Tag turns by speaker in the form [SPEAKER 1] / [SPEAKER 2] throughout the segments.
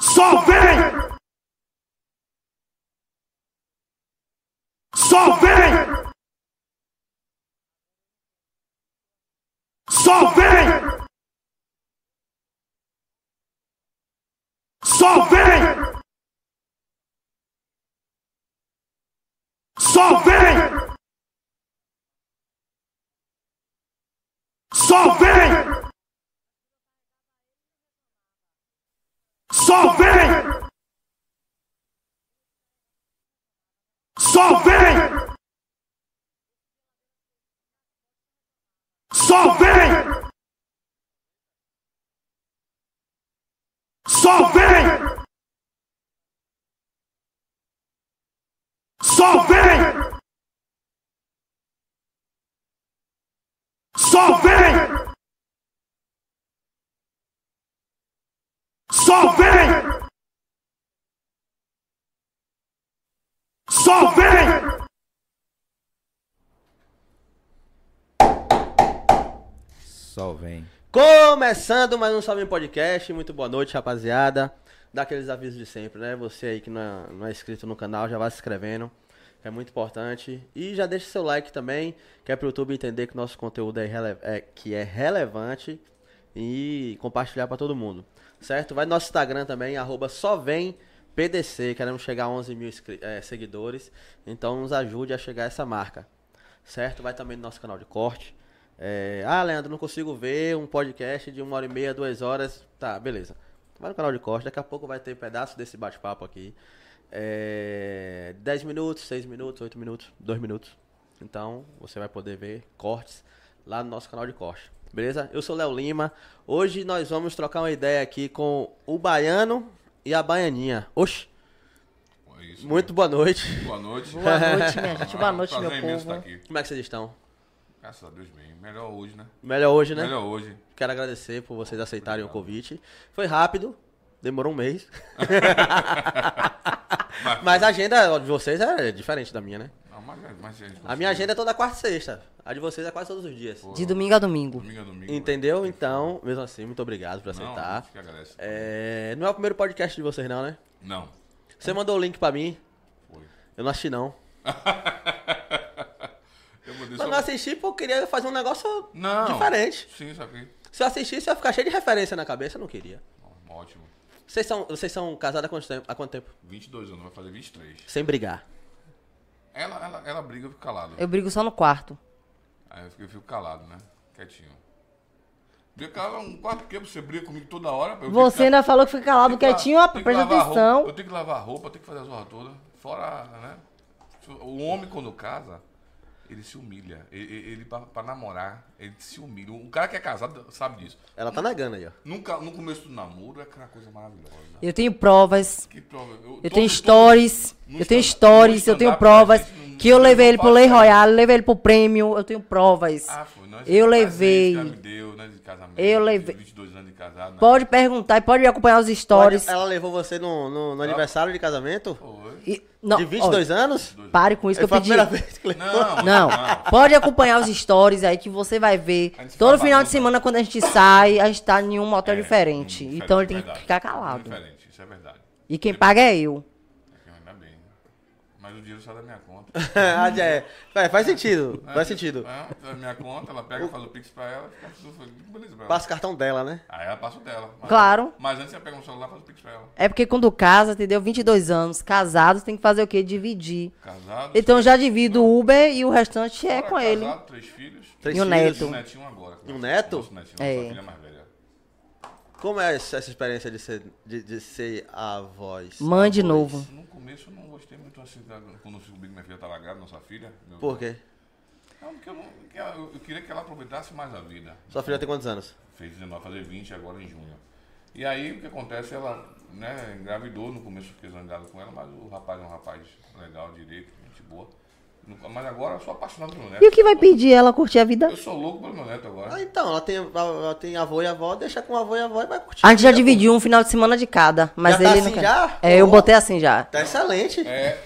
[SPEAKER 1] Só vem! Só vem! Só vem! Só vem! Só vem! Só vem! Só vem! Só vem! Só vem! Só vem! Só vem! Só vem! Só vem! Só vem!
[SPEAKER 2] Só vem.
[SPEAKER 3] Começando mais um Salve Podcast, muito boa noite, rapaziada. Dá aqueles avisos de sempre, né? Você aí que não é, não é inscrito no canal, já vai se inscrevendo, que é muito importante. E já deixa seu like também, que é pro YouTube entender que nosso conteúdo é, rele- é- que é relevante e compartilhar pra todo mundo, certo? Vai no nosso Instagram também, arroba só vem PDC, queremos chegar a 11 mil inscri- eh, seguidores, então nos ajude a chegar a essa marca, certo? Vai também no nosso canal de corte. É, ah, Leandro, não consigo ver um podcast de uma hora e meia, duas horas. Tá, beleza. Vai no canal de corte, daqui a pouco vai ter pedaço desse bate-papo aqui. É, 10 minutos, 6 minutos, 8 minutos, 2 minutos. Então, você vai poder ver cortes lá no nosso canal de corte. Beleza? Eu sou Léo Lima. Hoje nós vamos trocar uma ideia aqui com o Baiano e a Baianinha. Oxi,
[SPEAKER 4] É isso,
[SPEAKER 3] muito boa noite.
[SPEAKER 4] né? Boa noite. Ah, um
[SPEAKER 5] Boa noite, minha gente. Boa noite,
[SPEAKER 4] Prazer
[SPEAKER 5] meu
[SPEAKER 4] imenso
[SPEAKER 5] povo.
[SPEAKER 4] estar aqui.
[SPEAKER 3] Como é que vocês estão?
[SPEAKER 4] Graças a Deus, bem. Melhor hoje, né?
[SPEAKER 3] Melhor hoje, né?
[SPEAKER 4] Melhor hoje.
[SPEAKER 3] Quero agradecer por vocês aceitarem o convite. Foi rápido, demorou um mês. Mas a agenda de vocês é diferente da minha, né?
[SPEAKER 4] Não, mas, mas a, gente
[SPEAKER 3] A minha
[SPEAKER 4] conseguiu.
[SPEAKER 3] agenda é toda quarta e sexta. A de vocês é quase todos os dias.
[SPEAKER 5] De domingo a domingo.
[SPEAKER 4] Domingo a domingo. né?
[SPEAKER 3] Entendeu? Então, mesmo assim, muito obrigado por
[SPEAKER 4] Não,
[SPEAKER 3] aceitar.
[SPEAKER 4] que agradece.
[SPEAKER 3] É, Não é o primeiro podcast de vocês, não, né?
[SPEAKER 4] Não. É.
[SPEAKER 3] Você mandou o link pra mim.
[SPEAKER 4] Foi.
[SPEAKER 3] Eu não assisti, não.
[SPEAKER 4] Eu mandei
[SPEAKER 3] Eu não assisti porque eu queria fazer um negócio
[SPEAKER 4] Não.
[SPEAKER 3] diferente.
[SPEAKER 4] Sim, isso aqui.
[SPEAKER 3] Se eu assistisse, eu ia ficar cheio de referência na cabeça. Eu não queria.
[SPEAKER 4] Ó, um Ótimo.
[SPEAKER 3] Vocês são, vocês são casados há quanto tempo? Há quanto tempo?
[SPEAKER 4] 22 anos, vai fazer 23.
[SPEAKER 3] Sem brigar.
[SPEAKER 4] Ela, ela, ela briga, eu fico calado.
[SPEAKER 5] Eu brigo só no quarto.
[SPEAKER 4] Aí eu fico, eu fico calado, né? Quietinho. Briga calado, um quarto que você briga comigo toda hora. eu tenho que
[SPEAKER 5] Você
[SPEAKER 4] ficar-
[SPEAKER 5] ainda falou que fica calado
[SPEAKER 4] Tem que la-
[SPEAKER 5] quietinho, ó,
[SPEAKER 4] tem que
[SPEAKER 5] presta
[SPEAKER 4] lavar a roupa,
[SPEAKER 5] atenção.
[SPEAKER 4] eu tenho que lavar a roupa, eu tenho que fazer as horas todas. Fora, né? O homem, quando casa, ele se humilha. Ele, ele- ele pra, pra namorar, ele se humilha. O cara que é casado sabe disso.
[SPEAKER 3] Ela tá negando aí, ó.
[SPEAKER 4] Nunca, no começo do namoro, é aquela coisa maravilhosa.
[SPEAKER 5] Eu tenho provas,
[SPEAKER 4] Que prova. Eu,
[SPEAKER 5] eu
[SPEAKER 4] todo-
[SPEAKER 5] tenho
[SPEAKER 4] todo-
[SPEAKER 5] stories,
[SPEAKER 4] no
[SPEAKER 5] eu tenho
[SPEAKER 4] stand-
[SPEAKER 5] stories,
[SPEAKER 4] no
[SPEAKER 5] eu tenho
[SPEAKER 4] stand-up,
[SPEAKER 5] provas.
[SPEAKER 4] a gente não-
[SPEAKER 5] Que eu
[SPEAKER 4] não
[SPEAKER 5] levei ele pro
[SPEAKER 4] fala
[SPEAKER 5] Lei
[SPEAKER 4] sério.
[SPEAKER 5] Royale, levei ele pro prêmio, eu tenho provas.
[SPEAKER 4] Ah, foi, não, esse
[SPEAKER 5] Eu
[SPEAKER 4] presente
[SPEAKER 5] levei.
[SPEAKER 4] que ela me deu, né, de casamento,
[SPEAKER 5] Eu levei.
[SPEAKER 4] 22 anos de casado. né?
[SPEAKER 5] Pode perguntar e pode acompanhar os stories.
[SPEAKER 3] Ela levou você no, no- no aniversário de casamento?
[SPEAKER 4] Foi.
[SPEAKER 5] E- não,
[SPEAKER 3] de 22 anos?
[SPEAKER 5] olha, pare com isso que eu
[SPEAKER 3] Foi a
[SPEAKER 5] pedi.
[SPEAKER 3] primeira vez que levou.
[SPEAKER 4] Não,
[SPEAKER 5] Não,
[SPEAKER 4] não.
[SPEAKER 5] pode acompanhar os stories aí que você vai ver.
[SPEAKER 4] A gente
[SPEAKER 5] Todo
[SPEAKER 4] fica
[SPEAKER 5] final
[SPEAKER 4] babando.
[SPEAKER 5] de semana, quando a gente sai, a gente tá em um hotel diferente.
[SPEAKER 4] Diferente,
[SPEAKER 5] Então ele tem que
[SPEAKER 4] é verdade.
[SPEAKER 5] ficar calado.
[SPEAKER 4] Diferente, isso é verdade.
[SPEAKER 5] E quem paga é eu.
[SPEAKER 4] É que Ainda bem. Mas o dinheiro sai da minha conta.
[SPEAKER 3] Ah, já é. Vai, faz sentido, faz sentido.
[SPEAKER 4] É, é minha conta, ela pega, faz o pix pra ela, fica tudo feliz, beleza pra ela.
[SPEAKER 3] Passa o cartão dela, né?
[SPEAKER 4] Aí ela passa o dela. Mas,
[SPEAKER 5] Claro.
[SPEAKER 4] Mas antes ela pega um celular e faz o pix pra ela.
[SPEAKER 5] É porque quando casa, entendeu? 22 anos, casados, tem que fazer o quê? Dividir.
[SPEAKER 4] Casado.
[SPEAKER 5] Então eu já divido o Uber e o restante é
[SPEAKER 4] fora
[SPEAKER 5] com ele.
[SPEAKER 4] Casado, três filhos.
[SPEAKER 3] Três
[SPEAKER 5] E o
[SPEAKER 3] filhos.
[SPEAKER 4] E um
[SPEAKER 5] neto.
[SPEAKER 4] netinho agora. né?
[SPEAKER 3] E um neto?
[SPEAKER 4] Nosso netinho,
[SPEAKER 5] É.
[SPEAKER 4] nossa filha mais velha.
[SPEAKER 3] Como é essa essa experiência de ser, de, de ser a voz?
[SPEAKER 5] Mãe de novo.
[SPEAKER 4] No começo eu não gostei muito assim, da- quando eu descobri que minha filha tá largada, nossa filha. Meu...
[SPEAKER 3] Por quê?
[SPEAKER 4] Não, porque eu, não, que ela- eu queria que ela aproveitasse mais a vida. né?
[SPEAKER 3] Sua filha tem quantos anos?
[SPEAKER 4] Fez 19, fazer 20 agora em junho. E aí o que acontece, ela né, engravidou, no começo eu fiquei zangado com ela, mas o rapaz é um rapaz legal, direito, gente boa. No- Mas agora eu sou apaixonado pelo neto.
[SPEAKER 5] E o que vai pedir ela curtir a vida?
[SPEAKER 4] Eu sou louco pelo meu neto agora.
[SPEAKER 3] Ah, então, ela tem, ela tem avô e avó, deixa com avô e avó e vai curtir.
[SPEAKER 5] A gente já dividiu um final de semana de cada, mas
[SPEAKER 3] Já tá
[SPEAKER 5] ele
[SPEAKER 3] assim
[SPEAKER 5] não quer.
[SPEAKER 3] já?
[SPEAKER 5] É, eu
[SPEAKER 3] Ó.
[SPEAKER 5] botei assim já.
[SPEAKER 3] Tá excelente.
[SPEAKER 4] É,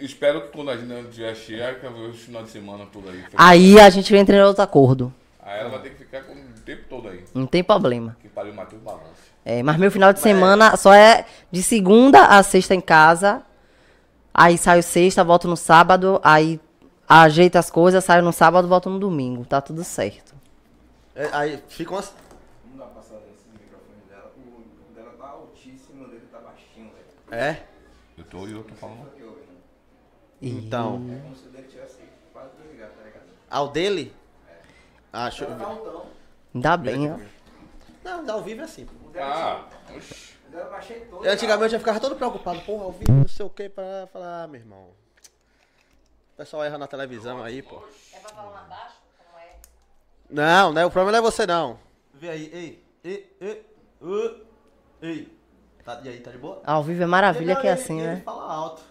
[SPEAKER 4] espero que quando a agenda estiver cheia, que eu veja o final de semana todo aí.
[SPEAKER 5] Aí a gente entra em outro acordo.
[SPEAKER 4] Aí ela vai ter que ficar com o tempo todo aí.
[SPEAKER 5] Não tem problema.
[SPEAKER 4] Que pariu, matei o balanço.
[SPEAKER 5] É, mas meu final de semana só é de segunda a sexta em casa. Aí saio sexta, volto no sábado, aí ajeito as coisas, saio no sábado, volto no domingo. Tá tudo certo.
[SPEAKER 3] É, Aí fica umas.
[SPEAKER 6] Não dá pra saber esse microfone dela. O dela tá altíssimo, o dele tá baixinho, velho.
[SPEAKER 3] É?
[SPEAKER 4] Eu tô e eu tô falando.
[SPEAKER 6] Que ouve, né?
[SPEAKER 3] Então.
[SPEAKER 6] Como se o dele tivesse quase desligado, tá ligado?
[SPEAKER 3] Ao dele? Acho.
[SPEAKER 6] Tá altão.
[SPEAKER 5] Ainda bem, ó.
[SPEAKER 3] Não, ao vivo é assim.
[SPEAKER 6] O dela,
[SPEAKER 4] Ah, oxi.
[SPEAKER 6] o dela baixei todo.
[SPEAKER 3] Eu, antigamente eu ficava todo preocupado, porra, ao vivo, não sei o que, pra falar, ah, meu irmão. O pessoal erra na televisão aí, pô. Não, né? O problema não é você não. Vê aí, ei, ei, ei, uh, ei. Tá, e aí, tá de boa?
[SPEAKER 5] Ao vivo é maravilha que é
[SPEAKER 3] Ele-
[SPEAKER 5] assim,
[SPEAKER 3] ele
[SPEAKER 5] né?
[SPEAKER 3] fala alto.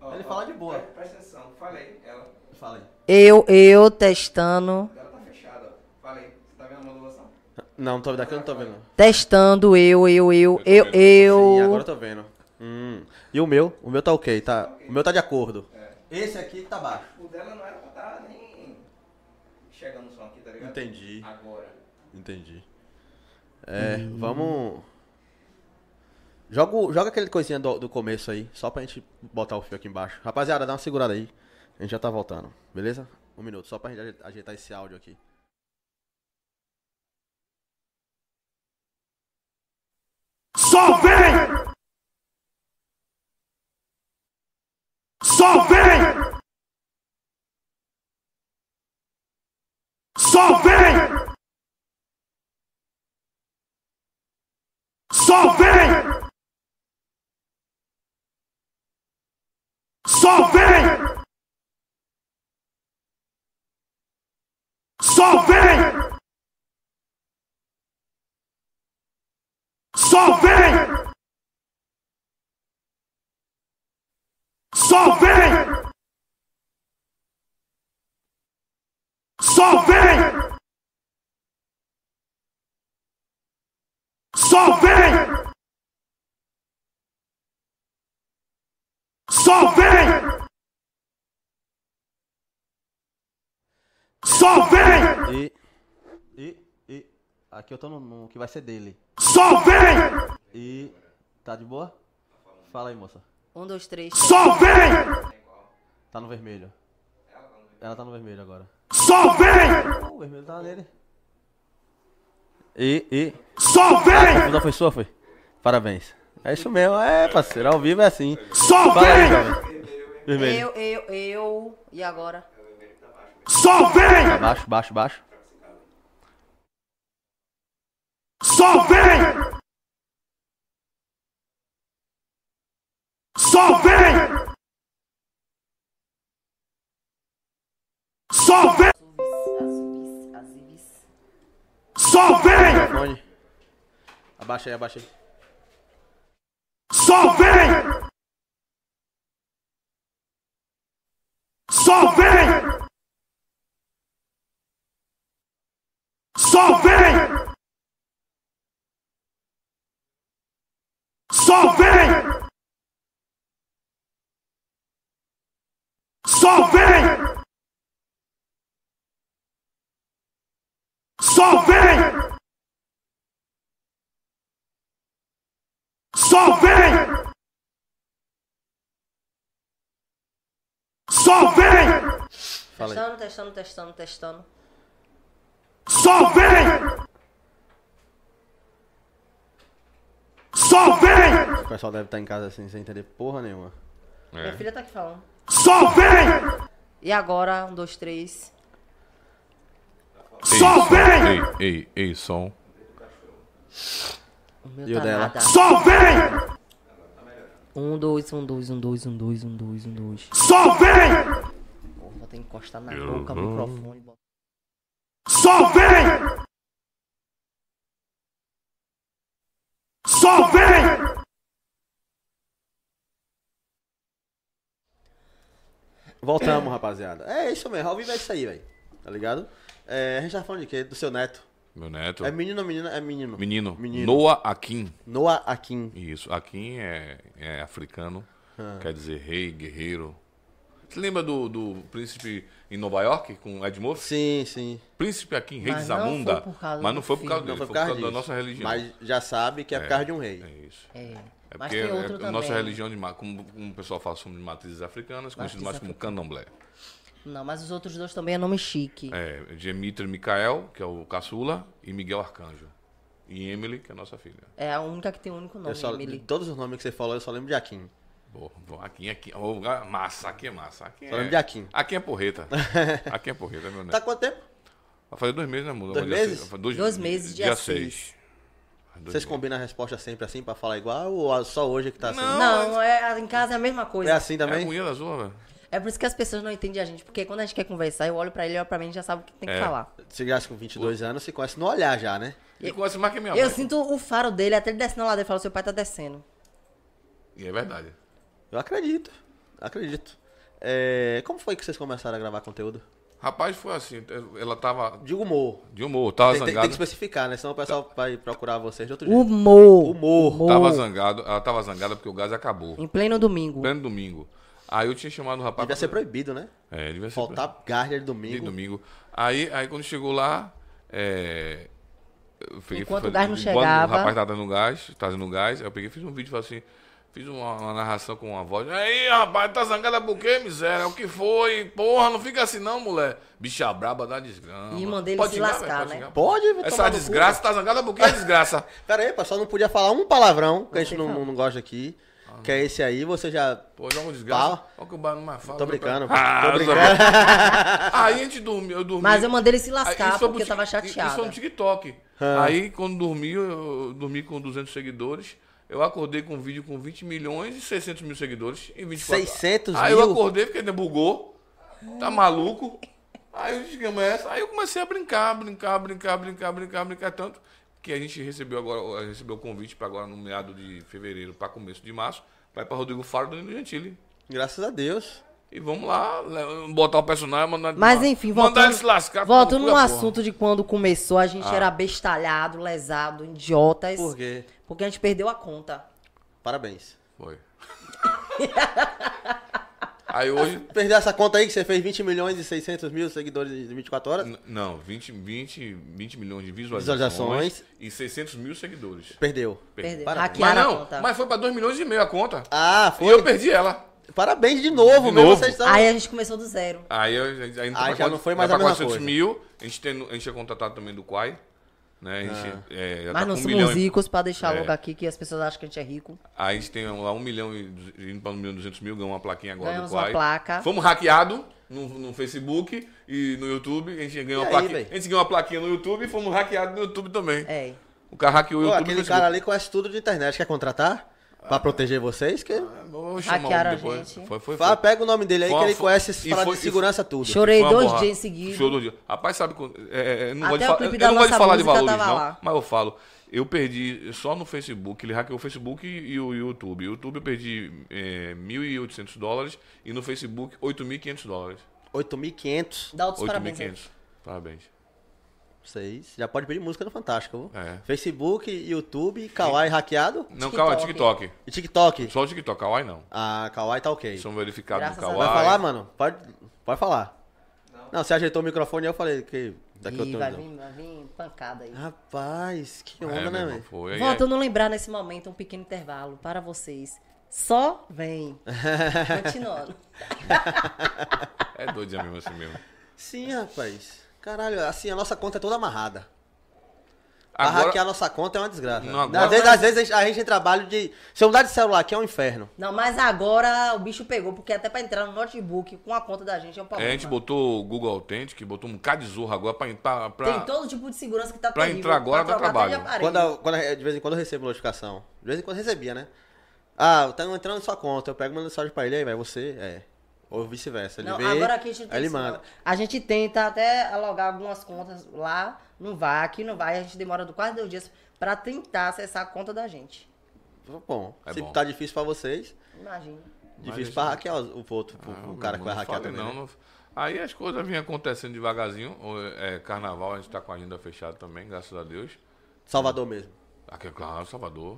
[SPEAKER 6] Ó,
[SPEAKER 3] Ele
[SPEAKER 6] ó, É.
[SPEAKER 3] fala de boa.
[SPEAKER 6] pre- né? Presta atenção, falei. Ela,
[SPEAKER 3] Fala aí.
[SPEAKER 5] Eu, eu testando,
[SPEAKER 6] ela tá fechada, ó. Falei. Você tá vendo a modulação?
[SPEAKER 3] Não, tô, daqui eu não tô vendo.
[SPEAKER 5] testando, eu, eu, eu, eu,
[SPEAKER 4] Eu tô vendo.
[SPEAKER 3] Sim, agora eu
[SPEAKER 5] eu.
[SPEAKER 3] tô vendo. Hum. E o meu? O meu tá ok, tá? O meu tá de acordo. Esse aqui tá baixo.
[SPEAKER 6] O dela não era pra tá nem chegando no som aqui, tá ligado?
[SPEAKER 3] Entendi.
[SPEAKER 6] Agora.
[SPEAKER 3] Entendi. É, vamos. Joga, o- joga aquele coisinha do, do começo aí, só pra gente botar o fio aqui embaixo. Rapaziada, dá uma segurada aí. A gente já tá voltando, beleza? Um minuto, só pra gente aje- ajeitar esse áudio aqui.
[SPEAKER 1] Só vem! Só vem! Só vem! Só vem! Só vem! Só vem! Só vem! Só vem! Só vem! Só vem! Só vem! Só vem!
[SPEAKER 3] E. E. E. Aqui eu tô no, no que vai ser dele.
[SPEAKER 1] Só vem!
[SPEAKER 3] E. Tá de boa? Fala aí, moça.
[SPEAKER 5] Um, dois, três.
[SPEAKER 1] Só vem!
[SPEAKER 3] Tá no vermelho. Ela tá no vermelho agora.
[SPEAKER 1] Só vem!
[SPEAKER 3] Uh, o vermelho tá nele. E. E.
[SPEAKER 1] Só
[SPEAKER 3] A
[SPEAKER 1] vem!
[SPEAKER 3] confusão foi sua, foi? Parabéns. É isso mesmo, é parceiro, ao vivo é assim.
[SPEAKER 1] Só
[SPEAKER 3] Fala aí,
[SPEAKER 1] vem!
[SPEAKER 3] jovem. Vermelho.
[SPEAKER 5] Eu, eu, eu. E agora?
[SPEAKER 1] Só vem!
[SPEAKER 3] Baixo, baixo, baixo.
[SPEAKER 1] Só vem! Só vem! Só vem!
[SPEAKER 5] Azuis, azuis.
[SPEAKER 1] Só vem!
[SPEAKER 3] Fone. Abaixa aí, abaixa aí.
[SPEAKER 1] Só vem! Só vem! Só vem! Só vem! Só vem! Só vem! Só vem! Só vem!
[SPEAKER 3] Fala aí.
[SPEAKER 5] Testando, testando, testando, testando.
[SPEAKER 1] Só vem! Só vem!
[SPEAKER 3] O pessoal deve estar em casa assim, sem entender porra nenhuma.
[SPEAKER 5] Minha
[SPEAKER 4] É.
[SPEAKER 5] filha tá aqui falando.
[SPEAKER 1] Só vem!
[SPEAKER 5] E agora? Um, dois, três.
[SPEAKER 4] Ei,
[SPEAKER 1] Só
[SPEAKER 4] som.
[SPEAKER 1] vem!
[SPEAKER 4] Ei, ei, ei, som.
[SPEAKER 5] O meu
[SPEAKER 3] E o
[SPEAKER 5] tá
[SPEAKER 3] dela?
[SPEAKER 5] nada.
[SPEAKER 1] Só vem!
[SPEAKER 5] Um, dois, um, dois, um, dois, um, dois, um, dois, um, dois.
[SPEAKER 1] Só vem!
[SPEAKER 5] Porra, vou ter que encostar na boca, o microfone. bota-
[SPEAKER 1] Só vem! Só vem!
[SPEAKER 3] Voltamos, rapaziada. É isso mesmo, ao vivo é isso aí, velho. Tá ligado? É, a gente tá falando de quê? Do seu neto.
[SPEAKER 4] Meu neto.
[SPEAKER 3] É menino ou menina? É menino.
[SPEAKER 4] Menino.
[SPEAKER 3] Menino.
[SPEAKER 4] Noah Akin.
[SPEAKER 3] Noah Akin. Ah.
[SPEAKER 4] Isso. Akin é, é africano. Quer dizer rei, guerreiro. Você lembra do, do Príncipe em Nova York com Ed Murphy?
[SPEAKER 3] Sim, sim.
[SPEAKER 4] Príncipe aqui em
[SPEAKER 5] Mas
[SPEAKER 4] Reis
[SPEAKER 5] não
[SPEAKER 4] Amunda.
[SPEAKER 5] foi por causa
[SPEAKER 4] Mas não
[SPEAKER 5] do
[SPEAKER 4] foi por causa
[SPEAKER 5] filme.
[SPEAKER 3] Não
[SPEAKER 4] dele,
[SPEAKER 3] foi
[SPEAKER 4] foi por
[SPEAKER 3] por
[SPEAKER 4] causa
[SPEAKER 3] causa
[SPEAKER 4] da
[SPEAKER 3] disso.
[SPEAKER 4] nossa religião.
[SPEAKER 3] Mas já sabe que é por causa de um rei.
[SPEAKER 4] É isso.
[SPEAKER 5] É.
[SPEAKER 4] É
[SPEAKER 5] Mas
[SPEAKER 4] porque
[SPEAKER 5] tem
[SPEAKER 4] é-
[SPEAKER 5] outro
[SPEAKER 4] é-
[SPEAKER 5] também.
[SPEAKER 4] nossa religião, de, ma- como, como o pessoal fala, somos de matrizes africanas, conhecido mais como
[SPEAKER 5] Matrizes
[SPEAKER 4] candomblé.
[SPEAKER 5] Não, mas os outros dois também é nome chique.
[SPEAKER 4] É, Demitri Micael, que é o caçula, e Miguel Arcanjo. E Emily, que é a nossa filha.
[SPEAKER 5] É, a única que tem o único nome,
[SPEAKER 3] Eu só, de
[SPEAKER 5] Emily.
[SPEAKER 3] todos os nomes que você falou, eu só lembro de Akin.
[SPEAKER 4] Boa, boa. Aqui, aqui. Ô, ga- massa, aqui é massa. Aqui
[SPEAKER 3] Falando
[SPEAKER 4] é,
[SPEAKER 3] de Aquim.
[SPEAKER 4] Aqui é porreta. Aqui é porreta, meu
[SPEAKER 3] Tá
[SPEAKER 4] neto.
[SPEAKER 3] quanto tempo?
[SPEAKER 4] Vai fazer dois meses, né, Muda?
[SPEAKER 3] Dois
[SPEAKER 4] Dia
[SPEAKER 3] meses?
[SPEAKER 4] seis-
[SPEAKER 5] Dois meses, dia
[SPEAKER 4] seis.
[SPEAKER 5] seis.
[SPEAKER 4] Faz dois
[SPEAKER 3] Vocês
[SPEAKER 4] meses.
[SPEAKER 3] combinam a resposta sempre assim pra falar igual ou só hoje que tá assim?
[SPEAKER 4] Não.
[SPEAKER 5] Não, é, em casa é a mesma
[SPEAKER 3] É
[SPEAKER 5] coisa.
[SPEAKER 3] assim
[SPEAKER 4] É a
[SPEAKER 3] também?
[SPEAKER 4] agonia da zona, velho.
[SPEAKER 5] É por isso que as pessoas não entendem a gente, porque quando a gente quer conversar, eu olho pra ele, ele olha pra mim e já sabe o que tem que
[SPEAKER 4] É.
[SPEAKER 5] falar.
[SPEAKER 3] Você gasta com 22 anos, se conhece no olhar já, né?
[SPEAKER 4] E conhece mais que minha
[SPEAKER 5] eu
[SPEAKER 4] mãe.
[SPEAKER 5] sinto o faro dele até ele descendo lá dele e fala, seu pai tá descendo.
[SPEAKER 4] E é verdade.
[SPEAKER 3] Eu acredito. Acredito. É, como foi que vocês começaram a gravar conteúdo?
[SPEAKER 4] Rapaz, foi assim, ela tava
[SPEAKER 3] De humor.
[SPEAKER 4] de humor, tava
[SPEAKER 3] Tem, tem- tem
[SPEAKER 4] zangada.
[SPEAKER 3] que especificar, né? Senão o pessoal
[SPEAKER 4] Tá.
[SPEAKER 3] vai procurar vocês de outro jeito.
[SPEAKER 5] Humor.
[SPEAKER 3] Humor.
[SPEAKER 4] Tava zangado, ela tava zangada porque o gás acabou.
[SPEAKER 5] Em pleno domingo.
[SPEAKER 4] Pleno domingo. Aí eu tinha chamado o rapaz.
[SPEAKER 3] Devia
[SPEAKER 4] pra-
[SPEAKER 3] ser proibido, né?
[SPEAKER 4] É, devia ser proibido.
[SPEAKER 3] Faltar guarda de
[SPEAKER 4] De
[SPEAKER 3] domingo.
[SPEAKER 4] domingo. Aí, aí quando chegou lá, é, eu peguei-
[SPEAKER 5] Enquanto
[SPEAKER 4] falei-
[SPEAKER 5] o gás não
[SPEAKER 4] enquanto
[SPEAKER 5] chegava.
[SPEAKER 4] O rapaz tava dando gás, trazendo gás. Aí eu peguei, e fiz um vídeo, falei assim, fiz uma, uma narração com uma voz. Aí, rapaz, tá zangada por quê, miséria? é O que foi? Porra, não fica assim não, mulher. Bicha braba da desgrama.
[SPEAKER 5] E mandei ele se
[SPEAKER 4] xingar,
[SPEAKER 5] lascar,
[SPEAKER 4] velho,
[SPEAKER 5] né?
[SPEAKER 4] xingar.
[SPEAKER 3] Pode, tomar
[SPEAKER 4] Essa
[SPEAKER 3] no cu.
[SPEAKER 4] desgraça tá zangada por quê, desgraça?
[SPEAKER 3] Pera aí, pessoal, não podia falar um palavrão que a gente
[SPEAKER 5] Não
[SPEAKER 3] não,
[SPEAKER 5] tem
[SPEAKER 3] não gosta aqui.
[SPEAKER 4] Ah,
[SPEAKER 3] Que é esse aí, você já.
[SPEAKER 4] Pô, joga um desgraça.
[SPEAKER 3] Fala.
[SPEAKER 4] Olha que o bar numa fala.
[SPEAKER 3] Tô brincando.
[SPEAKER 4] Ah,
[SPEAKER 3] tô
[SPEAKER 4] eu
[SPEAKER 3] brincando.
[SPEAKER 4] sabia. Aí a gente dormiu, eu dormi.
[SPEAKER 5] Mas eu mandei ele se
[SPEAKER 4] Aí,
[SPEAKER 5] lascar
[SPEAKER 4] Ah, isso é um foi
[SPEAKER 5] porque eu
[SPEAKER 4] pro
[SPEAKER 5] tava
[SPEAKER 4] Tik-
[SPEAKER 5] chateada.
[SPEAKER 4] Isso foi no TikTok. Aí, quando dormi, eu- eu dormi com 200 seguidores. Eu acordei com um vídeo com 20 milhões e 600 mil seguidores em 24
[SPEAKER 3] 600
[SPEAKER 4] Aí eu
[SPEAKER 3] mil?
[SPEAKER 4] acordei porque ainda bugou. Tá maluco? Aí eu disse, "Mas essa-" Aí eu comecei a brincar, brincar, brincar, brincar, brincar, brincar tanto que a gente recebeu agora, a gente recebeu o convite para agora no meado de fevereiro para começo de março, vai para Rodrigo Faro do Gentili.
[SPEAKER 3] Graças a Deus.
[SPEAKER 4] E vamos lá, le- botar o personagem, mandar ele
[SPEAKER 5] Mas
[SPEAKER 4] tomar-
[SPEAKER 5] enfim,
[SPEAKER 4] mandar
[SPEAKER 5] voltando,
[SPEAKER 4] ele se lascar.
[SPEAKER 5] voltando no
[SPEAKER 4] tomar cu da porra.
[SPEAKER 5] assunto de quando começou, a gente
[SPEAKER 4] Ah.
[SPEAKER 5] era bestalhado, lesado, idiotas.
[SPEAKER 3] Por quê?
[SPEAKER 5] Porque a gente perdeu a conta.
[SPEAKER 3] Parabéns.
[SPEAKER 4] Foi. Aí hoje.
[SPEAKER 3] Perdeu essa conta aí que você fez 20 milhões e 600 mil seguidores em 24 horas?
[SPEAKER 4] n- Não, 20, 20, 20 milhões de visualizações,
[SPEAKER 3] Visualizações.
[SPEAKER 4] e 600 mil seguidores.
[SPEAKER 3] Perdeu.
[SPEAKER 5] Perdeu.
[SPEAKER 3] Parabéns.
[SPEAKER 4] Mas
[SPEAKER 5] Hackearam a
[SPEAKER 4] não,
[SPEAKER 5] conta.
[SPEAKER 4] mas foi pra 2 milhões e meio a conta.
[SPEAKER 3] Ah,
[SPEAKER 4] E
[SPEAKER 3] foi.
[SPEAKER 4] eu perdi ela.
[SPEAKER 3] Parabéns de novo,
[SPEAKER 4] De
[SPEAKER 3] meu.
[SPEAKER 4] novo?
[SPEAKER 3] Vocês estão.
[SPEAKER 5] Aí a gente começou do zero.
[SPEAKER 4] Aí eu, a gente- ainda
[SPEAKER 3] Aí
[SPEAKER 4] pra
[SPEAKER 3] já não foi mais
[SPEAKER 4] já
[SPEAKER 3] a
[SPEAKER 4] pra
[SPEAKER 3] mesma coisa.
[SPEAKER 4] 400 mil. A gente, tem, a gente é contratado também do Quai. Né? A
[SPEAKER 3] Ah.
[SPEAKER 4] gente, é, já tá
[SPEAKER 5] Mas
[SPEAKER 4] com
[SPEAKER 5] não
[SPEAKER 4] um
[SPEAKER 5] somos
[SPEAKER 4] milhão e-
[SPEAKER 5] ricos pra deixar
[SPEAKER 4] É.
[SPEAKER 5] logo aqui que as pessoas acham que a gente é rico.
[SPEAKER 4] Aí a gente tem lá 1 milhão e duze- indo pra 1 milhão e 200 mil, ganhamos uma plaquinha agora
[SPEAKER 5] Ganhamos
[SPEAKER 4] do
[SPEAKER 5] uma
[SPEAKER 4] Quai.
[SPEAKER 5] placa.
[SPEAKER 4] Fomos hackeados no, no Facebook e no YouTube. A gente ganhou
[SPEAKER 3] E
[SPEAKER 4] uma
[SPEAKER 3] aí,
[SPEAKER 4] plaquinha.
[SPEAKER 3] véi?
[SPEAKER 4] A gente ganhou uma plaquinha no YouTube e fomos hackeados no YouTube também.
[SPEAKER 5] É.
[SPEAKER 4] O cara hackeou o
[SPEAKER 3] Pô,
[SPEAKER 4] YouTube. Ah. e
[SPEAKER 3] aquele
[SPEAKER 4] o Facebook.
[SPEAKER 3] cara ali conhece tudo de internet. Quer contratar? Pra proteger vocês? Que...
[SPEAKER 4] Vou chamar
[SPEAKER 5] Hackearam
[SPEAKER 4] o
[SPEAKER 5] a
[SPEAKER 4] depois.
[SPEAKER 5] gente.
[SPEAKER 4] Ah, Foi, foi, foi.
[SPEAKER 3] Fala, pega o nome dele aí
[SPEAKER 4] Foi-
[SPEAKER 3] que ele
[SPEAKER 4] foi-
[SPEAKER 3] conhece
[SPEAKER 4] e
[SPEAKER 3] esse parada
[SPEAKER 4] foi-
[SPEAKER 5] e
[SPEAKER 3] de segurança tudo.
[SPEAKER 5] Chorei
[SPEAKER 4] Foi uma
[SPEAKER 5] dois
[SPEAKER 4] borra-
[SPEAKER 5] dias em seguida.
[SPEAKER 4] Chorou dois dias. Rapaz, sabe quando. é, é, não
[SPEAKER 5] Até
[SPEAKER 4] gosto de
[SPEAKER 5] o
[SPEAKER 4] fa-
[SPEAKER 5] clipe
[SPEAKER 4] eu
[SPEAKER 5] da
[SPEAKER 4] não gosto de
[SPEAKER 5] nossa
[SPEAKER 4] falar de
[SPEAKER 5] música
[SPEAKER 4] valores,
[SPEAKER 5] tava
[SPEAKER 4] não.
[SPEAKER 5] lá.
[SPEAKER 4] Mas eu falo. Eu perdi só no Facebook. Ele hackeou o Facebook e, e o YouTube. O YouTube eu perdi é, 1.800 dólares e no Facebook 8.500 dólares.
[SPEAKER 3] 8.500.
[SPEAKER 5] Dá outros parabéns. né?
[SPEAKER 4] 8.500. Parabéns.
[SPEAKER 3] Vocês já pode pedir música no Fantástico. viu?
[SPEAKER 4] É.
[SPEAKER 3] Facebook, YouTube, Kawaii hackeado
[SPEAKER 4] Não, Kawaii, TikTok.
[SPEAKER 3] e Um TikTok.
[SPEAKER 4] Só o TikTok, Kawaii não.
[SPEAKER 3] Ah, Kawaii tá ok.
[SPEAKER 4] São verificados no
[SPEAKER 5] Graças a
[SPEAKER 4] Kawaii.
[SPEAKER 3] Vai falar, mano? Pode, pode falar. Não. você ajeitou o microfone e eu falei que
[SPEAKER 4] Tá
[SPEAKER 3] daqui
[SPEAKER 5] Ih,
[SPEAKER 3] eu
[SPEAKER 5] vai
[SPEAKER 3] tenho. um
[SPEAKER 5] vir, vai vir pancada aí.
[SPEAKER 3] Rapaz, que
[SPEAKER 4] É,
[SPEAKER 3] onda,
[SPEAKER 4] meu
[SPEAKER 3] né,
[SPEAKER 4] irmão,
[SPEAKER 3] velho?
[SPEAKER 4] foi. Aí,
[SPEAKER 5] Voltando a lembrar nesse momento um pequeno intervalo para vocês. Só vem. Continuando.
[SPEAKER 4] é, é doido mesmo assim mesmo.
[SPEAKER 3] Sim, rapaz. Caralho, assim, a nossa conta é toda amarrada. Pra
[SPEAKER 4] Agora,
[SPEAKER 3] hackear a nossa conta é uma desgraça.
[SPEAKER 4] Não, agora-
[SPEAKER 3] às, vezes, às vezes a gente- a gente tem trabalho de. Se eu mudar de celular aqui é um inferno.
[SPEAKER 5] Não, mas agora o bicho pegou, porque até pra entrar no notebook com a conta da gente é um
[SPEAKER 4] é,
[SPEAKER 5] problema.
[SPEAKER 4] a gente botou o Google Authentic, botou um bocado de zorra agora pra. pra, pra
[SPEAKER 5] Tem todo tipo de segurança que tá
[SPEAKER 4] pra
[SPEAKER 5] terrível.
[SPEAKER 4] entrar agora dá
[SPEAKER 5] trocar até de
[SPEAKER 4] trabalho.
[SPEAKER 5] aparelho.
[SPEAKER 3] Quando, eu- quando eu- de vez em quando eu recebo notificação. De vez em quando eu recebia, né? Ah, estão entrando na sua conta. Eu pego uma mensagem pra ele, aí vai você, é. Ou vice-versa. Ele
[SPEAKER 5] Não,
[SPEAKER 3] vê,
[SPEAKER 5] agora aqui a gente não
[SPEAKER 3] aí
[SPEAKER 5] tem
[SPEAKER 3] ele
[SPEAKER 5] isso,
[SPEAKER 3] manda.
[SPEAKER 5] não. A gente tenta até alugar algumas contas lá, não vai, aqui não vai, a gente demora do- quase dois dias pra tentar acessar a conta da gente.
[SPEAKER 3] Bom,
[SPEAKER 4] É
[SPEAKER 3] se
[SPEAKER 4] bom.
[SPEAKER 3] tá difícil pra vocês,
[SPEAKER 5] Imagina.
[SPEAKER 3] difícil pra hackear o o outro, pro- pro
[SPEAKER 4] Não,
[SPEAKER 3] cara que vai
[SPEAKER 4] não
[SPEAKER 3] hackear
[SPEAKER 4] falei,
[SPEAKER 3] também.
[SPEAKER 4] não,
[SPEAKER 3] né?
[SPEAKER 4] não- Aí as coisas vinham acontecendo devagarzinho. O, é, carnaval a gente tá com a agenda fechada também, graças a Deus.
[SPEAKER 3] Salvador mesmo.
[SPEAKER 4] Aqui, é claro, Salvador.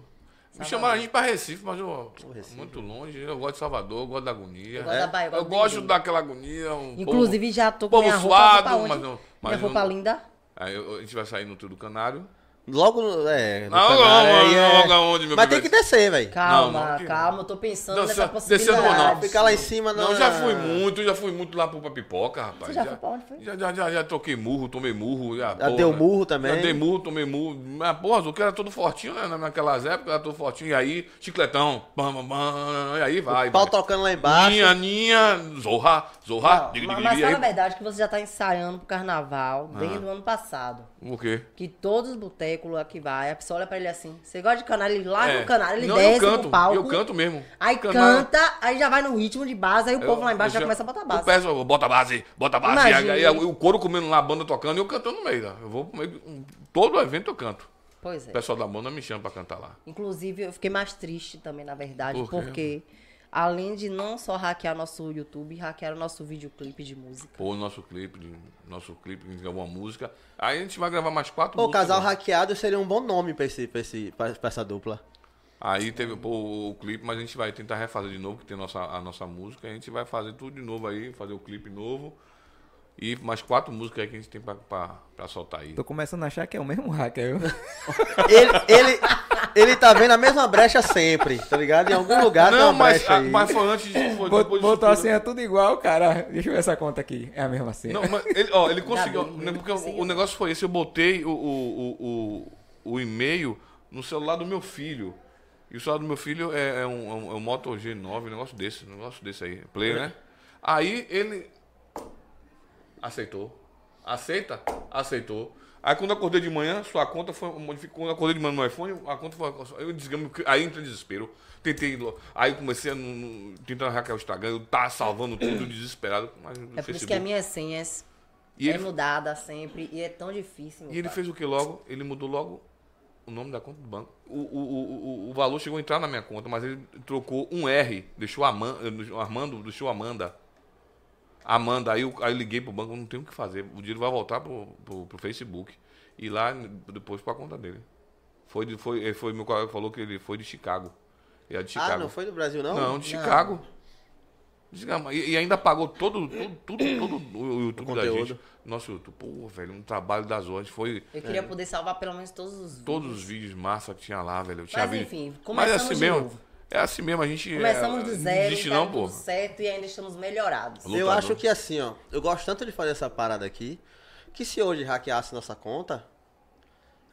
[SPEAKER 4] Me chamaram a gente pra Recife, mas eu,
[SPEAKER 3] Recife.
[SPEAKER 4] muito longe. Eu gosto de Salvador, eu gosto da agonia.
[SPEAKER 5] Eu gosto da Bahia, eu
[SPEAKER 4] eu
[SPEAKER 5] gosto do
[SPEAKER 4] gosto
[SPEAKER 5] Benguinho.
[SPEAKER 4] daquela agonia. Um
[SPEAKER 5] Inclusive, já tô com
[SPEAKER 4] povo
[SPEAKER 5] minha roupa.
[SPEAKER 4] suado,
[SPEAKER 5] pra onde?
[SPEAKER 4] mas não- mas
[SPEAKER 5] minha roupa
[SPEAKER 4] não-
[SPEAKER 5] linda.
[SPEAKER 4] Aí eu- a gente vai sair no Trio do Canário.
[SPEAKER 3] Logo no. É, no
[SPEAKER 4] Não,
[SPEAKER 3] Canário,
[SPEAKER 4] não,
[SPEAKER 3] aí
[SPEAKER 4] não,
[SPEAKER 3] é-
[SPEAKER 4] logo aonde, meu
[SPEAKER 3] Mas tem que
[SPEAKER 4] pivete?
[SPEAKER 3] descer, velho.
[SPEAKER 5] Calma,
[SPEAKER 4] Não, não, que-
[SPEAKER 5] calma, eu tô pensando
[SPEAKER 4] Não,
[SPEAKER 5] nessa
[SPEAKER 4] se- descendo ou não?
[SPEAKER 5] possibilidade.
[SPEAKER 3] Ficar lá em cima na-
[SPEAKER 4] Não, já fui muito, já fui muito lá pro pra pipoca, rapaz.
[SPEAKER 5] Você já foi pra onde foi?
[SPEAKER 4] Já, já, já, já troquei murro, tomei murro. Já,
[SPEAKER 3] Já deu murro também?
[SPEAKER 4] Já dei murro, tomei murro. Mas, porra, o que era todo fortinho, né? Naquelas épocas era todo fortinho. E aí, chicletão. Bam, bam, bam, e aí vai.
[SPEAKER 3] Pau
[SPEAKER 4] vai.
[SPEAKER 3] tocando lá embaixo.
[SPEAKER 4] Ninha, ninha, zorra, zorra.
[SPEAKER 5] Não,
[SPEAKER 4] diga,
[SPEAKER 5] mas
[SPEAKER 4] diga,
[SPEAKER 5] mas
[SPEAKER 4] diga,
[SPEAKER 5] fala a
[SPEAKER 4] aí. Ah.
[SPEAKER 5] verdade que você já tá ensaiando pro carnaval desde o ano passado.
[SPEAKER 4] O quê?
[SPEAKER 5] Que todos os botecos lá que vai, a pessoa olha pra ele assim, você gosta de canário, ele larga
[SPEAKER 4] É.
[SPEAKER 5] o canário, ele
[SPEAKER 4] Não,
[SPEAKER 5] desce
[SPEAKER 4] eu canto,
[SPEAKER 5] no palco.
[SPEAKER 4] Eu canto mesmo.
[SPEAKER 5] Aí
[SPEAKER 4] Canário-
[SPEAKER 5] canta, aí já vai no ritmo de base, aí o povo lá embaixo já,
[SPEAKER 4] eu
[SPEAKER 5] começa a botar base.
[SPEAKER 4] O pessoal bota a base, bota a base.
[SPEAKER 5] Imagina.
[SPEAKER 4] E aí, o couro comendo lá, a banda tocando e eu cantando no meio. Né? Eu vou pro meio. Todo evento eu canto.
[SPEAKER 5] Pois é.
[SPEAKER 4] O pessoal da banda me chama pra cantar lá.
[SPEAKER 5] Inclusive, eu fiquei mais triste também, na verdade,
[SPEAKER 4] Por quê?
[SPEAKER 5] porque além de não só hackear nosso YouTube, hackearam nosso videoclipe de música.
[SPEAKER 4] Pô, nosso clipe, de- nosso clipe, de alguma música. Aí a gente vai gravar mais quatro
[SPEAKER 3] Pô, o
[SPEAKER 4] músicas.
[SPEAKER 3] casal
[SPEAKER 4] né?
[SPEAKER 3] hackeado seria um bom nome pra, esse, pra, esse, pra, pra essa dupla.
[SPEAKER 4] Aí teve pô, o clipe, mas a gente vai tentar refazer de novo, que tem a nossa, a nossa música. A gente vai fazer tudo de novo aí, fazer o clipe novo. E mais quatro músicas aí que a gente tem pra, pra, pra soltar aí.
[SPEAKER 2] Tô começando a achar que é o mesmo hacker. viu?
[SPEAKER 3] Ele, ele, ele tá vendo a mesma brecha sempre, tá ligado? Em algum lugar tem
[SPEAKER 4] Não,
[SPEAKER 3] uma
[SPEAKER 4] mas,
[SPEAKER 3] brecha aí. Ah,
[SPEAKER 4] mas foi antes de. Foi
[SPEAKER 2] Bot-
[SPEAKER 4] depois disso
[SPEAKER 2] Botou a
[SPEAKER 4] tudo.
[SPEAKER 2] senha tudo igual, cara. Deixa eu ver essa conta aqui. É a mesma senha.
[SPEAKER 4] Não, mas ele, ó, ele conseguiu.
[SPEAKER 5] bem,
[SPEAKER 4] né,
[SPEAKER 5] ele
[SPEAKER 4] porque
[SPEAKER 5] conseguiu.
[SPEAKER 4] o negócio foi esse, eu botei o, o, o, o, o e-mail no celular do meu filho. E o celular do meu filho é, é um, é um- é um Moto G9, um negócio desse, um negócio desse aí.
[SPEAKER 5] É.
[SPEAKER 4] Play, né? Aí ele. Aceitou. Aceita? Aceitou. Aí quando eu acordei de manhã, sua conta foi modificada. Quando eu acordei de manhã no iPhone, a conta foi. aí Eu desgamo, aí entra desespero. Tentei. lo- Aí eu comecei a no, no, tentar hackear o Instagram, eu tava salvando tudo desesperado. Mas no
[SPEAKER 5] É por isso que as minhas senhas
[SPEAKER 4] E
[SPEAKER 5] é
[SPEAKER 4] ele-
[SPEAKER 5] mudada sempre e é tão difícil. meu
[SPEAKER 4] E ele
[SPEAKER 5] pai.
[SPEAKER 4] fez o que logo? Ele mudou logo o nome da conta do banco. O, o- o, o, o valor chegou a entrar na minha conta, mas ele trocou um R, deixou Aman, eh, deixou- Armando, deixou Amanda. Amanda, aí eu, aí eu liguei pro banco, não tem o que fazer. O dinheiro vai voltar pro, pro, pro Facebook. E lá n- depois pra conta dele. Foi, de- foi, eh, foi meu colega falou que ele foi de Chicago. E a de Chicago.
[SPEAKER 3] Ah, não foi do Brasil, não?
[SPEAKER 4] Não, de Chicago. De Chicago. E, e ainda pagou todo, todo, tudo, todo o YouTube
[SPEAKER 3] O
[SPEAKER 4] da
[SPEAKER 3] conteúdo.
[SPEAKER 4] gente. Nosso YouTube. Pô, velho, um trabalho das horas. Foi É.
[SPEAKER 5] Eu queria poder salvar pelo menos todos os
[SPEAKER 4] todos os vídeos massa que tinha lá, velho. Eu tinha
[SPEAKER 5] Mas
[SPEAKER 4] vídeo.
[SPEAKER 5] enfim,
[SPEAKER 4] Mas é
[SPEAKER 5] começamos
[SPEAKER 4] assim
[SPEAKER 5] de
[SPEAKER 4] mesmo.
[SPEAKER 5] novo.
[SPEAKER 4] É assim mesmo, a gente.
[SPEAKER 5] Começamos
[SPEAKER 4] é,
[SPEAKER 5] do
[SPEAKER 4] Não
[SPEAKER 5] zero,
[SPEAKER 4] desiste
[SPEAKER 5] e tá
[SPEAKER 4] não,
[SPEAKER 5] tudo
[SPEAKER 4] pô.
[SPEAKER 5] certo e ainda estamos melhorados.
[SPEAKER 4] Lu-
[SPEAKER 3] Eu
[SPEAKER 4] lutador.
[SPEAKER 3] acho que assim, ó. Eu gosto tanto de fazer essa parada aqui, que se hoje hackeasse nossa conta,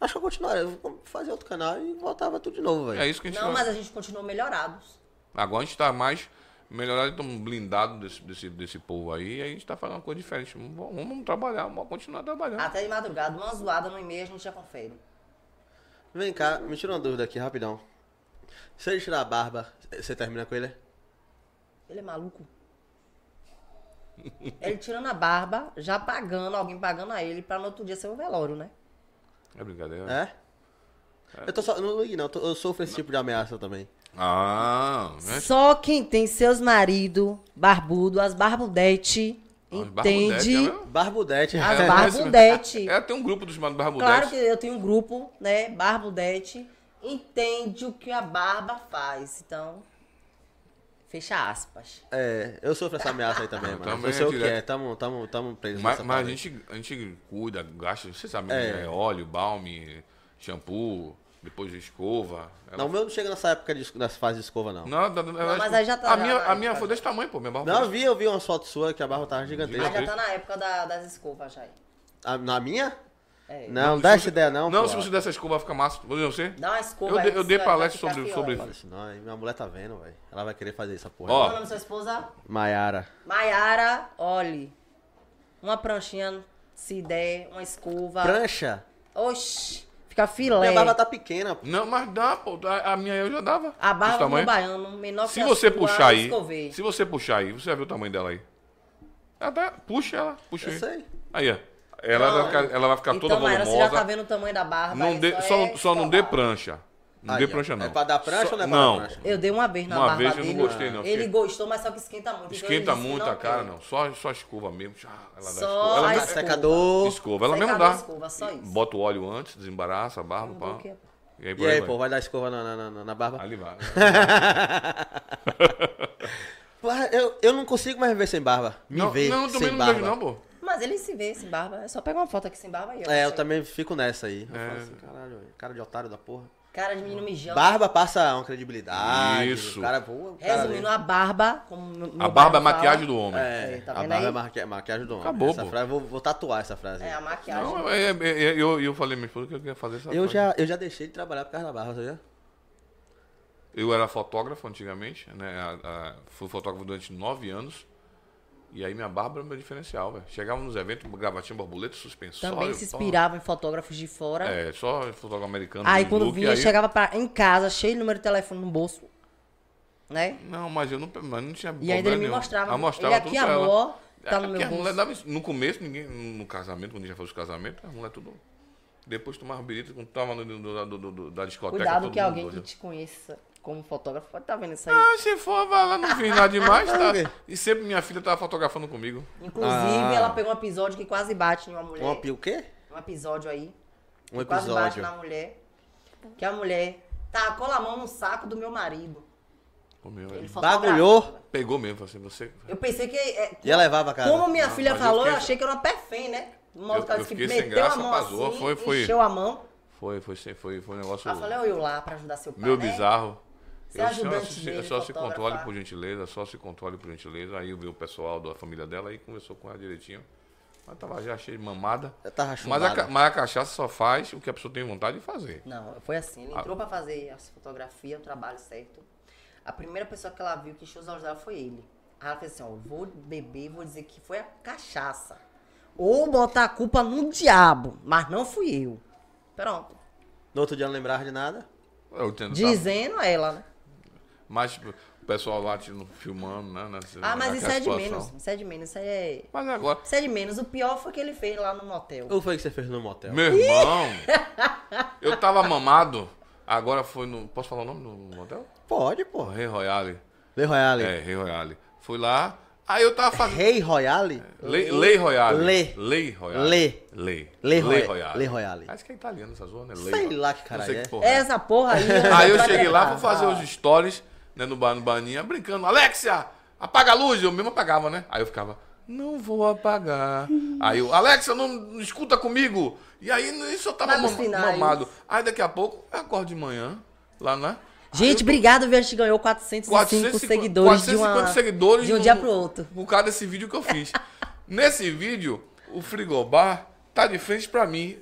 [SPEAKER 3] acho que eu continuaria. Eu vou fazer outro canal e voltava tudo de novo, velho.
[SPEAKER 4] É isso que a gente
[SPEAKER 5] Não,
[SPEAKER 4] vai-
[SPEAKER 5] mas a gente continua melhorados.
[SPEAKER 4] Agora a gente tá mais melhorado, estamos blindados desse, desse, desse povo aí. E a gente tá fazendo uma coisa diferente. Vamos, vamos- vamos trabalhar, vamos continuar trabalhando.
[SPEAKER 5] Até de madrugada, uma zoada no e-mail a gente já confere.
[SPEAKER 3] Vem cá, me tira uma dúvida aqui, rapidão. Se ele tirar a barba, você termina com ele?
[SPEAKER 5] Ele é maluco. ele tirando a barba, já pagando, alguém pagando a ele pra no outro dia ser um velório, né?
[SPEAKER 4] É brincadeira.
[SPEAKER 3] É? Eu tô só. Não ligue, não. eu tô- Eu sofro esse tipo de ameaça também.
[SPEAKER 4] Ah, né?
[SPEAKER 5] Só quem tem seus maridos barbudo, as barbudete,
[SPEAKER 4] As barbudetes,
[SPEAKER 5] entende?
[SPEAKER 4] é mesmo?
[SPEAKER 3] Barbudete.
[SPEAKER 5] As
[SPEAKER 4] É,
[SPEAKER 5] barbudete.
[SPEAKER 4] É, tem um grupo dos chamados Barbudete.
[SPEAKER 5] Claro que eu tenho um grupo, né? Barbudete. Entende o que a barba faz. Então, fecha aspas.
[SPEAKER 3] É, eu sofro essa ameaça aí também,
[SPEAKER 4] Eu
[SPEAKER 3] mano.
[SPEAKER 4] também,
[SPEAKER 3] eu sei o que
[SPEAKER 4] direto.
[SPEAKER 3] é, tamo, tamo, tamo preso
[SPEAKER 4] Mas,
[SPEAKER 3] nessa
[SPEAKER 4] mas a,
[SPEAKER 3] parada aí.
[SPEAKER 4] gente, a gente cuida, gasta, você sabe,
[SPEAKER 3] É.
[SPEAKER 4] é óleo, balme, shampoo, depois escova. Ela-
[SPEAKER 3] Não, o meu não chega nessa época, de, nessa fase de escova, não.
[SPEAKER 4] Não, da- da- ela-
[SPEAKER 5] mas aí já tá
[SPEAKER 4] A
[SPEAKER 5] na-
[SPEAKER 4] minha,
[SPEAKER 5] na
[SPEAKER 4] a minha
[SPEAKER 5] época.
[SPEAKER 4] foi desse tamanho, pô. Minha barba
[SPEAKER 3] Não,
[SPEAKER 4] foi-
[SPEAKER 3] eu vi, eu vi umas fotos suas que a barba tava
[SPEAKER 5] Mas
[SPEAKER 3] gigantesca.
[SPEAKER 5] já tá na época da- das escovas já. aí.
[SPEAKER 3] A- Ah, na minha?
[SPEAKER 5] É.
[SPEAKER 3] Não, não
[SPEAKER 4] se
[SPEAKER 3] dá
[SPEAKER 4] você-
[SPEAKER 3] essa ideia, não.
[SPEAKER 4] Não,
[SPEAKER 3] pô.
[SPEAKER 4] se você der essa escova, fica massa. Vou dizer a você.
[SPEAKER 5] Dá uma
[SPEAKER 4] Eu
[SPEAKER 5] escova
[SPEAKER 4] dei-
[SPEAKER 5] aí,
[SPEAKER 4] eu dei
[SPEAKER 5] vai
[SPEAKER 4] palestra
[SPEAKER 5] ficar
[SPEAKER 4] sobre-
[SPEAKER 5] pior.
[SPEAKER 4] sobre-
[SPEAKER 3] Fala isso, não. aí Minha mulher tá vendo, velho. Ela vai querer fazer essa porra.
[SPEAKER 5] Qual
[SPEAKER 4] Ó.
[SPEAKER 5] o nome da sua esposa?
[SPEAKER 3] Maiara.
[SPEAKER 5] Maiara, olhe. Uma pranchinha, se der, uma escova.
[SPEAKER 3] Prancha?
[SPEAKER 5] Oxi, fica
[SPEAKER 3] Minha
[SPEAKER 5] filé.
[SPEAKER 3] barba tá pequena, pô.
[SPEAKER 4] Não, mas dá, pô. A, a minha eu já dava.
[SPEAKER 5] A
[SPEAKER 4] Esse
[SPEAKER 5] barba do
[SPEAKER 4] tamanho.
[SPEAKER 5] meu baiano, menor
[SPEAKER 4] Se
[SPEAKER 5] que a
[SPEAKER 4] você
[SPEAKER 5] sua,
[SPEAKER 4] puxar aí.
[SPEAKER 5] escovei.
[SPEAKER 4] Se você puxar aí, você vai ver o tamanho dela aí. Ela tá, puxa ela, puxa
[SPEAKER 3] Eu
[SPEAKER 4] aí.
[SPEAKER 3] sei.
[SPEAKER 4] Aí, ó. Ela, vai ficar, ela vai ficar toda
[SPEAKER 5] Então, Maiara, você já tá
[SPEAKER 4] volumosa.
[SPEAKER 5] vendo o tamanho da barba.
[SPEAKER 4] não
[SPEAKER 5] é
[SPEAKER 4] dê, só,
[SPEAKER 5] é
[SPEAKER 4] só não dê
[SPEAKER 5] escovar.
[SPEAKER 4] prancha. Não
[SPEAKER 3] Aí,
[SPEAKER 4] dê
[SPEAKER 3] ó.
[SPEAKER 4] prancha, não.
[SPEAKER 3] É pra dar prancha
[SPEAKER 4] Só-
[SPEAKER 3] ou não é pra
[SPEAKER 4] não
[SPEAKER 3] dar prancha?
[SPEAKER 5] Eu dei uma vez na
[SPEAKER 4] Uma
[SPEAKER 5] barba
[SPEAKER 4] vez eu não
[SPEAKER 5] dele.
[SPEAKER 4] gostei, não.
[SPEAKER 5] Ele gostou, mas só que esquenta muito. então ele
[SPEAKER 4] Esquenta
[SPEAKER 5] disse,
[SPEAKER 4] muito
[SPEAKER 5] não,
[SPEAKER 4] a cara,
[SPEAKER 5] quero.
[SPEAKER 4] não. Só, só escova mesmo. Tchá, Ela dá
[SPEAKER 5] Só
[SPEAKER 4] escova.
[SPEAKER 5] a
[SPEAKER 4] Ela,
[SPEAKER 5] escova.
[SPEAKER 4] dá
[SPEAKER 3] Secador.
[SPEAKER 4] escova. ela mesmo
[SPEAKER 5] Secador,
[SPEAKER 4] dá.
[SPEAKER 5] escova, só isso.
[SPEAKER 4] Bota o óleo antes, desembaraça a barba.
[SPEAKER 5] Não dou
[SPEAKER 4] Pá.
[SPEAKER 5] o quê?
[SPEAKER 7] E aí, por
[SPEAKER 3] E aí,
[SPEAKER 7] vai.
[SPEAKER 3] pô, vai dar escova na, na- na- na barba?
[SPEAKER 4] Ali vai.
[SPEAKER 3] Porra, Eu, eu não consigo mais viver sem barba. Me
[SPEAKER 4] Não,
[SPEAKER 3] ver
[SPEAKER 4] não, também
[SPEAKER 3] sem
[SPEAKER 4] não
[SPEAKER 3] barba.
[SPEAKER 4] vejo não, pô.
[SPEAKER 5] Mas ele se vê sem barba. É só pegar uma foto aqui sem barba e eu.
[SPEAKER 3] É, eu também fico nessa aí. Eu
[SPEAKER 4] É.
[SPEAKER 3] falo assim, caralho, velho, cara de otário da porra.
[SPEAKER 5] Cara de menino mijando.
[SPEAKER 3] Barba passa uma credibilidade.
[SPEAKER 4] Isso.
[SPEAKER 3] O cara voa. o cara
[SPEAKER 5] Resumindo, a barba. Como meu-
[SPEAKER 4] A
[SPEAKER 5] meu
[SPEAKER 4] barba é
[SPEAKER 5] pai fala,
[SPEAKER 4] a maquiagem do homem.
[SPEAKER 3] É,
[SPEAKER 5] Aí, tá
[SPEAKER 3] a
[SPEAKER 5] vendo
[SPEAKER 3] barba
[SPEAKER 5] aí?
[SPEAKER 3] é maqui- maquiagem do homem.
[SPEAKER 4] Acabou,
[SPEAKER 3] essa
[SPEAKER 4] pô.
[SPEAKER 3] frase, vou, vou tatuar essa frase.
[SPEAKER 5] É, a maquiagem.
[SPEAKER 4] Não, é- é- é- eu, eu falei, mas eu queria fazer essa
[SPEAKER 3] eu,
[SPEAKER 4] coisa.
[SPEAKER 3] já, eu já deixei de trabalhar por causa da barba, sabia?
[SPEAKER 4] Eu era fotógrafo antigamente, né? a- a- fui fotógrafo durante nove anos. E aí minha barba era meu diferencial, velho. Chegava nos eventos, gravatinha, borboleta, suspensório.
[SPEAKER 5] também se
[SPEAKER 4] pô.
[SPEAKER 5] inspirava em fotógrafos de fora.
[SPEAKER 4] É, só fotógrafo americano.
[SPEAKER 5] Aí
[SPEAKER 4] de
[SPEAKER 5] quando
[SPEAKER 4] look,
[SPEAKER 5] vinha,
[SPEAKER 4] aí-
[SPEAKER 5] chegava pra, em casa, cheio de número de telefone no bolso. Né?
[SPEAKER 4] Não, mas eu não, mas não tinha
[SPEAKER 5] E ainda ele me mostrava.
[SPEAKER 4] Ela Ah, mostrava
[SPEAKER 5] ele aqui,
[SPEAKER 4] tudo pra ela.
[SPEAKER 5] amor, tá no
[SPEAKER 4] É,
[SPEAKER 5] meu
[SPEAKER 4] porque as
[SPEAKER 5] bolso.
[SPEAKER 4] mulheres davam isso. No começo, ninguém, no casamento, quando a gente já fez os casamentos, as mulheres tudo. Depois tomava birita, quando tava no, no- do- do- do- da discoteca.
[SPEAKER 5] Cuidado
[SPEAKER 4] todo
[SPEAKER 5] que
[SPEAKER 4] mundo
[SPEAKER 5] alguém que
[SPEAKER 4] doido.
[SPEAKER 5] te conheça como fotógrafo pode estar vendo isso aí.
[SPEAKER 4] Ah, se for, vai lá, não fiz nada demais, tá? E sempre minha filha tava fotografando comigo.
[SPEAKER 5] Inclusive,
[SPEAKER 3] Ah.
[SPEAKER 5] ela pegou um episódio que quase bate em uma mulher.
[SPEAKER 3] Uma pi- o quê?
[SPEAKER 5] Um episódio aí.
[SPEAKER 3] Um
[SPEAKER 5] que Quase bate
[SPEAKER 3] episódio.
[SPEAKER 5] na mulher. Que a mulher tacou a mão no saco do meu marido.
[SPEAKER 4] Comeu, é.
[SPEAKER 5] Ele
[SPEAKER 4] ele
[SPEAKER 5] fotografa-
[SPEAKER 3] Bagulhou
[SPEAKER 4] Pegou mesmo, falou assim, você.
[SPEAKER 5] Eu pensei que. é,
[SPEAKER 3] e ia levar pra casa.
[SPEAKER 5] como minha
[SPEAKER 4] Não,
[SPEAKER 5] filha
[SPEAKER 4] mas eu
[SPEAKER 5] falou, eu,
[SPEAKER 4] fiquei-
[SPEAKER 5] achei que era uma perfém, né? Do modo
[SPEAKER 4] Eu-
[SPEAKER 5] que ela
[SPEAKER 4] eu
[SPEAKER 5] disse que
[SPEAKER 4] fiquei sem
[SPEAKER 5] meteu a
[SPEAKER 4] graça,
[SPEAKER 5] mão
[SPEAKER 4] passou,
[SPEAKER 5] assim,
[SPEAKER 4] foi- foi-
[SPEAKER 5] encheu a mão.
[SPEAKER 4] Foi, foi, foi, foi, foi um negócio.
[SPEAKER 5] Aí eu falei, olha eu lá pra ajudar seu pai,
[SPEAKER 4] Meu
[SPEAKER 5] né?
[SPEAKER 4] bizarro.
[SPEAKER 5] Você é
[SPEAKER 4] Eu só,
[SPEAKER 5] ajudante
[SPEAKER 4] se,
[SPEAKER 5] dele,
[SPEAKER 4] só se
[SPEAKER 5] fotógrafo.
[SPEAKER 4] controle por gentileza, só se controle por gentileza. Aí eu vi o pessoal da família dela e conversou com ela direitinho. Mas tava já cheio de mamada.
[SPEAKER 3] Eu tava
[SPEAKER 4] Mas a,
[SPEAKER 3] chumbada.
[SPEAKER 4] ca- mas a cachaça só faz o que a pessoa tem vontade de fazer.
[SPEAKER 5] Não, foi assim.
[SPEAKER 4] Ah.
[SPEAKER 5] Ele entrou pra fazer as fotografias, o trabalho certo. A primeira pessoa que ela viu que encheu os olhos dela foi ele. Aí ela fez assim, ó, vou beber, vou dizer que foi a cachaça. Ou botar a culpa no diabo, mas não fui eu. Pronto.
[SPEAKER 4] Tá
[SPEAKER 3] No outro dia eu não lembrava de nada.
[SPEAKER 4] Eu tento,
[SPEAKER 5] Dizendo a ela, né?
[SPEAKER 4] Mas tipo, o pessoal lá tipo, filmando, né? nessa-
[SPEAKER 5] Ah, mas
[SPEAKER 4] naquela
[SPEAKER 5] isso é de
[SPEAKER 4] situação.
[SPEAKER 5] menos. Isso é de menos. Isso aí é...
[SPEAKER 4] Mas agora.
[SPEAKER 5] Isso é de menos. O pior foi o que ele fez lá no motel.
[SPEAKER 3] O que foi que você fez no motel?
[SPEAKER 4] Meu irmão! eu tava mamado. Agora foi no. Posso falar o nome do hotel?
[SPEAKER 3] Pode, porra.
[SPEAKER 4] Rei Royale.
[SPEAKER 3] Lei Royale.
[SPEAKER 4] É, Rei Royale. Fui lá. Aí eu tava fazendo.
[SPEAKER 3] Rei Royale?
[SPEAKER 4] Lei, Lei Royale.
[SPEAKER 3] Lei.
[SPEAKER 4] Lei Royale.
[SPEAKER 3] Lei.
[SPEAKER 4] Lei.
[SPEAKER 3] Lei Roy-
[SPEAKER 4] Royale.
[SPEAKER 3] Lei Royale.
[SPEAKER 4] Acho que é italiano essa zona, né? Lei
[SPEAKER 3] Sei
[SPEAKER 4] Royale.
[SPEAKER 3] lá que
[SPEAKER 4] Não
[SPEAKER 3] caralho
[SPEAKER 4] sei
[SPEAKER 3] é.
[SPEAKER 4] porra
[SPEAKER 5] Essa porra aí.
[SPEAKER 4] Aí eu cheguei lá pra fazer os stories, né, no, ba- no baninha, brincando, Alexia, apaga a luz, eu mesmo apagava, né? Aí eu ficava, não vou apagar. Aí eu, Alexia, não, não escuta comigo. E aí n- isso eu tava
[SPEAKER 5] Vários
[SPEAKER 4] mam-
[SPEAKER 5] sinais.
[SPEAKER 4] mamado. Aí daqui a pouco, eu acordo de manhã, lá né? na...
[SPEAKER 5] Gente, obrigado, viu? A gente ganhou 405
[SPEAKER 4] 450
[SPEAKER 5] seguidores de uma-
[SPEAKER 4] 450 seguidores
[SPEAKER 5] de um
[SPEAKER 4] no-
[SPEAKER 5] dia pro outro.
[SPEAKER 4] Por causa desse vídeo que eu fiz. Nesse vídeo, o frigobar tá de frente pra mim.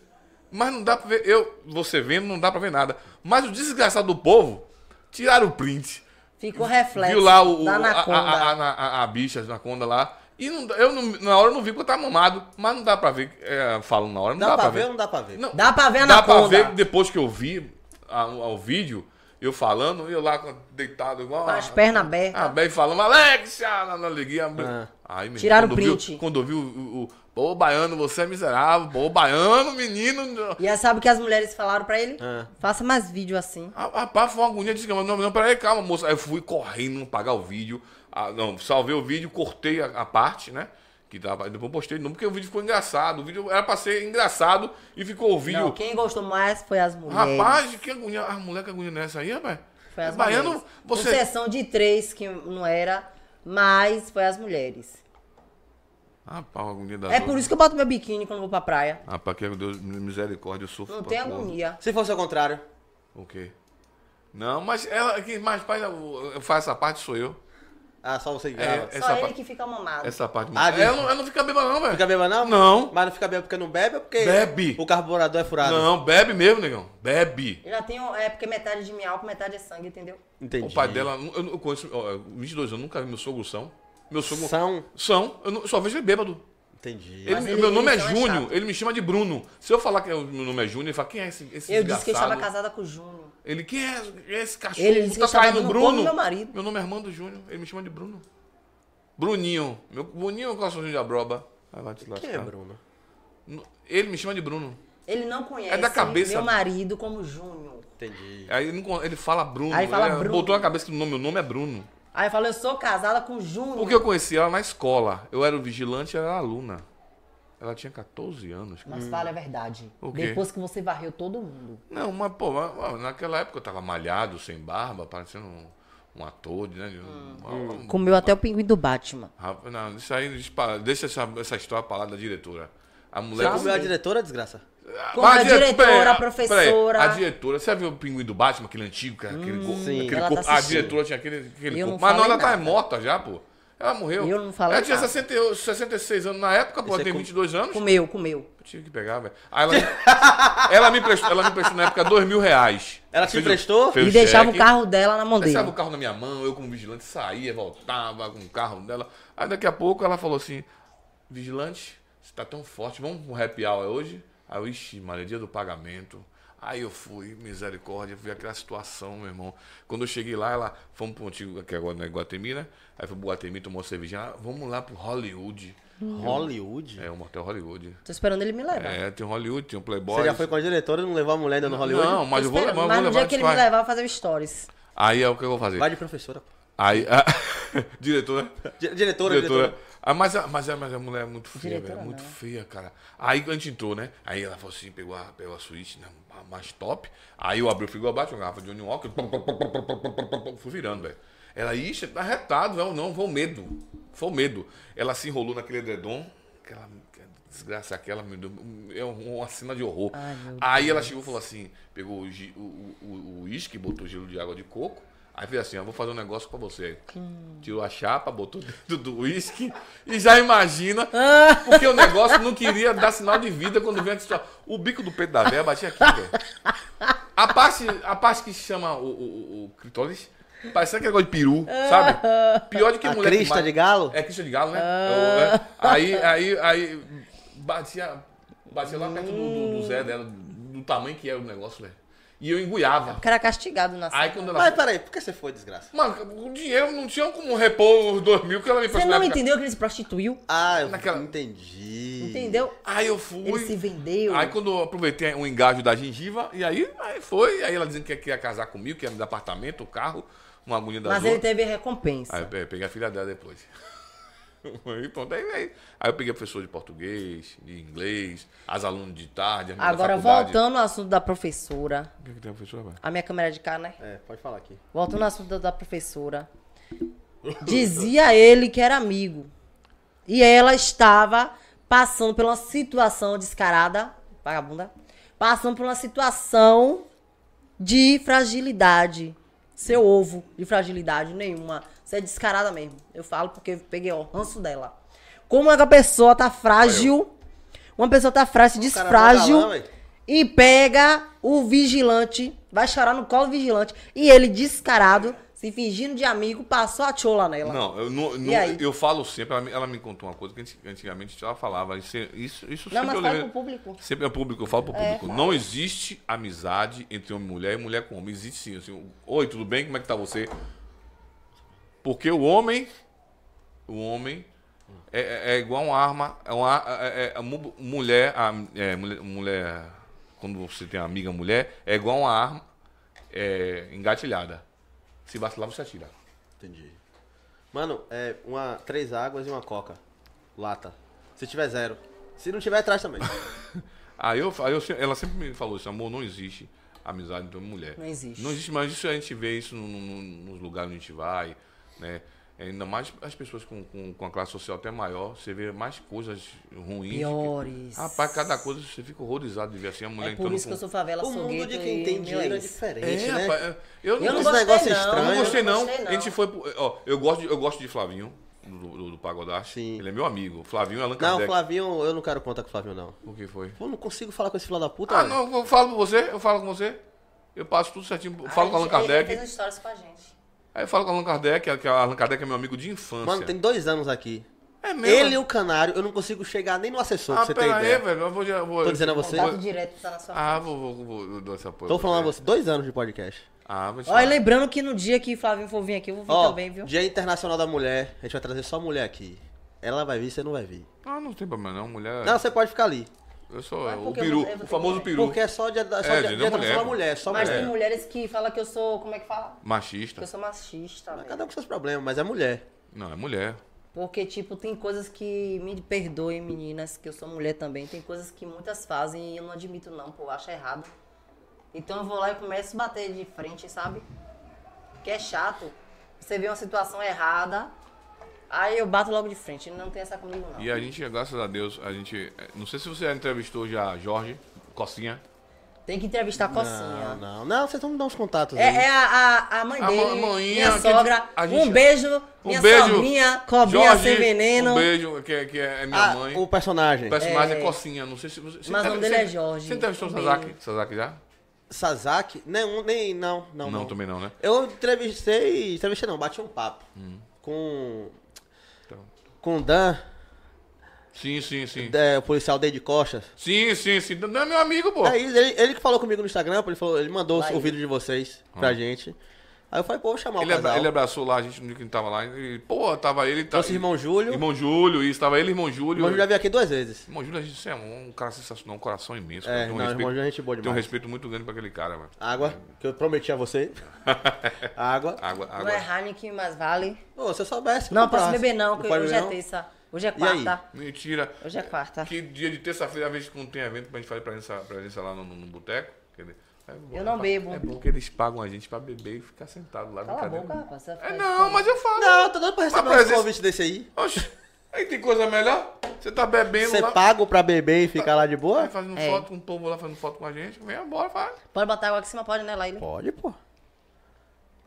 [SPEAKER 4] Mas não dá pra ver. Eu, você vendo, não dá pra ver nada. Mas o desgraçado do povo tiraram o print.
[SPEAKER 5] Ficou reflexo
[SPEAKER 4] viu lá o, o-
[SPEAKER 5] da
[SPEAKER 4] a,
[SPEAKER 5] anaconda.
[SPEAKER 4] a, a, a, a bicha, a anaconda lá. E não, eu não- na hora eu não vi porque eu tava mamado. Mas não dá pra ver. É, falo na hora, não
[SPEAKER 3] Dá,
[SPEAKER 4] dá,
[SPEAKER 3] pra, ver ou não dá pra ver?
[SPEAKER 4] Não,
[SPEAKER 5] Dá pra ver a
[SPEAKER 4] Dá pra
[SPEAKER 5] anaconda.
[SPEAKER 4] ver que depois que eu vi a- o vídeo, eu falando, eu lá deitado igual.
[SPEAKER 5] Com
[SPEAKER 4] a-
[SPEAKER 5] as pernas abertas.
[SPEAKER 4] Ah, bem falando, Alexia! Na, na liguinha.
[SPEAKER 3] Ah.
[SPEAKER 4] Aí, meu,
[SPEAKER 5] Tiraram
[SPEAKER 4] quando
[SPEAKER 5] o
[SPEAKER 4] eu
[SPEAKER 5] print.
[SPEAKER 4] Vi, quando eu vi o, o, o. Pô, baiano, você é miserável. Pô, baiano, menino.
[SPEAKER 5] E aí sabe o que as mulheres falaram pra ele?
[SPEAKER 3] Ah.
[SPEAKER 5] Faça mais vídeo assim.
[SPEAKER 4] Ah, Rapaz, foi uma agonia de desgrama. Não, não, peraí, calma, moça. Aí eu fui correndo, não pagar o vídeo. Ah, não, salvei o vídeo, cortei a, a parte, né? Que tava, depois postei de novo, porque o vídeo ficou engraçado. O vídeo era pra ser engraçado e ficou o vídeo.
[SPEAKER 5] Não, quem gostou mais foi as mulheres.
[SPEAKER 4] Rapaz, que agonia. Ah, moleque, agonia nessa aí, rapaz. É
[SPEAKER 5] foi as é
[SPEAKER 4] Baiano,
[SPEAKER 5] mulheres. Com
[SPEAKER 4] você.
[SPEAKER 5] exceção de três que não era, mas foi as mulheres.
[SPEAKER 4] Rapaz, uma agonia da
[SPEAKER 5] É por isso que eu boto meu biquíni quando vou pra praia.
[SPEAKER 4] Rapaz, que Deus, misericórdia, eu sofro.
[SPEAKER 5] Não
[SPEAKER 4] pra
[SPEAKER 5] tem
[SPEAKER 4] porra.
[SPEAKER 5] agonia.
[SPEAKER 3] Se fosse ao contrário.
[SPEAKER 4] O quê? Não, mas ela, quem mais faz, eu- eu faço essa parte sou eu.
[SPEAKER 3] Ah, só você que
[SPEAKER 4] É,
[SPEAKER 3] grava.
[SPEAKER 4] é.
[SPEAKER 5] Só
[SPEAKER 4] Essa
[SPEAKER 5] ele
[SPEAKER 4] parte-
[SPEAKER 5] que fica mamado.
[SPEAKER 4] Essa parte.
[SPEAKER 3] Ah, de-
[SPEAKER 4] ela, não, ela não fica bêbada, não, velho.
[SPEAKER 3] Fica bêbado não?
[SPEAKER 4] Não.
[SPEAKER 3] Mas não fica bêbado porque não bebe ou porque
[SPEAKER 4] Bebe.
[SPEAKER 3] o carburador é furado?
[SPEAKER 4] Não, bebe mesmo, negão. Bebe.
[SPEAKER 5] Eu já tenho. É porque metade de minha alma, metade é sangue, entendeu?
[SPEAKER 3] Entendi.
[SPEAKER 4] O pai dela, eu, eu conheço, ó, 22 anos, nunca vi meu sogro são. Meu sogro.
[SPEAKER 3] São.
[SPEAKER 4] São, eu não- só vejo ele bêbado.
[SPEAKER 3] Entendi.
[SPEAKER 4] Ele,
[SPEAKER 5] ele-
[SPEAKER 4] meu nome
[SPEAKER 5] ele
[SPEAKER 4] é
[SPEAKER 5] só é
[SPEAKER 4] Júnior,
[SPEAKER 5] chato.
[SPEAKER 4] ele me chama de Bruno. Se eu falar que é o- meu nome é Júnior, ele fala, quem é esse, esse
[SPEAKER 5] Eu disse que eu estava
[SPEAKER 4] desgraçado?
[SPEAKER 5] casada com o Júnior.
[SPEAKER 4] Ele, quem é esse cachorro?
[SPEAKER 5] Ele disse que
[SPEAKER 4] tá
[SPEAKER 5] eu estava
[SPEAKER 4] traindo o
[SPEAKER 5] dando
[SPEAKER 4] Bruno?
[SPEAKER 5] como meu marido.
[SPEAKER 4] Meu nome é Armando Júnior. Ele me chama de Bruno. Bruninho. Meu Bruninho coraçãozinho de abroba. Vai lá te
[SPEAKER 3] Quem é,
[SPEAKER 4] lascar.
[SPEAKER 3] Bruno?
[SPEAKER 4] N- Ele me chama de Bruno.
[SPEAKER 5] Ele não conhece
[SPEAKER 4] É da cabeça.
[SPEAKER 5] meu marido como Júnior.
[SPEAKER 3] Entendi.
[SPEAKER 4] Aí ele, não con- ele fala Bruno.
[SPEAKER 5] Aí fala
[SPEAKER 4] Ele é,
[SPEAKER 5] Bruno.
[SPEAKER 4] Botou na cabeça que o nome, meu nome é Bruno.
[SPEAKER 5] Aí eu falo, eu sou casada com o Júnior.
[SPEAKER 4] Porque eu conheci ela na escola. Eu era o vigilante e ela era aluna. Ela tinha 14 anos. cara.
[SPEAKER 5] Mas fala a verdade.
[SPEAKER 4] O quê?
[SPEAKER 5] Depois que você varreu todo mundo.
[SPEAKER 4] Não, mas, pô, mas, mas naquela época eu tava malhado, sem barba, parecendo um, um ator, né? de um- uma- um-
[SPEAKER 5] Comeu até o pinguim do Batman.
[SPEAKER 4] Rapaz, não, isso aí dispara. Deixa essa, essa história pra lá da diretora. A mulher.
[SPEAKER 3] Já comeu a é diretora, desgraça?
[SPEAKER 4] Ah,
[SPEAKER 5] Como
[SPEAKER 4] mas
[SPEAKER 5] a
[SPEAKER 4] dire-
[SPEAKER 5] diretora,
[SPEAKER 4] peraí,
[SPEAKER 5] a
[SPEAKER 4] peraí,
[SPEAKER 5] professora.
[SPEAKER 4] a diretora, você viu o pinguim do Batman, aquele antigo, cara, aquele, co-
[SPEAKER 3] Sim.
[SPEAKER 4] aquele
[SPEAKER 5] Ela tá
[SPEAKER 4] corpo. a
[SPEAKER 5] assistindo.
[SPEAKER 4] diretora tinha aquele, aquele
[SPEAKER 5] Eu não
[SPEAKER 4] corpo. Mas não,
[SPEAKER 5] falei
[SPEAKER 4] ela tá
[SPEAKER 5] nada.
[SPEAKER 4] morta já, pô. Ela morreu.
[SPEAKER 5] Eu não falei
[SPEAKER 4] Ela tinha
[SPEAKER 5] nada.
[SPEAKER 4] 68, 66 anos na época, pô,
[SPEAKER 3] Isso é
[SPEAKER 4] ela tem
[SPEAKER 3] com-
[SPEAKER 4] 22 anos.
[SPEAKER 5] Comeu, comeu.
[SPEAKER 4] Eu tive que pegar, velho. Aí ela, ela, me prestou, ela me prestou na época dois mil reais.
[SPEAKER 3] Ela te
[SPEAKER 4] Fez o-
[SPEAKER 3] emprestou?
[SPEAKER 4] fez um
[SPEAKER 5] e deixava
[SPEAKER 4] cheque.
[SPEAKER 5] o carro dela na mão dele.
[SPEAKER 4] Deixava o carro na minha mão, eu como vigilante saía, voltava com o carro dela. Aí daqui a pouco ela falou assim: Vigilante, você tá tão forte, vamos pro happy hour hoje? Aí eu, ixi, Maria, dia do pagamento. Aí eu fui, misericórdia, vi aquela situação, meu irmão. Quando eu cheguei lá, ela, fomos pro antigo, que agora não é Guatemi, né? Aí foi pro Guatemi, tomou cervejinha, ah, vamos lá pro Hollywood.
[SPEAKER 3] Hollywood?
[SPEAKER 4] É, o motel Hollywood.
[SPEAKER 5] Tô esperando ele me levar.
[SPEAKER 4] É, tem um Hollywood, tem um Playboy.
[SPEAKER 3] Você já foi com a diretora e não levou a mulher ainda no Hollywood?
[SPEAKER 4] Não, mas
[SPEAKER 5] Tô
[SPEAKER 4] eu vou
[SPEAKER 5] esperando,
[SPEAKER 4] levar, eu
[SPEAKER 5] mas
[SPEAKER 4] vou
[SPEAKER 5] no
[SPEAKER 4] levar.
[SPEAKER 5] dia que ele
[SPEAKER 4] a
[SPEAKER 5] me
[SPEAKER 4] gente vai.
[SPEAKER 5] levar, eu vou fazer o stories.
[SPEAKER 4] Aí é o que eu vou fazer.
[SPEAKER 3] Vai de professora. pô.
[SPEAKER 4] Aí, né? a... diretora.
[SPEAKER 3] Di- Diretora,
[SPEAKER 4] diretora.
[SPEAKER 3] diretora.
[SPEAKER 4] Ah, mas, a, mas, a, mas a mulher é muito feia,
[SPEAKER 5] Diretora
[SPEAKER 4] velho. Muito
[SPEAKER 5] não.
[SPEAKER 4] feia, cara. Aí a gente entrou, né? Aí ela falou assim, pegou a, pegou a suíte, né? a mais top. Aí eu abri o frigobar, abaixo, uma garrafa de Johnny Walker. pum, pum, pum, pum, pum, pum, pum, pum, pum, Fui virando, velho. Ela, ixi, tá retado, velho. Não, foi o medo. Foi o medo. Ela se enrolou naquele edredom. Aquela aquela desgraça aquela, me deu- é um- uma cena de horror.
[SPEAKER 5] Ai, meu
[SPEAKER 4] Aí ela chegou e falou assim: pegou o gi- o- o o- o uísque, botou gelo de água de coco. Aí fez assim: ó, vou fazer um negócio pra você. Tirou a chapa, botou dentro do uísque e já imagina.
[SPEAKER 5] Ah,
[SPEAKER 4] Porque o negócio não queria dar sinal de vida quando vem a história. O bico do peito da véia batia aqui, velho. A parte, a parte que chama o, o, o- o clitóris. Parece aquele negócio de peru, sabe? Pior do que
[SPEAKER 3] A
[SPEAKER 4] mulher que
[SPEAKER 3] crista
[SPEAKER 4] mata-
[SPEAKER 3] de galo?
[SPEAKER 4] é crista de galo, né?
[SPEAKER 5] Ah.
[SPEAKER 4] É o- é. Aí, aí, aí batia, batia lá perto do, do- do
[SPEAKER 5] Hum.
[SPEAKER 4] Zé dela, do tamanho que era o negócio, velho. E eu enguiava.
[SPEAKER 5] O cara é castigado na
[SPEAKER 4] Aí
[SPEAKER 5] sala.
[SPEAKER 4] quando
[SPEAKER 3] Mas
[SPEAKER 4] ela.
[SPEAKER 3] peraí, por que você foi, desgraça?
[SPEAKER 4] Mano, o dinheiro não tinha como repor os dois mil que ela me
[SPEAKER 5] Você
[SPEAKER 4] prestou
[SPEAKER 5] não
[SPEAKER 4] na época.
[SPEAKER 5] entendeu que ele se prostituiu?
[SPEAKER 3] Ah, eu
[SPEAKER 4] Naquela-
[SPEAKER 3] entendi.
[SPEAKER 5] Entendeu?
[SPEAKER 4] Aí eu fui.
[SPEAKER 5] Ele se vendeu.
[SPEAKER 4] Aí quando eu aproveitei um engajo da gengiva, e aí, aí foi. Aí ela dizendo que ia- que ia casar comigo, que ia me dar apartamento, o carro, uma agonia da
[SPEAKER 5] Mas ele teve recompensa.
[SPEAKER 4] Aí eu pe- peguei a filha dela depois. Aí, pronto, aí, aí, aí eu peguei professor de português, de inglês, as alunas de tarde, as meninas da
[SPEAKER 5] Agora,
[SPEAKER 4] faculdade.
[SPEAKER 5] voltando ao assunto da professora.
[SPEAKER 4] O que, que tem a professora, velho?
[SPEAKER 5] A minha câmera é de cá, né?
[SPEAKER 3] É, pode falar aqui.
[SPEAKER 5] Voltando ao assunto da- da professora. Dizia ele que era amigo. E ela estava passando por uma situação descarada, vagabunda, passando por uma situação de fragilidade. Seu ovo de fragilidade nenhuma. Você é descarada mesmo. Eu falo porque eu peguei o ranço dela. Como é que a pessoa tá frágil? Uma pessoa tá frágil, se diz
[SPEAKER 3] cara é mó
[SPEAKER 5] frágil
[SPEAKER 3] galã, véi.
[SPEAKER 5] e pega o vigilante, vai chorar no colo do vigilante e ele descarado, se fingindo de amigo, passou a chola nela.
[SPEAKER 4] Não, eu, não, não-
[SPEAKER 5] E aí?
[SPEAKER 4] eu falo sempre, ela, me- ela me contou uma coisa que anti- antigamente ela falava. Isso, isso, isso
[SPEAKER 5] Não, mas
[SPEAKER 4] eu
[SPEAKER 5] fala
[SPEAKER 4] lembro-
[SPEAKER 5] pro público.
[SPEAKER 4] Sempre é público, eu falo pro público. não existe amizade entre homem e mulher e mulher com homem. Existe sim. Assim, Oi, tudo bem? Como é que tá você? Porque o homem. O homem. É, é- é igual uma arma. É uma, é- é- é mu- mulher, a, é, mulher. mulher- Quando você tem uma amiga mulher, é igual uma arma é, engatilhada. Se vacilar, você atira.
[SPEAKER 3] Entendi. Mano, é uma, três águas e uma coca. Lata. Se tiver zero. Se não tiver, traz também.
[SPEAKER 4] Aí eu, aí eu se- ela sempre me falou isso, amor, não existe amizade entre homem e mulher.
[SPEAKER 5] Não existe.
[SPEAKER 4] Não existe, mas isso a gente vê isso no- no- nos lugares onde a gente vai, né? Ainda mais as pessoas com, com, com a classe social até maior, você vê mais coisas ruins.
[SPEAKER 5] Piores.
[SPEAKER 4] Que, rapaz, cada coisa você fica horrorizado de ver assim, a mulher
[SPEAKER 5] É por isso que eu
[SPEAKER 4] entrando
[SPEAKER 5] sou favela,
[SPEAKER 3] o
[SPEAKER 5] sou
[SPEAKER 3] mundo de
[SPEAKER 5] gueto
[SPEAKER 3] quem
[SPEAKER 5] e
[SPEAKER 3] tem
[SPEAKER 5] meu
[SPEAKER 3] dinheiro é
[SPEAKER 5] isso.
[SPEAKER 4] com... É,
[SPEAKER 3] diferente, né?
[SPEAKER 4] rapaz, eu não,
[SPEAKER 5] Eu não
[SPEAKER 4] eu
[SPEAKER 3] Esse
[SPEAKER 5] gostei,
[SPEAKER 3] negócio
[SPEAKER 5] não.
[SPEAKER 3] estranho.
[SPEAKER 4] não
[SPEAKER 5] eu
[SPEAKER 4] gostei, é não.
[SPEAKER 5] gostei, não.
[SPEAKER 4] A gente foi pro, ó, eu gosto de, eu gosto de Flavinho do, do, do Pagodaço.
[SPEAKER 3] Sim.
[SPEAKER 4] Ele é meu amigo. Flavinho é Allan
[SPEAKER 3] Não,
[SPEAKER 4] Kardec.
[SPEAKER 3] Flavinho, eu não quero contar com o Flavinho, não.
[SPEAKER 4] O que foi?
[SPEAKER 3] Pô, não consigo falar com esse filho da puta.
[SPEAKER 4] Ah,
[SPEAKER 3] velho.
[SPEAKER 4] não, eu falo com você, eu falo com você. Eu passo tudo certinho, eu falo com o Allan
[SPEAKER 5] Ele fez
[SPEAKER 4] Kardec.
[SPEAKER 5] um stories com a gente.
[SPEAKER 4] Aí eu falo com o Allan Kardec, que o Allan Kardec é meu amigo de infância.
[SPEAKER 3] Mano, tem dois anos aqui.
[SPEAKER 4] É mesmo?
[SPEAKER 3] Ele e o canário, eu não consigo chegar nem no assessor, pra
[SPEAKER 4] Ah,
[SPEAKER 3] você ter
[SPEAKER 4] pera aí,
[SPEAKER 3] ideia.
[SPEAKER 4] velho. Eu vou, eu vou,
[SPEAKER 3] Tô dizendo a você.
[SPEAKER 5] Contato direto tá na sua
[SPEAKER 4] Ah, vou, vou, vou, eu dou esse apoio.
[SPEAKER 3] Tô falando a você, dois anos de podcast.
[SPEAKER 4] Ah, vou te
[SPEAKER 5] Ó, e
[SPEAKER 4] falar.
[SPEAKER 5] lembrando que no dia que Flavinho for vir aqui, eu vou vir
[SPEAKER 3] Ó,
[SPEAKER 5] também, viu?
[SPEAKER 3] Dia Internacional da Mulher, a gente vai trazer só mulher aqui. Ela vai vir, você não vai vir.
[SPEAKER 4] Ah, não tem problema não, mulher.
[SPEAKER 3] Não, você pode ficar ali.
[SPEAKER 4] Eu sou é
[SPEAKER 5] Mas
[SPEAKER 4] o
[SPEAKER 5] porque eu
[SPEAKER 4] peru,
[SPEAKER 5] vou- eu vou
[SPEAKER 4] o famoso
[SPEAKER 5] ter
[SPEAKER 4] peru.
[SPEAKER 3] Porque é só dia, só
[SPEAKER 4] É,
[SPEAKER 3] dia,
[SPEAKER 4] dia da
[SPEAKER 3] dia
[SPEAKER 4] mulher,
[SPEAKER 3] Internacional da
[SPEAKER 4] pô.
[SPEAKER 3] mulher, só
[SPEAKER 5] Mas
[SPEAKER 3] mulher.
[SPEAKER 5] tem mulheres que falam que eu sou, como é que fala? Que
[SPEAKER 4] Machista.
[SPEAKER 5] eu sou machista, né? velho.
[SPEAKER 3] Cada um com seus problemas, mas é mulher.
[SPEAKER 4] Não, é mulher.
[SPEAKER 5] Porque, tipo, tem coisas que. Me perdoem, meninas, que eu sou mulher também. Tem coisas que muitas fazem e eu não admito, não, pô, eu acho errado. Então eu vou lá e começo a bater de frente, sabe? Que é chato. Você vê uma situação errada, aí eu bato logo de frente. Não tem essa comigo, não.
[SPEAKER 4] E a gente, graças a Deus, a gente. é, Não sei se você já entrevistou já Jorge, Cocinha.
[SPEAKER 5] Tem que entrevistar a cocinha.
[SPEAKER 3] Não, não. Não, vocês vão me dar uns contatos
[SPEAKER 5] É,
[SPEAKER 3] aí.
[SPEAKER 5] é a, a, a mãe
[SPEAKER 4] A
[SPEAKER 5] dele,
[SPEAKER 4] ma- maninha
[SPEAKER 5] minha
[SPEAKER 4] que-
[SPEAKER 5] sogra.
[SPEAKER 4] a gente-
[SPEAKER 5] Um beijo, minha sobrinha, cobrinha
[SPEAKER 4] Jorge,
[SPEAKER 5] sem veneno.
[SPEAKER 4] Um beijo, que, que é, é minha
[SPEAKER 3] Ah,
[SPEAKER 4] mãe.
[SPEAKER 3] o
[SPEAKER 4] O
[SPEAKER 3] personagem.
[SPEAKER 4] personagem é... Cocinha, não sei se você. você
[SPEAKER 5] Mas o nome
[SPEAKER 4] entrev-
[SPEAKER 5] dele é
[SPEAKER 4] você-
[SPEAKER 5] Jorge.
[SPEAKER 4] Você entrevistou o
[SPEAKER 5] Um
[SPEAKER 4] Sasaki?
[SPEAKER 5] beijo.
[SPEAKER 4] Sasaki já?
[SPEAKER 3] Sasaki? Não, nem, não, não,
[SPEAKER 4] Não,
[SPEAKER 3] não.
[SPEAKER 4] também não, né?
[SPEAKER 3] Eu entrevistei, entrevistei não, bati um papo com
[SPEAKER 4] Hum. Então.
[SPEAKER 3] com o Dan,
[SPEAKER 4] Sim, sim, sim.
[SPEAKER 3] é, o policial Dede Costa.
[SPEAKER 4] Sim, sim, sim. Não é meu amigo, pô.
[SPEAKER 3] Aí ele, ele que falou comigo no Instagram, pô, ele falou, ele mandou
[SPEAKER 5] Vai.
[SPEAKER 3] o vídeo de vocês pra gente. Aí eu falei, pô, vou chamar
[SPEAKER 4] Ah. Ele,
[SPEAKER 3] o
[SPEAKER 4] abra-
[SPEAKER 3] casal.
[SPEAKER 4] ele é abraçou lá, a gente no dia que ele tava lá. E, pô, tava ele. Tá,
[SPEAKER 3] Nosso irmão Júlio.
[SPEAKER 4] Irmão Júlio, isso. Tava ele, irmão Júlio.
[SPEAKER 3] Irmão Júlio já veio aqui duas vezes.
[SPEAKER 4] Irmão Júlio, a gente é um cara sensacional, um coração imenso.
[SPEAKER 3] É,
[SPEAKER 4] cara. Tem
[SPEAKER 3] não,
[SPEAKER 4] um respeito-
[SPEAKER 3] irmão Júlio é gente boa
[SPEAKER 4] Tem um
[SPEAKER 3] demais. Ah,
[SPEAKER 4] respeito muito grande pra aquele cara, mano.
[SPEAKER 3] Água, que eu prometi a você. Água.
[SPEAKER 4] Água,
[SPEAKER 5] Não é
[SPEAKER 4] água.
[SPEAKER 5] Heineken, mas vale.
[SPEAKER 3] Pô, se eu soubesse. eu
[SPEAKER 5] Não, posso
[SPEAKER 3] comprasse.
[SPEAKER 5] beber não, que
[SPEAKER 3] pode
[SPEAKER 5] hoje
[SPEAKER 3] beber,
[SPEAKER 5] é
[SPEAKER 3] não?
[SPEAKER 5] terça. Hoje é
[SPEAKER 3] E aí?
[SPEAKER 5] quarta.
[SPEAKER 4] Mentira.
[SPEAKER 5] Hoje é quarta.
[SPEAKER 4] Que dia de terça-feira, às vezes que não tem evento, pra gente fazer presença, presença lá no, no, no boteco. que ele- é bom,
[SPEAKER 5] Eu não
[SPEAKER 4] é pra-
[SPEAKER 5] bebo.
[SPEAKER 4] É bom que eles pagam a gente pra beber e ficar sentado lá
[SPEAKER 5] Cala a
[SPEAKER 4] no
[SPEAKER 5] boca, rapaz. você vai
[SPEAKER 4] É,
[SPEAKER 5] ficar
[SPEAKER 4] não,
[SPEAKER 5] expondo.
[SPEAKER 4] mas eu falo.
[SPEAKER 3] Não, tô dando pra receber
[SPEAKER 4] Mas, mas
[SPEAKER 3] um
[SPEAKER 4] esse-
[SPEAKER 3] convite desse aí.
[SPEAKER 4] Oxe, aí tem coisa melhor? Você tá bebendo
[SPEAKER 3] Você
[SPEAKER 4] lá.
[SPEAKER 3] pago pra beber e ficar lá de
[SPEAKER 4] Vai
[SPEAKER 3] boa?
[SPEAKER 4] fazendo
[SPEAKER 5] É.
[SPEAKER 4] foto com o povo lá, fazendo foto com a gente. Vem embora, faz.
[SPEAKER 5] Pode botar água aqui em cima, pode, né, Laila?
[SPEAKER 3] Pode, pô.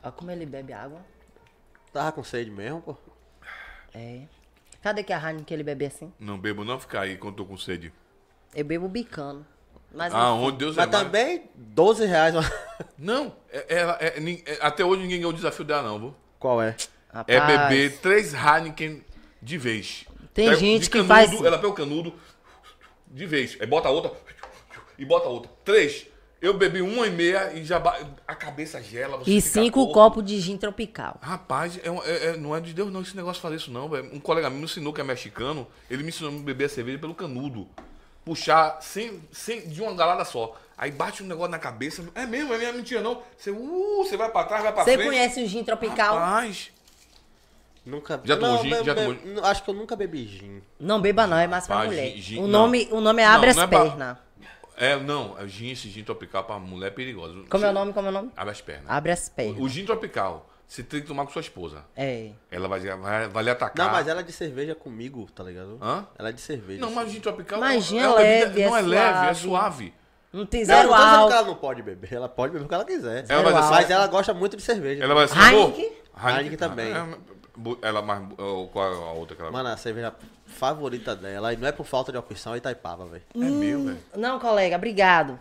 [SPEAKER 5] Olha como ele bebe água.
[SPEAKER 3] Tava com sede mesmo, pô.
[SPEAKER 5] É. Cadê que a Heineken que ele bebe assim?
[SPEAKER 4] Não bebo, não ficar aí quando tô com sede.
[SPEAKER 5] Eu bebo bicano. Mas tá
[SPEAKER 4] Ah, onde Deus é
[SPEAKER 3] Mas
[SPEAKER 4] mais.
[SPEAKER 3] também, 12 reais. uma-
[SPEAKER 4] Não, é- ela- é- nin- é- até hoje ninguém ganhou o desafio dela, não, viu?
[SPEAKER 3] Qual é?
[SPEAKER 4] É
[SPEAKER 5] rapaz,
[SPEAKER 4] beber três Heineken de vez.
[SPEAKER 5] Tem
[SPEAKER 4] Pega-
[SPEAKER 5] gente
[SPEAKER 4] de
[SPEAKER 5] que
[SPEAKER 4] canudo,
[SPEAKER 5] faz-
[SPEAKER 4] Ela pega o canudo de vez. Aí bota outra e bota outra. Três. Eu bebi uma e meia e já ba- a cabeça gela. você
[SPEAKER 5] E
[SPEAKER 4] fica
[SPEAKER 5] cinco
[SPEAKER 4] torto.
[SPEAKER 5] copos de gin tropical.
[SPEAKER 4] Rapaz, é um- é- é- não é de Deus não esse negócio de fazer isso não, velho. Um colega meu me ensinou que é mexicano, ele me ensinou a beber a cerveja pelo canudo. Puxar sem, sem, de uma galada só. Aí bate um negócio na cabeça. É mesmo, é mesmo, mentira não. Você, uh, você vai pra trás, vai pra
[SPEAKER 5] Você
[SPEAKER 4] frente.
[SPEAKER 5] conhece o gin tropical?
[SPEAKER 4] Rapaz,
[SPEAKER 3] Nunca
[SPEAKER 4] Já tomou
[SPEAKER 3] Não,
[SPEAKER 4] gin?
[SPEAKER 3] be-
[SPEAKER 4] Já
[SPEAKER 3] be-
[SPEAKER 4] tomou
[SPEAKER 3] n- Acho que eu nunca bebi gin.
[SPEAKER 5] Não beba não, é mais pra
[SPEAKER 4] Rapaz,
[SPEAKER 5] mulher.
[SPEAKER 4] gin- gin-
[SPEAKER 5] o,
[SPEAKER 4] não.
[SPEAKER 5] nome, o nome é
[SPEAKER 4] Não,
[SPEAKER 5] Abre
[SPEAKER 4] não
[SPEAKER 5] as
[SPEAKER 4] é pra-
[SPEAKER 5] Pernas.
[SPEAKER 4] é, não, é o gin, esse gin tropical pra mulher é perigoso.
[SPEAKER 5] Como é o
[SPEAKER 4] Você-
[SPEAKER 5] nome, como é o nome?
[SPEAKER 4] Abre as pernas.
[SPEAKER 5] Abre as Pernas.
[SPEAKER 4] Ah, O gin tropical, você tem que tomar com sua esposa.
[SPEAKER 5] É.
[SPEAKER 4] Ela vai, vai, vai lhe atacar.
[SPEAKER 3] Não, mas ela é de cerveja comigo, tá ligado?
[SPEAKER 4] Ah. Hã?
[SPEAKER 3] Ela é de cerveja.
[SPEAKER 4] Não, mas o gin tropical
[SPEAKER 5] Mas gin é
[SPEAKER 4] uma bebida-
[SPEAKER 5] leve, é
[SPEAKER 4] não é leve, é
[SPEAKER 5] suave.
[SPEAKER 4] suave.
[SPEAKER 5] Não tem
[SPEAKER 3] Não, eu
[SPEAKER 5] zero
[SPEAKER 3] não tô dizendo que
[SPEAKER 5] álcool.
[SPEAKER 3] ela não pode beber. Ela pode beber o que ela quiser.
[SPEAKER 4] Ela vai dizer,
[SPEAKER 3] mas ela gosta muito de cerveja.
[SPEAKER 4] Ela vai assim,
[SPEAKER 5] Heineken?
[SPEAKER 4] pô,
[SPEAKER 3] Heineken também.
[SPEAKER 4] É, bu- Ela mais. oh, Qual é a outra que ela.
[SPEAKER 3] Mano, a cerveja favorita dela, e não é por falta de opção, é Itaipava, velho.
[SPEAKER 4] é meu, velho.
[SPEAKER 5] Não, colega, obrigado.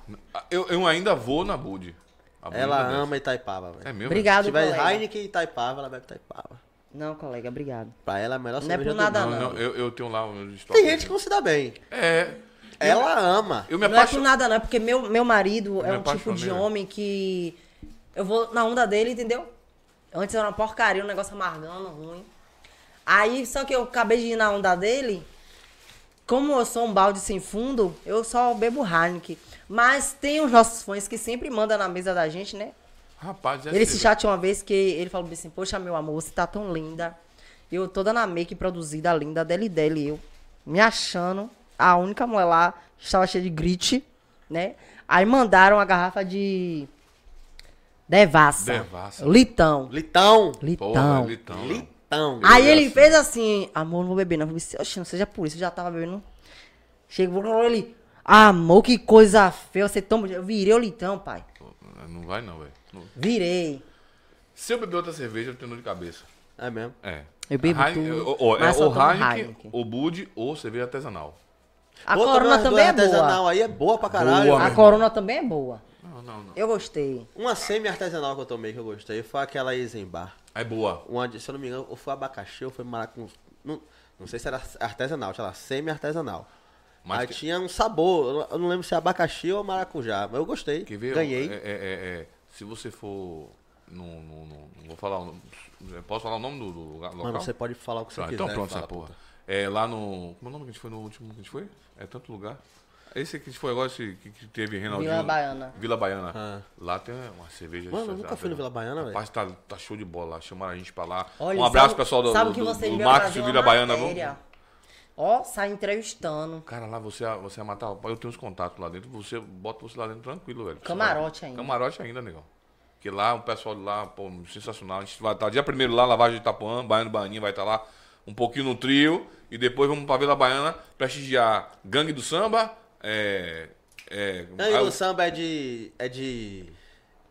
[SPEAKER 4] Eu, eu ainda vou na Bud. A Bud
[SPEAKER 3] Ela
[SPEAKER 4] é dessa.
[SPEAKER 3] ama Itaipava, velho.
[SPEAKER 4] É meu.
[SPEAKER 3] Se
[SPEAKER 5] Obrigado, né?
[SPEAKER 3] tiver
[SPEAKER 5] colega.
[SPEAKER 3] Heineken e Itaipava, ela bebe Itaipava.
[SPEAKER 5] Não, colega, obrigado.
[SPEAKER 3] Pra ela é a melhor
[SPEAKER 5] Não é
[SPEAKER 3] cerveja
[SPEAKER 5] por nada,
[SPEAKER 4] velho.
[SPEAKER 3] do
[SPEAKER 4] Não,
[SPEAKER 3] mundo.
[SPEAKER 4] não, eu, eu tenho lá os estoques.
[SPEAKER 3] Tem gente que não se dá bem.
[SPEAKER 4] É.
[SPEAKER 3] Ela ama.
[SPEAKER 4] Eu me
[SPEAKER 5] Não é por
[SPEAKER 4] apaixono.
[SPEAKER 5] nada, não, é porque meu, meu marido é
[SPEAKER 4] Me
[SPEAKER 5] um tipo
[SPEAKER 4] apaixonei,
[SPEAKER 5] de
[SPEAKER 4] velho.
[SPEAKER 5] homem que. Eu vou na onda dele, entendeu? Antes era uma porcaria, um negócio amargando, ruim. Aí, só que eu acabei de ir na onda dele. Como eu sou um balde sem fundo, eu só bebo Heineken. Mas tem os nossos fãs que sempre mandam na mesa da gente, né?
[SPEAKER 4] Rapaz, é
[SPEAKER 5] Ele se
[SPEAKER 4] cerveja.
[SPEAKER 5] chateou uma vez que ele falou assim, poxa, meu amor, você tá tão linda. Eu toda na make produzida, linda, dele dele, eu me achando a única mulher lá, estava cheia de grite, né? Aí mandaram a garrafa de Devassa.
[SPEAKER 4] Devassa.
[SPEAKER 5] Litão.
[SPEAKER 3] Litão.
[SPEAKER 5] Litão.
[SPEAKER 4] Porra, é litão.
[SPEAKER 3] Litão.
[SPEAKER 5] Aí ele fez assim, amor, não vou beber não. Eu falei, assim, oxe, não seja por isso, eu já tava bebendo. Chegou ele, amor, que coisa feia, você toma... Eu virei o litão, pai.
[SPEAKER 4] Não vai não, velho. Não.
[SPEAKER 5] Virei.
[SPEAKER 4] Se eu beber outra cerveja, eu tenho dor de cabeça.
[SPEAKER 3] É mesmo.
[SPEAKER 4] É.
[SPEAKER 5] Eu bebo
[SPEAKER 4] Heine-
[SPEAKER 5] tudo,
[SPEAKER 4] Ou, ou, é,
[SPEAKER 5] mas só
[SPEAKER 4] ou
[SPEAKER 5] tomo
[SPEAKER 4] Heineken,
[SPEAKER 5] Heineken.
[SPEAKER 4] ou Bud, ou cerveja artesanal.
[SPEAKER 5] A
[SPEAKER 3] Pô,
[SPEAKER 5] corona
[SPEAKER 3] umas
[SPEAKER 5] também é
[SPEAKER 3] duas artesanal
[SPEAKER 5] boa.
[SPEAKER 3] aí é boa pra caralho.
[SPEAKER 4] Boa,
[SPEAKER 5] A
[SPEAKER 4] mesmo.
[SPEAKER 5] corona também é boa.
[SPEAKER 4] Não, não, não.
[SPEAKER 5] Eu gostei.
[SPEAKER 3] Uma semi-artesanal que eu tomei que eu gostei foi aquela Eisenbar.
[SPEAKER 4] É boa.
[SPEAKER 3] Uma, de- se eu não me engano, ou foi abacaxi ou foi maracujá. Não, não sei se era artesanal, sei lá, semi-artesanal.
[SPEAKER 4] Mas
[SPEAKER 3] Aí
[SPEAKER 4] que-
[SPEAKER 3] tinha um sabor, eu não- eu não lembro se é abacaxi ou maracujá, mas eu gostei.
[SPEAKER 4] Quer ver?
[SPEAKER 3] Ganhei.
[SPEAKER 4] É, é, é, é, se você for. Não, não, não, não vou falar. o nome. Posso falar o nome do, do lugar- local?
[SPEAKER 3] Mano, você pode falar o que você
[SPEAKER 4] Ah,
[SPEAKER 3] quiser.
[SPEAKER 4] então pronto
[SPEAKER 3] fala,
[SPEAKER 4] essa porra.
[SPEAKER 3] puta.
[SPEAKER 4] É lá no. Como é o nome que a gente foi no último que a gente foi? É tanto lugar. Esse que foi agora esse que, que teve Reinaldinho.
[SPEAKER 5] Vila Baiana.
[SPEAKER 4] Vila Baiana.
[SPEAKER 3] Ah.
[SPEAKER 4] Lá tem uma cerveja.
[SPEAKER 3] Mano, eu nunca fui no Vila Baiana, velho.
[SPEAKER 4] Rapaz, tá, tá show de bola. Chamaram a gente pra lá.
[SPEAKER 5] Olha,
[SPEAKER 4] um abraço,
[SPEAKER 5] sabe-
[SPEAKER 4] pessoal do,
[SPEAKER 5] sabe
[SPEAKER 4] do,
[SPEAKER 5] que
[SPEAKER 4] do-
[SPEAKER 5] você
[SPEAKER 4] do
[SPEAKER 5] devia
[SPEAKER 4] Marcos
[SPEAKER 5] fazer
[SPEAKER 4] e
[SPEAKER 5] uma
[SPEAKER 4] Vila Baiana. Vamos-
[SPEAKER 5] matéria. Ó, sai entrevistando.
[SPEAKER 4] Cara, lá você, você ia matar. Eu tenho uns contatos lá dentro. Você bota você lá dentro tranquilo, velho.
[SPEAKER 5] Camarote
[SPEAKER 4] Você vai-
[SPEAKER 5] ainda.
[SPEAKER 4] Camarote ainda, negão. Porque lá o pessoal de lá, pô, sensacional. A gente vai estar dia primeiro lá, lavagem de Itapuã, Baiano Baianinho vai estar lá um pouquinho no trio. E depois vamos pra Vila Baiana prestigiar Gangue do Samba. É. É.
[SPEAKER 3] Gangue
[SPEAKER 4] é
[SPEAKER 3] do
[SPEAKER 4] o-
[SPEAKER 3] samba é de. É de.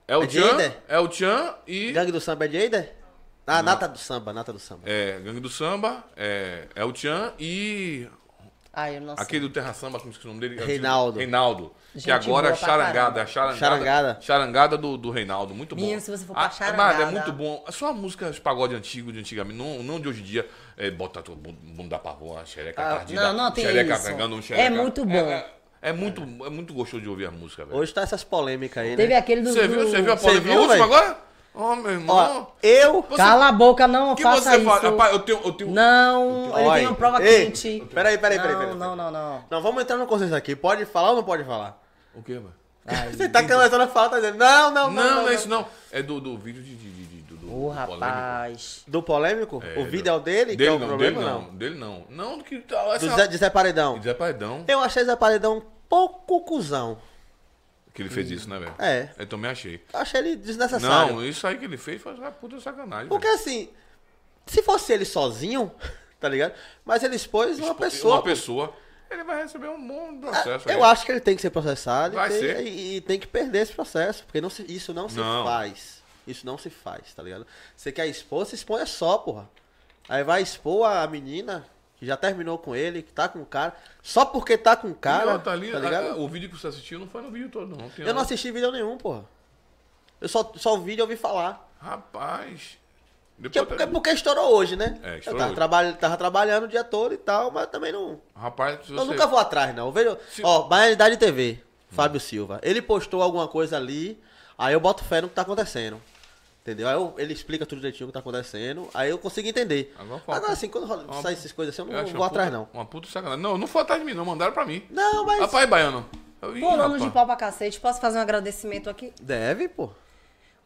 [SPEAKER 4] é o
[SPEAKER 3] é de
[SPEAKER 4] Tchan.
[SPEAKER 3] Eider?
[SPEAKER 4] É o Tchan e.
[SPEAKER 3] Gangue do samba é de Eider? Ah, nata do samba, nata do samba.
[SPEAKER 4] É, Gangue do Samba. É, é o Tchan e.
[SPEAKER 5] Ah, eu não sei.
[SPEAKER 4] Aquele do Terra Samba, como esqueci o nome dele? É o
[SPEAKER 3] Reinaldo.
[SPEAKER 4] Reinaldo.
[SPEAKER 5] Gente
[SPEAKER 4] que agora é
[SPEAKER 5] boa pra
[SPEAKER 4] charangada,
[SPEAKER 5] caramba.
[SPEAKER 4] é charangada.
[SPEAKER 3] Charangada.
[SPEAKER 4] charangada do, do Reinaldo, muito bom.
[SPEAKER 5] Menino, se você for pra
[SPEAKER 4] Ah,
[SPEAKER 5] charangada-
[SPEAKER 4] Amado, é muito bom. É Só a música de pagode antigo, de antigamente, não, não de hoje em dia. É, bota a tua bun- bunda pra rua, xereca
[SPEAKER 5] Ah,
[SPEAKER 4] ardida,
[SPEAKER 5] não, não tem
[SPEAKER 4] xereca
[SPEAKER 5] isso.
[SPEAKER 4] pegando um
[SPEAKER 5] É
[SPEAKER 4] xereca.
[SPEAKER 5] muito bom.
[SPEAKER 4] É, é- é muito, é muito gostoso de ouvir a música, velho.
[SPEAKER 3] Hoje tá essas polêmicas aí,
[SPEAKER 5] Teve
[SPEAKER 3] né?
[SPEAKER 5] aquele do.
[SPEAKER 4] Você viu,
[SPEAKER 5] do-
[SPEAKER 4] você viu a
[SPEAKER 3] Você
[SPEAKER 4] polêmica
[SPEAKER 3] viu,
[SPEAKER 4] última
[SPEAKER 3] velho?
[SPEAKER 4] agora? Ó, meu irmão.
[SPEAKER 3] Ó, eu.
[SPEAKER 4] Você-
[SPEAKER 5] Cala a boca, não
[SPEAKER 4] o que
[SPEAKER 5] faça
[SPEAKER 4] você
[SPEAKER 5] isso.
[SPEAKER 4] fala? Rapaz, eu tenho. Eu tenho
[SPEAKER 5] Não, eu
[SPEAKER 3] Olha.
[SPEAKER 5] tenho prova
[SPEAKER 3] Ei,
[SPEAKER 5] quente.
[SPEAKER 3] peraí, peraí, peraí,
[SPEAKER 5] Não,
[SPEAKER 3] peraí, peraí.
[SPEAKER 5] Não, não, não.
[SPEAKER 3] Não, vamos entrar no consenso aqui. Pode falar ou não pode falar?
[SPEAKER 4] O quê, velho?
[SPEAKER 3] Você tá começando a falar, tá dizendo. Não, não, não.
[SPEAKER 4] Não, Ah, não, é isso não. É do, do vídeo de. de, de, de do, do
[SPEAKER 5] Ô,
[SPEAKER 4] polêmico.
[SPEAKER 5] rapaz.
[SPEAKER 3] Do polêmico?
[SPEAKER 4] É,
[SPEAKER 3] o vídeo é o dele, que é
[SPEAKER 4] Dele
[SPEAKER 3] o
[SPEAKER 4] não, dele
[SPEAKER 3] problema,
[SPEAKER 4] não,
[SPEAKER 3] não.
[SPEAKER 4] Dele não. Não, do que tá.
[SPEAKER 3] Do
[SPEAKER 4] Essa...
[SPEAKER 3] Zé, de Zé Paredão.
[SPEAKER 4] Zé Paredão.
[SPEAKER 3] Eu achei Zé Paredão um pouco cuzão.
[SPEAKER 4] Que ele fez isso, né, velho?
[SPEAKER 3] É.
[SPEAKER 4] Eu também achei.
[SPEAKER 3] Eu achei ele desnecessário.
[SPEAKER 4] Não, isso aí que ele fez foi uma puta sacanagem.
[SPEAKER 3] Porque
[SPEAKER 4] velho.
[SPEAKER 3] assim, se fosse ele sozinho, tá ligado? Mas ele expôs é uma
[SPEAKER 4] Expo-
[SPEAKER 3] pessoa. Ah,
[SPEAKER 4] Uma pessoa. Ele vai receber um bom processo.
[SPEAKER 3] Eu
[SPEAKER 4] aí.
[SPEAKER 3] acho que ele tem que ser processado e
[SPEAKER 4] Vai
[SPEAKER 3] tem,
[SPEAKER 4] ser.
[SPEAKER 3] E, e tem que perder esse processo, porque não se- isso não se
[SPEAKER 4] Não.
[SPEAKER 3] faz. Isso não se faz, tá ligado? Você quer expor, se expõe só, porra. Aí vai expor a menina que já terminou com ele, que tá com o cara, só porque tá com o
[SPEAKER 4] E
[SPEAKER 3] cara,
[SPEAKER 4] outra ali,
[SPEAKER 3] tá
[SPEAKER 4] a-
[SPEAKER 3] ligado?
[SPEAKER 4] o vídeo que você assistiu não foi no vídeo todo, não. Tem
[SPEAKER 3] Eu não
[SPEAKER 4] lá-
[SPEAKER 3] assisti vídeo nenhum, porra. Eu só, só vi e ouvi falar.
[SPEAKER 4] Rapaz.
[SPEAKER 3] Que é
[SPEAKER 4] Depois
[SPEAKER 3] porque,
[SPEAKER 4] tá-
[SPEAKER 3] porque estourou hoje, né?
[SPEAKER 4] É,
[SPEAKER 3] eu
[SPEAKER 4] estourou
[SPEAKER 3] tava,
[SPEAKER 4] hoje.
[SPEAKER 3] traba- tava trabalhando o dia todo e tal, mas também não.
[SPEAKER 4] tá- Rapaz, se você...
[SPEAKER 3] Eu nunca vou atrás, não. Eu vejo.
[SPEAKER 4] Se-
[SPEAKER 3] Ó, Baianidade TV, Fábio Silva. Ele postou alguma coisa ali, aí eu boto fé no que tá acontecendo. Entendeu? Aí eu- ele explica tudo direitinho o que tá acontecendo, aí eu consigo entender.
[SPEAKER 4] Agora
[SPEAKER 3] Agora,
[SPEAKER 4] falta.
[SPEAKER 3] assim, quando rola-
[SPEAKER 4] Uma-
[SPEAKER 3] sai essas coisas assim, eu
[SPEAKER 4] Eu
[SPEAKER 3] não
[SPEAKER 4] acho
[SPEAKER 3] vou
[SPEAKER 4] uma
[SPEAKER 3] atrás,
[SPEAKER 4] puta-
[SPEAKER 3] não.
[SPEAKER 4] Uma puta sacanagem. Não, não foi atrás de mim, não. Mandaram pra mim.
[SPEAKER 3] Não, mas.
[SPEAKER 4] Rapaz, baiano. Eu, Ih,
[SPEAKER 5] Pulando um de
[SPEAKER 4] rapaz.
[SPEAKER 5] pau pra cacete, posso fazer um agradecimento aqui?
[SPEAKER 3] Deve, pô.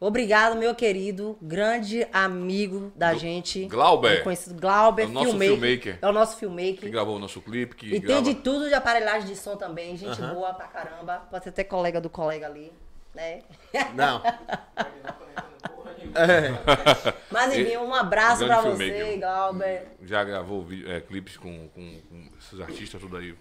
[SPEAKER 5] Obrigado, meu querido, grande amigo da
[SPEAKER 4] Do-
[SPEAKER 5] gente.
[SPEAKER 4] Glauber.
[SPEAKER 5] Eu Conheço Glauber,
[SPEAKER 4] É o nosso filmmaker.
[SPEAKER 5] É o nosso
[SPEAKER 4] que
[SPEAKER 5] filmmaker.
[SPEAKER 4] gravou o nosso clipe, que
[SPEAKER 5] Entende
[SPEAKER 4] grava...
[SPEAKER 5] tudo de aparelhagem de som também. Gente boa pra caramba. Pode ser até colega do colega ali, né?
[SPEAKER 3] Não. é.
[SPEAKER 5] Mas enfim, um abraço
[SPEAKER 4] Grande
[SPEAKER 5] pra você,
[SPEAKER 4] filmmaker.
[SPEAKER 5] Glauber.
[SPEAKER 4] Já gravou vi- é, clipes com, com- com esses artistas tudo aí.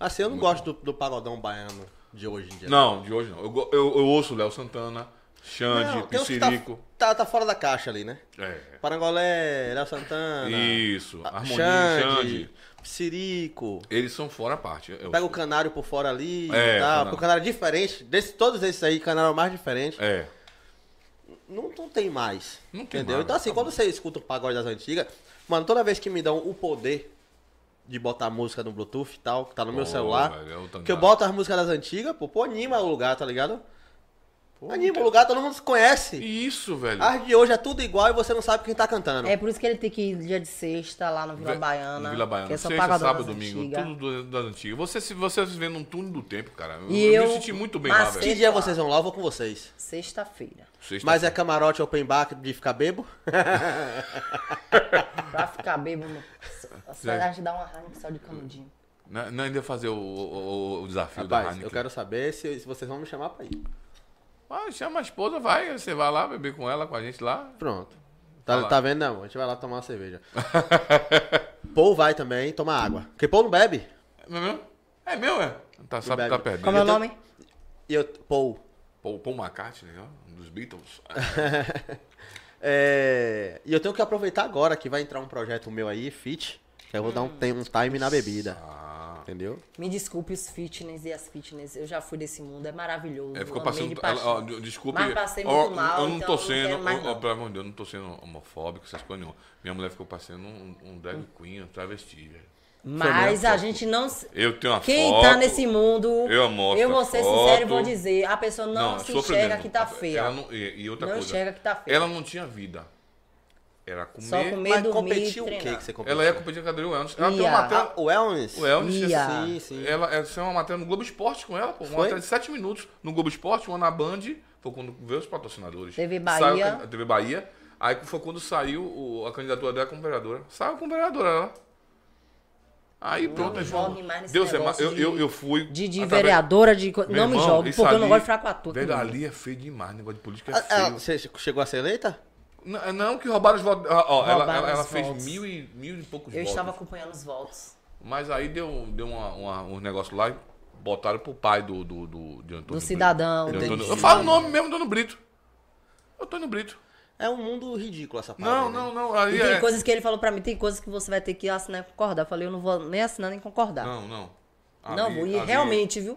[SPEAKER 3] Assim, eu não gosto do, do pagodão baiano de hoje em dia.
[SPEAKER 4] Não, de hoje não. Eu, go- eu, eu ouço Léo Santana, Xande,
[SPEAKER 3] Não, tem uns que tá-
[SPEAKER 4] Piscirico.
[SPEAKER 3] Tá, tá fora da caixa ali, né?
[SPEAKER 4] É.
[SPEAKER 3] Parangolé, Léo Santana.
[SPEAKER 4] Isso.
[SPEAKER 3] a-
[SPEAKER 4] Harmonia, Xande.
[SPEAKER 3] Xande, Psirico.
[SPEAKER 4] Eles são fora a parte. Eu-
[SPEAKER 3] Pega o canário por fora ali
[SPEAKER 4] É,
[SPEAKER 3] e tal.
[SPEAKER 4] canário.
[SPEAKER 3] Porque o canário é diferente. Desse, todos esses aí, canário é o mais diferente.
[SPEAKER 4] É.
[SPEAKER 3] Não, não tem mais.
[SPEAKER 4] Não tem
[SPEAKER 3] entendeu?
[SPEAKER 4] mais,
[SPEAKER 3] então, assim,
[SPEAKER 4] tá
[SPEAKER 3] quando você escuta o pagode das antigas, mano, toda vez que me dão o poder de botar música no Bluetooth e tal, que tá no meu
[SPEAKER 4] Pô,
[SPEAKER 3] celular,
[SPEAKER 4] velho, é outra
[SPEAKER 3] que eu
[SPEAKER 4] andada.
[SPEAKER 3] boto as músicas das antigas, pô, pô, anima o lugar, tá ligado? anima o lugar, todo mundo se conhece.
[SPEAKER 4] E Isso, velho.
[SPEAKER 3] As de hoje é tudo igual e você não sabe quem tá cantando.
[SPEAKER 5] É por isso que ele tem que ir dia de sexta lá no Vila
[SPEAKER 4] Ve-
[SPEAKER 5] Baiana.
[SPEAKER 4] Vila
[SPEAKER 5] que
[SPEAKER 4] Baiana.
[SPEAKER 5] é só
[SPEAKER 4] Sexta,
[SPEAKER 5] pagodão
[SPEAKER 4] sábado,
[SPEAKER 5] das
[SPEAKER 4] domingo.
[SPEAKER 5] antigas.
[SPEAKER 4] Tudo das antigas. Você, se, você se vê num túnel do tempo, cara. Eu,
[SPEAKER 5] E
[SPEAKER 4] eu me
[SPEAKER 5] eu-
[SPEAKER 4] senti muito bem lá,
[SPEAKER 5] mas
[SPEAKER 3] Que
[SPEAKER 4] velho.
[SPEAKER 5] que-
[SPEAKER 3] dia vocês vão lá, eu vou com vocês.
[SPEAKER 5] Sexta-feira.
[SPEAKER 4] Sexta-
[SPEAKER 3] Mas é camarote open bar de ficar bebo?
[SPEAKER 5] Pra ficar bêbado, a cidade dá uma raiva só de canudinho.
[SPEAKER 4] né, Não, não ainda fazer o, o- o- o desafio da
[SPEAKER 3] Rapaz,
[SPEAKER 4] Heineken.
[SPEAKER 3] eu quero saber se, se vocês vão me chamar pra ir.
[SPEAKER 4] Ah, chama a esposa, vai. Você vai lá beber com ela, com a gente lá.
[SPEAKER 3] Pronto. Tá,
[SPEAKER 4] Vai lá.
[SPEAKER 3] tá vendo? Não, a gente vai lá tomar uma cerveja. Paul vai também tomar água. Porque Paul não bebe.
[SPEAKER 4] Não é mesmo? É meu, é? Tá, sabe que
[SPEAKER 3] bebe.
[SPEAKER 4] tá perdendo.
[SPEAKER 5] Como é o
[SPEAKER 3] tô-
[SPEAKER 5] nome?
[SPEAKER 3] E eu. Paul.
[SPEAKER 4] Paul, Paul McCartney, ó, um dos Beatles.
[SPEAKER 3] É, e eu tenho que aproveitar agora que vai entrar um projeto meu aí, fit. Que eu vou dar um, tem- um time na bebida.
[SPEAKER 4] Ah,
[SPEAKER 3] Entendeu?
[SPEAKER 5] Me desculpe os fitness e as fitness. Eu já fui desse mundo, é maravilhoso.
[SPEAKER 4] é, ficou
[SPEAKER 5] amei
[SPEAKER 4] passando.
[SPEAKER 5] de
[SPEAKER 4] ela-
[SPEAKER 5] paixão.
[SPEAKER 4] ó, de- desculpe.
[SPEAKER 5] Mas passei
[SPEAKER 4] ó,
[SPEAKER 5] muito mal,
[SPEAKER 4] eu não
[SPEAKER 5] então
[SPEAKER 4] tô
[SPEAKER 5] eu não
[SPEAKER 4] sendo.
[SPEAKER 5] quero mais
[SPEAKER 4] ó, ó,
[SPEAKER 5] não.
[SPEAKER 4] pelo amor de Deus, eu não tô sendo homofóbico, essas coisas nenhuma. Minha mulher ficou passando um, um
[SPEAKER 5] Hum.
[SPEAKER 4] drag queen, um travesti, velho.
[SPEAKER 5] Mas a gente não. se-
[SPEAKER 4] Eu tenho uma
[SPEAKER 5] Quem
[SPEAKER 4] foto.
[SPEAKER 5] tá nesse mundo.
[SPEAKER 4] eu mostro
[SPEAKER 5] Eu
[SPEAKER 4] a
[SPEAKER 5] vou ser
[SPEAKER 4] foto.
[SPEAKER 5] sincero e vou dizer. A pessoa não, se
[SPEAKER 4] sofrimento.
[SPEAKER 5] enxerga que tá
[SPEAKER 4] Ela
[SPEAKER 5] feia.
[SPEAKER 4] não- e, e outra
[SPEAKER 5] Não
[SPEAKER 4] coisa.
[SPEAKER 5] enxerga que tá feia.
[SPEAKER 4] Ela não tinha vida. Era comer.
[SPEAKER 5] Só comer,
[SPEAKER 3] Mas
[SPEAKER 5] dormir
[SPEAKER 3] competir
[SPEAKER 5] e
[SPEAKER 3] o que
[SPEAKER 5] treinar.
[SPEAKER 3] que você competiu?
[SPEAKER 4] Ela ia competir com a Adriana Wells. Ela tem
[SPEAKER 5] Ia.
[SPEAKER 4] uma matéria.
[SPEAKER 3] Ah, o Wellness?
[SPEAKER 4] O Elvis, assim,
[SPEAKER 5] Ia.
[SPEAKER 3] Sim, sim.
[SPEAKER 4] Ela ela saiu uma matéria no Globo Esporte com ela, pô. Uma
[SPEAKER 3] Foi?
[SPEAKER 4] matéria de 7 minutos no Globo Esporte, uma na Band. Foi quando veio os patrocinadores.
[SPEAKER 5] TV
[SPEAKER 4] Saiu
[SPEAKER 5] Bahia.
[SPEAKER 4] a TV Bahia. Aí foi quando saiu o- a candidatura dela como vereadora. Saiu como vereadora ela. Aí pronto, João.
[SPEAKER 5] jogue mais nesse
[SPEAKER 4] Deus é mais.
[SPEAKER 5] negócio
[SPEAKER 4] Eu,
[SPEAKER 5] de-
[SPEAKER 4] eu, eu fui.
[SPEAKER 5] De, de
[SPEAKER 4] através-
[SPEAKER 5] vereadora, de. co-
[SPEAKER 4] Ah, tá Meu
[SPEAKER 5] Não me
[SPEAKER 4] irmão,
[SPEAKER 5] jogue,
[SPEAKER 4] isso
[SPEAKER 5] porque eu não
[SPEAKER 4] ali-
[SPEAKER 5] gosto de ficar com a tua.
[SPEAKER 4] Velho,
[SPEAKER 5] comigo.
[SPEAKER 4] ali é feio demais, negócio de política é
[SPEAKER 3] Ah, ah,
[SPEAKER 4] feio.
[SPEAKER 3] Você chegou a ser eleita?
[SPEAKER 4] Não, é não que roubaram os votos. Ó, ó, ela,
[SPEAKER 5] Roubaram
[SPEAKER 4] ela- ela
[SPEAKER 5] os
[SPEAKER 4] fez
[SPEAKER 5] votos.
[SPEAKER 4] mil e, mil e poucos
[SPEAKER 5] Eu
[SPEAKER 4] votos.
[SPEAKER 5] estava acompanhando os votos.
[SPEAKER 4] Mas aí deu, deu uma, uma, um negócio lá e botaram pro pai do, do, do, de Antônio Brito.
[SPEAKER 5] cidadão.
[SPEAKER 4] De Antônio-
[SPEAKER 3] Entendi.
[SPEAKER 4] Eu falo o nome mesmo, Antônio Brito. Antônio Brito.
[SPEAKER 3] É um mundo ridículo essa parada.
[SPEAKER 4] Não,
[SPEAKER 3] né?
[SPEAKER 4] não, não. Aí
[SPEAKER 5] E tem
[SPEAKER 4] é...
[SPEAKER 5] coisas que ele falou pra mim, tem coisas que você vai ter que assinar e concordar. Eu falei, eu não vou nem assinar nem concordar.
[SPEAKER 4] Não, não.
[SPEAKER 5] não,
[SPEAKER 4] Ali- é
[SPEAKER 5] vou. E
[SPEAKER 4] ali-
[SPEAKER 5] realmente, viu?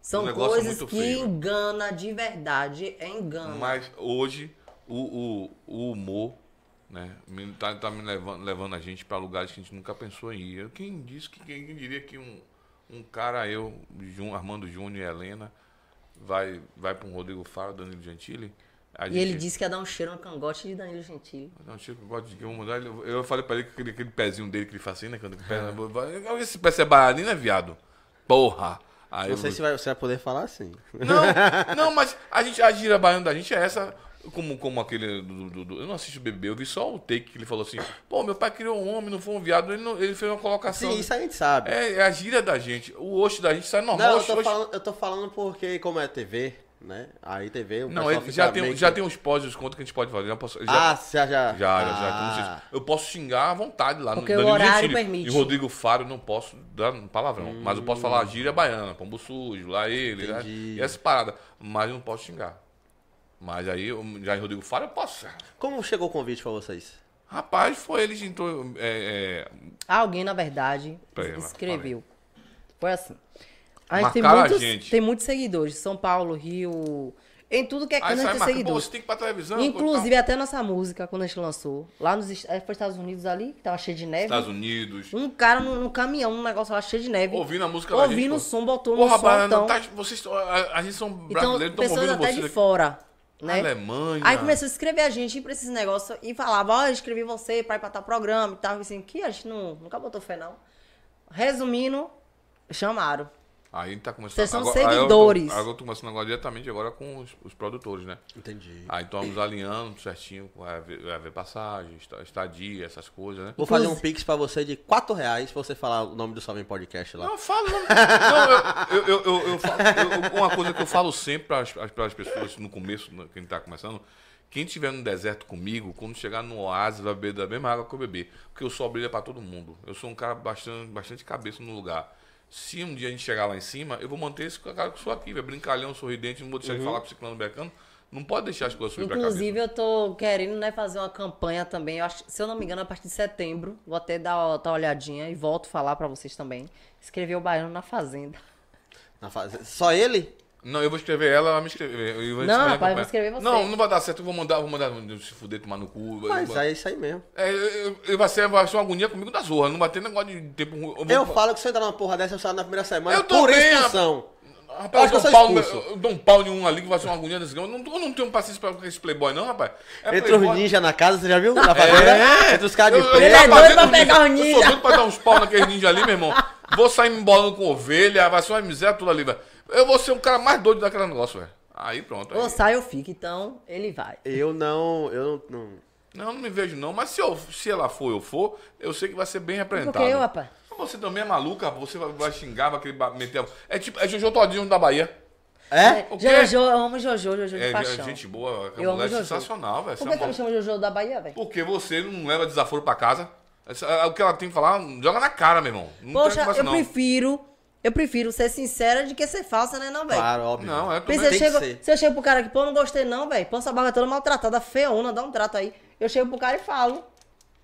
[SPEAKER 5] São
[SPEAKER 4] negócio é
[SPEAKER 5] coisas
[SPEAKER 4] muito
[SPEAKER 5] que
[SPEAKER 4] feio.
[SPEAKER 5] engana de verdade. É engana.
[SPEAKER 4] Mas hoje o, o, o humor né, me- tá, tá me levando, levando a gente para lugares que a gente nunca pensou em ir. Eu- Quem disse que quem, quem diria que um, um cara, eu, Jun- Armando Júnior e Helena, vai, vai para um Rodrigo Faro, Danilo Gentili? A
[SPEAKER 5] E ele
[SPEAKER 4] gente-
[SPEAKER 5] disse que ia dar um cheiro no cangote de Danilo Gentili.
[SPEAKER 4] Não, tipo, pode que eu vou mudar. ele- Eu falei pra ele que aquele, aquele pezinho dele que ele faz assim, né? Quando ele
[SPEAKER 3] É.
[SPEAKER 4] pega, eu vou- esse pé é bailarina, viado. Porra! Aí
[SPEAKER 3] Não
[SPEAKER 4] eu
[SPEAKER 3] sei
[SPEAKER 4] vou-
[SPEAKER 3] se vai- você vai poder falar assim.
[SPEAKER 4] não, não, mas a, gente, a gíria baiana da gente é essa. Como, como aquele. do- do- do- eu não assisto o bebê, eu vi só o take que ele falou assim: pô, meu pai criou um homem, não foi um viado, ele, não- ele fez uma colocação.
[SPEAKER 3] Sim, isso a gente sabe.
[SPEAKER 4] é, é a gíria da gente. O oxe da gente sai normal.
[SPEAKER 3] Não, eu
[SPEAKER 4] oxe,
[SPEAKER 3] tô,
[SPEAKER 4] oxe-
[SPEAKER 3] falando, eu tô falando porque, como é TV, né? Aí TV, o
[SPEAKER 4] Não,
[SPEAKER 3] pessoal
[SPEAKER 4] ele-
[SPEAKER 3] fica
[SPEAKER 4] já, tem, um-
[SPEAKER 3] meio
[SPEAKER 4] já
[SPEAKER 3] que-
[SPEAKER 4] tem uns pós e os contos que a gente pode fazer. Já posso, já-
[SPEAKER 3] Ah, já, já.
[SPEAKER 4] Já, já, já.
[SPEAKER 3] Ah.
[SPEAKER 4] Então, vocês- eu posso xingar à vontade lá
[SPEAKER 5] Porque o
[SPEAKER 4] Danilo
[SPEAKER 5] horário
[SPEAKER 4] Gentili.
[SPEAKER 5] permite. Hum.
[SPEAKER 4] E o Rodrigo Faro eu não posso dar um palavrão. Mas eu posso falar gíria baiana, pombo sujo, lá ele, lá,
[SPEAKER 3] Entendi.
[SPEAKER 4] e essa parada. Mas eu não posso xingar. Mas aí, eu- já em Rodrigo Faro eu posso.
[SPEAKER 3] Como chegou o convite pra vocês?
[SPEAKER 4] Rapaz, foi ele que entrou. É,
[SPEAKER 5] Alguém, na verdade,
[SPEAKER 4] Pera aí,
[SPEAKER 5] escreveu. Foi assim. A gente tem
[SPEAKER 4] Marcaram a
[SPEAKER 5] muitos,
[SPEAKER 4] gente.
[SPEAKER 5] tem muitos seguidores. São Paulo, Rio. Em tudo que é
[SPEAKER 4] é, aí
[SPEAKER 5] canto, a gente
[SPEAKER 4] sai
[SPEAKER 5] tem
[SPEAKER 4] marcando, pô,
[SPEAKER 5] seguidores.
[SPEAKER 4] você tem que ir pra televisão.
[SPEAKER 5] Inclusive, até nossa música, quando a gente lançou, lá nos est- eh, foi Estados Unidos ali, que tava cheio de neve.
[SPEAKER 4] coisa e tal. Estados Unidos.
[SPEAKER 5] Um cara num, num caminhão, um negócio lá cheio de neve.
[SPEAKER 4] Ouvindo a música da gente,
[SPEAKER 5] Ouvindo
[SPEAKER 4] pô.
[SPEAKER 5] o som, botou
[SPEAKER 4] Porra,
[SPEAKER 5] no som.
[SPEAKER 4] Baiana,
[SPEAKER 5] Então,
[SPEAKER 4] tá, vocês, a, a gente são
[SPEAKER 5] então
[SPEAKER 4] brasileiros, estão
[SPEAKER 5] pessoas
[SPEAKER 4] ouvindo
[SPEAKER 5] até
[SPEAKER 4] vocês.
[SPEAKER 5] de
[SPEAKER 4] aqui.
[SPEAKER 5] fora, né?
[SPEAKER 4] Alemanha.
[SPEAKER 5] Aí começou a escrever a gente pra esses negócios e falava, ó, eu escrevi você pra ir pra tal programa e tal. Assim, que a gente não, nunca botou fé, não. Resumindo, chamaram.
[SPEAKER 4] Aí a gente tá começando
[SPEAKER 5] Vocês são
[SPEAKER 4] aí eu tô-
[SPEAKER 5] seguidores.
[SPEAKER 4] Agora eu tô começando agora diretamente agora com os, os produtores, né?
[SPEAKER 3] Entendi.
[SPEAKER 4] Aí estamos alinhando certinho, vai haver, vai haver passagem, esta- estadia, essas coisas, né?
[SPEAKER 3] Vou fazer um pix pra você de 4 reais pra você falar o nome do Salve em Podcast lá.
[SPEAKER 4] Não, eu falo. Não, eu, eu, eu, eu- eu falo- eu- uma coisa que eu falo sempre para as pessoas no começo, no- quem está começando, quem estiver no deserto comigo, quando chegar no oásis, vai beber da mesma água que eu beber. Porque eu sou abrilha para todo mundo. Eu sou um cara bastante, bastante cabeça no lugar. Se um dia a gente chegar lá em cima, eu vou manter esse cara que eu sou aqui, velho. Brincalhão, sorridente, não vou deixar de falar com o ciclano becano. Não pode deixar as coisas subir pra cabeça.
[SPEAKER 5] Uhum. Inclusive, eu tô querendo né, fazer uma campanha também. Eu acho, se eu não me engano, a partir de setembro. Vou até dar uma tal olhadinha e volto falar pra vocês também. Escrever o Baiano na Fazenda.
[SPEAKER 4] Tá
[SPEAKER 3] Na fase- Só ele?
[SPEAKER 4] Não, eu vou escrever ela, ela me escrever. Eu
[SPEAKER 5] Não,
[SPEAKER 4] vou escrever a
[SPEAKER 5] rapaz, eu vou
[SPEAKER 4] campanha.
[SPEAKER 5] escrever você.
[SPEAKER 4] Não, não vai dar certo, eu vou mandar, vou mandar se fuder, tomar no cu.
[SPEAKER 3] Mas
[SPEAKER 4] Eu-
[SPEAKER 3] aí é isso aí mesmo.
[SPEAKER 4] É, eu- eu- vai, ser, vai ser uma agonia comigo da zorra. Não vai ter negócio de tempo ruim. vou-
[SPEAKER 3] Eu falo que você entrar numa porra dessa, eu saio na primeira semana.
[SPEAKER 4] Eu tô
[SPEAKER 3] por
[SPEAKER 4] bem,
[SPEAKER 3] expulsão.
[SPEAKER 4] Rapaz,
[SPEAKER 3] acho
[SPEAKER 4] eu,
[SPEAKER 3] que
[SPEAKER 4] dou
[SPEAKER 3] eu
[SPEAKER 4] um
[SPEAKER 3] sou
[SPEAKER 4] pau no-
[SPEAKER 3] expulso.
[SPEAKER 4] eu dou um pau em um ali que vai ser uma agonia desse negócio. Eu não, eu não tenho paciência pra esse playboy, não, rapaz. É
[SPEAKER 3] Entra os
[SPEAKER 4] playboy.
[SPEAKER 3] ninja na casa, você já viu? Na fazenda? Entra os caras de
[SPEAKER 4] eu
[SPEAKER 5] Ele
[SPEAKER 4] tô
[SPEAKER 5] é
[SPEAKER 3] preto.
[SPEAKER 5] doido
[SPEAKER 4] fazendo
[SPEAKER 5] pra
[SPEAKER 4] os
[SPEAKER 5] pegar
[SPEAKER 4] ninja.
[SPEAKER 5] os
[SPEAKER 4] Eu sou
[SPEAKER 5] ninja.
[SPEAKER 4] doido pra dar uns pau naqueles ninja ali, meu irmão. Vou sair me embolando com ovelha, vai ser uma miséria tudo ali, velho. Eu vou ser o cara mais doido daquele negócio, velho. Aí pronto. aí-
[SPEAKER 5] Ou sai ou fica. Então, ele vai.
[SPEAKER 3] Eu não. Eu não. não-
[SPEAKER 4] Não, não me vejo não, mas se, eu, se ela for, eu for, eu sei que vai ser bem representado.
[SPEAKER 5] Por que eu, rapaz?
[SPEAKER 4] Você também é maluca, você vai, vai xingar, vai querer ba- meter... a- É tipo, é Jojo Todinho da Bahia.
[SPEAKER 3] É?
[SPEAKER 4] O quê?
[SPEAKER 5] Jojo, eu amo Jojo, Jojo de
[SPEAKER 4] É,
[SPEAKER 5] paixão.
[SPEAKER 4] gente boa, aquela
[SPEAKER 5] Eu amo
[SPEAKER 4] mulher é
[SPEAKER 5] Jojo.
[SPEAKER 4] sensacional, velho.
[SPEAKER 5] Por
[SPEAKER 4] Essa
[SPEAKER 5] que, que eu me
[SPEAKER 4] mo-
[SPEAKER 5] chamo Jojo da Bahia, velho?
[SPEAKER 4] Porque você não leva desaforo pra casa. Essa- é o que ela tem que falar, joga na cara, meu irmão. Não
[SPEAKER 3] Então,
[SPEAKER 4] tem
[SPEAKER 5] Poxa,
[SPEAKER 4] negócio,
[SPEAKER 3] assim,
[SPEAKER 5] eu
[SPEAKER 4] não.
[SPEAKER 5] prefiro. Eu prefiro ser sincera de que ser falsa, né, não, velho?
[SPEAKER 3] Claro, óbvio.
[SPEAKER 4] Não, é
[SPEAKER 5] Porque
[SPEAKER 4] tudo
[SPEAKER 5] se eu,
[SPEAKER 3] Tem que
[SPEAKER 4] bem.
[SPEAKER 3] ser.
[SPEAKER 5] chego, se eu chego pro cara aqui, pô, não gostei não, velho. Pô, essa barba é toda maltratada, feona, dá um trato aí. Eu chego pro cara e falo,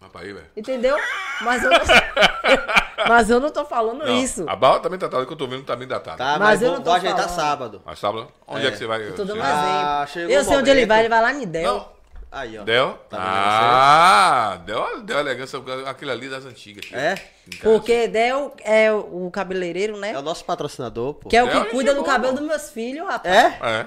[SPEAKER 4] Rapaz, aí, velho.
[SPEAKER 5] entendeu? Mas eu, mas eu não tô falando
[SPEAKER 4] Não,
[SPEAKER 5] É isso.
[SPEAKER 4] A Barra também tá tratada, que eu tô vendo tá bem datada.
[SPEAKER 3] Tá,
[SPEAKER 5] Mas
[SPEAKER 3] mas,
[SPEAKER 5] eu
[SPEAKER 3] vou,
[SPEAKER 5] não tô
[SPEAKER 3] vou ajeitar
[SPEAKER 5] falando.
[SPEAKER 3] sábado.
[SPEAKER 4] Mas sábado, onde é. que você vai?
[SPEAKER 5] Eu tô dando
[SPEAKER 4] você
[SPEAKER 5] um
[SPEAKER 4] vai-
[SPEAKER 3] Ah,
[SPEAKER 5] exemplo.
[SPEAKER 3] chegou
[SPEAKER 5] Eu
[SPEAKER 3] o
[SPEAKER 5] sei onde ele
[SPEAKER 3] momento.
[SPEAKER 5] vai, ele vai lá em Del.
[SPEAKER 4] Não,
[SPEAKER 3] Aí, ó.
[SPEAKER 4] Deu?
[SPEAKER 3] Tá vendo
[SPEAKER 4] ah, deu, deu elegância, aquele ali das antigas.
[SPEAKER 3] É?
[SPEAKER 5] Porque Del é o o cabeleireiro, né?
[SPEAKER 3] É o nosso patrocinador, pô.
[SPEAKER 5] Que é o
[SPEAKER 4] Del é
[SPEAKER 5] que
[SPEAKER 4] gente
[SPEAKER 5] cuida do
[SPEAKER 4] boa,
[SPEAKER 5] cabelo
[SPEAKER 4] pô.
[SPEAKER 5] dos meus filhos, rapaz.
[SPEAKER 3] É?
[SPEAKER 4] É.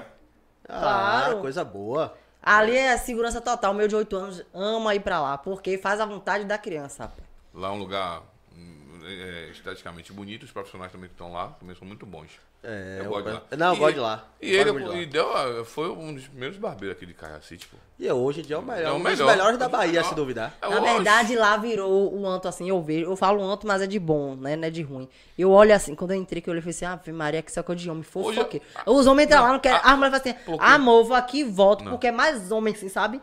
[SPEAKER 3] Ah,
[SPEAKER 5] Claro.
[SPEAKER 3] coisa boa.
[SPEAKER 5] Ali é segurança total. O meu de 8 anos ama ir pra lá, porque faz a vontade da criança. rapaz.
[SPEAKER 4] Lá é um lugar hum, é, esteticamente bonito, os profissionais também que estão lá também são muito bons.
[SPEAKER 3] É,
[SPEAKER 4] eu
[SPEAKER 3] eu
[SPEAKER 4] gosto de
[SPEAKER 3] gosto-
[SPEAKER 4] lá.
[SPEAKER 3] não, eu
[SPEAKER 4] E-
[SPEAKER 3] gosto de lá.
[SPEAKER 4] E
[SPEAKER 3] Eu
[SPEAKER 4] ele é
[SPEAKER 3] gosto muito de
[SPEAKER 4] e deu, a- foi um dos primeiros barbeiros aqui de Cajacite, pô.
[SPEAKER 3] E hoje em dia é o melhor.
[SPEAKER 4] É o
[SPEAKER 3] um dos
[SPEAKER 4] melhor.
[SPEAKER 3] melhores da
[SPEAKER 4] É o
[SPEAKER 3] Bahia,
[SPEAKER 4] melhor.
[SPEAKER 3] se duvidar.
[SPEAKER 4] É
[SPEAKER 5] Na
[SPEAKER 4] oxe.
[SPEAKER 5] verdade, lá virou o anto assim, eu vejo. Eu falo anto, mas é de bom, né? Não é de ruim. Eu olho assim, quando eu entrei, que eu olhei e falei assim, Ave Maria, que saco de homem,
[SPEAKER 4] Hoje eu-
[SPEAKER 5] fofoqueiro. Os homens entram lá, não querem.
[SPEAKER 4] a-
[SPEAKER 5] A mulher fala assim,
[SPEAKER 4] Por quê?
[SPEAKER 5] amor, vou aqui e volto,
[SPEAKER 4] Não.
[SPEAKER 5] porque é mais homem, assim, sabe?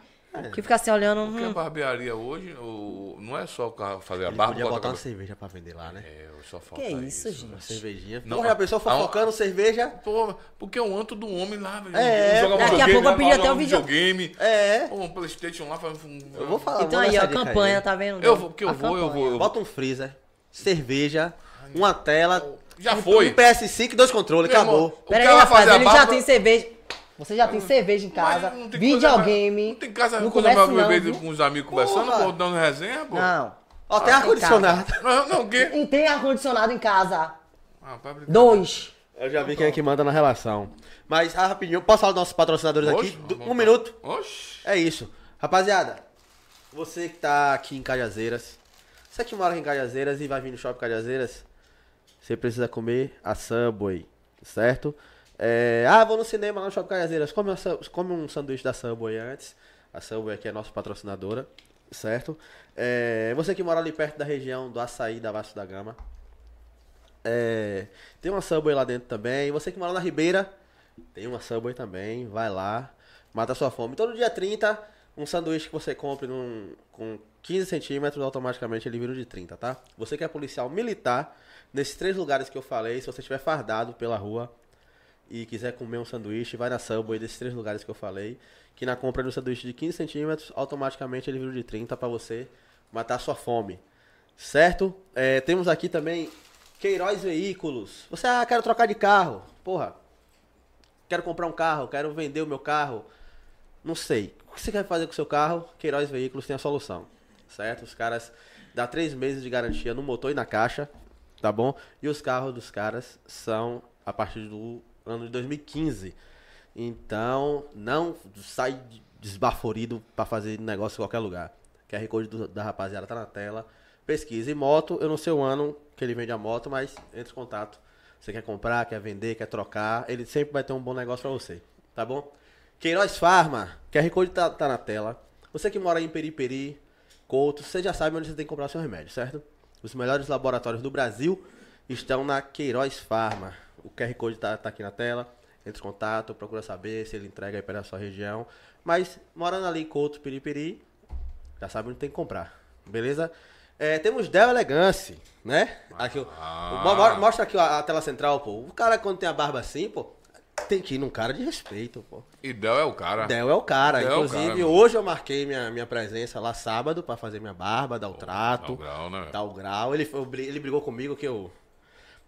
[SPEAKER 5] Que fica assim olhando.
[SPEAKER 4] Porque a
[SPEAKER 5] Hum.
[SPEAKER 4] barbearia hoje o, não é só o cara fazer a
[SPEAKER 3] Ele
[SPEAKER 4] barba e
[SPEAKER 3] podia botar um uma
[SPEAKER 4] botar cabelo.
[SPEAKER 3] cerveja pra vender lá, né?
[SPEAKER 4] É, eu só falta
[SPEAKER 5] Que isso,
[SPEAKER 4] né?
[SPEAKER 3] Uma
[SPEAKER 5] gente.
[SPEAKER 3] cervejinha.
[SPEAKER 4] Não,
[SPEAKER 3] Porra, já pensou
[SPEAKER 4] a- a-
[SPEAKER 3] fofocando cerveja?
[SPEAKER 4] Pô, porque é um anto do homem lá, velho.
[SPEAKER 3] É,
[SPEAKER 4] Joga
[SPEAKER 5] daqui a
[SPEAKER 4] videogame,
[SPEAKER 5] pouco eu
[SPEAKER 4] né?
[SPEAKER 5] pedi até
[SPEAKER 4] Joga
[SPEAKER 5] o
[SPEAKER 4] um
[SPEAKER 5] vídeo.
[SPEAKER 4] videogame.
[SPEAKER 3] É.
[SPEAKER 4] Pô, um Playstation lá faz um...
[SPEAKER 3] Eu vou falar.
[SPEAKER 5] Então
[SPEAKER 3] Ah,
[SPEAKER 5] aí,
[SPEAKER 3] vou lançar
[SPEAKER 5] ó,
[SPEAKER 3] a dica aí.
[SPEAKER 5] campanha, tá vendo?
[SPEAKER 4] Eu vou, porque eu
[SPEAKER 5] A
[SPEAKER 4] vou, eu
[SPEAKER 5] campanha.
[SPEAKER 4] vou, eu vou.
[SPEAKER 3] Bota um freezer, cerveja, uma tela.
[SPEAKER 4] Já
[SPEAKER 3] um-
[SPEAKER 4] foi.
[SPEAKER 3] Um PS5 e dois controles,
[SPEAKER 4] Meu irmão,
[SPEAKER 3] acabou.
[SPEAKER 4] o
[SPEAKER 5] Peraí,
[SPEAKER 4] cara vai
[SPEAKER 5] rapaz,
[SPEAKER 4] fazer a
[SPEAKER 5] ele já
[SPEAKER 4] barba-
[SPEAKER 5] tem cerveja. Você já tem cerveja em casa,
[SPEAKER 4] Mas não tem coisa mais-
[SPEAKER 5] videogame.
[SPEAKER 4] Não tem casa,
[SPEAKER 5] não
[SPEAKER 4] não coisa
[SPEAKER 5] começa
[SPEAKER 4] mais
[SPEAKER 5] não,
[SPEAKER 4] beber
[SPEAKER 5] viu?
[SPEAKER 4] com os amigos conversando,
[SPEAKER 3] Porra.
[SPEAKER 4] pô, dando resenha, pô.
[SPEAKER 5] Não.
[SPEAKER 3] Ó, tem
[SPEAKER 5] Ah,
[SPEAKER 3] ar-condicionado.
[SPEAKER 4] Não, não, o quê?
[SPEAKER 5] E tem ar-condicionado em casa.
[SPEAKER 4] Ah, pra brincar.
[SPEAKER 5] Dois.
[SPEAKER 3] Eu já vi quem é que manda na relação. Mas, ah, rapidinho, posso falar dos nossos patrocinadores
[SPEAKER 4] Oxe,
[SPEAKER 3] aqui?
[SPEAKER 4] vamos
[SPEAKER 3] Du- Um
[SPEAKER 4] voltar.
[SPEAKER 3] minuto.
[SPEAKER 4] Oxe.
[SPEAKER 3] É isso. Rapaziada, você que tá aqui em Cajazeiras, você que mora aqui em Cajazeiras e vai vir no Shopping Cajazeiras, você precisa comer a Subway, certo? É, ah, vou no cinema lá no Shopping Cajazeiras, come, uma sa- come um sanduíche da Subway antes. A Subway aqui é nossa patrocinadora, certo? É, você que mora ali perto da região do Açaí, da Vasco da Gama, é, tem uma Subway lá dentro também. Você que mora na Ribeira, tem uma Subway também. Vai lá, mata sua fome. Todo dia 30, um sanduíche que você compre num- com 15 centímetros, automaticamente ele vira um de 30, tá? Você que é policial militar, nesses três lugares que eu falei, se você estiver fardado pela rua e quiser comer um sanduíche, vai na Subway desses três lugares que eu falei, que na compra de um sanduíche de 15 centímetros, automaticamente ele vira um de 30 pra você matar sua fome. Certo? É, temos aqui também Queiroz Veículos. Você, ah, quero trocar de carro. Porra, quero comprar um carro, quero vender o meu carro. Não sei. O que você quer fazer com o seu carro? Queiroz Veículos tem a solução. Certo? Os caras dá três meses de garantia no motor e na caixa. Tá bom? E os carros dos caras são a partir do ano de 2015. Então, não sai desbaforido pra fazer negócio em qualquer lugar. QR Code do- da rapaziada tá na tela. Pesquise moto. Eu não sei o ano que ele vende a moto, mas entre em contato. Você quer comprar, quer vender, quer trocar. Ele sempre vai ter um bom negócio pra você. Tá bom? Queiroz Farma. QR Code tá, tá na tela. Você que mora em Periperi, Couto, você já sabe onde você tem que comprar seu remédio, certo? Os melhores laboratórios do Brasil estão na Queiroz Farma. O QR Code tá, tá aqui na tela. Entre em contato, procura saber se ele entrega aí pela sua região. Mas morando ali em Couto, Periperi, já sabe onde tem que comprar, beleza? É, temos Del Elegance, né? Aqui, o- o- mo- mo- mostra aqui a, a tela central, pô. O cara quando tem a barba assim, pô, tem que ir num cara de respeito, pô.
[SPEAKER 4] Idel é o cara.
[SPEAKER 3] Del é o cara.
[SPEAKER 4] Del é o
[SPEAKER 3] Inclusive,
[SPEAKER 4] cara, mano.
[SPEAKER 3] hoje eu marquei minha, minha presença lá sábado pra fazer minha barba, dar o trato,
[SPEAKER 4] Dá o grau, né?
[SPEAKER 3] dar o grau. Ele, foi- ele brigou comigo que eu...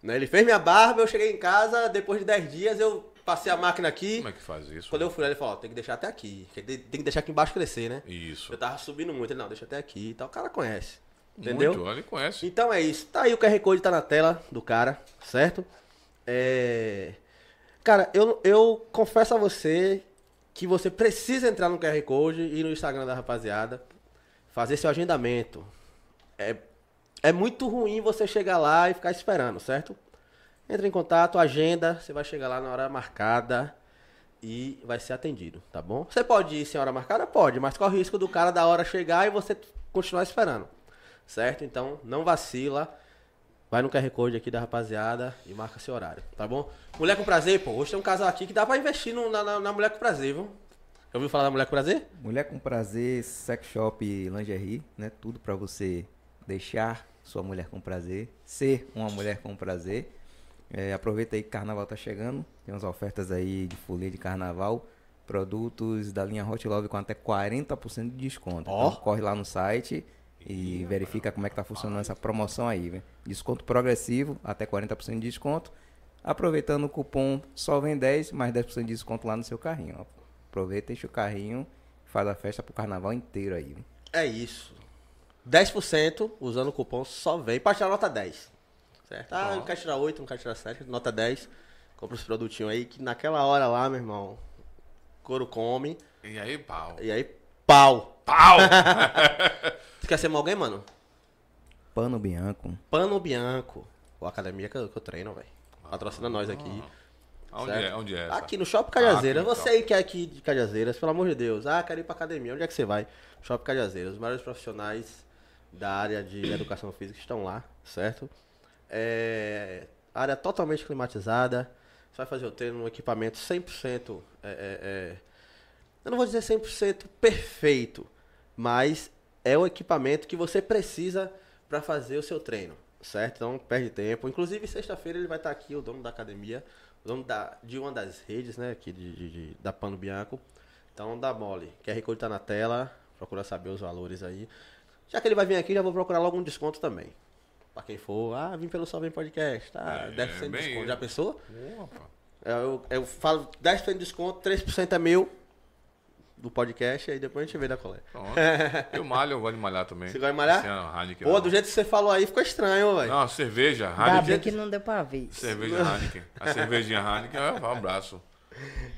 [SPEAKER 3] né, ele fez minha barba, eu cheguei em casa, depois de 10 dias eu passei a máquina aqui.
[SPEAKER 4] Como é que faz isso?
[SPEAKER 3] Quando eu fui lá, ele falou, ó, tem que deixar até aqui. que Tem tem que deixar aqui embaixo crescer, né?
[SPEAKER 4] Isso.
[SPEAKER 3] Eu tava subindo muito, ele, não, deixa até aqui e tal. O cara conhece. Entendeu?
[SPEAKER 4] Muito, ele conhece.
[SPEAKER 3] Então é isso. Tá aí o QR Code, tá na tela do cara, certo? É. Cara, eu, eu confesso a você que você precisa entrar no QR Code e no Instagram da rapaziada, fazer seu agendamento. É, é muito ruim você chegar lá e ficar esperando, certo? Entra em contato, agenda, você vai chegar lá na hora marcada e vai ser atendido, tá bom? Você pode ir sem hora marcada? Pode, mas corre o risco do cara da hora chegar e você continuar esperando, certo? Então não vacila, vai no QR Code aqui da rapaziada e marca seu horário, tá bom? Mulher com prazer, pô, hoje tem um casal aqui que dá pra investir no- na, na- na Mulher com Prazer, viu? Já ouviu falar da Mulher com Prazer?
[SPEAKER 7] Mulher com prazer, sex shop, lingerie, né? Tudo pra você deixar sua mulher com prazer, ser uma mulher com prazer. É, aproveita aí que carnaval tá chegando, tem umas ofertas aí de folia de carnaval, produtos da linha Hot Love com até 40% de desconto.
[SPEAKER 3] Ó.
[SPEAKER 7] Então corre lá no site e verifica como é que tá funcionando essa promoção aí, velho. Desconto progressivo, até 40% de desconto. Aproveitando o cupom só vem 10, mais 10% de desconto lá no seu carrinho. ó. Aproveita, enche o carrinho, faz a festa pro carnaval inteiro aí. viu?
[SPEAKER 3] É isso. 10% usando o cupom só vem para tirar nota 10. Certo? Ah, não quer tirar 8, não quer tirar 7, nota 10. Compra os produtinhos aí que naquela hora lá, meu irmão, couro come.
[SPEAKER 4] E aí, pau.
[SPEAKER 3] E aí, pau.
[SPEAKER 4] Pau!
[SPEAKER 3] Tu quer ser mal alguém, mano?
[SPEAKER 7] Pano Bianco.
[SPEAKER 3] Pano Bianco. Ou a academia que eu, que eu treino, velho. Patrocina nós aqui.
[SPEAKER 4] Onde
[SPEAKER 3] Certo.
[SPEAKER 4] é? Onde é? essa?
[SPEAKER 3] Aqui no Shopping
[SPEAKER 4] Ah,
[SPEAKER 3] Cajazeiras.
[SPEAKER 4] aqui no
[SPEAKER 3] você aí que é aqui de Cajazeiras, pelo amor de Deus. Ah, quero ir pra academia. Onde é que você vai? Shopping Cajazeiras. Os maiores profissionais da área de educação física estão lá, certo? É, área totalmente climatizada. Você vai fazer o treino num equipamento 100%. É, é, é, eu não vou dizer 100% perfeito, mas é o equipamento que você precisa para fazer o seu treino, certo? Então, não perde tempo. Inclusive, sexta-feira ele vai estar aqui, o dono da academia, o dono da, de uma das redes, né, aqui de, de- de- da Pano Bianco. Então, dá mole. QR Code tá na tela, procura saber os valores aí. Já que ele vai vir aqui, já vou procurar logo um desconto também. Pra quem for, ah, vim pelo Só Vem Podcast, tá? 10%
[SPEAKER 4] É,
[SPEAKER 3] de
[SPEAKER 4] bem
[SPEAKER 3] desconto.
[SPEAKER 4] isso.
[SPEAKER 3] Já pensou?
[SPEAKER 4] Pô, rapaz.
[SPEAKER 3] Eu, eu falo 10% de desconto, 3% é meu do podcast, aí depois a gente vê da coleta.
[SPEAKER 4] Pronto. Eu malho, eu gosto de malhar também.
[SPEAKER 3] Você gosta de malhar?
[SPEAKER 4] Assim, a Heineken,
[SPEAKER 3] Pô,
[SPEAKER 4] não.
[SPEAKER 3] do jeito que você falou aí, ficou estranho, velho.
[SPEAKER 4] Não, cerveja,
[SPEAKER 5] Ainda bem
[SPEAKER 4] Heineken.
[SPEAKER 5] que não deu pra ver.
[SPEAKER 4] Cerveja Heineken. A cervejinha Heineken é um abraço.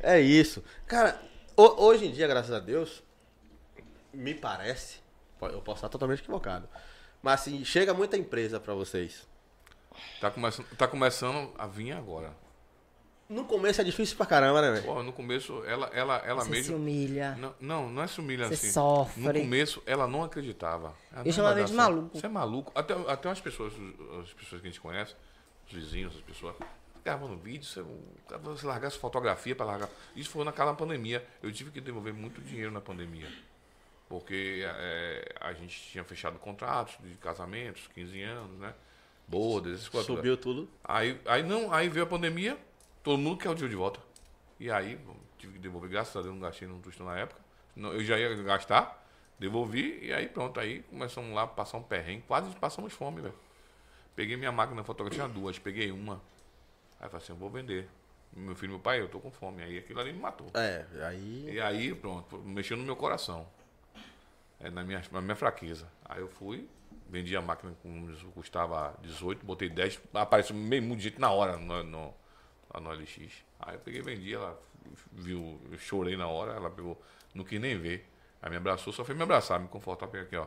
[SPEAKER 3] É isso. Cara, ho- hoje em dia, graças a Deus, me parece, po- eu posso estar totalmente equivocado, mas assim, chega muita empresa pra vocês.
[SPEAKER 4] Tá começando, tá começando a vir agora.
[SPEAKER 3] No começo é difícil pra caramba, né, velho?
[SPEAKER 4] Pô, no começo ela, ela, ela
[SPEAKER 5] Você se
[SPEAKER 4] mesmo.
[SPEAKER 3] um
[SPEAKER 5] humilha.
[SPEAKER 4] Não, não, não é se humilha
[SPEAKER 5] Você
[SPEAKER 4] assim.
[SPEAKER 5] sofre.
[SPEAKER 4] No começo, ela não acreditava. Ela, não,
[SPEAKER 5] chamava
[SPEAKER 4] vai
[SPEAKER 5] ele de
[SPEAKER 4] dar certo.
[SPEAKER 5] maluco.
[SPEAKER 4] Você é maluco. Até, até umas pessoas, os- as pessoas que a gente conhece, os vizinhos, as pessoas, gravando vídeo, você, você largasse fotografia para largar. Isso foi naquela pandemia. Eu tive que devolver muito dinheiro na pandemia. Porque é, a gente tinha fechado contratos de casamentos, 15 anos, né? Bodas, essas coisas.
[SPEAKER 3] Subiu tudo.
[SPEAKER 4] Aí, aí não, aí veio a pandemia, todo mundo quer o dinheiro de volta. E aí, bom, tive que devolver, graças a Deus, não gastei num tostão na época. Não, eu já ia gastar, devolvi, e aí pronto, aí começamos lá a passar um perrengue, quase passamos fome, velho. Peguei minha máquina fotográfica, tinha duas, peguei uma. Aí eu falei assim, eu vou vender. Meu filho, meu pai, eu tô com fome. Aí aquilo ali me matou.
[SPEAKER 3] É, aí.
[SPEAKER 4] E aí, pronto, mexeu no meu coração. É, na, minha, na minha fraqueza. Aí eu fui, vendi a máquina com custava 18, botei 10, apareceu meio mundo de gente na hora no, no, lá no LX. Aí eu peguei e vendi, ela viu, eu chorei na hora, ela pegou, não quis nem ver. Aí me abraçou, só foi me abraçar, me confortar, pegar aqui, ó.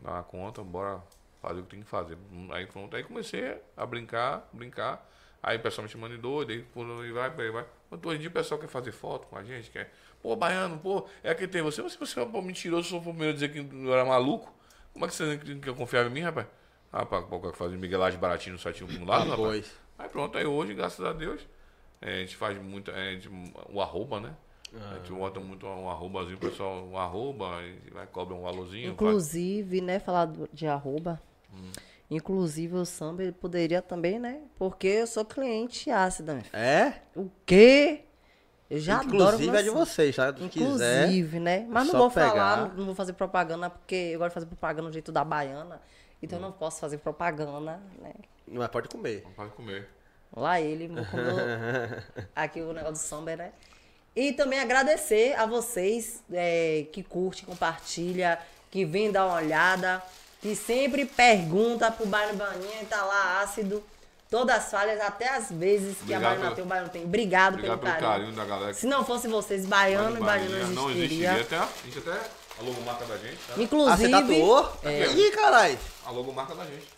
[SPEAKER 4] Dá uma Tá conta, bora fazer o que tem que fazer. Aí pronto, aí comecei a brincar, brincar. Aí o pessoal me chamando de doido, aí por aí vai, por aí vai. Quando hoje em dia o pessoal quer fazer foto com a gente, quer. Pô, baiano, pô, é que tem você. Você, você é um pô, mentiroso, só foi o primeiro a dizer que eu era maluco. Como é que você que eu confiava em mim, rapaz? Rapaz, qual que é que faz miguelagem baratinho no site um lado, rapaz?
[SPEAKER 3] Pois.
[SPEAKER 4] Aí pronto, aí hoje, graças a Deus, é, a gente faz muito. é, a gente- o arroba, né? A gente bota muito um arrobazinho, o pessoal, um arroba, e vai cobra um valorzinho. faz-
[SPEAKER 5] Inclusive, né, falar do- de arroba.
[SPEAKER 3] Hum.
[SPEAKER 5] Inclusive, o samba ele poderia também, né? Porque eu sou cliente ácida. né?
[SPEAKER 3] É?
[SPEAKER 5] O quê? Eu já adoro
[SPEAKER 3] Inclusive
[SPEAKER 5] meu
[SPEAKER 3] é de
[SPEAKER 5] samba.
[SPEAKER 3] vocês, tá? Se quiser.
[SPEAKER 5] Inclusive, né? Mas não
[SPEAKER 3] só
[SPEAKER 5] vou
[SPEAKER 3] pegar.
[SPEAKER 5] falar, não- não vou fazer propaganda, porque eu gosto de fazer propaganda do jeito da baiana. Então
[SPEAKER 3] Hum.
[SPEAKER 5] eu não posso fazer propaganda, né?
[SPEAKER 3] Mas pode comer.
[SPEAKER 4] Pode comer.
[SPEAKER 5] Lá ele, meu, como aqui o negócio do samba, né? E também agradecer a vocês é, que curte, compartilha, que vem dar uma olhada, que sempre pergunta pro Bairro Baninha e tá lá ácido. Todas as falhas, até as vezes que
[SPEAKER 4] Obrigado
[SPEAKER 5] a Baiana
[SPEAKER 4] pelo-
[SPEAKER 5] tem, o Baiano tem. Obrigado,
[SPEAKER 4] Obrigado
[SPEAKER 5] pelo
[SPEAKER 4] pelo
[SPEAKER 5] carinho.
[SPEAKER 4] carinho da galera. tá
[SPEAKER 5] Se não fosse vocês, Baiano e Baiana
[SPEAKER 4] não
[SPEAKER 5] não
[SPEAKER 4] existiria.
[SPEAKER 5] existiria.
[SPEAKER 4] Até, a gente até a logomarca da gente, tá?
[SPEAKER 3] Ah, você
[SPEAKER 5] Inclusive,
[SPEAKER 3] tatuou?
[SPEAKER 5] é,
[SPEAKER 3] Ih, caralho.
[SPEAKER 4] A logomarca da gente.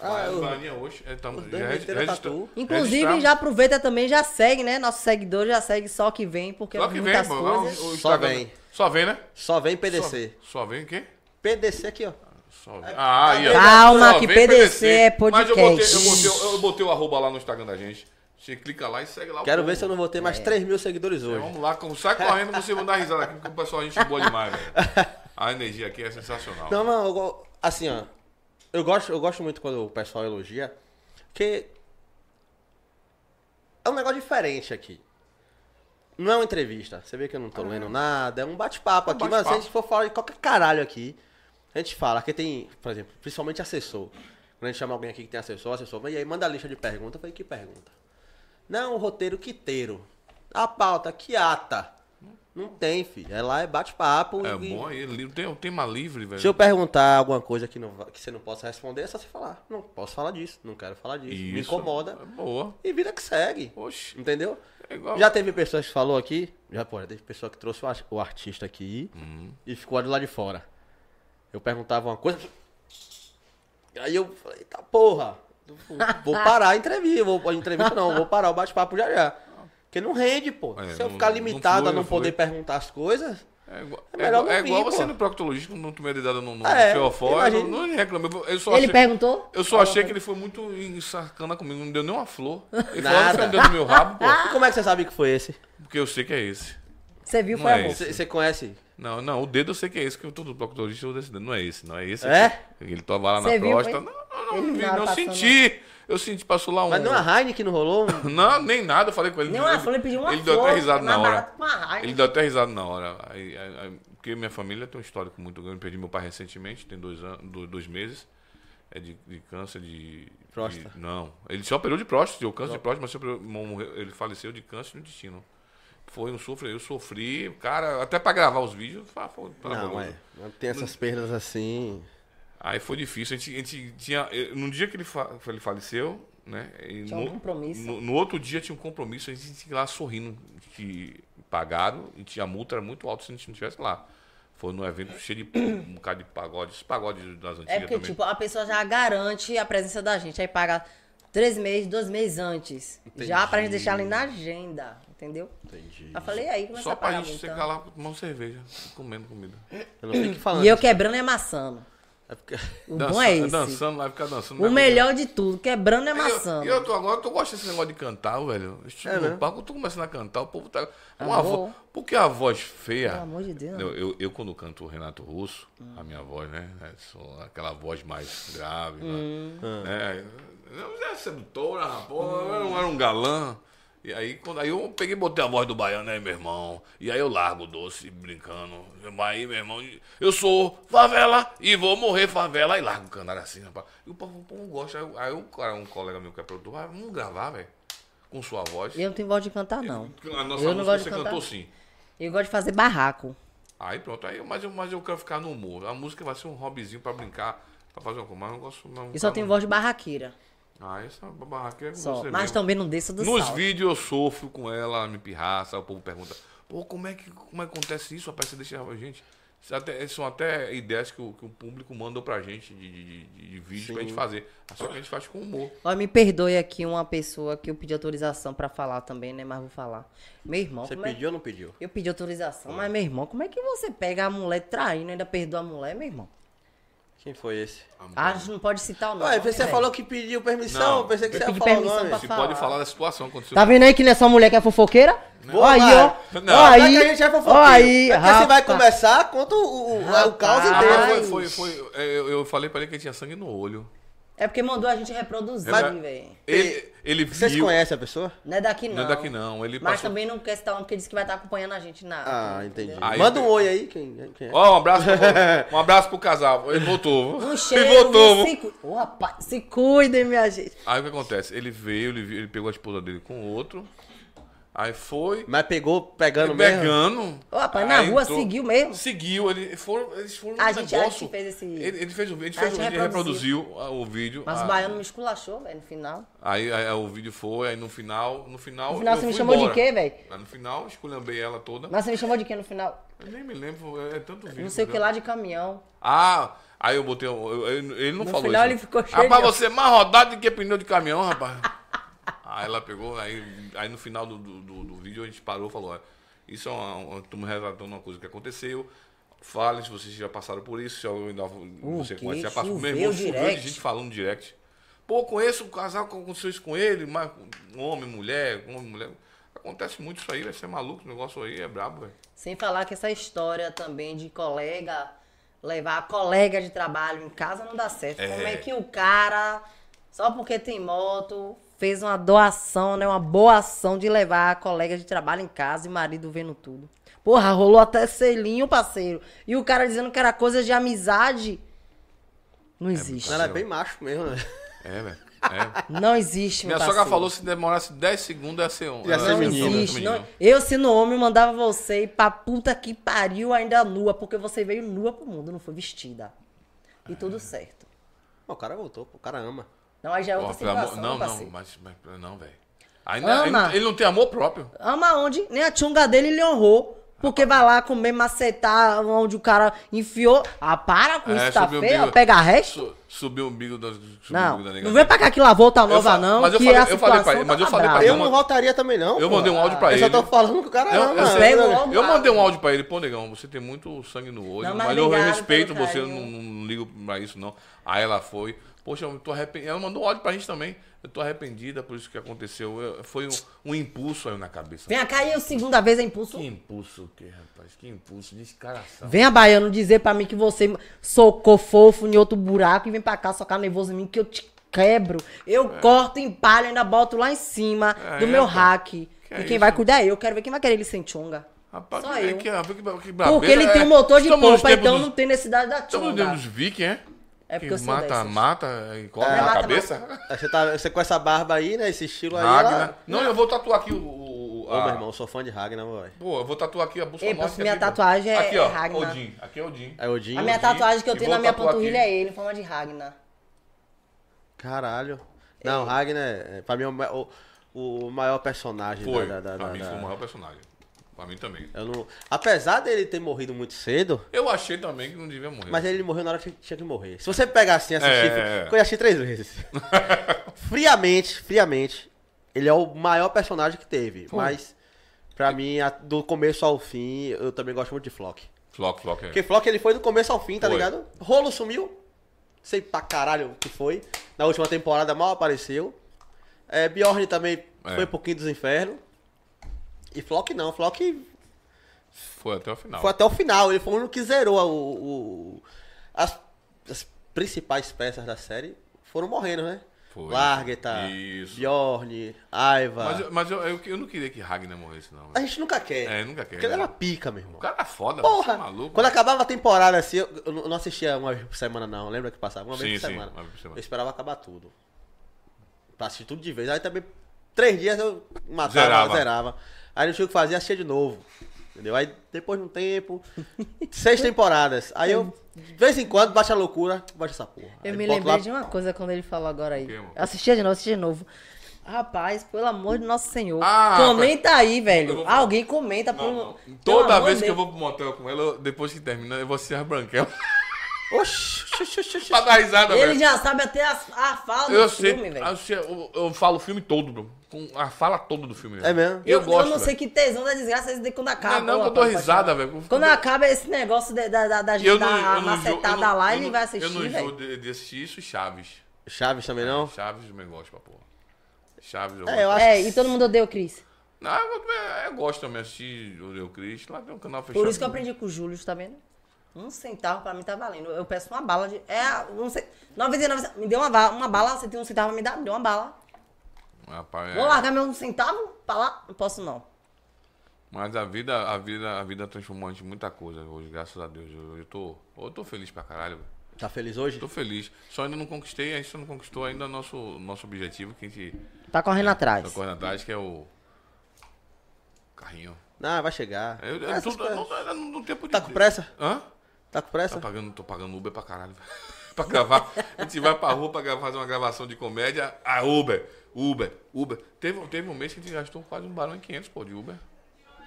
[SPEAKER 3] Ah,
[SPEAKER 4] Ah,
[SPEAKER 3] eu-
[SPEAKER 4] Bahia hoje. é, tamo-
[SPEAKER 3] Os dois
[SPEAKER 4] já
[SPEAKER 3] meteram
[SPEAKER 4] registra-
[SPEAKER 3] tatu.
[SPEAKER 5] inclusive
[SPEAKER 4] registramos.
[SPEAKER 5] já aproveita também, já segue, né? Nossos seguidores já segue só que vem, porque
[SPEAKER 4] Só que vem,
[SPEAKER 5] muitas
[SPEAKER 4] pô. lá
[SPEAKER 5] coisas.
[SPEAKER 4] o- o
[SPEAKER 3] Só
[SPEAKER 4] Instagram-
[SPEAKER 3] vem.
[SPEAKER 4] Só vem, né?
[SPEAKER 3] Só vem PDC.
[SPEAKER 4] Só, só vem o quê?
[SPEAKER 3] PDC aqui, ó.
[SPEAKER 4] Só vem. Ah, aí, ó.
[SPEAKER 5] Calma,
[SPEAKER 4] Só
[SPEAKER 5] que
[SPEAKER 4] vem
[SPEAKER 5] PDC é
[SPEAKER 4] Mas eu
[SPEAKER 5] podcast.
[SPEAKER 4] botei, eu, botei, eu botei o arroba lá no Instagram da gente. Você clica lá e segue lá. o
[SPEAKER 3] Quero
[SPEAKER 4] povo.
[SPEAKER 3] ver se eu não vou ter
[SPEAKER 5] É.
[SPEAKER 3] mais 3 mil seguidores
[SPEAKER 4] Então,
[SPEAKER 3] hoje.
[SPEAKER 4] Vamos lá, como- sai correndo, vocês vão dar risada aqui, porque o pessoal a gente boa demais, velho. A energia aqui é sensacional.
[SPEAKER 3] Não, não, eu go- assim, ó. Eu gosto, eu gosto muito quando o pessoal elogia, porque é um negócio diferente aqui. Não é uma entrevista. Você vê que eu não tô lendo nada, é um bate-papo aqui, mas se a gente for falar de qualquer caralho aqui, a gente fala. Aqui tem, por exemplo, principalmente assessor. Quando a gente chama alguém aqui que tem assessor, o assessor, vai e aí manda a lista de perguntas. Eu falei, que pergunta? Não, o roteiro quiteiro. A pauta, que ata. Não tem, filho. É lá, é bate-papo.
[SPEAKER 4] É
[SPEAKER 3] e-
[SPEAKER 4] bom aí, livro. Tem um tema livre, velho.
[SPEAKER 3] Se eu perguntar alguma coisa que, não, va- que você não possa responder, é só você falar. Não posso falar disso, não quero falar disso. Me
[SPEAKER 4] Isso.
[SPEAKER 3] incomoda.
[SPEAKER 4] É boa.
[SPEAKER 3] E vida que segue.
[SPEAKER 4] Oxi.
[SPEAKER 3] Entendeu?
[SPEAKER 4] É igual.
[SPEAKER 3] Já teve pessoas que falou aqui, já pô, já teve pessoa que trouxe o ar- o artista aqui
[SPEAKER 4] Hum.
[SPEAKER 3] e ficou do lado de fora. Eu perguntava uma coisa. Aí eu falei, tá porra, vou- vou parar a entrevista, vou a entrevista não, vou parar o bate-papo já já. Porque não rende, pô.
[SPEAKER 4] É,
[SPEAKER 3] Se eu
[SPEAKER 4] não-
[SPEAKER 3] ficar
[SPEAKER 4] não
[SPEAKER 3] limitado
[SPEAKER 4] foi,
[SPEAKER 3] a não
[SPEAKER 4] não foi.
[SPEAKER 3] poder perguntar as coisas,
[SPEAKER 4] É igual,
[SPEAKER 3] É
[SPEAKER 4] é
[SPEAKER 3] melhor
[SPEAKER 4] igual-
[SPEAKER 3] não
[SPEAKER 4] é
[SPEAKER 3] vir,
[SPEAKER 4] igual você
[SPEAKER 3] pô.
[SPEAKER 4] no proctologista, não tomei dado no, no
[SPEAKER 3] É,
[SPEAKER 4] fiofó, eu
[SPEAKER 3] imagina.
[SPEAKER 4] não, não reclamei. Eu só
[SPEAKER 5] Ele
[SPEAKER 4] achei,
[SPEAKER 5] perguntou?
[SPEAKER 4] eu só achei que ele foi muito em- sacana comigo, não deu nem uma flor. Ele falou,
[SPEAKER 3] Nada.
[SPEAKER 4] "Ah, você não deu no meu rabo, pô.
[SPEAKER 3] e como é que você sabe que foi esse?
[SPEAKER 4] Porque eu sei que é esse.
[SPEAKER 5] Você viu,
[SPEAKER 4] Não
[SPEAKER 5] foi a
[SPEAKER 4] é
[SPEAKER 5] boca.
[SPEAKER 4] isso.
[SPEAKER 3] Você você conhece?
[SPEAKER 4] Não, não, o dedo eu sei que é esse, que eu tô do proctologista, eu desse dedo. Não é esse, não é esse.
[SPEAKER 3] É?
[SPEAKER 4] aqui. Ele tava lá na
[SPEAKER 5] Você viu,
[SPEAKER 4] próstata.
[SPEAKER 5] foi?
[SPEAKER 4] Não, não, não, não,
[SPEAKER 5] Ele
[SPEAKER 4] vi,
[SPEAKER 5] tava
[SPEAKER 4] não
[SPEAKER 5] passando.
[SPEAKER 4] senti. Eu senti, passou lá um.
[SPEAKER 3] Mas não é a Heineken não rolou?
[SPEAKER 4] Não, nem nada, eu falei com ele.
[SPEAKER 5] Nem uma flor, ele pediu uma
[SPEAKER 4] Ele deu
[SPEAKER 5] flor,
[SPEAKER 4] até risada
[SPEAKER 5] é
[SPEAKER 4] na
[SPEAKER 5] mais
[SPEAKER 4] hora.
[SPEAKER 5] barato que uma raiva.
[SPEAKER 4] Ele deu até risada na hora. Aí, aí, aí, porque minha família tem um histórico muito grande. Perdi meu pai recentemente, tem dois, anos, do- dois meses. É de, de câncer de.
[SPEAKER 3] Próstata.
[SPEAKER 4] de- não. Ele só operou de próstata, deu câncer de próstata, mas se operou- morreu- ele faleceu de câncer no intestino. Foi um sofrer, eu sofri, cara, até pra gravar os vídeos, fa- tá foi
[SPEAKER 3] Não,
[SPEAKER 4] doloroso.
[SPEAKER 3] é. Não tem essas perdas assim.
[SPEAKER 4] Aí foi difícil. A gente, a gente tinha. eh, No dia que ele, fa- ele faleceu, né? e
[SPEAKER 5] Tinha um compromisso.
[SPEAKER 4] No, no outro dia tinha um compromisso, a gente tinha que ir lá sorrindo, que pagaram, e tinha a multa era muito alta se a gente não estivesse lá. Foi num evento cheio de um bocado de pagode, esses pagodes das antigas
[SPEAKER 5] É porque,
[SPEAKER 4] também.
[SPEAKER 5] tipo, a pessoa já garante a presença da gente. Aí paga três meses, dois meses antes. Já pra gente deixar ali na agenda, entendeu?
[SPEAKER 3] Entendi.
[SPEAKER 5] Eu falei, e aí é começa
[SPEAKER 4] Só
[SPEAKER 5] a
[SPEAKER 4] pra
[SPEAKER 5] pagar
[SPEAKER 4] gente
[SPEAKER 5] multa.
[SPEAKER 4] chegar lá tomar uma cerveja, comendo comida.
[SPEAKER 3] Eu não fico falando.
[SPEAKER 5] E eu quebrando e amassando.
[SPEAKER 3] É porque-
[SPEAKER 5] O bom
[SPEAKER 4] Dançando-
[SPEAKER 5] é esse.
[SPEAKER 4] Dançando lá, ficar dançando.
[SPEAKER 5] O
[SPEAKER 4] né?
[SPEAKER 5] melhor de tudo, quebrando e
[SPEAKER 4] Eu,
[SPEAKER 5] amassando.
[SPEAKER 4] eu tô agora, eu tô gostando desse negócio de cantar, velho. Eu Estive
[SPEAKER 3] É,
[SPEAKER 4] no
[SPEAKER 3] né?
[SPEAKER 4] palco, eu tô começando a cantar, o povo tá.
[SPEAKER 5] Amor.
[SPEAKER 4] Uma voz, porque a voz feia.
[SPEAKER 5] Pelo amor de Deus.
[SPEAKER 4] Eu, eu, eu, quando canto o Renato Russo, a minha voz, né? é só aquela voz mais grave,
[SPEAKER 5] Hum.
[SPEAKER 4] né? né? Eu era sedutora, rapaz, eu não era um galã. E aí, quando, aí eu peguei e botei a voz do baiano aí, meu irmão. E aí eu largo o doce brincando. Aí, meu irmão, eu sou favela e vou morrer favela. E largo o canário assim, rapaz. E o povo, o povo gosta. Aí, eu- aí um, cara- um colega meu que é produtor, ah, vamos gravar, velho, com sua voz.
[SPEAKER 5] Eu não tenho voz de cantar, não.
[SPEAKER 4] A nossa
[SPEAKER 5] eu não
[SPEAKER 4] música
[SPEAKER 5] gosto de
[SPEAKER 4] você
[SPEAKER 5] cantar.
[SPEAKER 4] cantou sim.
[SPEAKER 5] Eu gosto de fazer barraco.
[SPEAKER 4] Aí pronto, aí, eu- mas, eu, mas eu quero ficar no humor. A música vai ser um hobbyzinho pra brincar, pra fazer uma coisa, mas eu não gosto não.
[SPEAKER 5] E só tenho voz de barraqueira.
[SPEAKER 4] Ah, essa barraqueira é com
[SPEAKER 5] Só.
[SPEAKER 4] Tá você
[SPEAKER 5] Mas
[SPEAKER 4] mesmo.
[SPEAKER 5] também não desço do
[SPEAKER 4] Nos
[SPEAKER 5] salto.
[SPEAKER 4] vídeos eu sofro com ela, ela me pirraça, o povo pergunta, pô, como é que, como é que acontece isso, rapaz, você deixa a gente... Isso até- são até ideias que o, que o público mandou pra gente de, de, de, de vídeo pra gente fazer. É Só que a gente faz com humor.
[SPEAKER 5] Olha, me perdoe aqui uma pessoa que eu pedi autorização pra falar também, né? Mas vou falar. Meu irmão,
[SPEAKER 3] Você
[SPEAKER 5] como é-
[SPEAKER 3] pediu ou não pediu?
[SPEAKER 5] Eu pedi autorização, mas meu irmão, como é que você pega a mulher traindo e ainda perdoa a mulher, meu irmão?
[SPEAKER 3] Quem foi esse?
[SPEAKER 5] Ah, a gente não pode citar o nome.
[SPEAKER 3] Ué, você
[SPEAKER 5] né,
[SPEAKER 3] falou que pediu permissão,
[SPEAKER 4] Não.
[SPEAKER 3] pensei que
[SPEAKER 5] Eu
[SPEAKER 3] você ia
[SPEAKER 5] pedi
[SPEAKER 3] falar o
[SPEAKER 5] permissão
[SPEAKER 3] nome.
[SPEAKER 5] pra
[SPEAKER 4] Você
[SPEAKER 5] Falar.
[SPEAKER 4] pode falar da situação
[SPEAKER 5] velho?
[SPEAKER 4] aconteceu.
[SPEAKER 5] Tá vendo aí que não é só mulher que é fofoqueira? Ó aí, ó.
[SPEAKER 4] Não, é.
[SPEAKER 5] Ó
[SPEAKER 4] não
[SPEAKER 3] Aí,
[SPEAKER 5] aí,
[SPEAKER 3] que a gente é fofoqueiro.
[SPEAKER 5] ó aí,
[SPEAKER 3] é porque você vai
[SPEAKER 5] rapaz.
[SPEAKER 3] começar, conta o, o, o caos
[SPEAKER 5] Rapaz.
[SPEAKER 4] Ah,
[SPEAKER 3] inteiro.
[SPEAKER 4] mas foi, foi, foi, é, eu, eu falei pra ele que ele tinha sangue no olho.
[SPEAKER 5] É porque mandou a gente reproduzir,
[SPEAKER 4] Mas-
[SPEAKER 5] velho.
[SPEAKER 4] Ele, ele
[SPEAKER 3] Vocês
[SPEAKER 4] viu...
[SPEAKER 3] conhecem a pessoa?
[SPEAKER 5] Não é daqui não.
[SPEAKER 4] Não é daqui não, ele
[SPEAKER 5] Mas
[SPEAKER 4] passou-
[SPEAKER 5] também não quer citar o nome, porque disse que vai estar acompanhando a gente na.
[SPEAKER 3] Ah, entendi.
[SPEAKER 4] Aí-
[SPEAKER 3] Manda um oi aí, quem, quem é?
[SPEAKER 4] Ó, um abraço, pro- um abraço pro casal. Ele voltou.
[SPEAKER 5] Um
[SPEAKER 4] ele
[SPEAKER 5] cheiro,
[SPEAKER 4] voltou.
[SPEAKER 5] viu? se, cu... Ô, rapaz, se cuidem, minha gente.
[SPEAKER 4] Aí o que acontece? Ele veio, ele, veio, ele pegou a esposa dele com outro. Aí foi.
[SPEAKER 3] Mas pegou pegando Tá mesmo?
[SPEAKER 4] Pegando.
[SPEAKER 5] Ô, rapaz, na
[SPEAKER 4] Aí
[SPEAKER 5] rua
[SPEAKER 4] entrou-
[SPEAKER 5] seguiu mesmo.
[SPEAKER 4] Seguiu, ele foram, eles foram
[SPEAKER 5] A
[SPEAKER 4] num
[SPEAKER 5] gente- a
[SPEAKER 4] negócio.
[SPEAKER 5] gente fez esse-
[SPEAKER 4] Ele, ele fez um vídeo,
[SPEAKER 5] A
[SPEAKER 4] a gente, fez
[SPEAKER 5] gente
[SPEAKER 4] um vídeo,
[SPEAKER 5] reproduziu.
[SPEAKER 4] reproduziu ah, o vídeo.
[SPEAKER 5] Mas
[SPEAKER 4] ah,
[SPEAKER 5] o baiano me esculachou, velho, no final.
[SPEAKER 4] aí, aí, aí o vídeo foi, aí no final. No final,
[SPEAKER 5] No final
[SPEAKER 4] eu
[SPEAKER 5] você me
[SPEAKER 4] fui
[SPEAKER 5] chamou de
[SPEAKER 4] embora.
[SPEAKER 5] quê, velho?
[SPEAKER 4] Aí no final, esculhambei ela toda.
[SPEAKER 5] Mas você me chamou de quê no final?
[SPEAKER 4] Eu nem me lembro, é, é tanto vídeo.
[SPEAKER 5] Não sei o que
[SPEAKER 4] já-
[SPEAKER 5] lá de caminhão.
[SPEAKER 4] Ah, aí eu botei. um- eu- eu- ele não
[SPEAKER 5] No
[SPEAKER 4] falou
[SPEAKER 5] final
[SPEAKER 4] isso.
[SPEAKER 5] ele ficou cheio
[SPEAKER 4] Rapaz,
[SPEAKER 5] de-
[SPEAKER 4] você é mais rodado do que pneu de caminhão, rapaz. aí ela pegou, aí, aí no final do, do, do- do vídeo a gente parou e falou: olha, Isso é uma, uma, tu me relatando uma coisa que aconteceu. Fale se vocês já passaram por isso, se alguém da- você
[SPEAKER 5] quê?
[SPEAKER 4] conhece, já passou por
[SPEAKER 5] Uh, Choveu
[SPEAKER 4] mesmo. Choveu de
[SPEAKER 5] direct.
[SPEAKER 4] gente falando direct. Pô, conheço um casal que aconteceu isso com ele, mas um homem, mulher, homem, mulher. Acontece muito isso aí, vai ser maluco, o negócio aí é brabo, velho.
[SPEAKER 5] Sem falar que essa história também de colega, levar a colega de trabalho em casa não dá certo. Como é que o cara, só porque tem moto, fez uma doação, né? Uma boa ação de levar a colega de trabalho em casa e marido vendo tudo. Porra, rolou até selinho, parceiro. E o cara dizendo que era coisa de amizade. Não existe.
[SPEAKER 3] Ela é bem macho mesmo, né?
[SPEAKER 4] É, velho. É.
[SPEAKER 5] Não existe
[SPEAKER 4] Minha
[SPEAKER 5] mutação.
[SPEAKER 4] sogra falou que se demorasse 10 segundos ia ser um.
[SPEAKER 3] Ia
[SPEAKER 4] ela
[SPEAKER 3] ser
[SPEAKER 4] ia
[SPEAKER 5] Não
[SPEAKER 3] menino.
[SPEAKER 4] um
[SPEAKER 5] existe.
[SPEAKER 4] menino.
[SPEAKER 5] Não... Eu, sendo homem, mandava você ir pra puta que pariu ainda nua, porque você veio nua pro mundo, não foi vestida. E
[SPEAKER 4] É.
[SPEAKER 5] tudo certo.
[SPEAKER 3] O cara voltou, pô, o cara ama.
[SPEAKER 5] Não, aí já é outra
[SPEAKER 4] Pô, pelo amor-
[SPEAKER 5] situação,
[SPEAKER 4] Não, não,
[SPEAKER 5] parceiro.
[SPEAKER 4] mas, mas não, velho. Ainda ele,
[SPEAKER 5] Ama.
[SPEAKER 4] ele não tem amor próprio.
[SPEAKER 5] Ama onde? Nem a tchunga dele lhe honrou. Porque vai lá comer, macetar onde o cara enfiou. Ah, para com
[SPEAKER 4] É,
[SPEAKER 5] isso, tá
[SPEAKER 4] subiu o
[SPEAKER 5] feio,
[SPEAKER 4] umbigo.
[SPEAKER 5] pega resto.
[SPEAKER 4] Su, subiu o umbigo da, subiu o
[SPEAKER 5] Não,
[SPEAKER 4] umbigo da nega
[SPEAKER 5] não vem pra cá que lavou tá nova,
[SPEAKER 4] fa-
[SPEAKER 5] não.
[SPEAKER 4] mas eu
[SPEAKER 5] que
[SPEAKER 4] falei-
[SPEAKER 5] a
[SPEAKER 4] eu falei pra ele,
[SPEAKER 5] situação
[SPEAKER 4] mas eu
[SPEAKER 5] tá
[SPEAKER 4] falei pra
[SPEAKER 5] brava.
[SPEAKER 4] ele,
[SPEAKER 3] Eu
[SPEAKER 4] mando-
[SPEAKER 3] não voltaria também, não.
[SPEAKER 4] Eu
[SPEAKER 3] pô.
[SPEAKER 4] mandei um áudio pra
[SPEAKER 3] Eu
[SPEAKER 4] ele.
[SPEAKER 3] só tô falando que o cara
[SPEAKER 4] Eu- eu
[SPEAKER 3] ama.
[SPEAKER 4] sei.
[SPEAKER 5] Pego
[SPEAKER 3] né?
[SPEAKER 5] logo.
[SPEAKER 4] Eu mandei um áudio pra ele, pô, negão, você tem muito sangue no olho,
[SPEAKER 5] Não, mas
[SPEAKER 4] mas, eu
[SPEAKER 5] obrigado
[SPEAKER 4] respeito
[SPEAKER 5] pelo
[SPEAKER 4] você, eu não,
[SPEAKER 5] carinho.
[SPEAKER 4] não ligo pra isso, não. Aí ela foi, poxa, eu tô arrependida. Ela mandou um áudio pra gente também. Eu tô arrependida por isso que aconteceu. Eu- foi um, um impulso aí na cabeça.
[SPEAKER 5] Vem cá e eu segunda vez é impulso.
[SPEAKER 4] Que impulso que, rapaz? Que impulso, descaração.
[SPEAKER 5] Vem a baiano dizer pra mim que você socou fofo em outro buraco e vem pra cá socar nervoso em mim que eu te quebro. Eu corto, empalho, ainda boto lá em cima
[SPEAKER 4] É,
[SPEAKER 5] do meu
[SPEAKER 4] pô.
[SPEAKER 5] hack.
[SPEAKER 4] Que
[SPEAKER 5] e
[SPEAKER 4] é
[SPEAKER 5] quem vai
[SPEAKER 4] isso?
[SPEAKER 5] cuidar é eu. Quero ver quem vai querer ele sem chunga.
[SPEAKER 4] Rapaz,
[SPEAKER 5] Só
[SPEAKER 4] que,
[SPEAKER 5] eu.
[SPEAKER 4] que- que- que- que
[SPEAKER 5] Porque
[SPEAKER 4] brabeza,
[SPEAKER 5] ele tem
[SPEAKER 4] é.
[SPEAKER 5] um motor de
[SPEAKER 4] Estamos nos
[SPEAKER 5] pompa,
[SPEAKER 4] tempos
[SPEAKER 5] então
[SPEAKER 4] dos-
[SPEAKER 5] não tem necessidade da
[SPEAKER 4] Estamos no tempo dos
[SPEAKER 5] chunga.
[SPEAKER 4] vikings, é?
[SPEAKER 5] É porque eu
[SPEAKER 4] que
[SPEAKER 5] sou
[SPEAKER 4] mata,
[SPEAKER 5] dessas.
[SPEAKER 4] mata e cobra
[SPEAKER 5] É,
[SPEAKER 4] na
[SPEAKER 5] mata,
[SPEAKER 4] cabeça.
[SPEAKER 3] Aí Você, tá, você com essa barba aí, né? Esse estilo aí.
[SPEAKER 4] Ragnar. Ah.
[SPEAKER 3] ela-
[SPEAKER 4] Não, eu vou tatuar aqui o. o- o-
[SPEAKER 3] Ô,
[SPEAKER 4] a-
[SPEAKER 3] meu irmão, eu sou fã de Ragnar, velho.
[SPEAKER 4] Pô, eu vou tatuar aqui a busca
[SPEAKER 5] Ei,
[SPEAKER 4] norte.
[SPEAKER 5] minha
[SPEAKER 4] aqui, pô.
[SPEAKER 5] tatuagem é-
[SPEAKER 4] aqui,
[SPEAKER 5] é
[SPEAKER 4] ó,
[SPEAKER 5] Ragnar.
[SPEAKER 4] Odin. Aqui é Odin.
[SPEAKER 3] É Odin.
[SPEAKER 5] A minha
[SPEAKER 4] Odin,
[SPEAKER 5] tatuagem que eu
[SPEAKER 4] e
[SPEAKER 5] tenho
[SPEAKER 4] vou
[SPEAKER 5] na minha
[SPEAKER 4] tatuar
[SPEAKER 5] panturrilha
[SPEAKER 4] aqui.
[SPEAKER 5] é ele, em forma de Ragnar.
[SPEAKER 3] Caralho. Não, Ragnar, é, pra mim, é o, ma- o, o maior personagem
[SPEAKER 4] Foi.
[SPEAKER 3] da. da, da,
[SPEAKER 4] pra
[SPEAKER 3] da-
[SPEAKER 4] mim
[SPEAKER 3] da-
[SPEAKER 4] foi o maior personagem. Pra mim também.
[SPEAKER 3] Eu não... Apesar dele ter morrido muito cedo,
[SPEAKER 4] Eu achei também que não devia morrer.
[SPEAKER 3] mas ele morreu na hora que tinha que morrer. Se você pegar assim, assistir,
[SPEAKER 4] É.
[SPEAKER 3] eu achei três vezes. friamente, friamente, ele é o maior personagem que teve. Mas, pra mim, a- do começo ao fim, eu também gosto muito de Flock.
[SPEAKER 4] Flock, Flock. É.
[SPEAKER 3] Porque Flock ele foi do começo ao fim, tá
[SPEAKER 4] Foi.
[SPEAKER 3] ligado? Rolo sumiu. Sei pra caralho o que foi. Na última temporada mal apareceu. É, Bjorn também
[SPEAKER 4] É.
[SPEAKER 3] foi um pouquinho dos infernos. E Flock não. Flock
[SPEAKER 4] Foi até o final.
[SPEAKER 3] foi até o final. Ele foi o único que zerou a- o, o- as, as principais peças da série. Foram morrendo, né?
[SPEAKER 4] Foi.
[SPEAKER 3] Largeta,
[SPEAKER 4] Isso.
[SPEAKER 3] Bjorn, Aiva.
[SPEAKER 4] Mas, eu- mas eu, eu, eu não queria que Ragnar morresse, não.
[SPEAKER 3] A
[SPEAKER 4] velho.
[SPEAKER 3] gente nunca quer.
[SPEAKER 4] É, nunca quer,
[SPEAKER 3] Porque ele
[SPEAKER 4] né?
[SPEAKER 3] era pica, meu irmão.
[SPEAKER 4] O cara tá foda, velho, você
[SPEAKER 3] Porra!
[SPEAKER 4] é maluco.
[SPEAKER 3] Quando acabava a temporada assim, eu, eu não assistia uma vez por semana, não. Lembra que passava? Uma vez
[SPEAKER 4] Sim,
[SPEAKER 3] por
[SPEAKER 4] sim,
[SPEAKER 3] semana.
[SPEAKER 4] uma vez por semana.
[SPEAKER 3] Eu esperava acabar tudo. Pra assistir tudo de vez. Aí também, três dias eu matava, zerava.
[SPEAKER 4] Zerava.
[SPEAKER 3] Aí não tinha o que fazer, assistia de novo. Entendeu? Aí depois de um tempo, seis temporadas. Aí eu, de vez em quando, bate a loucura, bate essa porra.
[SPEAKER 5] Eu
[SPEAKER 3] Aí
[SPEAKER 5] me
[SPEAKER 3] boto
[SPEAKER 5] lembrei
[SPEAKER 3] lá-
[SPEAKER 5] de uma coisa quando ele falou agora aí.
[SPEAKER 4] O quê, irmão?
[SPEAKER 5] Eu assistia de novo, assistia de novo. Rapaz, pelo amor de Nosso Senhor.
[SPEAKER 4] Ah,
[SPEAKER 5] comenta aí,
[SPEAKER 4] Eu
[SPEAKER 5] velho.
[SPEAKER 4] vou-
[SPEAKER 5] Alguém comenta.
[SPEAKER 4] Não,
[SPEAKER 5] pelo-
[SPEAKER 4] não.
[SPEAKER 5] pelo
[SPEAKER 4] Toda
[SPEAKER 5] amor
[SPEAKER 4] vez
[SPEAKER 5] de
[SPEAKER 4] que eu
[SPEAKER 5] Deus.
[SPEAKER 4] vou pro motel com ela, eu- depois que termina, eu vou assistir as branquelas.
[SPEAKER 5] um-
[SPEAKER 3] Oxi, xixi, xixi, xixi.
[SPEAKER 4] pra dar risada, velho.
[SPEAKER 5] Ele já sabe até a, a fala
[SPEAKER 4] Eu
[SPEAKER 5] do
[SPEAKER 4] sei,
[SPEAKER 5] filme, velho.
[SPEAKER 4] eu, sei, eu- eu falo o filme todo, bro. Com a fala toda do filme.
[SPEAKER 3] É mesmo?
[SPEAKER 4] Eu, gosto.
[SPEAKER 5] não sei
[SPEAKER 4] velho.
[SPEAKER 5] que tesão da desgraça eles dão quando acaba.
[SPEAKER 4] Não, não,
[SPEAKER 5] ó,
[SPEAKER 4] que eu dou
[SPEAKER 5] rapaz,
[SPEAKER 4] risada,
[SPEAKER 5] paixão.
[SPEAKER 4] velho.
[SPEAKER 5] Quando acaba esse negócio de- da, da, da,
[SPEAKER 4] E eu
[SPEAKER 5] da
[SPEAKER 4] não- eu não jo- eu
[SPEAKER 5] macetada
[SPEAKER 4] não-
[SPEAKER 5] lá,
[SPEAKER 4] eu
[SPEAKER 5] ele
[SPEAKER 4] não-
[SPEAKER 5] vai
[SPEAKER 4] Eu não
[SPEAKER 5] assistir,
[SPEAKER 4] jogo
[SPEAKER 5] velho.
[SPEAKER 4] de, de assistir isso e Chaves.
[SPEAKER 3] Chaves também não?
[SPEAKER 4] Chaves eu também gosto pra porra. Chaves eu
[SPEAKER 3] É, eu
[SPEAKER 4] gosto.
[SPEAKER 3] acho
[SPEAKER 5] É, e todo mundo odeia o Cris.
[SPEAKER 4] Não, eu, eu- eu gosto também de assistir o Leo Cristo. Lá tem um canal fechado.
[SPEAKER 5] Por isso que eu aprendi com o Júlio, tá vendo? Um centavo pra mim tá valendo. Eu peço uma bala de. É, um centavo. 99 centavos. Me deu uma bala, uma bala, você tem um centavo pra me dar? Me deu uma bala.
[SPEAKER 4] Rapaz, é.
[SPEAKER 5] Vou largar meu um centavo pra lá? Não posso não.
[SPEAKER 4] Mas a vida, a vida, a vida transformou a gente em muita coisa hoje, graças a Deus. Eu, eu tô, eu tô feliz pra caralho, velho.
[SPEAKER 3] Tá feliz hoje?
[SPEAKER 4] Tô feliz. Só ainda não conquistei, a gente só não conquistou ainda o nosso, nosso objetivo, que a gente
[SPEAKER 5] Tá correndo
[SPEAKER 4] tá
[SPEAKER 5] atrás.
[SPEAKER 4] correndo atrás, que é o carrinho.
[SPEAKER 3] Não, vai chegar. Ah,
[SPEAKER 4] Eu, eu,
[SPEAKER 3] Essas
[SPEAKER 4] tô,
[SPEAKER 3] coisas.
[SPEAKER 4] eu, não, eu não tenho tempo de...
[SPEAKER 3] Tá com pressa?
[SPEAKER 4] Hã?
[SPEAKER 3] Tá com
[SPEAKER 4] Tá
[SPEAKER 3] pressa?
[SPEAKER 4] pagando, tô pagando Uber pra caralho. pra gravar. A gente vai pra rua pra gravar, fazer uma gravação de comédia. Ah, Uber, Uber, Uber. Teve, teve um mês que a gente gastou quase um barão e 500, pô, de Uber.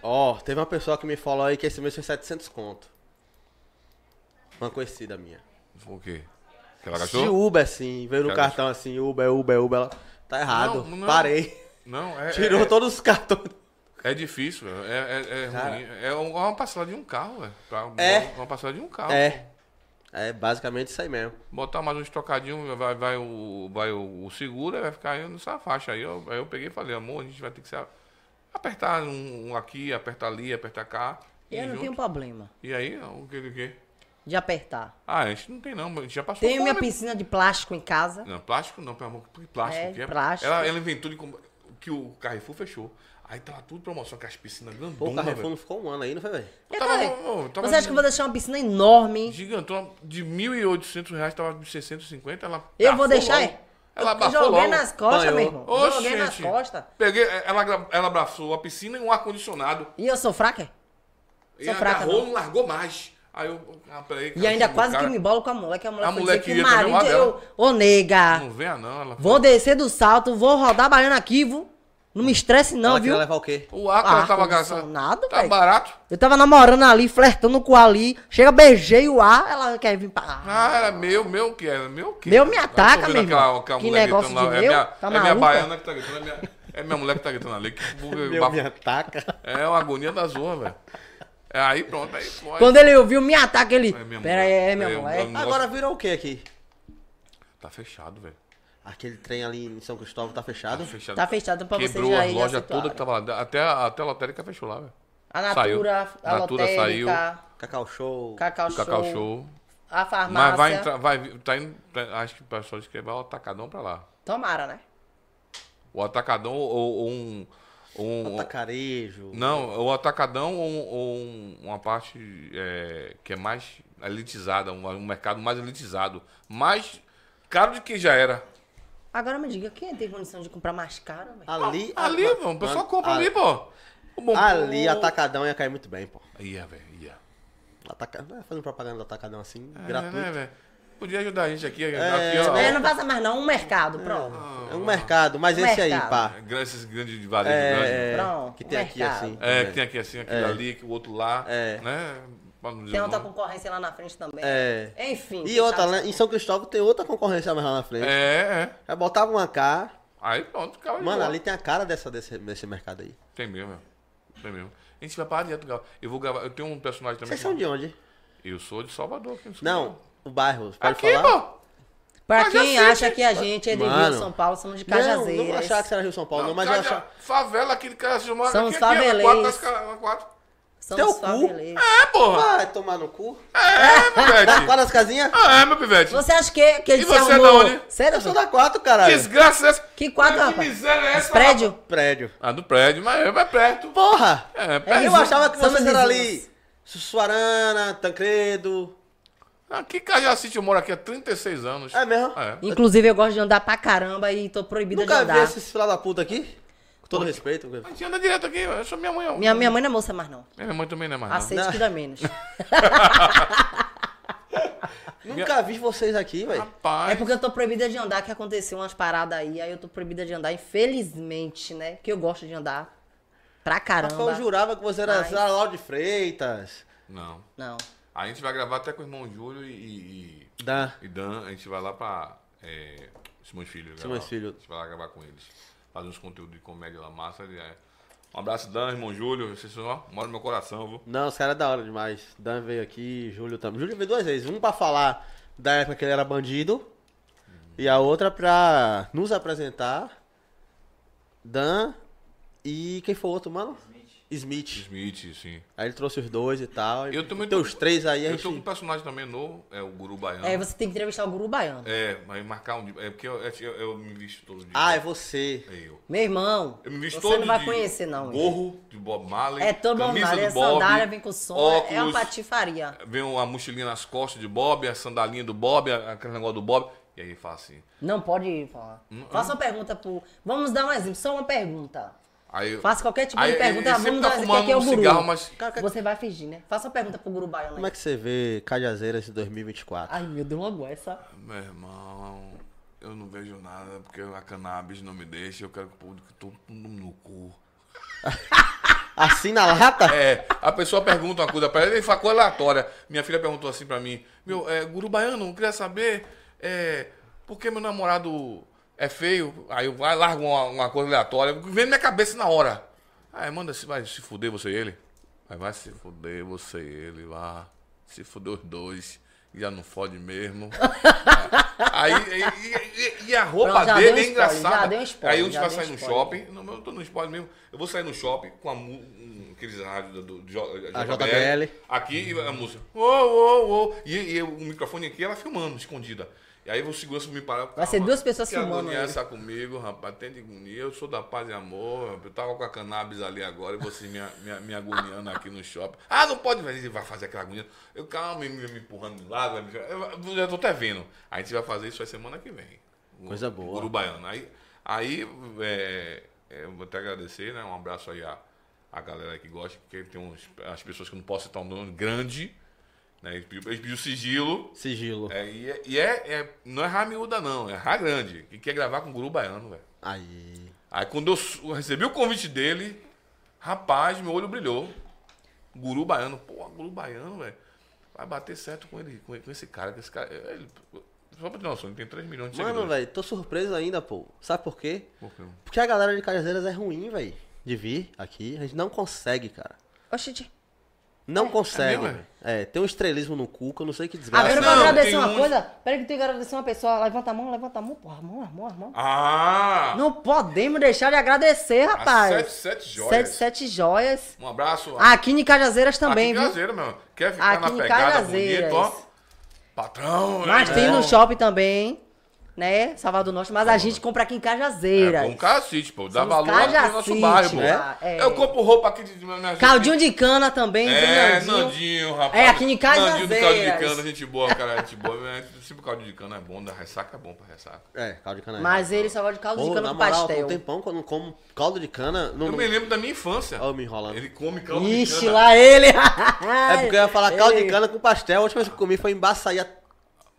[SPEAKER 3] Ó, teve uma pessoa que me falou aí que esse mês foi 700 conto. Uma conhecida minha.
[SPEAKER 4] Foi o quê? Que ela
[SPEAKER 3] De
[SPEAKER 4] gastou?
[SPEAKER 3] Uber, assim. Veio no
[SPEAKER 4] Já
[SPEAKER 3] cartão assim, Uber, Uber, Uber. Ela, tá errado.
[SPEAKER 4] Não, não.
[SPEAKER 3] Parei.
[SPEAKER 4] Não, é...
[SPEAKER 3] Tirou
[SPEAKER 4] é,
[SPEAKER 3] todos os cartões.
[SPEAKER 4] É difícil, velho. é, é, é
[SPEAKER 3] Cara.
[SPEAKER 4] ruim. É um- é uma parcela de um carro, velho. Pra-
[SPEAKER 3] É.
[SPEAKER 4] Uma parcela de um carro.
[SPEAKER 3] É. É basicamente isso aí mesmo.
[SPEAKER 4] Botar mais uns trocadinhos, vai, vai, o, vai o, o seguro, aí vai ficar aí nessa faixa. Aí eu, aí eu peguei e falei, amor, a gente vai ter que se a- apertar um, um aqui, apertar ali, apertar cá. E,
[SPEAKER 5] Eu não
[SPEAKER 4] junto.
[SPEAKER 5] tenho problema
[SPEAKER 4] e aí, o que, o que?
[SPEAKER 5] de apertar.
[SPEAKER 4] Ah, a gente não tem não, a gente já passou
[SPEAKER 5] Tenho minha
[SPEAKER 4] fome.
[SPEAKER 5] piscina de plástico em casa.
[SPEAKER 4] Não, plástico não, pelo amor de plástico.
[SPEAKER 5] É,
[SPEAKER 4] que é-
[SPEAKER 5] plástico.
[SPEAKER 4] Ela, ela inventou de como- que o Carrefour fechou. Aí tava tudo promoção, com as piscinas
[SPEAKER 3] Pô, o
[SPEAKER 4] grandonas,
[SPEAKER 3] Carrefour
[SPEAKER 4] velho.
[SPEAKER 3] não ficou um ano aí, não foi, velho?
[SPEAKER 5] E
[SPEAKER 4] Tava-
[SPEAKER 5] aí?
[SPEAKER 4] eu tava-
[SPEAKER 5] Você acha que eu vou deixar uma piscina enorme?
[SPEAKER 4] Gigantona, de 1.800 reais, tava de 650, ela...
[SPEAKER 5] Eu
[SPEAKER 4] Ah,
[SPEAKER 5] vou
[SPEAKER 4] foi
[SPEAKER 5] deixar?
[SPEAKER 4] logo.
[SPEAKER 5] é?
[SPEAKER 4] Ela abafou
[SPEAKER 5] Joguei
[SPEAKER 4] logo.
[SPEAKER 5] nas costas,
[SPEAKER 3] Apanhou.
[SPEAKER 5] meu irmão.
[SPEAKER 4] Ô,
[SPEAKER 5] Joguei nas
[SPEAKER 4] gente.
[SPEAKER 5] costas.
[SPEAKER 4] Peguei, é, ela, gra- ela abraçou a piscina e um ar-condicionado.
[SPEAKER 5] E eu sou fraca? é?
[SPEAKER 4] E
[SPEAKER 5] Sou fraca,
[SPEAKER 4] agarrou,
[SPEAKER 5] não.
[SPEAKER 4] não largou mais. Aí eu. Ah, peraí,
[SPEAKER 5] E ainda quase
[SPEAKER 4] cara,
[SPEAKER 5] que me bola com a moleque. A
[SPEAKER 4] A
[SPEAKER 5] moleque,
[SPEAKER 4] moleque
[SPEAKER 5] que
[SPEAKER 4] ia
[SPEAKER 5] o
[SPEAKER 4] também,
[SPEAKER 5] marido.
[SPEAKER 4] uma Hum.
[SPEAKER 5] Eu, ô, nega,
[SPEAKER 4] Não venha, não. Ela...
[SPEAKER 5] vou descer do salto, vou rodar a baiana aqui, viu? Não me estresse, não,
[SPEAKER 3] Ela
[SPEAKER 5] viu?
[SPEAKER 3] queria levar o quê?
[SPEAKER 4] O ar que ela tava gastando.
[SPEAKER 5] Ar-condicionado,
[SPEAKER 4] Tá
[SPEAKER 5] velho.
[SPEAKER 4] barato.
[SPEAKER 5] Eu tava namorando ali, flertando com o ali. Chega, beijei o ar, ela quer vir pra.
[SPEAKER 4] Ah, era meu, meu que era, meu Tá que.
[SPEAKER 5] Meu me ataca,
[SPEAKER 4] mesmo.
[SPEAKER 5] meu irmão. Que negócio de
[SPEAKER 4] É
[SPEAKER 5] meu?
[SPEAKER 4] minha,
[SPEAKER 5] Tá
[SPEAKER 4] é minha
[SPEAKER 5] maluco?
[SPEAKER 4] baiana que tá gritando, é minha, é minha mulher que tá gritando ali. que buga- bafo-
[SPEAKER 3] ataca.
[SPEAKER 4] É uma agonia da zorra, velho. É, Aí pronto, aí foi.
[SPEAKER 5] Quando ele ouviu me ataque, ele.
[SPEAKER 4] É minha
[SPEAKER 5] Pera aí,
[SPEAKER 4] mulher.
[SPEAKER 5] é minha
[SPEAKER 4] É,
[SPEAKER 5] mulher.
[SPEAKER 4] eu-
[SPEAKER 3] Agora virou o quê aqui?
[SPEAKER 4] Tá fechado, velho.
[SPEAKER 3] Aquele trem ali em São Cristóvão tá fechado?
[SPEAKER 4] Tá fechado.
[SPEAKER 5] Tá fechado pra vocês
[SPEAKER 4] Quebrou
[SPEAKER 5] já
[SPEAKER 4] as
[SPEAKER 5] ir
[SPEAKER 4] lojas
[SPEAKER 5] situar.
[SPEAKER 4] todas que tá- tava lá. Até a, até a lotérica fechou lá, velho.
[SPEAKER 5] A Natura,
[SPEAKER 4] Saiu.
[SPEAKER 5] a
[SPEAKER 4] Natura
[SPEAKER 5] Lotérica,
[SPEAKER 4] saiu.
[SPEAKER 3] Cacau Show.
[SPEAKER 5] Cacau,
[SPEAKER 4] O Cacau
[SPEAKER 5] Show,
[SPEAKER 4] Show.
[SPEAKER 5] a farmácia.
[SPEAKER 4] Mas vai entrar, vai, vir- tá indo, tá- acho que o pessoal de quebrar o atacadão pra lá.
[SPEAKER 5] Tomara, né?
[SPEAKER 4] O atacadão ou, ou um... um
[SPEAKER 3] Atacarejo.
[SPEAKER 4] Não, o atacadão ou, ou um- uma parte é, que é mais elitizada, um, um mercado mais elitizado, mais caro de que já era.
[SPEAKER 5] Agora me diga, quem tem condição de comprar mais caro, velho?
[SPEAKER 3] Ali.
[SPEAKER 4] ali,
[SPEAKER 3] a-
[SPEAKER 4] mano, o pessoal
[SPEAKER 3] a-
[SPEAKER 4] compra
[SPEAKER 3] a-
[SPEAKER 4] ali, pô. O bom-
[SPEAKER 3] Ah, Ali, atacadão ia cair muito bem, pô.
[SPEAKER 4] Ia, velho, ia.
[SPEAKER 3] Ataca... vai Fazendo propaganda do atacadão assim,
[SPEAKER 4] É,
[SPEAKER 3] gratuito. né?
[SPEAKER 4] né, velho? Podia ajudar a gente aqui.
[SPEAKER 5] É,
[SPEAKER 4] aqui
[SPEAKER 5] não passa mais não, um mercado, pronto.
[SPEAKER 3] É um mercado, mas
[SPEAKER 5] Um
[SPEAKER 3] esse aí,
[SPEAKER 5] mercado.
[SPEAKER 4] ó,
[SPEAKER 3] pá.
[SPEAKER 4] esses grandes varejos
[SPEAKER 3] É,
[SPEAKER 4] grandes.
[SPEAKER 5] Pronto,
[SPEAKER 3] que tem aqui
[SPEAKER 5] mercado.
[SPEAKER 3] assim.
[SPEAKER 4] né? É, que tem aqui assim, aquele ali, que o outro lá.
[SPEAKER 3] É.
[SPEAKER 4] Né? Pra não dizer
[SPEAKER 5] Tem
[SPEAKER 4] o
[SPEAKER 5] outra
[SPEAKER 4] nome.
[SPEAKER 5] concorrência lá na frente também.
[SPEAKER 3] É.
[SPEAKER 5] Enfim.
[SPEAKER 3] E
[SPEAKER 5] quem
[SPEAKER 3] outra, né?
[SPEAKER 5] sabe-
[SPEAKER 3] lá em São Cristóvão tem outra concorrência mais lá na frente.
[SPEAKER 4] É, é.
[SPEAKER 3] Aí botava uma cá.
[SPEAKER 4] Aí pronto, ficava de
[SPEAKER 3] Mano,
[SPEAKER 4] boa.
[SPEAKER 3] ali tem a cara dessa, desse, desse mercado aí.
[SPEAKER 4] Tem mesmo, meu. Tem mesmo. A gente vai parar direto, Gal. Eu vou gravar. Eu tenho um personagem também.
[SPEAKER 3] Vocês são de onde?
[SPEAKER 4] que- Eu sou de Salvador. aqui no Sul.
[SPEAKER 3] Não, o bairro. Pode
[SPEAKER 4] Aqui,
[SPEAKER 3] falar?
[SPEAKER 4] pô.
[SPEAKER 5] Pra
[SPEAKER 4] Mas
[SPEAKER 5] quem
[SPEAKER 4] eu sei
[SPEAKER 5] acha
[SPEAKER 4] que-
[SPEAKER 5] que a gente é de Rio
[SPEAKER 3] Mano.
[SPEAKER 5] de São Paulo, somos de
[SPEAKER 3] Não,
[SPEAKER 5] Cajazeiras.
[SPEAKER 3] não achava que você era Rio São Paulo, não, mas eu
[SPEAKER 4] Caja-
[SPEAKER 3] achava.
[SPEAKER 4] Favela, aquele cara se chama.
[SPEAKER 5] São
[SPEAKER 4] aqui,
[SPEAKER 5] os
[SPEAKER 4] aqui, ó,
[SPEAKER 5] faveleiros.
[SPEAKER 4] quatro das ca- uma quatro.
[SPEAKER 5] Somos
[SPEAKER 3] Teu cu. Ah.
[SPEAKER 5] faveleiros.
[SPEAKER 4] É, porra.
[SPEAKER 3] Vai tomar no cu.
[SPEAKER 4] É,
[SPEAKER 3] Da
[SPEAKER 4] pivete.
[SPEAKER 3] quatro das casinhas?
[SPEAKER 4] Ah, é, meu pivete.
[SPEAKER 5] Você acha que, que ele
[SPEAKER 4] E você é da onde?
[SPEAKER 5] Sério?
[SPEAKER 3] né? Eu sou da quatro, caralho.
[SPEAKER 4] Desgraça é essa.
[SPEAKER 5] Que quadro,
[SPEAKER 4] Que
[SPEAKER 5] rapaz?
[SPEAKER 4] miséria é essa?
[SPEAKER 5] Prédio?
[SPEAKER 3] Prédio.
[SPEAKER 4] Ah, do prédio, mas é mais perto.
[SPEAKER 3] Porra!
[SPEAKER 4] É,
[SPEAKER 3] eu
[SPEAKER 4] prédio.
[SPEAKER 5] vizinho.
[SPEAKER 3] achava que
[SPEAKER 5] Somos
[SPEAKER 3] vocês eram
[SPEAKER 5] vizinhos.
[SPEAKER 3] ali. Suarana, Tancredo.
[SPEAKER 4] Aqui, Cajacite, eu moro aqui há 36 anos.
[SPEAKER 3] É mesmo?
[SPEAKER 4] É.
[SPEAKER 5] Inclusive, eu gosto de andar pra caramba e tô proibida de
[SPEAKER 3] Nunca vi
[SPEAKER 5] andar.
[SPEAKER 3] esses filha da puta aqui. Com todo respeito.
[SPEAKER 4] A gente anda direto aqui, eu sou minha mãe. ó.
[SPEAKER 5] Minha, Ah, minha mãe não é moça mais, não.
[SPEAKER 4] Minha mãe também não é mais. não.
[SPEAKER 5] Aceite
[SPEAKER 3] Não.
[SPEAKER 5] que dá menos.
[SPEAKER 3] Nunca vi vocês aqui, velho.
[SPEAKER 5] É
[SPEAKER 4] Rapaz.
[SPEAKER 5] porque eu tô proibida de andar, que aconteceu umas paradas aí, aí eu tô proibida de andar, infelizmente, né? Porque eu gosto de andar pra
[SPEAKER 3] Eu
[SPEAKER 5] caramba.
[SPEAKER 3] jurava que você era
[SPEAKER 5] Mas-
[SPEAKER 3] Sara Lauro de Freitas.
[SPEAKER 4] Não.
[SPEAKER 5] Não.
[SPEAKER 4] A gente vai gravar até com o irmão Júlio e, e,
[SPEAKER 3] Da.
[SPEAKER 4] e Dan. A gente vai lá pra é, Simões Filho. gravar.
[SPEAKER 3] Simões Filho.
[SPEAKER 4] A gente vai lá gravar com eles. Fazer uns conteúdos de comédia lá massa. e, é. Um abraço, Dan, irmão Júlio. Vocês são, ó, moram no meu coração, viu?
[SPEAKER 3] Não, os caras é da hora demais. Dan veio aqui, Júlio também. Júlio veio duas vezes. Um pra falar da época que ele era bandido. E a outra pra nos apresentar. Dan e quem foi o outro, mano? Smith.
[SPEAKER 4] Smith, sim.
[SPEAKER 3] Aí ele trouxe os dois e tal.
[SPEAKER 4] Eu também
[SPEAKER 3] Tem
[SPEAKER 4] tô-
[SPEAKER 3] os três aí, a
[SPEAKER 4] Eu tô com um
[SPEAKER 3] gente...
[SPEAKER 4] personagem também novo, é o Guru Baiano.
[SPEAKER 5] É, você tem que entrevistar o guru baiano.
[SPEAKER 4] É, mas marcar um dia. É porque eu, é- eu, eu me visto todo dia.
[SPEAKER 3] Ah, é você.
[SPEAKER 4] É eu.
[SPEAKER 5] Meu irmão,
[SPEAKER 4] Eu me
[SPEAKER 5] você
[SPEAKER 4] visto todo
[SPEAKER 5] não vai
[SPEAKER 4] de
[SPEAKER 5] conhecer, não.
[SPEAKER 4] Gorro de Bob Marley.
[SPEAKER 5] É todo
[SPEAKER 4] camisa
[SPEAKER 5] normal,
[SPEAKER 4] do
[SPEAKER 5] é
[SPEAKER 4] Bob,
[SPEAKER 5] sandália, vem com som, é- é uma
[SPEAKER 4] óculos,
[SPEAKER 5] patifaria.
[SPEAKER 4] Vem uma mochilinha nas costas de Bob, a sandalinha do Bob, a- aquele negócio do Bob. E aí fala assim.
[SPEAKER 5] Não pode
[SPEAKER 4] Hum,
[SPEAKER 5] falar. Faça uma pergunta pro... Vamos dar um exemplo, só uma pergunta.
[SPEAKER 4] Aí, eu-
[SPEAKER 5] Faça qualquer tipo de
[SPEAKER 4] Aí ele-
[SPEAKER 5] pergunta,
[SPEAKER 4] ele
[SPEAKER 5] vamos
[SPEAKER 4] sempre
[SPEAKER 5] dar
[SPEAKER 4] tá
[SPEAKER 5] um exemplo,
[SPEAKER 4] fumando
[SPEAKER 5] que aqui é o
[SPEAKER 4] um
[SPEAKER 5] guru.
[SPEAKER 4] cigarro, mas-
[SPEAKER 5] Cara, que- Você vai fingir, né? Faça uma pergunta pro guru baiano
[SPEAKER 3] Como é
[SPEAKER 5] aí.
[SPEAKER 3] que você vê Cajazeiras de 2024?
[SPEAKER 5] Ai, meu Deus, logo essa.
[SPEAKER 4] Meu irmão, eu não vejo nada porque a cannabis não me deixa. Eu quero que o público todo mundo no cu.
[SPEAKER 3] Assim na lata?
[SPEAKER 4] É, a pessoa pergunta uma coisa pra ele e fala coisa aleatória. Minha filha perguntou assim pra mim: Meu, é, guru baiano, eu queria saber é, por que meu namorado é feio? Aí eu vai, largo uma, uma coisa aleatória, vem na minha cabeça na hora. Aí manda se vai se fuder você e ele. Aí vai se fuder você e ele, lá. Se fuder os dois. Já não fode mesmo. Aí, e, e- e- e a roupa
[SPEAKER 5] Pronto, já
[SPEAKER 4] dele
[SPEAKER 5] deu um
[SPEAKER 4] é
[SPEAKER 5] spoiler,
[SPEAKER 4] engraçada.
[SPEAKER 5] já deu um spoiler,
[SPEAKER 4] Aí a gente
[SPEAKER 5] já
[SPEAKER 4] vai
[SPEAKER 5] deu
[SPEAKER 4] sair
[SPEAKER 5] um
[SPEAKER 4] no
[SPEAKER 5] spoiler.
[SPEAKER 4] shopping. Não, mas eu tô no spoiler mesmo. Eu vou sair no shopping com a mu- um- aqueles rádios do, do J-
[SPEAKER 3] A
[SPEAKER 4] JBL.
[SPEAKER 3] JBL.
[SPEAKER 4] Aqui e a música. Uou, uou, uou. E, e o microfone aqui, ela filmando, escondida. E aí o segurança me parar.
[SPEAKER 5] Vai ser
[SPEAKER 4] "Calma,
[SPEAKER 5] duas pessoas
[SPEAKER 4] que
[SPEAKER 5] filmando
[SPEAKER 4] agonia
[SPEAKER 5] ele."
[SPEAKER 4] essa comigo, rapaz. Tem de agonia. Eu sou da paz e amor. Eu tava com a cannabis ali agora e você me, me, me agoniando aqui no shopping. Ah, não pode. Ele vai fazer aquela agonia. Eu, calma, ele me, me empurrando de lado. vai me- Eu já tô até vendo. A gente vai fazer isso aí semana que vem.
[SPEAKER 3] Coisa boa.
[SPEAKER 4] Guru Baiano. Aí, aí é, é, eu vou até agradecer, né? Um abraço aí à, à galera que gosta, porque tem uns, as pessoas que eu não posso citar um nome grande, né? Eles pediu- eles pediu sigilo.
[SPEAKER 3] Sigilo.
[SPEAKER 4] É, e é, e é- é- não é Rá miúda, não, é Rá grande, que quer gravar com o Guru Baiano, velho.
[SPEAKER 3] Aí.
[SPEAKER 4] Aí quando eu su- eu recebi o convite dele, rapaz, meu olho brilhou. Guru baiano, pô, guru baiano, velho. Vai bater certo com ele, com, com esse cara, que esse cara. ele- só pra ter noção, ele tem 3 milhões de
[SPEAKER 3] Mano,
[SPEAKER 4] seguidores.
[SPEAKER 3] velho, tô surpreso ainda, pô. Sabe por quê?
[SPEAKER 4] Por quê?
[SPEAKER 3] Porque a galera de Cajazeiras é ruim, velho. De vir aqui. A gente não consegue, cara.
[SPEAKER 5] Oxi,
[SPEAKER 3] Não consegue,
[SPEAKER 4] mesmo, é?
[SPEAKER 3] velho. É, tem um estrelismo no cu que eu não sei que desgraça.
[SPEAKER 5] Agora eu vou
[SPEAKER 4] não,
[SPEAKER 5] agradecer
[SPEAKER 4] tem um
[SPEAKER 5] uma
[SPEAKER 4] uns-
[SPEAKER 5] coisa. Peraí que eu tenho que agradecer uma pessoa. Levanta a mão, levanta a mão, porra, a mão, a mão, a mão.
[SPEAKER 4] Ah!
[SPEAKER 5] Não podemos deixar de agradecer, rapaz.
[SPEAKER 4] Sete, sete joias.
[SPEAKER 5] Sete, sete joias.
[SPEAKER 4] Um abraço.
[SPEAKER 5] Aqui em Cajazeiras Ah, também,
[SPEAKER 4] Aqui em
[SPEAKER 5] viu?
[SPEAKER 4] Caseira, meu. irmão. Quer ficar
[SPEAKER 5] Aqui em
[SPEAKER 4] na pegada
[SPEAKER 5] Cajazeiras.
[SPEAKER 4] bonito, ó. Patrão,
[SPEAKER 5] Mas
[SPEAKER 4] é,
[SPEAKER 5] tem
[SPEAKER 4] bom.
[SPEAKER 5] no shopping também, né? Salvador Norte. Mas a gente compra aqui em
[SPEAKER 4] É
[SPEAKER 5] Cajazeiras.
[SPEAKER 4] bom cacete, pô. Dá
[SPEAKER 5] Somos
[SPEAKER 4] valor aqui no nosso
[SPEAKER 5] cajacite,
[SPEAKER 4] bairro, pô.
[SPEAKER 5] né? É.
[SPEAKER 4] Eu compro roupa aqui de. minha-
[SPEAKER 5] Caldinho de cana também,
[SPEAKER 4] É,
[SPEAKER 5] viu, Nandinho?
[SPEAKER 4] Nandinho, rapaz.
[SPEAKER 5] É, aqui em casa
[SPEAKER 4] Nandinho do caldo de
[SPEAKER 5] Zeiras.
[SPEAKER 4] cana, gente boa, cara, gente boa. É, Sempre o caldo de cana é bom, da ressaca é bom pra ressaca.
[SPEAKER 3] É, caldo de cana. é
[SPEAKER 5] Mas ele só gosta de caldo de
[SPEAKER 3] Pô,
[SPEAKER 5] cana
[SPEAKER 3] na
[SPEAKER 5] com
[SPEAKER 3] moral, tem
[SPEAKER 5] pastel.
[SPEAKER 3] um tempão que eu não como caldo de cana. Não,
[SPEAKER 4] Eu
[SPEAKER 3] não...
[SPEAKER 4] me lembro da minha infância.
[SPEAKER 3] Ó, eu me enrolando.
[SPEAKER 4] Ele come caldo de
[SPEAKER 5] Ixi,
[SPEAKER 4] cana.
[SPEAKER 5] lá ele!
[SPEAKER 3] É porque eu ia falar caldo de
[SPEAKER 5] Ei.
[SPEAKER 3] cana com pastel. A última vez que eu comi foi em Baçaí há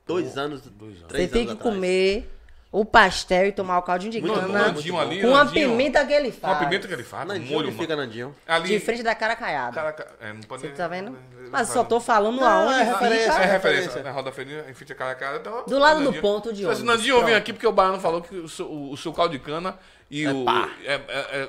[SPEAKER 3] dois anos, dois anos.
[SPEAKER 5] Você
[SPEAKER 3] três
[SPEAKER 5] tem que
[SPEAKER 3] anos atrás.
[SPEAKER 5] comer o pastel e tomar o caldinho de
[SPEAKER 4] Muito bom,
[SPEAKER 5] cana
[SPEAKER 4] Nandinho ali,
[SPEAKER 5] com a
[SPEAKER 4] Nandinho.
[SPEAKER 5] pimenta que ele
[SPEAKER 4] Com a
[SPEAKER 5] faz.
[SPEAKER 4] pimenta que ele faz, com
[SPEAKER 3] Nandinho
[SPEAKER 4] molho,
[SPEAKER 3] que fica
[SPEAKER 4] mano.
[SPEAKER 3] Nandinho.
[SPEAKER 4] Ali,
[SPEAKER 5] De frente da cara caiada.
[SPEAKER 4] Caraca, é, não pode...
[SPEAKER 5] Você tá vendo?
[SPEAKER 4] é, é,
[SPEAKER 5] Mas
[SPEAKER 4] não
[SPEAKER 5] só
[SPEAKER 4] pode-
[SPEAKER 5] tô falando aonde
[SPEAKER 3] é
[SPEAKER 5] fica.
[SPEAKER 3] referência,
[SPEAKER 4] É
[SPEAKER 3] é
[SPEAKER 4] referência,
[SPEAKER 3] referência.
[SPEAKER 4] na roda ferida, em frente à cara, cara então,
[SPEAKER 5] Do lado do
[SPEAKER 4] Nandinho.
[SPEAKER 5] ponto de
[SPEAKER 4] Se fosse
[SPEAKER 5] ônibus,
[SPEAKER 4] Nandinho, eu vim
[SPEAKER 5] pronto.
[SPEAKER 4] aqui porque o Baiano falou que o seu, o, o seu caldo de cana e o...
[SPEAKER 3] pá.
[SPEAKER 4] É, é,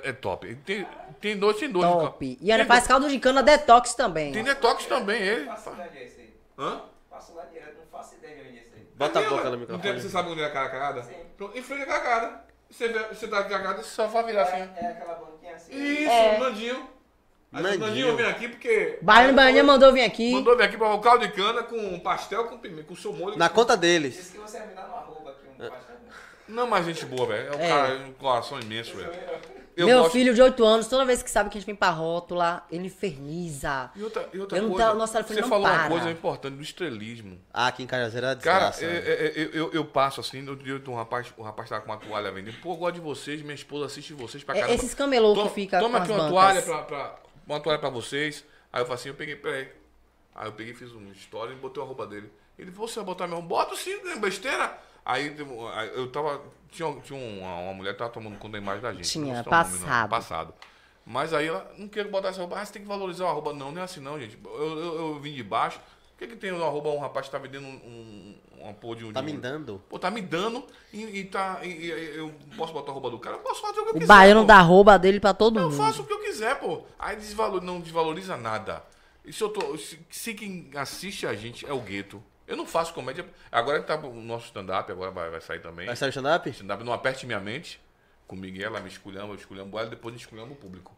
[SPEAKER 4] é- é top. Tem, tem dois, tem dois.
[SPEAKER 5] Top. E ele
[SPEAKER 4] Tem
[SPEAKER 5] faz
[SPEAKER 4] dois.
[SPEAKER 5] caldo de cana detox também.
[SPEAKER 4] Tem detox também, ele.
[SPEAKER 6] Faço ideia de onde é isso aí.
[SPEAKER 4] Hã?
[SPEAKER 6] Faço lá direto, não faço ideia de onde é isso aí.
[SPEAKER 3] Bota a boca no
[SPEAKER 4] Não tem, você
[SPEAKER 3] microfone.
[SPEAKER 4] sabe onde é a caracada? Sim. Em frente à caracada. Você, vê, você tá aqui a caracada, você só vai virar assim.
[SPEAKER 6] É, é aquela banquinha assim.
[SPEAKER 4] Isso,
[SPEAKER 5] É.
[SPEAKER 4] Nandinho. Aí,
[SPEAKER 3] Nandinho.
[SPEAKER 4] Nandinho. Nandinho, vem aqui porque...
[SPEAKER 5] Baiano Bahia mandou vir aqui.
[SPEAKER 4] Mandou vir aqui pra o caldo de cana com pastel, com pimenta, com seu molho.
[SPEAKER 3] Na conta deles.
[SPEAKER 6] Diz que você vai me dar no arroba aqui um pastel.
[SPEAKER 4] Não, mas gente boa, velho. É um cara com um coração imenso, velho. Eu
[SPEAKER 5] Meu
[SPEAKER 4] gosto-
[SPEAKER 5] filho de 8 anos, toda vez que sabe que a gente vem pra rótula, ele inferniza.
[SPEAKER 4] E outra, e outra
[SPEAKER 5] Eu não
[SPEAKER 4] coisa,
[SPEAKER 5] tava- nosso telefone
[SPEAKER 4] você
[SPEAKER 5] não
[SPEAKER 4] falou
[SPEAKER 5] para.
[SPEAKER 4] uma coisa importante do estrelismo.
[SPEAKER 3] Ah, aqui em Cajazeira é
[SPEAKER 4] Cara,
[SPEAKER 3] desgraça.
[SPEAKER 4] é-
[SPEAKER 3] né?
[SPEAKER 4] é- é- eu, eu, eu passo assim, outro dia um rapaz, o rapaz tava com uma toalha vendendo. Pô, eu gosto de vocês, minha esposa assiste vocês pra
[SPEAKER 5] É,
[SPEAKER 4] caramba.
[SPEAKER 5] esses camelô que
[SPEAKER 4] Toma-
[SPEAKER 5] fica
[SPEAKER 4] Toma
[SPEAKER 5] com
[SPEAKER 4] aqui
[SPEAKER 5] as
[SPEAKER 4] uma
[SPEAKER 5] bancas.
[SPEAKER 4] toalha pra, pra- uma toalha pra vocês. Aí eu falei assim, eu peguei, peraí. Aí eu peguei, fiz um story e botei a roupa dele. Ele, você vai botar meu Bota sim, né, besteira. Aí tem um- aí eu tava, tinha, tinha um, uma, uma mulher que tava tomando conta da imagem da gente.
[SPEAKER 5] Tinha,
[SPEAKER 4] Não vou citar o não,
[SPEAKER 5] passado.
[SPEAKER 4] passado. Mas aí ela, não quero botar essa roupa. Ah, você tem que valorizar o arroba. Não, não é assim não, gente. Eu, eu, eu vim de baixo. Por que, que tem um arroba, um rapaz que tá vendendo um, um, uma porra de um...
[SPEAKER 3] Tá
[SPEAKER 4] de um-
[SPEAKER 3] me dando.
[SPEAKER 4] Pô, tá me dando e, e tá... e- e- eu posso botar a roupa do cara? Eu posso fazer o que eu
[SPEAKER 5] O
[SPEAKER 4] quiser.
[SPEAKER 5] baiano
[SPEAKER 4] pô.
[SPEAKER 5] dá rouba dele pra todo
[SPEAKER 4] Eu
[SPEAKER 5] mundo.
[SPEAKER 4] faço o que eu quiser, pô. Aí desvalor... não desvaloriza nada. E se, eu tô... se, se quem assiste a gente é o gueto. Eu não faço comédia. Agora que tá o nosso stand-up, agora vai, vai sair também.
[SPEAKER 3] Vai sair o stand-up?
[SPEAKER 4] Stand-up não aperte minha mente. Comigo e ela me esculhamba, eu esculhambo ela, depois a gente esculhamba o público.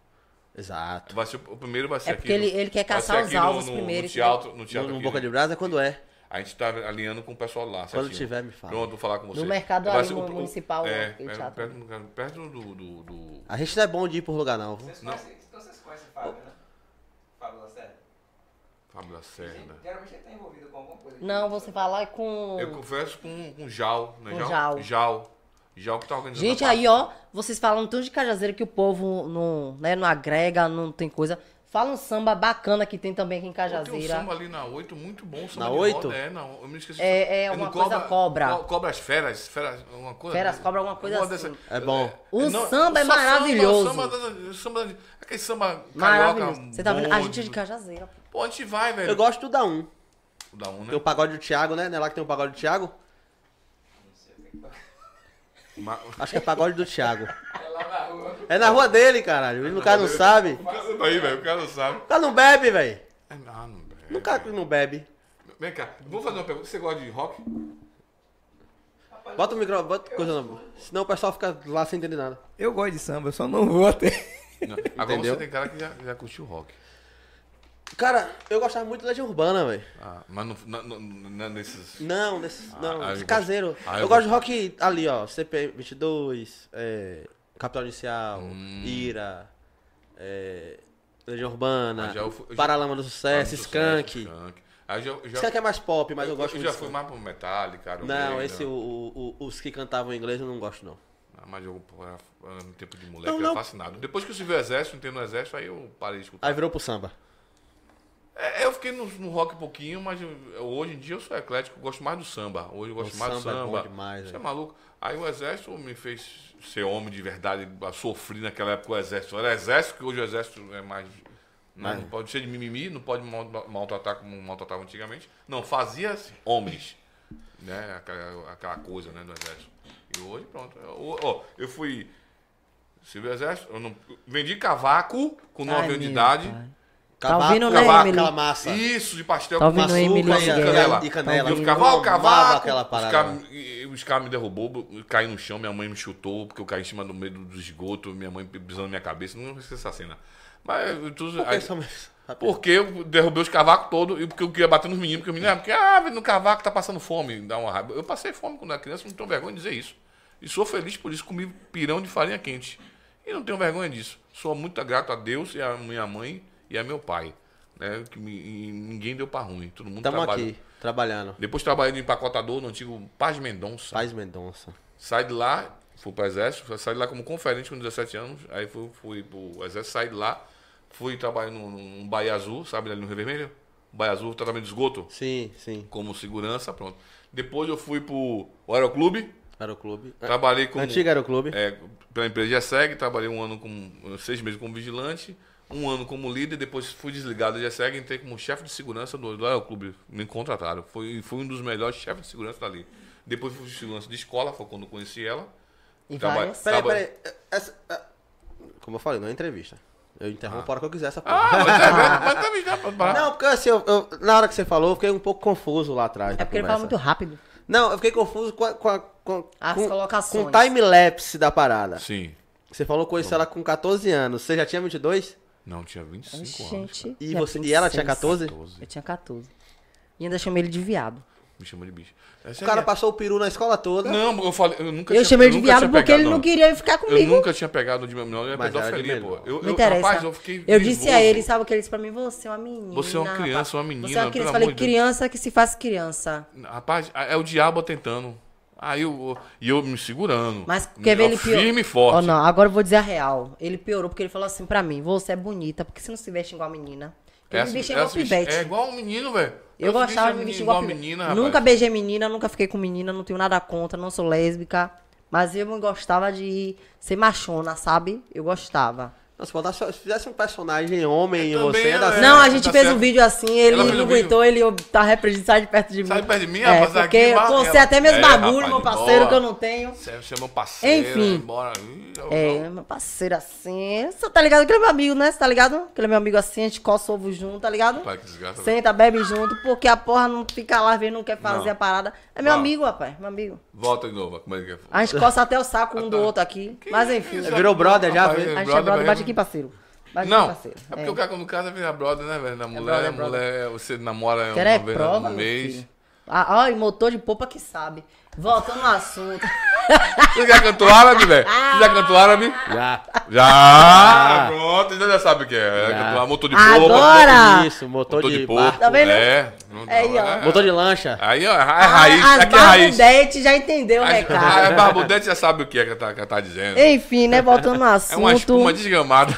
[SPEAKER 3] Exato.
[SPEAKER 4] Vai ser, o primeiro vai ser
[SPEAKER 5] É
[SPEAKER 4] aqui.
[SPEAKER 5] porque ele- ele quer
[SPEAKER 4] vai ser
[SPEAKER 5] caçar os
[SPEAKER 4] aqui no-
[SPEAKER 5] alvos
[SPEAKER 4] no,
[SPEAKER 5] primeiro,
[SPEAKER 4] No teatro, no
[SPEAKER 3] No,
[SPEAKER 4] teatro
[SPEAKER 3] no
[SPEAKER 4] aqui,
[SPEAKER 3] Boca de
[SPEAKER 4] né?
[SPEAKER 3] Brasa, quando é?
[SPEAKER 4] A gente tá alinhando com o pessoal lá.
[SPEAKER 3] Quando
[SPEAKER 4] certinho.
[SPEAKER 3] tiver, me fala.
[SPEAKER 4] Pronto, vou falar com você.
[SPEAKER 5] mercado
[SPEAKER 4] Vai
[SPEAKER 5] ali,
[SPEAKER 4] ser
[SPEAKER 5] no municipal, né?
[SPEAKER 4] É,
[SPEAKER 5] aquele
[SPEAKER 4] é,
[SPEAKER 5] teatro.
[SPEAKER 4] perto, do- perto do- do- do,
[SPEAKER 3] A gente não é bom de ir por lugar, não.
[SPEAKER 6] Vocês conhecem, então vocês conhecem o Fábio, né? Fábio Lacerda.
[SPEAKER 4] Fábio Lacerda.
[SPEAKER 6] Gente, Geralmente ele tá envolvido com alguma coisa.
[SPEAKER 5] Não, você falar com.
[SPEAKER 4] Eu converso com, com o Jal, né?
[SPEAKER 5] Com
[SPEAKER 4] Jal?
[SPEAKER 5] Jal.
[SPEAKER 4] Jal. Jal que tá organizando.
[SPEAKER 5] Gente,
[SPEAKER 4] a
[SPEAKER 5] aí,
[SPEAKER 4] parte.
[SPEAKER 5] ó, vocês falam tanto de cajazeira que o povo não, né, não agrega, não tem coisa. Fala um samba bacana que tem também aqui em
[SPEAKER 4] Pô, Tem um
[SPEAKER 5] Cajazeira.
[SPEAKER 4] samba ali na 8, muito bom. Samba
[SPEAKER 3] Na
[SPEAKER 4] de
[SPEAKER 3] 8?
[SPEAKER 4] roda, É, não, eu me esqueci.
[SPEAKER 5] É- é
[SPEAKER 4] no
[SPEAKER 5] uma coisa cobra.
[SPEAKER 4] co- Cobra as feras, feras, uma coisa.
[SPEAKER 5] Feras, cobra, alguma coisa assim.
[SPEAKER 3] É bom.
[SPEAKER 5] O samba é maravilhoso.
[SPEAKER 4] Samba, samba, samba, aquele samba carioca.
[SPEAKER 5] Maravilhoso. Você tá vendo? A
[SPEAKER 4] bom,
[SPEAKER 5] gente é de Cajazeira. pô.
[SPEAKER 4] Pô, a gente vai, velho.
[SPEAKER 3] Eu gosto do da um.
[SPEAKER 4] Da um, né?
[SPEAKER 3] Tem o pagode do Thiago, né? Não é lá que tem o pagode do Thiago?
[SPEAKER 4] Ma-
[SPEAKER 3] Acho que é pagode do Thiago. É na rua dele, caralho. O
[SPEAKER 4] É
[SPEAKER 3] cara não sabe.
[SPEAKER 4] O
[SPEAKER 3] O
[SPEAKER 4] cara tá aí, velho. O cara não sabe.
[SPEAKER 3] cara não bebe, velho.
[SPEAKER 4] Ah, não, velho.
[SPEAKER 3] O cara que não bebe.
[SPEAKER 4] Vem cá, vou fazer uma pergunta. Você gosta de rock?
[SPEAKER 3] Bota o microfone, bota coisa não. Senão o pessoal fica lá sem entender nada.
[SPEAKER 7] Eu gosto de samba, eu só não vou até.
[SPEAKER 4] Não. Agora
[SPEAKER 3] Entendeu?
[SPEAKER 4] você tem cara que já, já curtiu rock.
[SPEAKER 3] Cara, eu gostava muito da Legião Urbana, velho.
[SPEAKER 4] Ah, mas não, não, não, não é nesses.
[SPEAKER 3] Não, desse, não,
[SPEAKER 4] ah,
[SPEAKER 3] desse
[SPEAKER 4] eu
[SPEAKER 3] caseiro.
[SPEAKER 4] gosto- ah,
[SPEAKER 3] eu,
[SPEAKER 4] eu
[SPEAKER 3] gosto de rock ali, ó. CP 22, é, Capital Inicial,
[SPEAKER 4] Hum.
[SPEAKER 3] Ira, é, Legião Urbana,
[SPEAKER 4] Ah, já eu fui- eu já-
[SPEAKER 3] Paralama do
[SPEAKER 4] Ah,
[SPEAKER 3] Sucesso,
[SPEAKER 4] sucesso,
[SPEAKER 3] Skank.
[SPEAKER 4] Skank. Aí Ah, já, já,
[SPEAKER 3] Isso aqui é mais pop, mas eu,
[SPEAKER 4] eu
[SPEAKER 3] gosto
[SPEAKER 4] já
[SPEAKER 3] disso.
[SPEAKER 4] fui mais né? pro Metallica, Iron
[SPEAKER 3] Não,
[SPEAKER 4] Maiden,
[SPEAKER 3] esse, o, o- o- os que cantavam em inglês eu não gosto, não.
[SPEAKER 4] Ah, Mas eu, pô, era, era um tempo de moleque,
[SPEAKER 3] Não,
[SPEAKER 4] era
[SPEAKER 3] não.
[SPEAKER 4] fascinado. Depois que eu servi o exército, entrei no exército, aí eu parei de escutar.
[SPEAKER 3] Aí virou pro samba.
[SPEAKER 4] É, eu fiquei no, no rock um pouquinho, mas eu- hoje em dia eu sou eclético, eu gosto mais do samba. Hoje eu gosto
[SPEAKER 3] O
[SPEAKER 4] mais
[SPEAKER 3] samba é
[SPEAKER 4] do
[SPEAKER 3] bom
[SPEAKER 4] samba.
[SPEAKER 3] demais,
[SPEAKER 4] Você é
[SPEAKER 3] velho.
[SPEAKER 4] maluco? Aí o exército me fez ser homem de verdade, a sofrer naquela época o exército. Era exército, que hoje o exército é mais. né,
[SPEAKER 3] Mas-
[SPEAKER 4] Não pode ser de mimimi, não pode mal- maltratar como maltratava antigamente. Não, fazia homens. Né? Aquela, aquela coisa né, do exército. E hoje, pronto. Eu, ó, eu fui. Civil Exército, eu não, vendi cavaco com 9 anos de idade.
[SPEAKER 5] Tá ouvindo, né,
[SPEAKER 3] cavaco,
[SPEAKER 5] Emily?
[SPEAKER 3] aquela massa.
[SPEAKER 4] Isso, de pastel
[SPEAKER 5] Tá
[SPEAKER 4] com
[SPEAKER 5] ouvindo,
[SPEAKER 4] açúcar
[SPEAKER 5] Emily
[SPEAKER 4] e
[SPEAKER 5] Figueiredo?
[SPEAKER 4] canela.
[SPEAKER 3] E canela.
[SPEAKER 4] Eu ficava, ó, o
[SPEAKER 3] Amava
[SPEAKER 4] cavaco.
[SPEAKER 3] aquela parada.
[SPEAKER 4] Os caras e- os caras me derrubou, eu caí no chão, minha mãe me chutou, porque eu caí em cima do meio do esgoto, minha mãe pisando na minha cabeça. Não esqueço essa cena. Mas eu- tudo.
[SPEAKER 3] Por que
[SPEAKER 4] aí-
[SPEAKER 3] só mais- Rapidinho.
[SPEAKER 4] porque eu derrubei os cavacos todos e porque eu queria bater nos meninos, porque o menino, ah, porque ah, no cavaco tá passando fome, dá uma raiva. Eu passei fome quando era criança, não tenho vergonha de dizer isso. E sou feliz por isso, comi pirão de farinha quente. E não tenho vergonha disso. Sou muito grato a Deus e a minha mãe e a meu pai. Né? Que me- e ninguém deu pra ruim, todo mundo
[SPEAKER 3] Tamo
[SPEAKER 4] trabalhou.
[SPEAKER 3] aqui, trabalhando.
[SPEAKER 4] Depois trabalhei no empacotador, no antigo Paz Mendonça.
[SPEAKER 3] Paz Mendonça.
[SPEAKER 4] Saí de lá, fui pro exército, saí de lá como conferente com 17 anos, aí fui, fui pro exército, saí de lá, fui trabalhar num, num Baía Azul, sabe ali no Rio Vermelho? Baía Azul, tratamento de esgoto,
[SPEAKER 3] Sim, sim.
[SPEAKER 4] como segurança, pronto. Depois eu fui pro Aeroclube,
[SPEAKER 3] Aeroclube.
[SPEAKER 4] trabalhei Tá com...
[SPEAKER 3] Antigo É, Aeroclube.
[SPEAKER 4] É, pela empresa GESEG, trabalhei um ano como seis meses como vigilante, um ano como líder, depois fui desligado da GESEG, entrei como chefe de segurança do, do aeroclube. Me contrataram. Fui, fui um dos melhores chefes de segurança dali. Depois fui de segurança de escola, foi quando eu conheci ela.
[SPEAKER 5] E
[SPEAKER 4] Trabalho-
[SPEAKER 5] várias.
[SPEAKER 3] Peraí,
[SPEAKER 4] Tava-
[SPEAKER 3] peraí. Essa- ah, Como eu falei, não é entrevista. Eu interrompo a hora que eu quiser essa porra.
[SPEAKER 4] Ah, mas é verdade, mas também dá pra- pra-
[SPEAKER 3] Não, porque assim, eu- eu- na hora que você falou, eu fiquei um pouco confuso lá atrás.
[SPEAKER 5] É
[SPEAKER 3] na
[SPEAKER 5] porque ele fala
[SPEAKER 3] conversa.
[SPEAKER 5] muito rápido.
[SPEAKER 3] Não, eu fiquei confuso com, a, com, a- com,
[SPEAKER 5] As
[SPEAKER 3] com,
[SPEAKER 5] colocações.
[SPEAKER 3] com o time-lapse da parada.
[SPEAKER 4] Sim.
[SPEAKER 3] Você falou que conheceu ela com 14 anos. Você já tinha 22?
[SPEAKER 4] Não, tinha 25 anos. cara.
[SPEAKER 3] E, você, e ela tinha 14?
[SPEAKER 4] 12.
[SPEAKER 5] Eu tinha 14. E ainda chamei ele de viado.
[SPEAKER 4] Me chamou de bicho. é
[SPEAKER 3] O cara passou o peru na escola toda.
[SPEAKER 4] Não, eu falei, eu nunca
[SPEAKER 5] Eu
[SPEAKER 4] tinha-
[SPEAKER 5] chamei ele de
[SPEAKER 4] nunca tinha
[SPEAKER 5] viado porque ele
[SPEAKER 4] pegado,
[SPEAKER 5] não queria ficar
[SPEAKER 4] Eu
[SPEAKER 5] comigo.
[SPEAKER 4] nunca tinha pegado de menor, eu ia
[SPEAKER 3] Mas era de
[SPEAKER 4] pedofilia, pô.
[SPEAKER 3] menor.
[SPEAKER 4] Eu,
[SPEAKER 5] Não
[SPEAKER 4] eu,
[SPEAKER 5] interessa.
[SPEAKER 4] rapaz, eu fiquei
[SPEAKER 5] Eu disse a
[SPEAKER 4] nervoso.
[SPEAKER 5] ele, sabe o que ele disse pra mim? Você é uma menina.
[SPEAKER 4] Você é uma criança, uma
[SPEAKER 5] rapaz. Você é
[SPEAKER 4] menina,
[SPEAKER 5] uma criança.
[SPEAKER 4] pelo
[SPEAKER 5] Eu falei,
[SPEAKER 4] amor de Deus.
[SPEAKER 5] criança que se faz criança.
[SPEAKER 4] Rapaz, é o diabo tentando. Aí eu, e eu me segurando.
[SPEAKER 5] Mas quer ver ele pior?
[SPEAKER 4] Firme e forte.
[SPEAKER 5] Ó, não, agora eu vou dizer a real. Ele piorou porque ele falou assim pra mim: você é bonita, porque você não se veste igual a menina. Eu
[SPEAKER 4] Essa-
[SPEAKER 5] me vesti igual
[SPEAKER 4] essa bicha-
[SPEAKER 5] pivete.
[SPEAKER 4] é igual um menino, velho.
[SPEAKER 5] Eu
[SPEAKER 4] Essa
[SPEAKER 5] gostava
[SPEAKER 4] bicha
[SPEAKER 5] de me vestir
[SPEAKER 4] é
[SPEAKER 5] igual, pivete.
[SPEAKER 4] menina, rapaz.
[SPEAKER 5] Nunca beijei menina, nunca fiquei com menina, não tenho nada contra, não sou lésbica. Mas eu gostava de ser machona, sabe? Eu gostava.
[SPEAKER 3] Não, se, botasse, se fizesse um personagem homem em
[SPEAKER 4] também,
[SPEAKER 3] você, ia dar
[SPEAKER 4] é.
[SPEAKER 3] certo.
[SPEAKER 5] não, a gente
[SPEAKER 4] tá
[SPEAKER 5] fez
[SPEAKER 4] certo.
[SPEAKER 5] um vídeo assim, ele
[SPEAKER 4] Ela fez um
[SPEAKER 5] não aguentou, ele eu- tá repreendido, sai de perto de mim.
[SPEAKER 4] Sai de perto de mim,
[SPEAKER 5] é,
[SPEAKER 4] rapaz,
[SPEAKER 5] Porque
[SPEAKER 4] aqui,
[SPEAKER 5] eu
[SPEAKER 4] mas-
[SPEAKER 5] consegui até meus
[SPEAKER 4] É,
[SPEAKER 5] bagulho,
[SPEAKER 4] rapaz,
[SPEAKER 5] meu parceiro,
[SPEAKER 4] boa.
[SPEAKER 5] que eu não tenho.
[SPEAKER 4] Você você é meu parceiro.
[SPEAKER 5] Enfim.
[SPEAKER 4] Bora. Ih, eu-
[SPEAKER 5] É, meu parceiro assim. Você tá ligado? Aquele é meu amigo, né? Você tá ligado? Aquele é meu amigo assim, a gente coça ovo junto, tá ligado?
[SPEAKER 4] Pai, que desgraça, velho.
[SPEAKER 5] Senta, bebe junto, porque a porra não fica lá vendo, não quer fazer
[SPEAKER 4] Não.
[SPEAKER 5] a parada. É meu
[SPEAKER 4] Não.
[SPEAKER 5] amigo, rapaz, meu amigo.
[SPEAKER 4] Volta de novo. Como é que é?
[SPEAKER 5] A gente coça até o saco um do outro aqui. Mas enfim.
[SPEAKER 4] Isso,
[SPEAKER 3] Virou brother já,
[SPEAKER 4] rapaz,
[SPEAKER 3] foi?
[SPEAKER 5] A gente é
[SPEAKER 4] brother,
[SPEAKER 5] brother,
[SPEAKER 4] velho.
[SPEAKER 5] bate aqui, parceiro. Bate
[SPEAKER 4] Não,
[SPEAKER 5] aqui,
[SPEAKER 4] é
[SPEAKER 5] parceiro.
[SPEAKER 4] porque
[SPEAKER 5] É.
[SPEAKER 4] o cara quando casa vira brother, né, velho? Na mulher,
[SPEAKER 5] brother, é
[SPEAKER 4] a mulher, você namora
[SPEAKER 5] Quer é
[SPEAKER 4] uma vez
[SPEAKER 5] prova,
[SPEAKER 4] no
[SPEAKER 5] meu
[SPEAKER 4] mês.
[SPEAKER 5] filho. Ah, ai, motor de popa que sabe. Voltando ao assunto.
[SPEAKER 4] Você já cantou árabe, velho?
[SPEAKER 5] Ah.
[SPEAKER 4] Você já cantou árabe?
[SPEAKER 3] Já.
[SPEAKER 4] Já! Pronto, você já sabe o que é.
[SPEAKER 3] Ah. Já.
[SPEAKER 4] Cantou motor de
[SPEAKER 5] Agora!
[SPEAKER 4] porra.
[SPEAKER 5] Cara!
[SPEAKER 3] Isso, motor,
[SPEAKER 4] Motor
[SPEAKER 3] de,
[SPEAKER 4] de
[SPEAKER 3] barco.
[SPEAKER 4] porco.
[SPEAKER 5] Tá vendo?
[SPEAKER 4] É. Não-
[SPEAKER 5] É aí, ó. Ah,
[SPEAKER 4] é.
[SPEAKER 3] Motor de lancha.
[SPEAKER 4] Aí, ó, é raiz.
[SPEAKER 5] As
[SPEAKER 4] aqui é raiz.
[SPEAKER 5] barbudete já entendeu né, o
[SPEAKER 4] As-
[SPEAKER 5] recado.
[SPEAKER 4] A barbudete já sabe o que é que tá, que tá dizendo.
[SPEAKER 5] Enfim, né? Voltando ao
[SPEAKER 4] É uma
[SPEAKER 5] assunto.
[SPEAKER 4] espuma desgamada.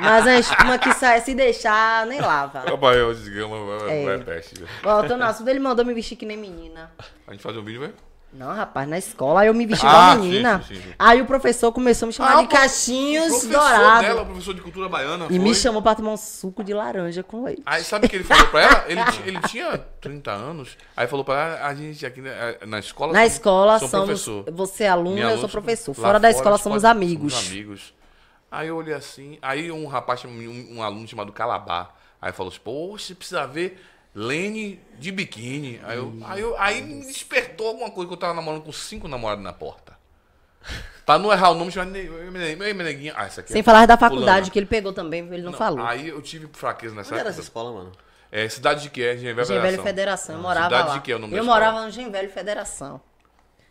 [SPEAKER 5] Mas é uma espuma que sai, se deixar, nem lava.
[SPEAKER 4] Rapaz, eu desgama,
[SPEAKER 5] É.
[SPEAKER 4] é, é peste. velho.
[SPEAKER 5] Voltando ao assunto, ele mandou me vestir que nem menina.
[SPEAKER 4] A gente faz um vídeo, velho?
[SPEAKER 5] Não, rapaz, na escola aí eu me vesti
[SPEAKER 4] Ah,
[SPEAKER 5] igual menina.
[SPEAKER 4] sim, sim, sim.
[SPEAKER 5] Aí o professor começou a me chamar
[SPEAKER 4] Ah,
[SPEAKER 5] de
[SPEAKER 4] o pro- O
[SPEAKER 5] cachinhos
[SPEAKER 4] professor dela, o
[SPEAKER 5] dourados.
[SPEAKER 4] professor de cultura baiana,
[SPEAKER 5] E
[SPEAKER 4] foi.
[SPEAKER 5] me chamou pra tomar um suco de laranja com leite.
[SPEAKER 4] Aí sabe o que ele falou pra ela? Ele, ti- ele tinha 30 anos, aí falou pra ela, a gente aqui né, na escola...
[SPEAKER 5] Na
[SPEAKER 4] somos-
[SPEAKER 5] escola
[SPEAKER 4] somos
[SPEAKER 5] somos. Você é aluno,
[SPEAKER 4] Minha
[SPEAKER 5] eu
[SPEAKER 4] aluna,
[SPEAKER 5] sou professor.
[SPEAKER 4] lá
[SPEAKER 5] Fora da escola somos
[SPEAKER 4] pode-
[SPEAKER 5] amigos.
[SPEAKER 4] Somos amigos. Aí eu olhei assim, aí um rapaz, chamou- um, um aluno chamado Calabar, aí falou assim, pô, você precisa ver Lene de biquíni. Aí, eu, aí, eu- aí
[SPEAKER 5] Hum.
[SPEAKER 4] me despertou alguma coisa que eu tava namorando com cinco namorados na porta. Pra não errar o nome, chama Ei, Meneguinha. Ei, Meneguinha. Ah, essa aqui é
[SPEAKER 5] Sem falar da faculdade
[SPEAKER 4] fulana.
[SPEAKER 5] que ele pegou também, ele não, falou.
[SPEAKER 4] Aí eu tive fraqueza nessa
[SPEAKER 3] Onde era essa
[SPEAKER 4] época.
[SPEAKER 3] escola, mano?
[SPEAKER 4] É, cidade de que é? Genvel
[SPEAKER 5] Genvelho Federação, eu morava
[SPEAKER 4] Cidade
[SPEAKER 5] lá.
[SPEAKER 4] de que é o nome da
[SPEAKER 5] eu
[SPEAKER 4] escola?
[SPEAKER 5] morava no Genvelho Federação.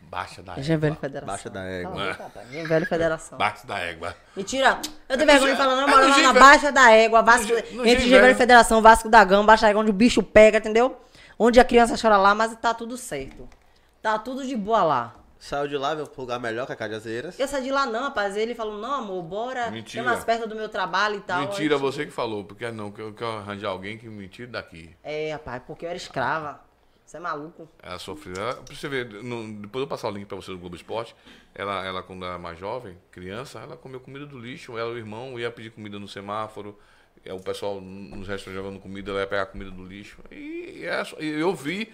[SPEAKER 8] Baixa da
[SPEAKER 5] Jean Velho
[SPEAKER 8] égua.
[SPEAKER 5] Federação.
[SPEAKER 3] Baixa da égua.
[SPEAKER 5] Cala a boca, rapaz. Jean Velho Federação.
[SPEAKER 8] Baixa da égua.
[SPEAKER 5] Mentira! Eu tenho vergonha de falar, não, eu
[SPEAKER 8] é
[SPEAKER 5] moro
[SPEAKER 8] no
[SPEAKER 5] lá
[SPEAKER 8] Jean
[SPEAKER 5] na
[SPEAKER 8] Velho.
[SPEAKER 5] Baixa da Égua, Vasco,
[SPEAKER 8] No Jean- no
[SPEAKER 5] entre
[SPEAKER 8] Jean
[SPEAKER 5] Jean Velho
[SPEAKER 8] Velho.
[SPEAKER 5] Federação, Vasco da Gama, Baixa da Gama, onde o bicho pega, entendeu? Onde a criança chora lá, mas tá tudo certo. Tá tudo de boa lá.
[SPEAKER 3] Saiu de lá, veio pro lugar melhor que a Cajazeiras.
[SPEAKER 5] Eu saí de lá não, rapaz. Ele falou, não, amor, bora.
[SPEAKER 4] Mentira.
[SPEAKER 5] Tem mais perto do meu trabalho e tal.
[SPEAKER 4] Mentira,
[SPEAKER 5] Aí-
[SPEAKER 4] você que falou, porque é não, que eu quero arranjar alguém que me tire daqui.
[SPEAKER 5] É, rapaz, porque eu era escrava. Você é maluco.
[SPEAKER 4] Ela sofreu. Ela, pra você ver, no- depois eu passar o link pra você do Globo Esporte. Ela, ela, quando era mais jovem, criança, ela comeu comida do lixo. Ela e o irmão ia pedir comida no semáforo. é, O pessoal nos restaurantes jogando comida, ela ia pegar comida do lixo. E, é só- e eu vi,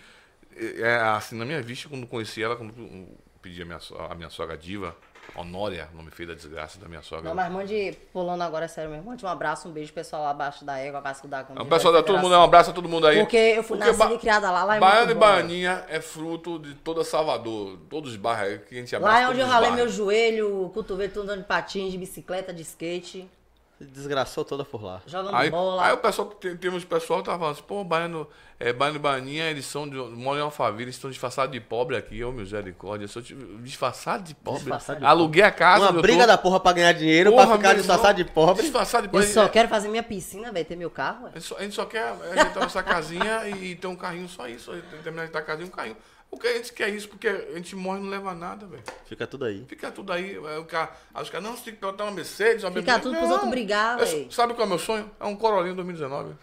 [SPEAKER 4] é, assim, na minha vista, quando conheci ela, quando eu pedi a minha, so- a minha sogra diva, Honória, nome feio da desgraça da minha sogra.
[SPEAKER 5] Não, mas mande pulando agora, é sério mesmo. Mande um abraço, um beijo, pessoal lá abaixo da égua, Vasco da Gama.
[SPEAKER 4] O pessoal da todo mundo, um abraço a todo mundo aí.
[SPEAKER 5] é Porque eu fui
[SPEAKER 4] Porque
[SPEAKER 5] nascida
[SPEAKER 4] ba-
[SPEAKER 5] e criada lá, lá é
[SPEAKER 4] Baiana
[SPEAKER 5] muito
[SPEAKER 4] e
[SPEAKER 5] bom.
[SPEAKER 4] Baianinha é fruto de toda Salvador, todos os bairros aí que a gente abraça.
[SPEAKER 5] Lá é onde
[SPEAKER 4] todos
[SPEAKER 5] eu
[SPEAKER 4] os
[SPEAKER 5] ralei meu
[SPEAKER 4] bairros.
[SPEAKER 5] joelho, cotovelo, tô andando de patins, de bicicleta, de skate,
[SPEAKER 3] Se Desgraçou toda por lá.
[SPEAKER 5] jogando
[SPEAKER 4] Aí,
[SPEAKER 5] bola.
[SPEAKER 4] aí o pessoal, tem, tem uns pessoal que tava falando assim, pô, Baiano, é, Baiano e Baianinha, eles são de, moram em Alphaville, eles estão disfarçados de pobre aqui, ô misericórdia, eu sou de- disfarçado de pobre.
[SPEAKER 3] Disfarçado de
[SPEAKER 4] Aluguei a casa.
[SPEAKER 3] Uma
[SPEAKER 4] onde eu
[SPEAKER 3] briga
[SPEAKER 4] tô.
[SPEAKER 3] da porra pra ganhar dinheiro,
[SPEAKER 4] Porra,
[SPEAKER 3] pra ficar
[SPEAKER 4] meu
[SPEAKER 3] disfarçado de
[SPEAKER 4] irmão,
[SPEAKER 3] pobre.
[SPEAKER 4] Disfarçado de
[SPEAKER 5] Eu
[SPEAKER 4] pobre.
[SPEAKER 5] só
[SPEAKER 4] é-
[SPEAKER 5] quero fazer minha piscina, velho, ter meu carro,
[SPEAKER 4] A
[SPEAKER 5] ué.
[SPEAKER 4] gente só, a gente só quer ajeitar nossa casinha e, e ter um carrinho só isso. Tem que Terminar de ajeitar a casinha e um carrinho. O que a gente quer é isso? Porque a gente morre e não leva nada, velho.
[SPEAKER 3] Fica tudo aí.
[SPEAKER 4] Fica tudo aí. aí o cara, aí os caras, não, você tem que botar uma Mercedes, uma
[SPEAKER 5] Fica tudo pros
[SPEAKER 4] Não.
[SPEAKER 5] outros brigar,
[SPEAKER 4] Eu-
[SPEAKER 5] velho.
[SPEAKER 4] Sabe qual é o meu sonho? É um Corolinha 2019.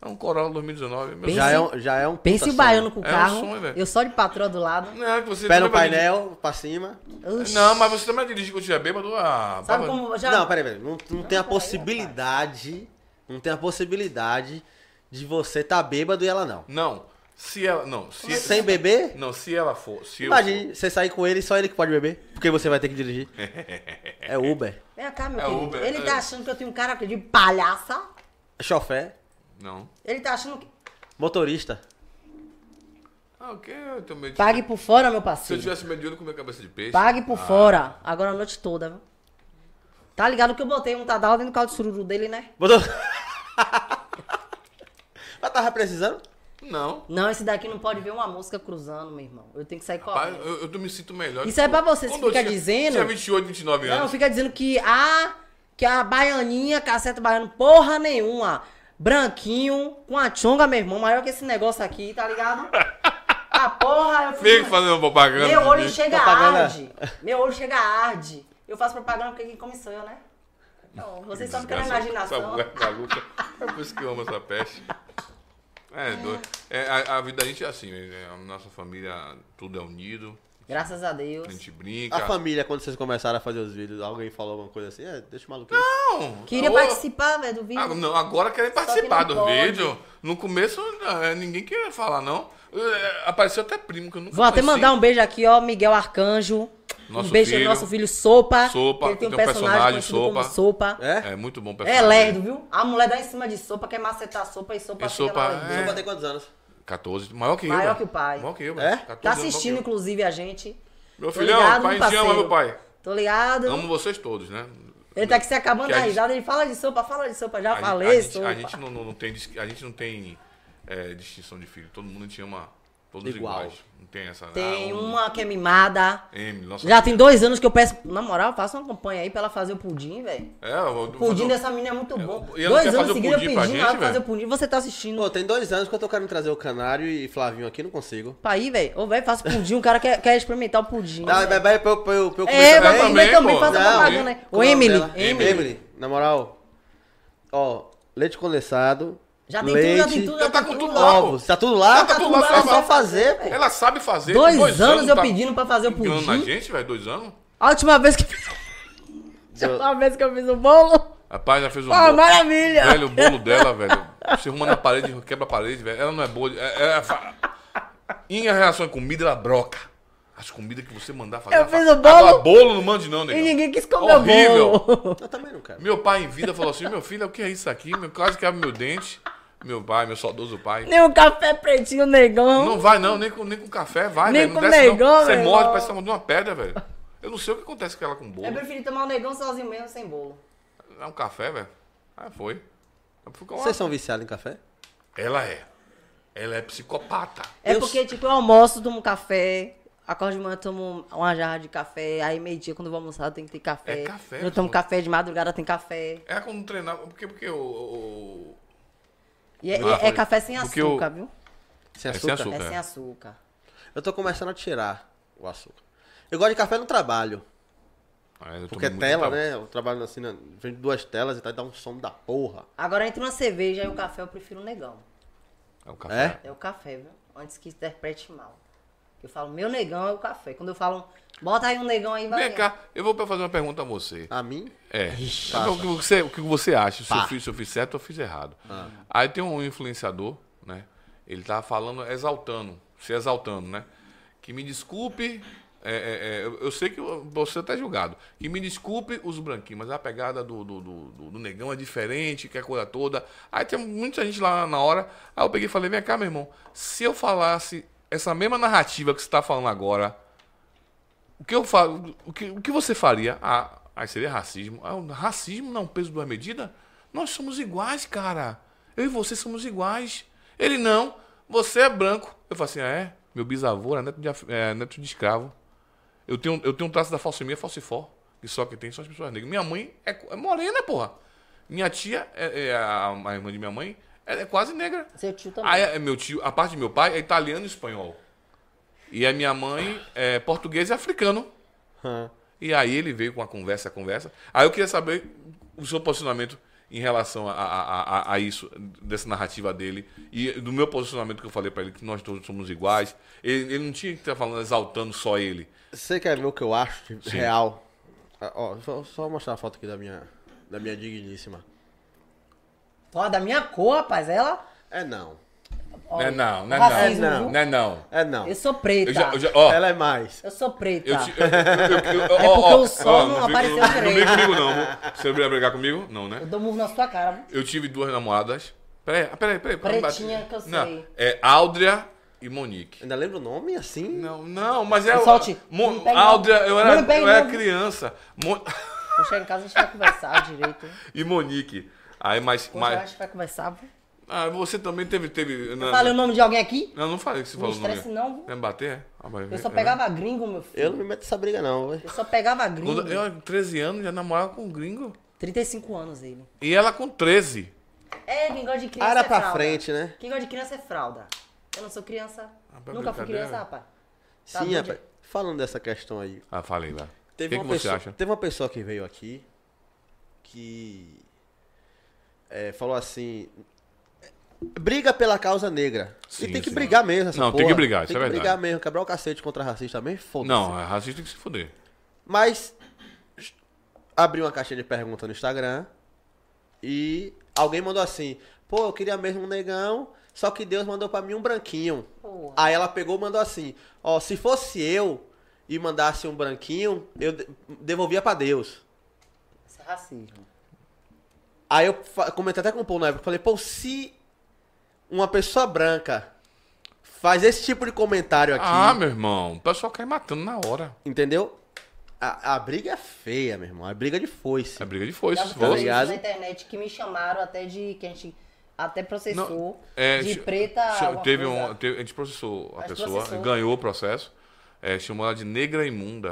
[SPEAKER 4] É um Corolla 2019. Meu
[SPEAKER 3] Já
[SPEAKER 4] sonho.
[SPEAKER 3] é um. Já é um
[SPEAKER 5] Pense
[SPEAKER 3] puta
[SPEAKER 5] o baiano
[SPEAKER 3] sonho.
[SPEAKER 5] com o
[SPEAKER 4] É um
[SPEAKER 5] carro,
[SPEAKER 4] sonho, velho.
[SPEAKER 5] eu só de patroa do lado.
[SPEAKER 4] Não, é que você
[SPEAKER 3] Pé no
[SPEAKER 4] também vai dirigir.
[SPEAKER 3] painel, pra cima.
[SPEAKER 5] Oxi.
[SPEAKER 4] Não, mas você também dirige quando estiver bêbado. Ah,
[SPEAKER 5] Sabe
[SPEAKER 4] baba-
[SPEAKER 5] como já... tá
[SPEAKER 3] Não, peraí, peraí. Não, não tem a possibilidade. Não tem a possibilidade de você tá bêbado e ela não.
[SPEAKER 4] Não. Se ela. Não. Se,
[SPEAKER 3] Sem beber?
[SPEAKER 4] Não, se ela for. Se eu
[SPEAKER 3] Imagine, você sair com ele e só ele que pode beber. Porque você vai ter que dirigir. É Uber.
[SPEAKER 5] Vem cá, meu
[SPEAKER 4] É
[SPEAKER 5] querido.
[SPEAKER 4] Uber,
[SPEAKER 5] ele
[SPEAKER 4] é.
[SPEAKER 5] tá achando que eu tenho um cara de palhaça.
[SPEAKER 3] É Chofé.
[SPEAKER 4] for- Não.
[SPEAKER 5] Ele tá achando que...
[SPEAKER 3] Motorista.
[SPEAKER 4] Ah, o que? Eu tenho medo de-
[SPEAKER 5] Pague por fora, meu
[SPEAKER 4] Se eu
[SPEAKER 5] parceiro.
[SPEAKER 4] tivesse medo de eu não comer cabeça de peixe.
[SPEAKER 5] Pague por
[SPEAKER 4] Ah,
[SPEAKER 5] fora. Agora a noite toda, viu? Tá ligado que eu botei um tadal dentro do caldo de sururu dele, né?
[SPEAKER 3] Motor... Mas tava precisando?
[SPEAKER 4] Não.
[SPEAKER 5] Não, esse daqui não pode ver uma mosca cruzando, meu irmão. Eu tenho que sair
[SPEAKER 4] Rapaz,
[SPEAKER 5] correndo.
[SPEAKER 4] eu, eu me sinto melhor.
[SPEAKER 5] Isso é pra você,
[SPEAKER 4] Quando
[SPEAKER 5] você fica
[SPEAKER 4] eu tinha-
[SPEAKER 5] dizendo-
[SPEAKER 4] Tinha 28, 29
[SPEAKER 5] Não,
[SPEAKER 4] anos.
[SPEAKER 5] fica dizendo que a. Que a baianinha, caceta baiano, porra nenhuma. Branquinho, com a chonga, meu irmão, maior que esse negócio aqui, tá ligado? A porra, eu
[SPEAKER 4] Fica
[SPEAKER 5] fico.
[SPEAKER 4] fazendo propaganda.
[SPEAKER 5] Meu olho
[SPEAKER 4] de-
[SPEAKER 5] chega
[SPEAKER 3] propaganda.
[SPEAKER 5] a arde. Meu olho chega a arde. Eu faço propaganda porque quem come sou eu, né? Então, vocês só ficam na
[SPEAKER 4] Desgraça, Essa
[SPEAKER 5] imaginação.
[SPEAKER 4] mulher maluca. É por isso que eu amo essa peste. É, doido. É, a, a vida da gente é assim, é, a nossa família, tudo é unido,
[SPEAKER 5] Graças a
[SPEAKER 4] a
[SPEAKER 5] Deus.
[SPEAKER 4] gente
[SPEAKER 3] A
[SPEAKER 4] brinca.
[SPEAKER 3] família, quando vocês começaram a fazer os vídeos, alguém falou alguma coisa assim? É, deixa o maluquinho.
[SPEAKER 4] Não,
[SPEAKER 5] Queria
[SPEAKER 4] ô,
[SPEAKER 5] participar, velho, do
[SPEAKER 4] ah,
[SPEAKER 5] vídeo.
[SPEAKER 4] não, agora querem
[SPEAKER 5] que
[SPEAKER 4] participar
[SPEAKER 5] não
[SPEAKER 4] do
[SPEAKER 5] pode.
[SPEAKER 4] vídeo. No começo, é, ninguém queria falar, não. É, Apareceu até primo, que eu nunca
[SPEAKER 5] Vou até mandar um beijo aqui, ó, Miguel Arcanjo.
[SPEAKER 4] Nosso
[SPEAKER 5] um beijo pro
[SPEAKER 4] filho.
[SPEAKER 5] nosso filho Sopa.
[SPEAKER 4] Sopa,
[SPEAKER 5] Ele tem um
[SPEAKER 4] tem um
[SPEAKER 5] personagem,
[SPEAKER 4] personagem,
[SPEAKER 5] conhecido como
[SPEAKER 4] Sopa.
[SPEAKER 5] Sopa.
[SPEAKER 4] É? é muito bom
[SPEAKER 5] É
[SPEAKER 4] personagem.
[SPEAKER 5] lerdo, viu? A mulher dá em cima de sopa, quer macetar sopa e sopa fica
[SPEAKER 4] E sopa,
[SPEAKER 5] na lerdeza.
[SPEAKER 4] é.
[SPEAKER 3] Só tem quantos anos?
[SPEAKER 4] 14, maior que eu.
[SPEAKER 5] Maior
[SPEAKER 4] velho.
[SPEAKER 5] que o pai.
[SPEAKER 4] Maior que eu,
[SPEAKER 3] É?
[SPEAKER 4] velho. 14
[SPEAKER 5] Tá
[SPEAKER 4] anos, maior
[SPEAKER 5] assistindo,
[SPEAKER 4] que eu.
[SPEAKER 5] inclusive, a gente.
[SPEAKER 4] Meu
[SPEAKER 5] Tô
[SPEAKER 4] filhão,
[SPEAKER 5] ligado,
[SPEAKER 4] pai te
[SPEAKER 5] parceiro. Uhum.
[SPEAKER 4] ama, meu pai.
[SPEAKER 5] Tô ligado.
[SPEAKER 4] Amo vocês todos, né?
[SPEAKER 5] Ele tá aqui se acabando
[SPEAKER 4] Que a
[SPEAKER 5] da
[SPEAKER 4] gente-
[SPEAKER 5] risada, ele fala de sopa, fala de sopa, já
[SPEAKER 4] A gente-
[SPEAKER 5] falei
[SPEAKER 4] a gente,
[SPEAKER 5] sopa.
[SPEAKER 4] a gente não, não- não tem, dis- a gente não tem é, distinção de filho. Todo mundo te ama. Todos
[SPEAKER 3] Igual.
[SPEAKER 4] iguais. Não tem essa.
[SPEAKER 5] Tem
[SPEAKER 4] ah, um
[SPEAKER 5] uma que é mimada.
[SPEAKER 4] M, nossa.
[SPEAKER 5] Já tem dois anos que eu peço. Na moral, faça uma campanha aí pra ela fazer o pudim, velho.
[SPEAKER 4] É, eu,
[SPEAKER 5] O pudim
[SPEAKER 4] eu-
[SPEAKER 5] dessa menina é muito bom.
[SPEAKER 4] e ela
[SPEAKER 5] Dois
[SPEAKER 4] quer
[SPEAKER 5] anos
[SPEAKER 4] fazer o
[SPEAKER 5] seguidos eu
[SPEAKER 4] pudim
[SPEAKER 5] pedi
[SPEAKER 4] pra
[SPEAKER 5] ela
[SPEAKER 4] gente,
[SPEAKER 5] pra fazer
[SPEAKER 4] velho?
[SPEAKER 5] o pudim. Você tá assistindo.
[SPEAKER 3] Pô, tem dois anos que eu tô querendo trazer o Canário e Flavinho aqui, não consigo.
[SPEAKER 5] Pra aí, velho. Ô, velho, faça o pudim. O cara quer, quer experimentar o pudim.
[SPEAKER 3] Dá,
[SPEAKER 5] velho.
[SPEAKER 3] vai, vai pra eu, pra eu, pra eu
[SPEAKER 5] É,
[SPEAKER 3] começar
[SPEAKER 5] vai
[SPEAKER 3] bem.
[SPEAKER 5] também, também
[SPEAKER 4] pô.
[SPEAKER 5] faça
[SPEAKER 4] Não,
[SPEAKER 5] propaganda, né?
[SPEAKER 3] Qual
[SPEAKER 5] Ô,
[SPEAKER 3] o nome
[SPEAKER 5] Emily.
[SPEAKER 3] dela?
[SPEAKER 5] Emily.
[SPEAKER 3] Emily, na moral. Ó, leite condensado.
[SPEAKER 5] Já tem tudo,
[SPEAKER 3] leite,
[SPEAKER 5] já tem tudo.
[SPEAKER 4] Já tá
[SPEAKER 5] tem
[SPEAKER 4] com
[SPEAKER 5] tudo
[SPEAKER 4] tudo
[SPEAKER 5] lá.
[SPEAKER 4] lá,
[SPEAKER 3] Ovos, tá tudo lá?
[SPEAKER 4] Já tá tudo lá,
[SPEAKER 3] é só
[SPEAKER 4] Flavinho.
[SPEAKER 3] fazer, pô.
[SPEAKER 4] Ela sabe fazer.
[SPEAKER 5] Dois, anos, eu
[SPEAKER 4] tá
[SPEAKER 5] pedindo pra fazer o
[SPEAKER 4] enganando a
[SPEAKER 5] pudim.
[SPEAKER 4] gente, velho, dois anos.
[SPEAKER 5] A última vez que a última vez que eu fiz o bolo.
[SPEAKER 4] Rapaz, já fez um.
[SPEAKER 5] Ó,
[SPEAKER 4] bolo.
[SPEAKER 5] Ah, maravilha!
[SPEAKER 4] Velho, o bolo dela, velho. Você arruma na parede, quebra a parede, velho. Ela não é boa. de- é- é- fa- Em relação à comida, ela broca. As comidas que você mandar fazer.
[SPEAKER 5] Eu
[SPEAKER 4] ela
[SPEAKER 5] fiz
[SPEAKER 4] fala,
[SPEAKER 5] o bolo
[SPEAKER 4] "Agora, bolo não mande, não,
[SPEAKER 5] E
[SPEAKER 4] negão.
[SPEAKER 5] ninguém quis comer o
[SPEAKER 4] Horrível.
[SPEAKER 5] bolo.
[SPEAKER 3] Eu também não quero.
[SPEAKER 4] Meu pai em vida falou assim: meu filho, o que é isso aqui? Meu, quase que abre meu dente. Meu pai, meu saudoso pai.
[SPEAKER 5] Nem um café pretinho, negão.
[SPEAKER 4] Não vai, não, nem com, nem com café, vai,
[SPEAKER 5] Nem
[SPEAKER 4] velho. Não
[SPEAKER 5] com
[SPEAKER 4] desce,
[SPEAKER 5] negão,
[SPEAKER 4] não. Você
[SPEAKER 5] meu
[SPEAKER 4] morde,
[SPEAKER 5] irmão.
[SPEAKER 4] parece que tá mandando uma pedra, velho. Eu não sei o que acontece com ela com bolo.
[SPEAKER 5] Eu preferi tomar um negão sozinho mesmo, sem bolo.
[SPEAKER 4] É um café, velho. Ah, foi. Ficou uma-
[SPEAKER 3] Vocês são viciados em café?
[SPEAKER 4] Ela é. Ela é psicopata.
[SPEAKER 5] É
[SPEAKER 3] Eu
[SPEAKER 5] porque, tipo, eu almoço, tomo café. Acordo de manhã, tomo uma jarra de café. Aí, meio-dia, quando eu vou almoçar, tem que ter café.
[SPEAKER 4] É café,
[SPEAKER 5] eu tomo
[SPEAKER 4] pô.
[SPEAKER 5] café de madrugada, tem café.
[SPEAKER 4] É quando treinava. Porque, porque o. o-
[SPEAKER 5] E é,
[SPEAKER 4] Ah,
[SPEAKER 5] é- é
[SPEAKER 4] foi.
[SPEAKER 5] café sem
[SPEAKER 4] Porque o-
[SPEAKER 5] açúcar, viu?
[SPEAKER 3] Sem
[SPEAKER 4] É
[SPEAKER 3] açúcar?
[SPEAKER 4] sem açúcar.
[SPEAKER 5] É sem açúcar.
[SPEAKER 3] Eu tô começando a tirar o açúcar. Eu gosto de café no trabalho.
[SPEAKER 4] Ah, eu tô
[SPEAKER 3] Porque é
[SPEAKER 4] muito-
[SPEAKER 3] tela,
[SPEAKER 4] tá-
[SPEAKER 3] né? Eu trabalho assim, né? frente de duas telas e tal, e dá um sono da porra.
[SPEAKER 5] Agora, entre uma cerveja e o café, eu prefiro o negão.
[SPEAKER 4] É o café.
[SPEAKER 5] É o café, viu? Antes que interprete mal. Eu falo, meu negão é o café. Quando eu falo, bota aí um negão aí, vai.
[SPEAKER 4] Vem cá, eu vou fazer uma pergunta a você.
[SPEAKER 3] A mim?
[SPEAKER 4] É.
[SPEAKER 3] passa.
[SPEAKER 4] Então, o, que você, o que você acha? Se eu,
[SPEAKER 3] Pá.
[SPEAKER 4] fiz, se eu fiz certo ou fiz errado. Aí tem um influenciador, né? Ele tava falando, exaltando, se exaltando, né? Que me desculpe. é, é, é, eu- eu sei que eu- você tá julgado. Que me desculpe os branquinhos, mas a pegada do, do, do- do- do negão é diferente, que é a coisa toda. Aí tem muita gente lá na hora. Aí eu peguei e falei: vem cá, meu irmão. Se eu falasse essa mesma narrativa que você tá falando agora, o que eu falo, o que, o que você faria? Ah, aí seria racismo. Ah, o racismo não é um peso duas medidas? Nós somos iguais, cara. Eu e você somos iguais. Ele não. Você é branco. Eu falo assim, ah, é? Meu bisavô era neto de, af- é, neto de escravo. Eu tenho, eu tenho um traço da falsimia falsifó, que só que tem são as pessoas negras. Minha mãe é, co- é morena, porra. Minha tia, é, é a, a irmã de minha mãe, ela é quase negra.
[SPEAKER 5] Seu tio também.
[SPEAKER 4] Aí, é, meu tio, a parte de meu pai é italiano e espanhol. E a minha mãe é português e africano.
[SPEAKER 3] Hã.
[SPEAKER 4] E aí ele veio com a conversa, a conversa. Aí eu queria saber o seu posicionamento em relação a, a- a- a- a isso, dessa narrativa dele. E do meu posicionamento que eu falei pra ele, que nós todos somos iguais. Ele, ele não tinha que estar falando, exaltando só ele.
[SPEAKER 3] Você quer ver o que eu acho de real? Ah, Ó, só, só mostrar a foto aqui da minha, da minha digníssima.
[SPEAKER 5] Ó, da minha cor, rapaz, ela.
[SPEAKER 3] É não.
[SPEAKER 5] Ó,
[SPEAKER 4] Não é não, não é
[SPEAKER 5] racismo,
[SPEAKER 3] não.
[SPEAKER 5] viu?
[SPEAKER 4] Não é não.
[SPEAKER 3] É não.
[SPEAKER 5] Eu sou preta.
[SPEAKER 4] Eu
[SPEAKER 5] Eu,
[SPEAKER 4] já, eu já, ó,
[SPEAKER 3] Ela é mais.
[SPEAKER 5] sou preta.
[SPEAKER 4] Eu te- eu- eu- eu- eu-
[SPEAKER 5] É
[SPEAKER 4] ó,
[SPEAKER 5] porque
[SPEAKER 4] ó,
[SPEAKER 5] o sol
[SPEAKER 4] ó,
[SPEAKER 5] não
[SPEAKER 4] fica-
[SPEAKER 5] apareceu
[SPEAKER 4] Não
[SPEAKER 5] direito.
[SPEAKER 4] vem comigo, não. Você vai brigar comigo? Não, né?
[SPEAKER 5] Eu dou murro na sua cara. viu?
[SPEAKER 4] Eu tive duas namoradas. Peraí, ah, peraí, peraí. peraí
[SPEAKER 5] Pretinha que eu sei.
[SPEAKER 4] Não, é Áudrea e Monique.
[SPEAKER 3] Ainda lembra o nome assim?
[SPEAKER 4] Não, não, mas é.
[SPEAKER 5] Pessoal, te-
[SPEAKER 4] Mo-
[SPEAKER 5] não pega não.
[SPEAKER 4] Áudrea, eu
[SPEAKER 5] Não
[SPEAKER 4] era,
[SPEAKER 5] pega
[SPEAKER 4] eu era
[SPEAKER 5] não.
[SPEAKER 4] criança. Mo-
[SPEAKER 5] Vou chegar em casa, a gente vai conversar direito. hein?
[SPEAKER 4] e Monique. Aí, mas.
[SPEAKER 5] Hoje a
[SPEAKER 4] mas
[SPEAKER 5] gente vai conversar. viu?
[SPEAKER 4] ah, você também teve. teve não,
[SPEAKER 5] Falei o nome de alguém aqui?
[SPEAKER 4] não, não falei que você
[SPEAKER 5] Não
[SPEAKER 4] falou o nome.
[SPEAKER 5] estresse, não. viu?
[SPEAKER 4] Quer me bater? é? Ah, mas-
[SPEAKER 5] Eu só
[SPEAKER 4] é.
[SPEAKER 5] pegava gringo, meu filho.
[SPEAKER 3] Eu não me meto nessa briga não, velho.
[SPEAKER 5] Eu só pegava gringo.
[SPEAKER 4] Quando eu, 13 anos, já namorava com um gringo.
[SPEAKER 5] 35 anos ele.
[SPEAKER 4] E ela com 13.
[SPEAKER 5] É, quem gosta de criança
[SPEAKER 3] Área
[SPEAKER 5] é
[SPEAKER 3] pra
[SPEAKER 5] fralda.
[SPEAKER 3] frente, né?
[SPEAKER 5] Quem gosta de criança é fralda. Eu não sou criança.
[SPEAKER 4] Ah, pra
[SPEAKER 5] Nunca fui
[SPEAKER 4] brincadeira.
[SPEAKER 5] criança, rapaz. Tá
[SPEAKER 3] Sim,
[SPEAKER 5] bom,
[SPEAKER 3] rapaz. Falando dessa questão aí.
[SPEAKER 4] Ah, falei lá. O que,
[SPEAKER 3] Teve,
[SPEAKER 4] que
[SPEAKER 3] uma
[SPEAKER 4] você
[SPEAKER 3] pessoa,
[SPEAKER 4] acha?
[SPEAKER 3] teve uma pessoa que veio aqui que é, falou assim: briga pela causa negra.
[SPEAKER 4] Sim,
[SPEAKER 3] e tem que
[SPEAKER 4] sim.
[SPEAKER 3] brigar mesmo, essa
[SPEAKER 4] Não, tem
[SPEAKER 3] porra.
[SPEAKER 4] que brigar, isso
[SPEAKER 3] Tem
[SPEAKER 4] é
[SPEAKER 3] que
[SPEAKER 4] verdade.
[SPEAKER 3] brigar mesmo, quebrar o cacete contra racista também, foda-se.
[SPEAKER 4] Não, é racista tem que se fuder.
[SPEAKER 3] Mas abri uma caixinha de pergunta no Instagram e alguém mandou assim: pô, eu queria mesmo um negão, só que Deus mandou pra mim um branquinho.
[SPEAKER 5] Porra.
[SPEAKER 3] Aí ela pegou e mandou assim: ó, se fosse eu e mandasse um branquinho, eu de- devolvia pra Deus.
[SPEAKER 5] Isso é racismo.
[SPEAKER 3] Aí eu fa- comentei até com o Paul na época, falei, pô, se uma pessoa branca faz esse tipo de comentário aqui,
[SPEAKER 4] Ah, meu irmão. O pessoal cai matando na hora.
[SPEAKER 3] entendeu? A, a briga é feia, meu irmão. A briga de foice.
[SPEAKER 4] É briga de foice.
[SPEAKER 5] Já
[SPEAKER 4] se
[SPEAKER 5] vi casos
[SPEAKER 4] fosse.
[SPEAKER 3] ligado?
[SPEAKER 5] na internet que me chamaram até de. que a gente até processou.
[SPEAKER 4] É,
[SPEAKER 5] de
[SPEAKER 4] che-
[SPEAKER 5] preta.
[SPEAKER 4] che-
[SPEAKER 5] alguma
[SPEAKER 4] teve
[SPEAKER 5] coisa.
[SPEAKER 4] um, teve- a gente processou a
[SPEAKER 5] Mas
[SPEAKER 4] pessoa,
[SPEAKER 5] processou. né?
[SPEAKER 4] ganhou o processo, é, chamou ela de negra imunda,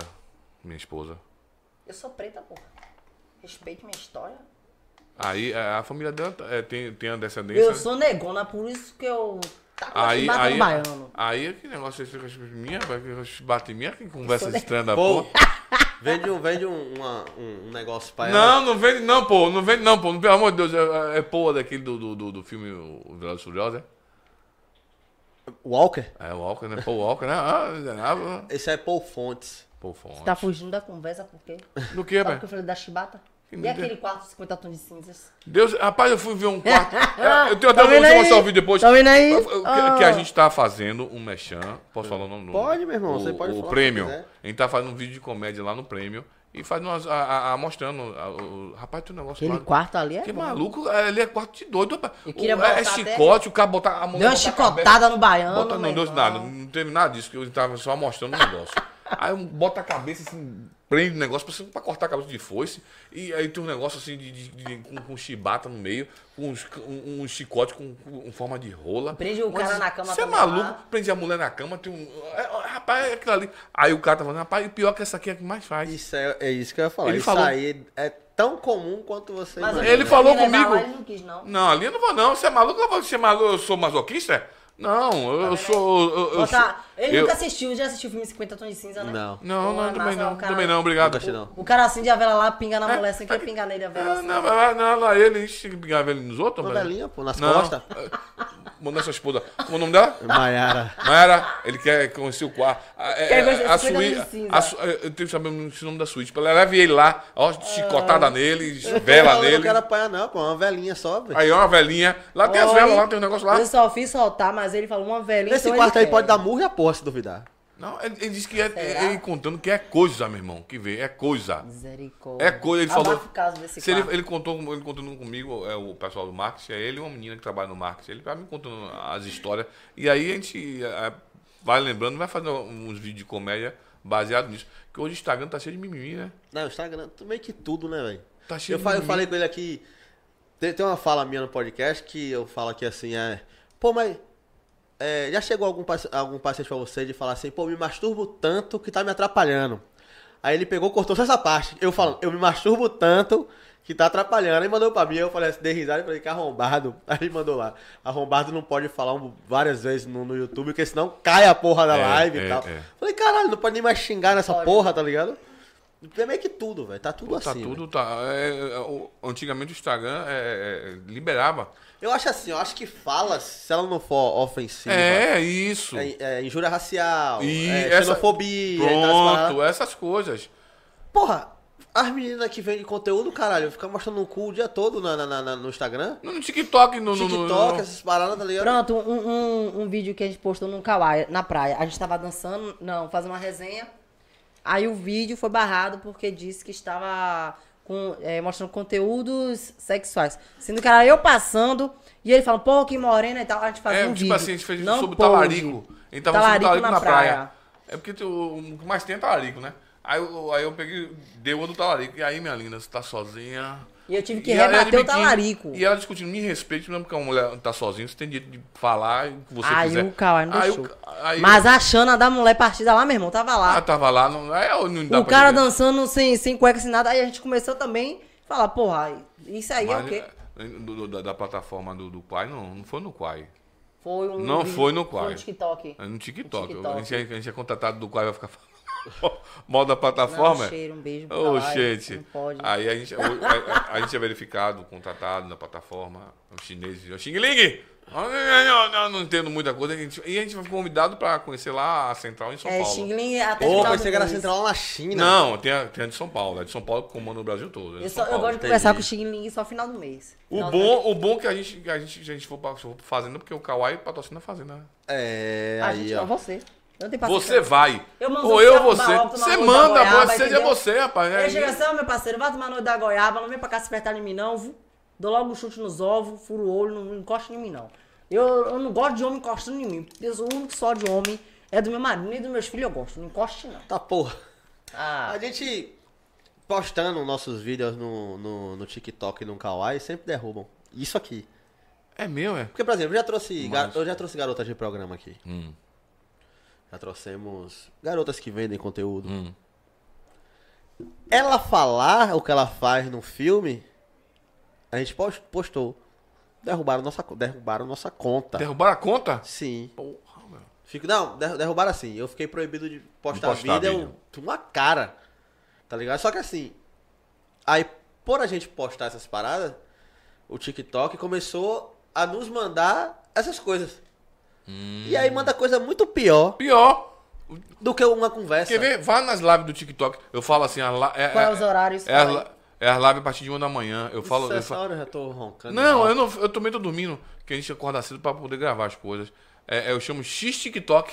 [SPEAKER 4] minha esposa.
[SPEAKER 5] Eu sou preta, porra. Respeite minha história.
[SPEAKER 4] Aí a, a família dela é, tem, tem a descendência. né?
[SPEAKER 5] Eu sou negona, por isso que eu. Tá com
[SPEAKER 4] aí,
[SPEAKER 5] chibata no
[SPEAKER 4] aí,
[SPEAKER 5] baiano.
[SPEAKER 4] aí que negócio esse que minha, vai que bate em minha, que conversa
[SPEAKER 5] Eu sou
[SPEAKER 4] estranha da
[SPEAKER 3] Pô,
[SPEAKER 4] porra.
[SPEAKER 3] vende, um, vende um, uma- um- um negócio pra ela.
[SPEAKER 4] Não, não vende não, pô, não vende não, pô, pelo amor de Deus, é, é porra daquele do, do, do, do filme O Velozes e Furiosos,
[SPEAKER 3] Walker?
[SPEAKER 4] é? É o Walker, né? Pô, Walker, né? Ah, miserável.
[SPEAKER 3] Esse é Paul Fontes.
[SPEAKER 4] Pô, fonte.
[SPEAKER 5] Você tá fugindo da conversa por quê?
[SPEAKER 4] Do que,
[SPEAKER 5] Sabe o que
[SPEAKER 4] velho?
[SPEAKER 5] eu falei da chibata?
[SPEAKER 4] É. Que
[SPEAKER 5] E
[SPEAKER 4] me
[SPEAKER 5] aquele
[SPEAKER 4] deu.
[SPEAKER 5] quarto de 50 tons de cinzas?
[SPEAKER 4] Deus, rapaz, eu fui ver um quarto. É, eu tenho até
[SPEAKER 5] Tá
[SPEAKER 4] vou
[SPEAKER 5] vendo
[SPEAKER 4] te
[SPEAKER 5] aí?
[SPEAKER 4] mostrar o vídeo depois.
[SPEAKER 5] Tá vendo aí? Ah.
[SPEAKER 4] O Que, que a gente tá fazendo um mechan. Posso falar o nome do
[SPEAKER 3] Pode, meu irmão,
[SPEAKER 4] o,
[SPEAKER 3] você pode
[SPEAKER 4] O
[SPEAKER 3] falar
[SPEAKER 4] prêmio.
[SPEAKER 3] se quiser.
[SPEAKER 4] A gente tá fazendo um vídeo de comédia lá no prêmio. E faz umas, a, a- a- mostrando. a- o- rapaz, tem um negócio
[SPEAKER 5] Aquele
[SPEAKER 4] lá.
[SPEAKER 5] quarto ali é.
[SPEAKER 4] Que
[SPEAKER 5] bom.
[SPEAKER 4] maluco, é, ele é quarto de doido, rapaz.
[SPEAKER 5] Eu queria
[SPEAKER 4] O- é, é
[SPEAKER 5] botar até-
[SPEAKER 4] chicote, o cara botar a mão
[SPEAKER 5] Deu uma
[SPEAKER 4] botar a
[SPEAKER 5] chicotada no
[SPEAKER 4] cabeça-
[SPEAKER 5] baiano.
[SPEAKER 4] Bota, não,
[SPEAKER 5] meu
[SPEAKER 4] deu
[SPEAKER 5] irmão.
[SPEAKER 4] nada, não teve nada disso, que eu tava só mostrando o negócio. aí um bota a cabeça assim, prende o negócio pra, pra cortar a cabeça de foice. E aí tem um negócio assim de, de- de- com, com chibata no meio, com uns- um, um chicote com, com forma de rola.
[SPEAKER 5] Prende o cara na cama
[SPEAKER 4] Você é
[SPEAKER 5] também
[SPEAKER 4] maluco?
[SPEAKER 5] lá.
[SPEAKER 4] Prende a mulher na cama, tem um. é, é, rapaz, rapaz, é aquilo ali. Aí o cara tá falando, rapaz, o pior é que essa aqui é a que mais faz.
[SPEAKER 3] Isso é, é isso que eu ia falar.
[SPEAKER 4] Ele
[SPEAKER 3] isso
[SPEAKER 4] falou.
[SPEAKER 3] aí é tão comum quanto você
[SPEAKER 5] Mas
[SPEAKER 4] Ele
[SPEAKER 5] eu quis
[SPEAKER 4] falou
[SPEAKER 5] levar
[SPEAKER 4] comigo.
[SPEAKER 5] lá, ele não quis, não.
[SPEAKER 4] Não, ali eu não vou não. Você é maluco? Eu vou ser maluco? Eu sou masoquista? é? Não, eu, eu sou. Eu, eu sou
[SPEAKER 5] Tá Botar- Ele
[SPEAKER 4] eu-
[SPEAKER 5] nunca assistiu, já assistiu o filme 50 Tons de Cinza, né?
[SPEAKER 3] Não.
[SPEAKER 4] Não,
[SPEAKER 5] Pô,
[SPEAKER 4] não,
[SPEAKER 5] é
[SPEAKER 4] também
[SPEAKER 5] massa,
[SPEAKER 4] não.
[SPEAKER 5] o cara-
[SPEAKER 4] Também não,
[SPEAKER 3] Não
[SPEAKER 4] obrigado.
[SPEAKER 3] gostei, não.
[SPEAKER 5] O cara acende a vela lá, pinga na
[SPEAKER 4] É,
[SPEAKER 5] mulher, sem
[SPEAKER 4] tá
[SPEAKER 5] quer
[SPEAKER 4] que-
[SPEAKER 5] pingar nele a vela.
[SPEAKER 4] Ah,
[SPEAKER 5] assim.
[SPEAKER 4] Não, lá, não, lá ele enche gava ele nos outros,
[SPEAKER 3] Toda
[SPEAKER 4] velho.
[SPEAKER 3] linha, pô, nas
[SPEAKER 4] é Não.
[SPEAKER 3] costas.
[SPEAKER 4] Mandou sua esposa. Como é o nome dela?
[SPEAKER 3] Maiara.
[SPEAKER 4] Mayara, ele quer conhecer o quarto. A, é,
[SPEAKER 5] Quer um conhecer-
[SPEAKER 4] a, a
[SPEAKER 5] cuida da
[SPEAKER 4] suíte.
[SPEAKER 5] cinza.
[SPEAKER 4] a su- Eu tenho que saber o nome da suíte. Ela leve ele lá, ó,
[SPEAKER 5] Ah.
[SPEAKER 4] chicotada nele, vela
[SPEAKER 3] Eu não
[SPEAKER 4] nele.
[SPEAKER 3] quero apanhar, não, pô. É uma velhinha só, velho.
[SPEAKER 4] Aí, ó, uma velhinha. Lá tem as
[SPEAKER 5] Olha,
[SPEAKER 4] velas, lá tem um negócio lá.
[SPEAKER 5] Eu só fiz soltar, mas ele falou uma velhinha.
[SPEAKER 3] Nesse quarto aí
[SPEAKER 5] é.
[SPEAKER 3] pode dar murro e a porra, se duvidar.
[SPEAKER 4] Não, ele, ele disse que é,
[SPEAKER 5] Será?
[SPEAKER 4] ele contando que é coisa, meu irmão. Que vê, é coisa.
[SPEAKER 5] Misericórdia.
[SPEAKER 4] É coisa, ele falou.
[SPEAKER 5] Abafa o caso desse
[SPEAKER 4] Se ele,
[SPEAKER 5] quarto.
[SPEAKER 4] ele contou, ele contando comigo, é o pessoal do marketing, é ele e uma menina que trabalha no marketing. Ele vai me contando as histórias. E aí a gente é, vai lembrando, vai fazer uns vídeos de comédia baseado nisso. Que hoje o Instagram tá cheio de mimimi, né?
[SPEAKER 3] Não, o Instagram, tu- meio que tudo, né, velho?
[SPEAKER 4] Tá cheio
[SPEAKER 3] eu, fa-
[SPEAKER 4] de
[SPEAKER 3] eu falei com ele aqui. Tem, tem uma fala minha no podcast que eu falo aqui assim, é. Pô, mas. é, já chegou algum, paci- algum paciente pra você de falar assim, pô, me masturbo tanto que tá me atrapalhando. Aí ele pegou, cortou só essa parte. Eu falando, eu me masturbo tanto que tá atrapalhando. Aí mandou pra mim, eu falei assim, dei risada e falei que arrombado. Aí ele mandou lá, arrombado não pode falar um- várias vezes no, no YouTube, porque senão cai a porra da
[SPEAKER 4] É,
[SPEAKER 3] live
[SPEAKER 4] é,
[SPEAKER 3] e tal.
[SPEAKER 4] é.
[SPEAKER 3] Falei, caralho, não pode nem mais xingar nessa
[SPEAKER 5] Pode. né?"
[SPEAKER 3] porra, tá ligado? É meio que tudo, velho. Tá tudo
[SPEAKER 4] Tá
[SPEAKER 3] assim. velho.
[SPEAKER 4] tudo, tá. é, é, o- antigamente o Instagram é, é, liberava.
[SPEAKER 3] Eu acho assim, eu acho que fala, se ela não for ofensiva.
[SPEAKER 4] É, isso.
[SPEAKER 3] É, é injúria racial,
[SPEAKER 4] E
[SPEAKER 3] é
[SPEAKER 4] essa-
[SPEAKER 3] xenofobia, e tal, essas
[SPEAKER 4] Pronto,
[SPEAKER 3] paradas.
[SPEAKER 4] essas coisas.
[SPEAKER 3] Porra, as meninas que vendem conteúdo, caralho, ficam mostrando um cu o dia todo na- na- na- na- no Instagram.
[SPEAKER 4] No no TikTok, no. no- no-
[SPEAKER 3] TikTok,
[SPEAKER 4] no-
[SPEAKER 3] essas paradas, tá ligado?
[SPEAKER 5] Pronto, um, um, um vídeo que a gente postou num kawaii, na praia. A gente tava dançando, não, fazendo uma resenha. Aí o vídeo foi barrado porque disse que estava com, é, mostrando conteúdos sexuais. Sendo que era eu passando e ele falando, pô, que morena e tal. A gente fazia
[SPEAKER 4] É,
[SPEAKER 5] um
[SPEAKER 4] tipo
[SPEAKER 5] vídeo.
[SPEAKER 4] assim, a gente fez
[SPEAKER 5] Não
[SPEAKER 4] sobre o
[SPEAKER 5] pôde.
[SPEAKER 4] talarico. A gente tava sobre o
[SPEAKER 5] Talarico
[SPEAKER 4] talarico
[SPEAKER 5] na
[SPEAKER 4] na, praia.
[SPEAKER 5] praia.
[SPEAKER 4] É porque tu- o que mais tem é talarico, né? Aí eu, aí eu peguei, dei uma do talarico. E aí, minha linda, você tá sozinha.
[SPEAKER 5] E eu tive que
[SPEAKER 4] ela- ela de
[SPEAKER 5] rebater o
[SPEAKER 4] biquíni.
[SPEAKER 5] talarico.
[SPEAKER 4] E ela discutindo, me respeite, mesmo que uma mulher tá sozinha, você tem direito de falar o que você
[SPEAKER 5] aí
[SPEAKER 4] quiser.
[SPEAKER 5] o Kawai não
[SPEAKER 4] Aí
[SPEAKER 5] deixou.
[SPEAKER 4] o ca- aí-
[SPEAKER 5] Mas a Xana da mulher partida lá, meu irmão, tava
[SPEAKER 4] Ah,
[SPEAKER 5] lá.
[SPEAKER 4] tava lá, não, aí eu não dá
[SPEAKER 5] o
[SPEAKER 4] pra
[SPEAKER 5] cara
[SPEAKER 4] entender.
[SPEAKER 5] dançando sem, sem cueca, sem nada. Aí a gente começou também a falar, porra, isso aí é o
[SPEAKER 4] Mas,
[SPEAKER 5] quê?
[SPEAKER 4] eh, do- do- da, da plataforma do, do Quai, não, não foi no Quai.
[SPEAKER 5] Foi um
[SPEAKER 4] Não
[SPEAKER 5] vídeo-
[SPEAKER 4] foi no
[SPEAKER 5] Foi
[SPEAKER 4] Quai.
[SPEAKER 5] no TikTok.
[SPEAKER 4] É No TikTok.
[SPEAKER 5] No TikTok.
[SPEAKER 4] A, gente é, a gente é contratado do Quai, vai ficar falando mal da
[SPEAKER 5] Não,
[SPEAKER 4] plataforma.
[SPEAKER 5] cheiro, um beijo pra
[SPEAKER 4] Ô,
[SPEAKER 5] lá,
[SPEAKER 4] gente.
[SPEAKER 5] Não pode.
[SPEAKER 4] Aí a gente, o- a, a- a gente é verificado, contratado na plataforma, os chineses. O Xing Ling! Não, não, não, não entendo muita coisa. a gente- e a gente foi convidado pra conhecer lá a central em São
[SPEAKER 5] é,
[SPEAKER 4] Paulo.
[SPEAKER 5] Xingling até
[SPEAKER 3] Pô,
[SPEAKER 5] final
[SPEAKER 3] vai
[SPEAKER 5] do
[SPEAKER 3] ser Graça
[SPEAKER 5] mês.
[SPEAKER 3] Central lá na China.
[SPEAKER 4] Tá Não, tem a, tem a de São Paulo. A de São Paulo que comanda o Brasil todo. é de
[SPEAKER 5] Eu,
[SPEAKER 4] São
[SPEAKER 5] só, eu
[SPEAKER 4] Paulo.
[SPEAKER 5] gosto de né? conversar com o Xingling só final do mês.
[SPEAKER 4] O
[SPEAKER 5] Final
[SPEAKER 4] bom, o bom é que a gente, que a gente, a gente for pra, for pra Fazenda, porque o Kawai patrocina a Fazenda. né?
[SPEAKER 3] É,
[SPEAKER 5] do... A
[SPEAKER 3] aí,
[SPEAKER 5] gente não,
[SPEAKER 3] ó.
[SPEAKER 5] você. Eu tenho paciência.
[SPEAKER 4] Você vai.
[SPEAKER 5] Eu mando
[SPEAKER 4] Ou
[SPEAKER 5] você
[SPEAKER 4] eu,
[SPEAKER 5] arrumar
[SPEAKER 4] você.
[SPEAKER 5] logo, tomar
[SPEAKER 4] Você
[SPEAKER 5] banho da
[SPEAKER 4] manda,
[SPEAKER 5] goiaba,
[SPEAKER 4] você seja
[SPEAKER 5] entendeu?
[SPEAKER 4] você, rapaz. É
[SPEAKER 5] Eu
[SPEAKER 4] Aí-
[SPEAKER 5] chego assim, ó, meu parceiro, vai tomar noite da goiaba, não vem pra cá se apertar em mim não, viu? Dou logo um chute nos ovos, furo o olho, não encosta em mim não. Eu, eu não gosto de homem encostando em mim. Eu sou o único só de homem. É do meu marido, nem dos meus filhos eu gosto. Não encoste não.
[SPEAKER 3] Tá porra.
[SPEAKER 5] Ah,
[SPEAKER 3] A gente postando nossos vídeos no, no, no TikTok e no Kawaii sempre derrubam. Isso aqui.
[SPEAKER 5] assim-
[SPEAKER 4] É meu, é.
[SPEAKER 3] Porque, por exemplo, eu já trouxe, gar-
[SPEAKER 4] Mas-
[SPEAKER 3] eu já trouxe garotas de programa aqui. Já trouxemos garotas que vendem conteúdo. Ela falar o que ela faz no filme, a gente pos- postou. Derrubaram nossa, co- derrubaram nossa conta.
[SPEAKER 4] Derrubaram a conta?
[SPEAKER 3] Sim.
[SPEAKER 4] Porra, meu.
[SPEAKER 3] Fico, não, der- derrubaram assim. Eu fiquei proibido de postar,
[SPEAKER 4] postar
[SPEAKER 3] vídeo.
[SPEAKER 4] vídeo.
[SPEAKER 3] Eu, uma cara. Tá ligado? Só que assim. Aí, por a gente postar essas paradas, o TikTok começou a nos mandar essas coisas.
[SPEAKER 4] Hum.
[SPEAKER 3] E aí manda coisa muito pior
[SPEAKER 4] Pior.
[SPEAKER 3] do que uma conversa.
[SPEAKER 4] Quer ver? Vá nas lives do TikTok. Eu falo assim, a la... é,
[SPEAKER 5] qual é
[SPEAKER 4] é-
[SPEAKER 5] os horários?
[SPEAKER 4] é as la- é as lives a partir de uma da manhã. Eu falo.
[SPEAKER 3] Isso,
[SPEAKER 5] é
[SPEAKER 4] Eu
[SPEAKER 3] essa
[SPEAKER 4] falo...
[SPEAKER 3] hora eu já tô
[SPEAKER 5] um
[SPEAKER 3] roncando.
[SPEAKER 4] Não, eu não, eu também tô dormindo, que a gente acorda cedo pra poder gravar as coisas. É, é, eu chamo X TikTok.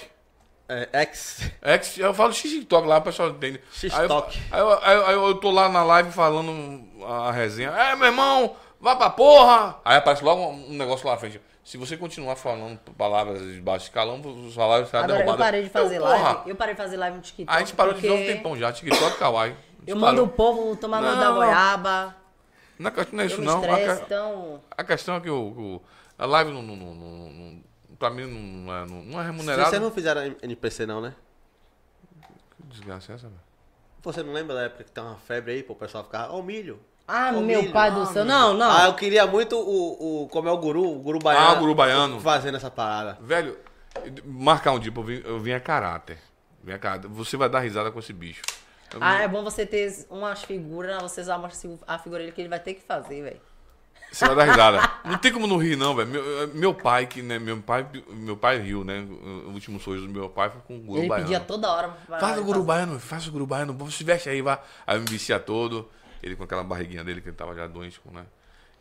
[SPEAKER 3] É, ex.
[SPEAKER 4] É que eu falo X-TikTok lá, o pessoal entende.
[SPEAKER 3] X-Tok.
[SPEAKER 4] Aí, eu- aí eu- aí eu- aí eu tô lá na live falando a resenha. É, meu irmão, vá pra porra! Aí aparece logo um um negócio lá na frente. Se você continuar falando palavras de baixo escalão, os salários serão
[SPEAKER 5] Agora,
[SPEAKER 4] derrubados.
[SPEAKER 5] eu parei de fazer
[SPEAKER 4] Então, porra,
[SPEAKER 5] live. Eu parei de fazer live no TikTok.
[SPEAKER 4] A gente parou de
[SPEAKER 5] porque
[SPEAKER 4] novo um tempão já, TikTok Kawaii. A gente
[SPEAKER 5] Eu mando o
[SPEAKER 4] parou.
[SPEAKER 5] povo tomar noite da
[SPEAKER 4] Não.
[SPEAKER 5] goiaba.
[SPEAKER 4] Não é questão- não é
[SPEAKER 5] Eu
[SPEAKER 4] isso,
[SPEAKER 5] me
[SPEAKER 4] não. A,
[SPEAKER 5] estresso,
[SPEAKER 4] que-
[SPEAKER 5] então.
[SPEAKER 4] a questão é que o, o- a live não, não, não, não- não- Pra mim não é, não, não é
[SPEAKER 3] Vocês
[SPEAKER 4] remunerada.
[SPEAKER 3] não fizeram NPC, não, né?
[SPEAKER 4] desgraça é essa, velho?
[SPEAKER 3] Você não lembra da época que tem uma febre aí, pô, o pessoal ficava, ó, o milho.
[SPEAKER 5] Ah,
[SPEAKER 3] Ô,
[SPEAKER 5] meu
[SPEAKER 3] milho,
[SPEAKER 5] pai do céu. Não, não.
[SPEAKER 3] Ah, eu queria muito o, o como é o guru, o guru baiano.
[SPEAKER 4] Ah, o guru baiano.
[SPEAKER 3] Fazendo essa parada.
[SPEAKER 4] Velho, marcar um dia, pô, eu vim, eu vim a caráter. Vim a caráter. Você vai dar risada com esse bicho. Eu
[SPEAKER 5] Ah, é bom você ter umas figuras, né? você usar uma figu- a figura dele que ele vai ter que fazer, velho.
[SPEAKER 4] Você vai dar risada. Não tem como não rir, não, velho. Meu, é, meu pai, que, né? Meu pai, meu pai riu, né? O último sorriso do meu pai foi com o guru
[SPEAKER 5] Ele
[SPEAKER 4] baiano.
[SPEAKER 5] pedia toda hora. pra-
[SPEAKER 4] Faz o
[SPEAKER 5] pra-
[SPEAKER 4] guru baiano, faz o guru baiano, bom, se veste aí, vai. Aí eu me vestia todo, ele com aquela barriguinha dele, que ele tava já doente, né?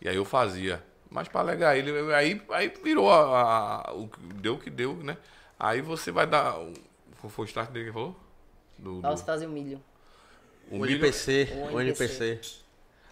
[SPEAKER 4] E aí eu fazia. Mas pra alegar ele, eu- aí, aí virou a, a- o que deu o que deu, né? Aí você vai dar. o- Qual foi o start dele que ele falou? Do,
[SPEAKER 5] Pra você
[SPEAKER 4] do,
[SPEAKER 5] fazer o milho.
[SPEAKER 4] o
[SPEAKER 3] O
[SPEAKER 4] Um milho-
[SPEAKER 3] NPC,
[SPEAKER 5] O
[SPEAKER 3] o NPC.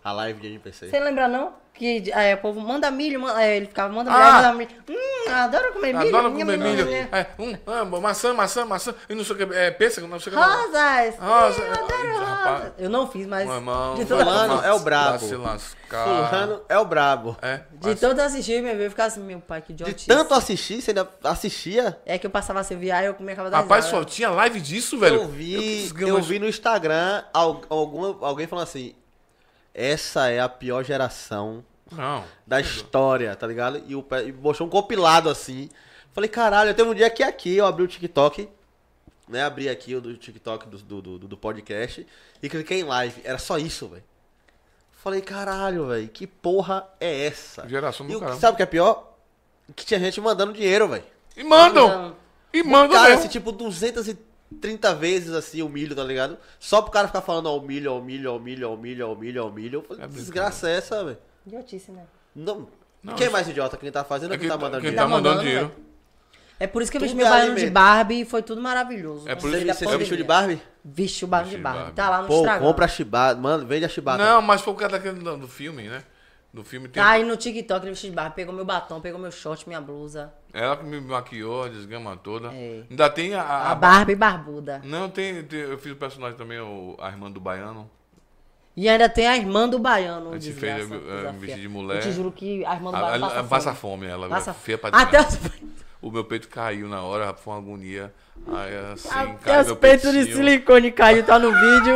[SPEAKER 3] A live de
[SPEAKER 4] É.
[SPEAKER 3] NPC.
[SPEAKER 5] Você lembra não? Que é, o povo manda milho, manda- é, ele ficava, manda
[SPEAKER 4] Ah!
[SPEAKER 5] milho, manda milho. Hum, adoro comer milho.
[SPEAKER 4] Adoro
[SPEAKER 5] nham,
[SPEAKER 4] comer
[SPEAKER 5] nham,
[SPEAKER 4] é milho.
[SPEAKER 5] nham.
[SPEAKER 4] É, um, ah, maçã, maçã, maçã. E não sei o que. É pêssego, não sei o que. lá.
[SPEAKER 5] Rosas!
[SPEAKER 4] Rosa.
[SPEAKER 5] Hum, eu adoro
[SPEAKER 4] Ai,
[SPEAKER 5] rosas.
[SPEAKER 4] rapaz.
[SPEAKER 5] Eu não fiz, mas
[SPEAKER 4] Mamão.
[SPEAKER 5] de, toda,
[SPEAKER 3] Fulano
[SPEAKER 4] Vai
[SPEAKER 3] é o brabo.
[SPEAKER 4] Se lascar.
[SPEAKER 3] Fulano é o brabo.
[SPEAKER 4] É.
[SPEAKER 5] de tanto assistir, minha vida, eu ficava assim, meu pai, que
[SPEAKER 3] De
[SPEAKER 5] idiotice.
[SPEAKER 3] tanto assistir, você ainda assistia?
[SPEAKER 5] É que eu passava a servir, aí eu comia acaba da
[SPEAKER 4] Rapaz,
[SPEAKER 5] risada.
[SPEAKER 4] só tinha live disso, velho.
[SPEAKER 3] Eu vi,
[SPEAKER 4] quis
[SPEAKER 3] eu,
[SPEAKER 4] ganhar umas-
[SPEAKER 3] vi no Instagram al- alguma, alguém falando assim: essa é a pior geração
[SPEAKER 4] Não.
[SPEAKER 3] da história, tá ligado? E, o, pe- e mostrou um compilado assim. Falei, caralho, teve um dia que aqui eu abri o TikTok, né? Abri aqui o do TikTok do, do, do- do podcast e cliquei em live. Era só isso, velho. Falei, caralho, velho, que porra é essa?
[SPEAKER 4] Geração do
[SPEAKER 3] e o, que-
[SPEAKER 4] caralho.
[SPEAKER 3] sabe o que é pior? Que tinha gente mandando dinheiro, velho.
[SPEAKER 4] E mandam.
[SPEAKER 5] Não.
[SPEAKER 4] E mandam
[SPEAKER 3] Cara,
[SPEAKER 4] mesmo.
[SPEAKER 3] esse tipo 230 vezes assim o milho, tá ligado? Só pro cara ficar falando ó, o milho, ó, o milho, ó, o milho, ó, o milho, ó, o milho, ó, o milho. Eu falei,
[SPEAKER 4] É
[SPEAKER 3] que
[SPEAKER 4] brincadeira.
[SPEAKER 3] desgraça é essa, velho?
[SPEAKER 5] Idiotice, né?
[SPEAKER 3] Não.
[SPEAKER 4] Não,
[SPEAKER 3] quem é
[SPEAKER 4] isso-
[SPEAKER 3] mais idiota? Quem tá fazendo ou
[SPEAKER 4] É
[SPEAKER 3] quem tá mandando
[SPEAKER 4] quem
[SPEAKER 3] dinheiro?
[SPEAKER 4] tá mandando
[SPEAKER 5] Tá
[SPEAKER 4] dinheiro.
[SPEAKER 5] mandando, É por isso que eu vesti
[SPEAKER 3] Tudo
[SPEAKER 5] meu
[SPEAKER 3] é
[SPEAKER 5] baiano de
[SPEAKER 3] alimento.
[SPEAKER 5] Barbie e foi tudo maravilhoso. tá
[SPEAKER 4] É por
[SPEAKER 3] Você,
[SPEAKER 4] isso
[SPEAKER 3] você se vestiu de Barbie?
[SPEAKER 5] Vixe o baiano de
[SPEAKER 4] Vesti de
[SPEAKER 5] Barbie.
[SPEAKER 4] Barbie.
[SPEAKER 5] Tá lá no
[SPEAKER 3] Pô,
[SPEAKER 5] Instagram.
[SPEAKER 3] compra a chibata, mano, vende a chibata.
[SPEAKER 4] Não, mas foi por causa daquele do, do filme, né? Do filme tem.
[SPEAKER 5] Tá aí no TikTok, ele vestido de Barbie. Pegou meu batom, pegou meu short, minha blusa.
[SPEAKER 4] Ela que me maquiou, a desgama toda.
[SPEAKER 5] É.
[SPEAKER 4] Ainda tem a. a-
[SPEAKER 5] A Barbie barbuda.
[SPEAKER 4] Não, tem, tem- Eu fiz o personagem também, o- a irmã do baiano.
[SPEAKER 5] E ainda tem a irmã do baiano. um
[SPEAKER 4] A gente
[SPEAKER 5] desgraça,
[SPEAKER 4] fez, eu- eu-
[SPEAKER 5] coisa
[SPEAKER 4] eu me vesti
[SPEAKER 5] feia.
[SPEAKER 4] de mulher.
[SPEAKER 5] Eu te juro que a irmã do
[SPEAKER 4] Ela
[SPEAKER 5] baiano
[SPEAKER 4] ela
[SPEAKER 5] passa,
[SPEAKER 4] passa
[SPEAKER 5] fome.
[SPEAKER 4] fome, ela
[SPEAKER 5] Passa
[SPEAKER 4] é feia pra
[SPEAKER 5] Até
[SPEAKER 4] desgraça.
[SPEAKER 5] os,
[SPEAKER 4] O meu peito caiu na hora, foi uma agonia. Aí assim,
[SPEAKER 5] até
[SPEAKER 4] caiu
[SPEAKER 5] os
[SPEAKER 4] meu
[SPEAKER 5] peitos de
[SPEAKER 4] peitinho.
[SPEAKER 5] silicone caiu, tá no vídeo.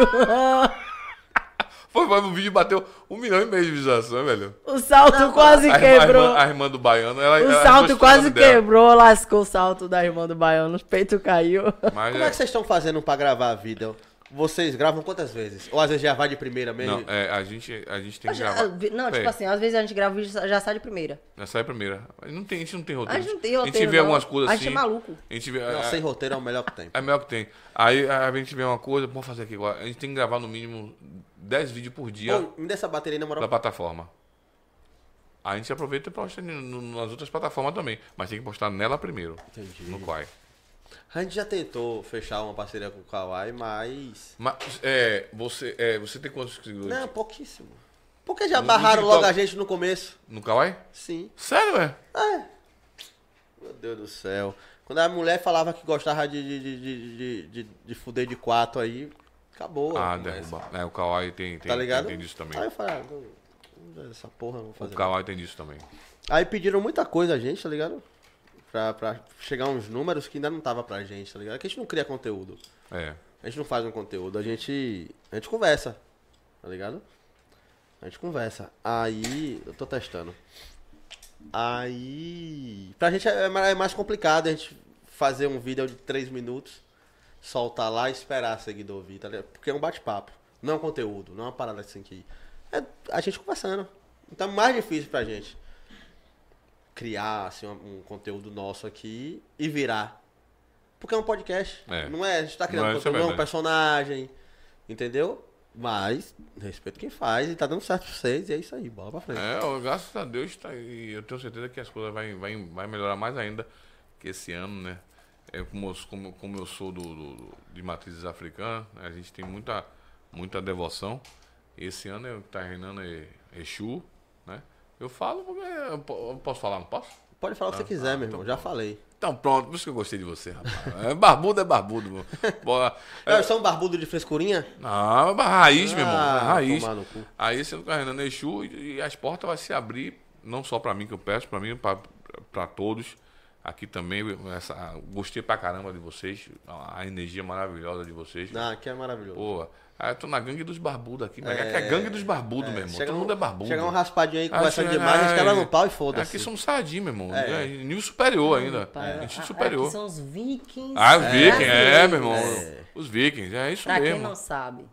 [SPEAKER 4] Foi, foi, o vídeo bateu um milhão e meio de visualização, velho.
[SPEAKER 5] o salto quase
[SPEAKER 4] A irmã- a
[SPEAKER 5] quebrou.
[SPEAKER 4] irmã, a irmã do baiano, ela
[SPEAKER 5] O
[SPEAKER 4] ela
[SPEAKER 5] salto
[SPEAKER 4] gostava
[SPEAKER 5] quase
[SPEAKER 4] dela.
[SPEAKER 5] quebrou, lascou o salto da irmã do baiano, os peitos caiu.
[SPEAKER 4] Mas
[SPEAKER 3] Como é que
[SPEAKER 5] assim?
[SPEAKER 3] vocês estão fazendo pra gravar vídeo? Vocês gravam quantas vezes? Ou às vezes já vai de primeira mesmo?
[SPEAKER 4] Não, é, a gente, a gente tem que
[SPEAKER 5] Já-
[SPEAKER 4] gravar.
[SPEAKER 5] Não, tipo
[SPEAKER 4] Pera aí,
[SPEAKER 5] assim, às vezes a gente grava o vídeo e já sai de primeira.
[SPEAKER 4] Essa é a primeira. Não tem, a gente não tem roteiro.
[SPEAKER 5] A gente não tem
[SPEAKER 4] A gente
[SPEAKER 5] roteiro,
[SPEAKER 4] vê
[SPEAKER 5] não.
[SPEAKER 4] algumas coisas
[SPEAKER 5] A
[SPEAKER 4] assim.
[SPEAKER 5] gente é maluco.
[SPEAKER 4] A gente vê...
[SPEAKER 3] Não,
[SPEAKER 4] é-
[SPEAKER 3] sem roteiro é o melhor que tem.
[SPEAKER 4] é melhor que tem. Aí a gente vê uma coisa, vamos fazer aqui agora. A gente tem que gravar no mínimo 10 vídeos por dia
[SPEAKER 3] Pô, me dê essa bateria, aí, na
[SPEAKER 4] da
[SPEAKER 3] moral.
[SPEAKER 4] plataforma. A gente aproveita e posta n- n- nas outras plataformas também. Mas tem que postar nela primeiro.
[SPEAKER 3] Entendi.
[SPEAKER 4] No Quai.
[SPEAKER 3] A gente já tentou fechar uma parceria com o Kawaii, mas...
[SPEAKER 4] Mas é, você, é, você tem quantos seguidores?
[SPEAKER 3] Não, pouquíssimo. Porque já
[SPEAKER 4] No
[SPEAKER 3] barraram
[SPEAKER 4] TikTok.
[SPEAKER 3] logo a gente no começo.
[SPEAKER 4] No Kawaii?
[SPEAKER 3] Sim.
[SPEAKER 4] Sério, é?
[SPEAKER 3] É. Meu Deus do céu. Quando a mulher falava que gostava de, de, de, de, de, de- de fuder de quatro aí, acabou. a
[SPEAKER 4] Ah,
[SPEAKER 3] conversa.
[SPEAKER 4] derruba. É, o Kawaii tem, tem,
[SPEAKER 3] Tá ligado?
[SPEAKER 4] tem disso também.
[SPEAKER 3] Aí eu falei, ah, não, não, essa porra eu não vou
[SPEAKER 4] O
[SPEAKER 3] fazer.
[SPEAKER 4] Kawaii tem disso também.
[SPEAKER 3] Aí pediram muita coisa a gente, tá ligado? Pra, pra chegar uns números que ainda não tava pra gente, tá ligado? Que a gente não cria conteúdo.
[SPEAKER 4] É.
[SPEAKER 3] A gente não faz um conteúdo, a gente. A gente conversa. Tá ligado? A gente conversa. Aí. Eu tô testando. Aí. Pra gente é ma- é mais complicado a gente fazer um vídeo de 3 minutos, soltar lá e esperar seguidor vir, tá ligado? Porque é um bate-papo. Não é um conteúdo, não é uma parada assim que. É a gente conversando. Então é mais difícil pra gente criar assim, um um conteúdo nosso aqui e virar. Porque é um podcast.
[SPEAKER 4] É.
[SPEAKER 3] Não é. A gente tá criando
[SPEAKER 4] Não, isso é
[SPEAKER 3] conteúdo, não é um
[SPEAKER 4] verdade.
[SPEAKER 3] personagem. Entendeu? Mas, respeito quem faz, e tá dando certo pra vocês, e é isso aí, bola pra frente.
[SPEAKER 4] É, ó, graças a Deus tá, e eu tenho certeza que as coisas vai, vai, vai melhorar mais ainda que esse ano, né? É, como, eu sou- como, como eu sou do, do- do- de matrizes africanas, né? a gente tem muita, muita devoção. Esse ano é o que tá reinando é Exu, né? Eu falo, porque eu po- eu posso falar, não posso?
[SPEAKER 3] Pode falar o que você quiser, meu irmão,
[SPEAKER 4] então
[SPEAKER 3] já
[SPEAKER 4] pronto.
[SPEAKER 3] falei.
[SPEAKER 4] Então pronto, por isso que eu gostei de você, rapaz. É, barbudo é barbudo, meu. Bora. É,
[SPEAKER 3] Não, eu sou um barbudo de frescurinha?
[SPEAKER 4] Não, é raiz, meu irmão.
[SPEAKER 3] Ah,
[SPEAKER 4] é raiz.
[SPEAKER 3] tomar no cu.
[SPEAKER 4] Aí você fica Renan Exu e, e as portas vão se abrir, não só pra mim que eu peço, pra mim, pra pra todos. Aqui também, essa- gostei pra caramba de vocês. A a energia maravilhosa de vocês.
[SPEAKER 3] Não, aqui é maravilhoso.
[SPEAKER 4] Pô, ah, eu tô na gangue dos barbudos aqui. Mas é, que é gangue dos barbudos, meu irmão.
[SPEAKER 3] Chega
[SPEAKER 4] Todo
[SPEAKER 3] um-
[SPEAKER 4] mundo é barbudo.
[SPEAKER 3] Chega um raspadinho aí
[SPEAKER 4] Ah,
[SPEAKER 3] conversando
[SPEAKER 4] chega-
[SPEAKER 3] demais, a gente
[SPEAKER 4] ah,
[SPEAKER 3] tá lá no
[SPEAKER 4] é.
[SPEAKER 3] pau e foda-se.
[SPEAKER 4] Aqui somos sardinha, meu irmão. É, nível superior ainda. É, A gente
[SPEAKER 5] Hum,
[SPEAKER 4] superior.
[SPEAKER 5] É, Ah, Aqui são os vikings.
[SPEAKER 4] Ah, viking, é,
[SPEAKER 5] brasileiros.
[SPEAKER 4] meu irmão. Os vikings, é isso
[SPEAKER 5] Pra quem
[SPEAKER 4] mesmo.
[SPEAKER 5] não sabe.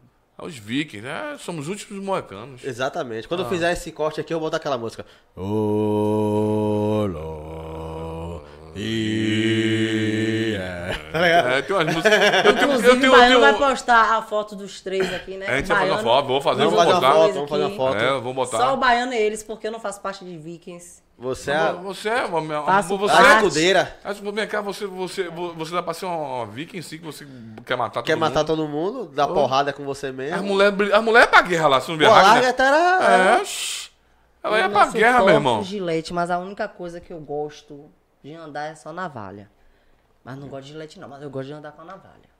[SPEAKER 4] Os vikings, é, somos os últimos moecanos.
[SPEAKER 3] É. Exatamente.
[SPEAKER 4] Ah.
[SPEAKER 3] Quando eu fizer esse corte aqui, eu vou botar aquela música.
[SPEAKER 4] É, tem umas músicas. Eu tenho, eu
[SPEAKER 5] Inclusive,
[SPEAKER 4] tenho, eu tenho, É,
[SPEAKER 5] o Baiano vai postar a foto dos três aqui, né?
[SPEAKER 4] A gente
[SPEAKER 5] O
[SPEAKER 4] vai fazer uma
[SPEAKER 5] Baiano-
[SPEAKER 4] foto, vou fazer,
[SPEAKER 3] Vamos
[SPEAKER 4] vou
[SPEAKER 3] fazer uma
[SPEAKER 4] botar.
[SPEAKER 3] foto, vamos fazer uma
[SPEAKER 5] aqui.
[SPEAKER 3] foto.
[SPEAKER 4] um É, eu vou botar.
[SPEAKER 5] Só o Baiano e eles, porque eu não faço parte de vikings.
[SPEAKER 3] Você é a-
[SPEAKER 4] Você é uma minha.
[SPEAKER 5] Faço
[SPEAKER 4] você
[SPEAKER 3] a
[SPEAKER 5] parte.
[SPEAKER 3] escudeira.
[SPEAKER 4] Acho que vem cá, você, você, você dá pra ser uma viking em si que você quer matar todo
[SPEAKER 3] Quer matar
[SPEAKER 4] mundo.
[SPEAKER 3] todo mundo, dá porrada com você
[SPEAKER 4] As
[SPEAKER 3] mesmo.
[SPEAKER 4] mulheres bri- as mulher Uhum. é pra guerra lá, se não
[SPEAKER 3] Pô,
[SPEAKER 4] vier
[SPEAKER 3] a
[SPEAKER 4] rápido,
[SPEAKER 3] larga
[SPEAKER 4] né?
[SPEAKER 3] até era.
[SPEAKER 4] É, shh. ela ia
[SPEAKER 5] Eu
[SPEAKER 4] pra
[SPEAKER 5] não
[SPEAKER 4] guerra,
[SPEAKER 5] suporto
[SPEAKER 4] meu irmão.
[SPEAKER 5] gilete, mas a única coisa que eu gosto de andar é só navalha. Mas não gosto de gilete, não. Mas eu gosto de andar com a navalha.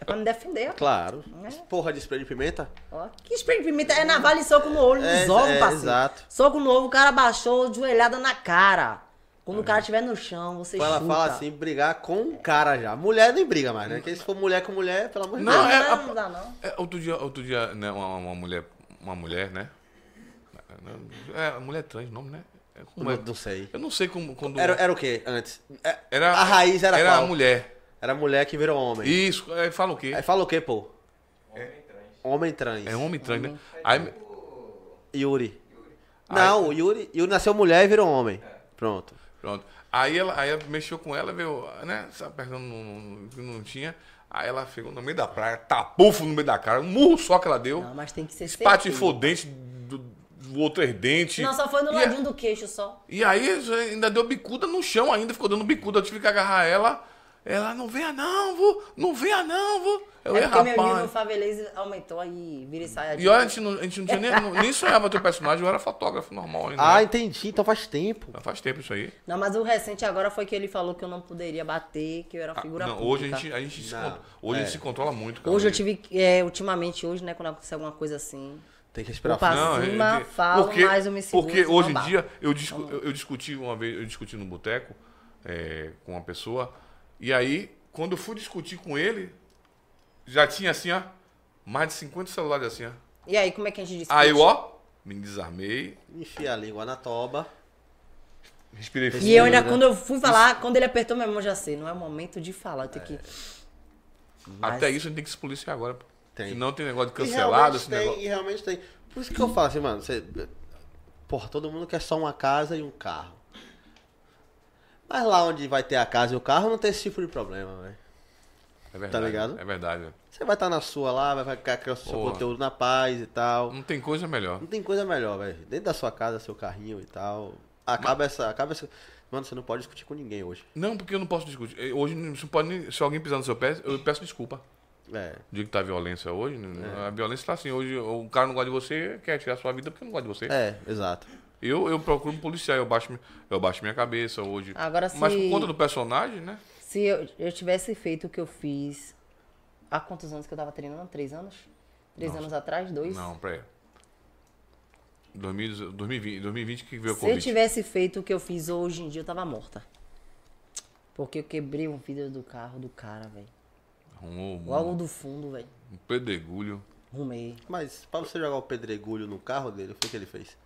[SPEAKER 5] É pra me defender.
[SPEAKER 3] Claro. Porra de spray de pimenta.
[SPEAKER 5] Ó, que spray de pimenta? É navalha e soco no olho dos
[SPEAKER 3] É,
[SPEAKER 5] ovos,
[SPEAKER 3] é,
[SPEAKER 5] parceiro.
[SPEAKER 3] exato.
[SPEAKER 5] Soco no ovo, o cara baixou, joelhada na cara. Quando o cara estiver no chão, você
[SPEAKER 3] Ela
[SPEAKER 5] chuta.
[SPEAKER 3] Hum. fala assim, brigar com um cara já. Mulher nem briga mais, né? Porque se for mulher com mulher, pelo amor de
[SPEAKER 4] Não,
[SPEAKER 5] Não,
[SPEAKER 3] Deus.
[SPEAKER 4] é-
[SPEAKER 5] dá, não dá, não.
[SPEAKER 4] É, outro dia, outro dia né, uma, uma mulher, uma mulher, né? É, mulher trans, o nome, né? É, como é?
[SPEAKER 3] Não, não sei.
[SPEAKER 4] Eu não sei como quando
[SPEAKER 3] Era, era o que antes? É,
[SPEAKER 4] era-
[SPEAKER 3] a raiz era
[SPEAKER 4] era
[SPEAKER 3] qual? É
[SPEAKER 4] a mulher.
[SPEAKER 3] Era mulher que virou homem.
[SPEAKER 4] Isso, aí fala o quê?
[SPEAKER 3] Aí fala o que, pô? Homem trans.
[SPEAKER 4] É homem trans,
[SPEAKER 5] Uhum.
[SPEAKER 4] né? Aí,
[SPEAKER 3] Yuri. Não, o Yuri, Yuri nasceu mulher e virou homem.
[SPEAKER 4] É.
[SPEAKER 3] Pronto.
[SPEAKER 4] pronto. Aí ela, aí ela mexeu com ela, veio, né? Essa perna não, que não tinha. Aí ela ficou no meio da praia, tapufo no meio da cara, um murro só que ela deu.
[SPEAKER 5] Não, mas é tem que ser
[SPEAKER 4] Espatifou o
[SPEAKER 5] certinho.
[SPEAKER 4] dente do, do outro dente.
[SPEAKER 5] Não, só foi no
[SPEAKER 4] E- é-
[SPEAKER 5] ladinho do queixo, só.
[SPEAKER 4] E aí ainda deu bicuda no chão, ainda ficou dando bicuda, eu tive que agarrar ela. Ela, não venha não, vô, não venha não, vô. Eu
[SPEAKER 5] é
[SPEAKER 4] ia,
[SPEAKER 5] porque meu nível
[SPEAKER 4] rapaz.
[SPEAKER 5] favelês aumentou aí, vira e sai.
[SPEAKER 4] E olha, a gente não, a gente não tinha nem, não- nem sonhava ter personagem, eu era fotógrafo normal ainda.
[SPEAKER 3] Ah,
[SPEAKER 4] né?
[SPEAKER 3] entendi. Então faz tempo.
[SPEAKER 4] Já Faz tempo isso aí.
[SPEAKER 5] Não, mas o recente agora foi que ele falou que eu não poderia bater, que eu era
[SPEAKER 4] Ah,
[SPEAKER 5] figura
[SPEAKER 4] não,
[SPEAKER 5] pública.
[SPEAKER 4] hoje a gente, a gente, se,
[SPEAKER 3] Não,
[SPEAKER 4] con- hoje a gente se controla muito, cara.
[SPEAKER 5] Hoje eu tive, que- é, ultimamente hoje, né, quando aconteceu alguma coisa assim.
[SPEAKER 3] Tem que
[SPEAKER 5] Eu
[SPEAKER 3] respirar
[SPEAKER 5] pra
[SPEAKER 3] fundo.
[SPEAKER 4] Não, eu-
[SPEAKER 5] cima,
[SPEAKER 4] eu-
[SPEAKER 5] falo, mas eu me seguro,
[SPEAKER 4] Porque
[SPEAKER 5] senão
[SPEAKER 4] hoje em
[SPEAKER 5] bato.
[SPEAKER 4] dia, eu, discu-
[SPEAKER 5] Então
[SPEAKER 4] eu- eu discuti uma vez, eu discuti no boteco é, com uma pessoa, e aí, quando eu fui discutir com ele, já tinha assim, ó, mais de 50 celulares assim, ó.
[SPEAKER 5] E aí, como é que a gente discute?
[SPEAKER 4] Aí, eu, ó, me desarmei,
[SPEAKER 3] Enfia a língua na toba.
[SPEAKER 4] respirei fundo.
[SPEAKER 5] E eu ainda, quando eu fui falar, quando ele apertou minha mão, eu já sei, não é o momento de falar, eu tenho
[SPEAKER 4] É.
[SPEAKER 5] que...
[SPEAKER 4] Até isso a gente tem que se policiar agora, pô.
[SPEAKER 3] Tem.
[SPEAKER 4] Senão tem negócio de
[SPEAKER 3] E
[SPEAKER 4] cancelado,
[SPEAKER 3] realmente
[SPEAKER 4] esse
[SPEAKER 3] tem,
[SPEAKER 4] negócio.
[SPEAKER 3] E realmente tem. Por isso que eu falo assim, mano, você. Porra, todo mundo quer só uma casa e um carro. Mas lá onde vai ter a casa e o carro não tem esse tipo de problema, velho.
[SPEAKER 4] É verdade.
[SPEAKER 3] ligado?
[SPEAKER 4] É verdade, velho.
[SPEAKER 3] Você vai estar na sua lá, vai ficar criando seu
[SPEAKER 4] Porra. Hum.
[SPEAKER 3] conteúdo na paz e tal.
[SPEAKER 4] Não tem coisa melhor.
[SPEAKER 3] Não tem coisa melhor, velho. Dentro da sua casa, seu carrinho e tal. Acaba essa. Acaba essa. Mano, você não pode discutir com ninguém hoje.
[SPEAKER 4] Não, porque eu não posso discutir. Eh, Hoje, não se pode nem- se alguém pisar no seu pé, eu peço desculpa.
[SPEAKER 3] É.
[SPEAKER 4] Digo que tá violência hoje, né? a violência tá assim. Hoje o cara não gosta de você, quer tirar sua vida porque não gosta de você.
[SPEAKER 3] É, exato.
[SPEAKER 4] Eu, eu procuro me policiar, eu baixo, mi- eu baixo minha cabeça hoje.
[SPEAKER 5] Agora, se-
[SPEAKER 4] Mas por conta do personagem, né?
[SPEAKER 5] Se eu, eu tivesse feito o que eu fiz... Há quantos anos que eu tava treinando? Três anos? Três anos atrás? Dois?
[SPEAKER 4] Não, peraí. 2000, 2020, 2020 que veio o
[SPEAKER 5] Se eu
[SPEAKER 4] Covid.
[SPEAKER 5] tivesse feito o que eu fiz hoje em dia, eu tava morta. Porque eu quebrei um vidro do carro do cara, velho.
[SPEAKER 4] Arrumou
[SPEAKER 5] Logo
[SPEAKER 4] um,
[SPEAKER 5] do fundo, velho.
[SPEAKER 4] um pedregulho.
[SPEAKER 5] Rumei.
[SPEAKER 3] Mas pra você jogar o pedregulho no carro dele, foi o que ele fez?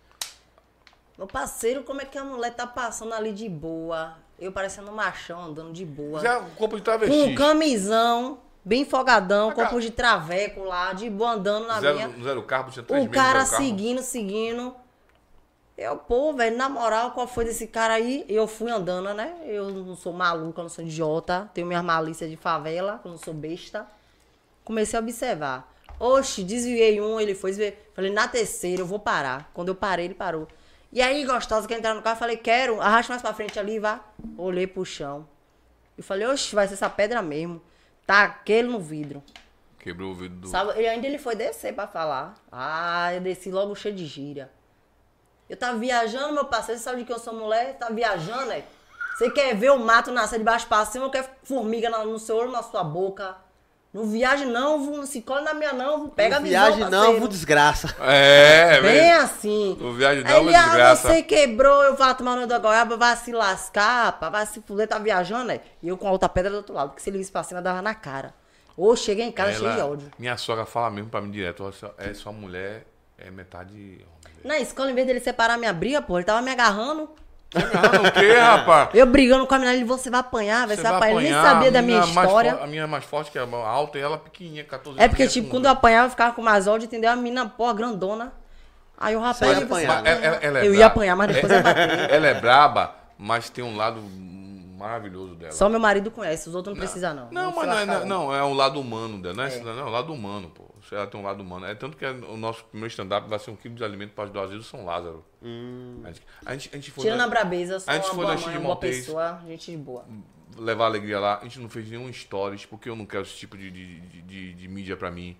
[SPEAKER 5] Meu parceiro, como é que a mulher tá passando ali de boa? Eu parecendo um machão, andando de boa.
[SPEAKER 4] Já o corpo de
[SPEAKER 5] com
[SPEAKER 4] travesti.
[SPEAKER 5] um camisão, bem folgadão,
[SPEAKER 4] Ah, cara.
[SPEAKER 5] corpo de traveco lá, de boa andando na
[SPEAKER 4] zero,
[SPEAKER 5] minha.
[SPEAKER 4] zero carbo, tinha três
[SPEAKER 5] O
[SPEAKER 4] meses,
[SPEAKER 5] cara
[SPEAKER 4] zero carbo.
[SPEAKER 5] seguindo, seguindo. Eu, pô, velho, na moral, qual foi desse cara aí? Eu fui andando, né? Eu não sou maluca, não sou idiota. Tenho minhas malícias de favela, eu não sou besta. Comecei a observar. Oxe, desviei um, ele foi desviar. Falei, na terceira eu vou parar. Quando eu parei, ele parou. E aí, gostosa, quer entrar no carro? Falei, quero, arrasta mais pra frente ali, vá. Olhei pro chão. E falei, oxe, vai ser essa pedra mesmo. Taquei ele no vidro.
[SPEAKER 4] Quebrou o vidro do.
[SPEAKER 5] Sabe, ele ainda ele foi descer pra falar. Ah, eu desci logo cheio de gíria. Eu tava viajando, meu parceiro, você sabe de que eu sou mulher? Tá viajando, é? Você quer ver o mato nascer de baixo pra cima ou quer formiga na- no seu olho, na sua boca? Não viaje não, vô, não se cola na minha não, vô, pega a visão,
[SPEAKER 3] Viagem não,
[SPEAKER 5] parceiro.
[SPEAKER 3] vou desgraça.
[SPEAKER 4] É,
[SPEAKER 5] Bem
[SPEAKER 4] velho.
[SPEAKER 5] assim.
[SPEAKER 4] Não viaje não,
[SPEAKER 5] Aí ele,
[SPEAKER 4] mas
[SPEAKER 5] ah,
[SPEAKER 4] desgraça.
[SPEAKER 5] você quebrou, eu vá tomar no da goiaba, vai se lascar, pá, vai se fuder, tá viajando, né? E eu com a outra pedra do outro lado, porque se ele visse pra cima, dava na cara. Ou cheguei em casa cheio de
[SPEAKER 4] Ela- é
[SPEAKER 5] ódio.
[SPEAKER 4] Minha sogra fala mesmo pra mim direto, ó, sua- é sua mulher, é metade homem. velho.
[SPEAKER 5] Na escola, em vez dele separar minha briga, pô, ele tava me agarrando,
[SPEAKER 4] Ah, o quê, rapaz?
[SPEAKER 5] eu brigando com a menina, ele, você vai apanhar, vai
[SPEAKER 4] Você
[SPEAKER 5] ser apanhar. Ele nem
[SPEAKER 4] apanhar,
[SPEAKER 5] sabia da
[SPEAKER 4] a
[SPEAKER 5] minha
[SPEAKER 4] menina mais
[SPEAKER 5] história.
[SPEAKER 4] fo- A minha é mais forte, que é alta, e ela pequenininha, 14
[SPEAKER 5] É porque,
[SPEAKER 4] anos,
[SPEAKER 5] tipo,
[SPEAKER 4] com-
[SPEAKER 5] quando eu apanhava, eu ficava com mais ódio, entendeu? A menina, pô, grandona. Aí o rapaz...
[SPEAKER 3] ia
[SPEAKER 5] ele-
[SPEAKER 3] apanhar,
[SPEAKER 4] Mas ela- ela- ela é
[SPEAKER 5] eu ia
[SPEAKER 4] braba.
[SPEAKER 5] apanhar, mas depois
[SPEAKER 4] É-
[SPEAKER 5] eu bater.
[SPEAKER 4] Ela é braba, mas tem um lado maravilhoso dela.
[SPEAKER 5] Só meu marido conhece, os outros não precisam, não.
[SPEAKER 4] Não, mas
[SPEAKER 5] se
[SPEAKER 4] não é,
[SPEAKER 5] lascar,
[SPEAKER 4] não, não, é o lado humano dela, não é, esse- não, é o lado humano, pô. Se Ela tem um lado humano. É tanto que o nosso primeiro stand-up vai ser um quilo de alimento para ajudar o Asilo São Lázaro. A, gente, a, gente, a gente foi
[SPEAKER 5] Hum. Tirando
[SPEAKER 4] na-
[SPEAKER 5] a brabeza, eu sou
[SPEAKER 4] Antes
[SPEAKER 5] uma
[SPEAKER 4] foi
[SPEAKER 5] boa
[SPEAKER 4] lanche
[SPEAKER 5] mãe,
[SPEAKER 4] de Hum.
[SPEAKER 5] uma boa
[SPEAKER 4] Maltês.
[SPEAKER 5] pessoa, gente de boa.
[SPEAKER 4] levar alegria lá. A gente não fez nenhum stories, porque eu não quero esse tipo de, de, de- de- de mídia pra mim.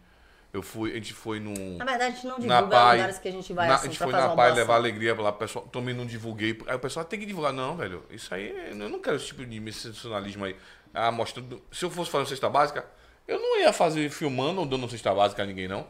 [SPEAKER 4] Eu fui, a gente foi num.
[SPEAKER 5] Na verdade, a gente não
[SPEAKER 4] na
[SPEAKER 5] divulga é um
[SPEAKER 4] PAI,
[SPEAKER 5] lugares que a gente vai,
[SPEAKER 4] na-
[SPEAKER 5] assim,
[SPEAKER 4] a gente
[SPEAKER 5] pra
[SPEAKER 4] foi
[SPEAKER 5] fazer
[SPEAKER 4] na
[SPEAKER 5] uma
[SPEAKER 4] PAI
[SPEAKER 5] boa
[SPEAKER 4] levar
[SPEAKER 5] ação.
[SPEAKER 4] alegria pra lá, o pessoal, também não divulguei. Aí o pessoal "Ah, tem que divulgar, não, velho. Isso aí, é- eu não quero esse tipo de sensacionalismo aí. Ah, mostrando. Se eu fosse fazer uma cesta básica, eu não ia fazer filmando ou dando cesta básica a ninguém, não.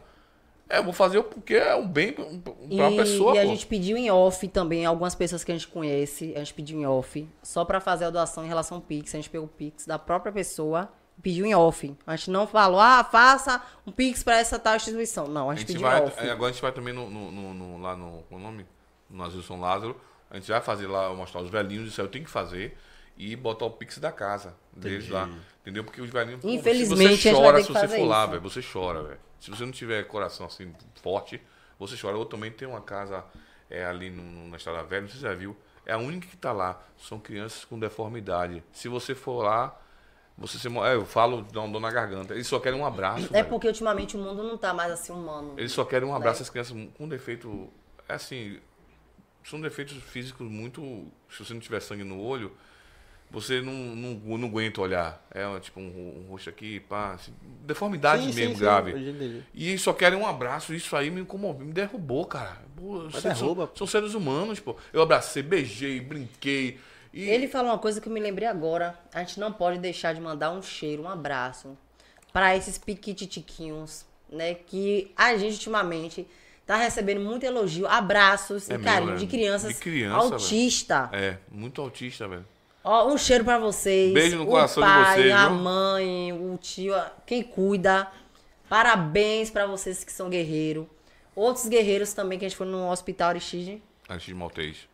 [SPEAKER 4] É, eu vou fazer porque é um bem pra pra uma
[SPEAKER 5] E-
[SPEAKER 4] pessoa,
[SPEAKER 5] E a
[SPEAKER 4] pô.
[SPEAKER 5] gente pediu em off também, algumas pessoas que a gente conhece, a gente pediu em off, só pra fazer a doação em relação ao Pix. A gente pegou o Pix da própria pessoa e pediu em off. A gente não falou, ah, faça um Pix pra essa tal instituição. Não, a
[SPEAKER 4] A
[SPEAKER 5] gente,
[SPEAKER 4] gente
[SPEAKER 5] pediu
[SPEAKER 4] vai,
[SPEAKER 5] em off.
[SPEAKER 4] é, agora a gente vai também no, no- no- no- lá no, qual o nome? No Asilo São Lázaro. A gente vai fazer lá, mostrar os velhinhos, isso aí eu tenho que fazer. E botar o pix da casa deles lá. Entendeu? Porque os velhinhos. pô,
[SPEAKER 5] Infelizmente, a
[SPEAKER 4] se você
[SPEAKER 5] gente vai
[SPEAKER 4] chora
[SPEAKER 5] ter que
[SPEAKER 4] se você
[SPEAKER 5] fazer
[SPEAKER 4] for lá,
[SPEAKER 5] isso.
[SPEAKER 4] velho. Você chora, velho. Se você não tiver coração assim forte, você chora. Eu também tenho uma casa é, ali no- no- na Estrada Velha, não sei se você já viu. É a única que tá lá. São crianças com deformidade. Se você for lá, você se. mo- É, eu falo, dá um dor na garganta. Eles só querem um abraço.
[SPEAKER 5] É
[SPEAKER 4] velho.
[SPEAKER 5] porque ultimamente o mundo não tá mais assim humano.
[SPEAKER 4] Eles só querem um abraço às crianças com defeito. É assim. São defeitos físicos muito. Se você não tiver sangue no olho, você não, não, não aguenta olhar. É tipo um, um roxo aqui, pá. assim, deformidade
[SPEAKER 3] Sim, sim,
[SPEAKER 4] mesmo,
[SPEAKER 3] sim,
[SPEAKER 4] grave.
[SPEAKER 3] eu já entendi.
[SPEAKER 4] E eles só querem um abraço. Isso aí me incomodou, me derrubou, cara. Pô, vocês são-
[SPEAKER 3] derruba,
[SPEAKER 4] são, seres humanos, pô. Eu abracei, beijei, brinquei. E
[SPEAKER 5] Ele falou uma coisa que eu me lembrei agora. A gente não pode deixar de mandar um cheiro, um abraço pra esses piquititiquinhos, né? Que a gente ultimamente tá recebendo muito elogio, abraços
[SPEAKER 4] É
[SPEAKER 5] e
[SPEAKER 4] mesmo,
[SPEAKER 5] carinho
[SPEAKER 4] é.
[SPEAKER 5] de crianças
[SPEAKER 4] De criança,
[SPEAKER 5] autista.
[SPEAKER 4] É, muito autista, velho.
[SPEAKER 5] Ó, um cheiro pra vocês.
[SPEAKER 4] Beijo no coração
[SPEAKER 5] o
[SPEAKER 4] de
[SPEAKER 5] pai,
[SPEAKER 4] vocês,
[SPEAKER 5] a
[SPEAKER 4] viu?
[SPEAKER 5] mãe, o tio, a- quem cuida. Parabéns pra vocês que são guerreiros. Outros guerreiros também que a gente foi no hospital Aristide.
[SPEAKER 4] Antes de maltês.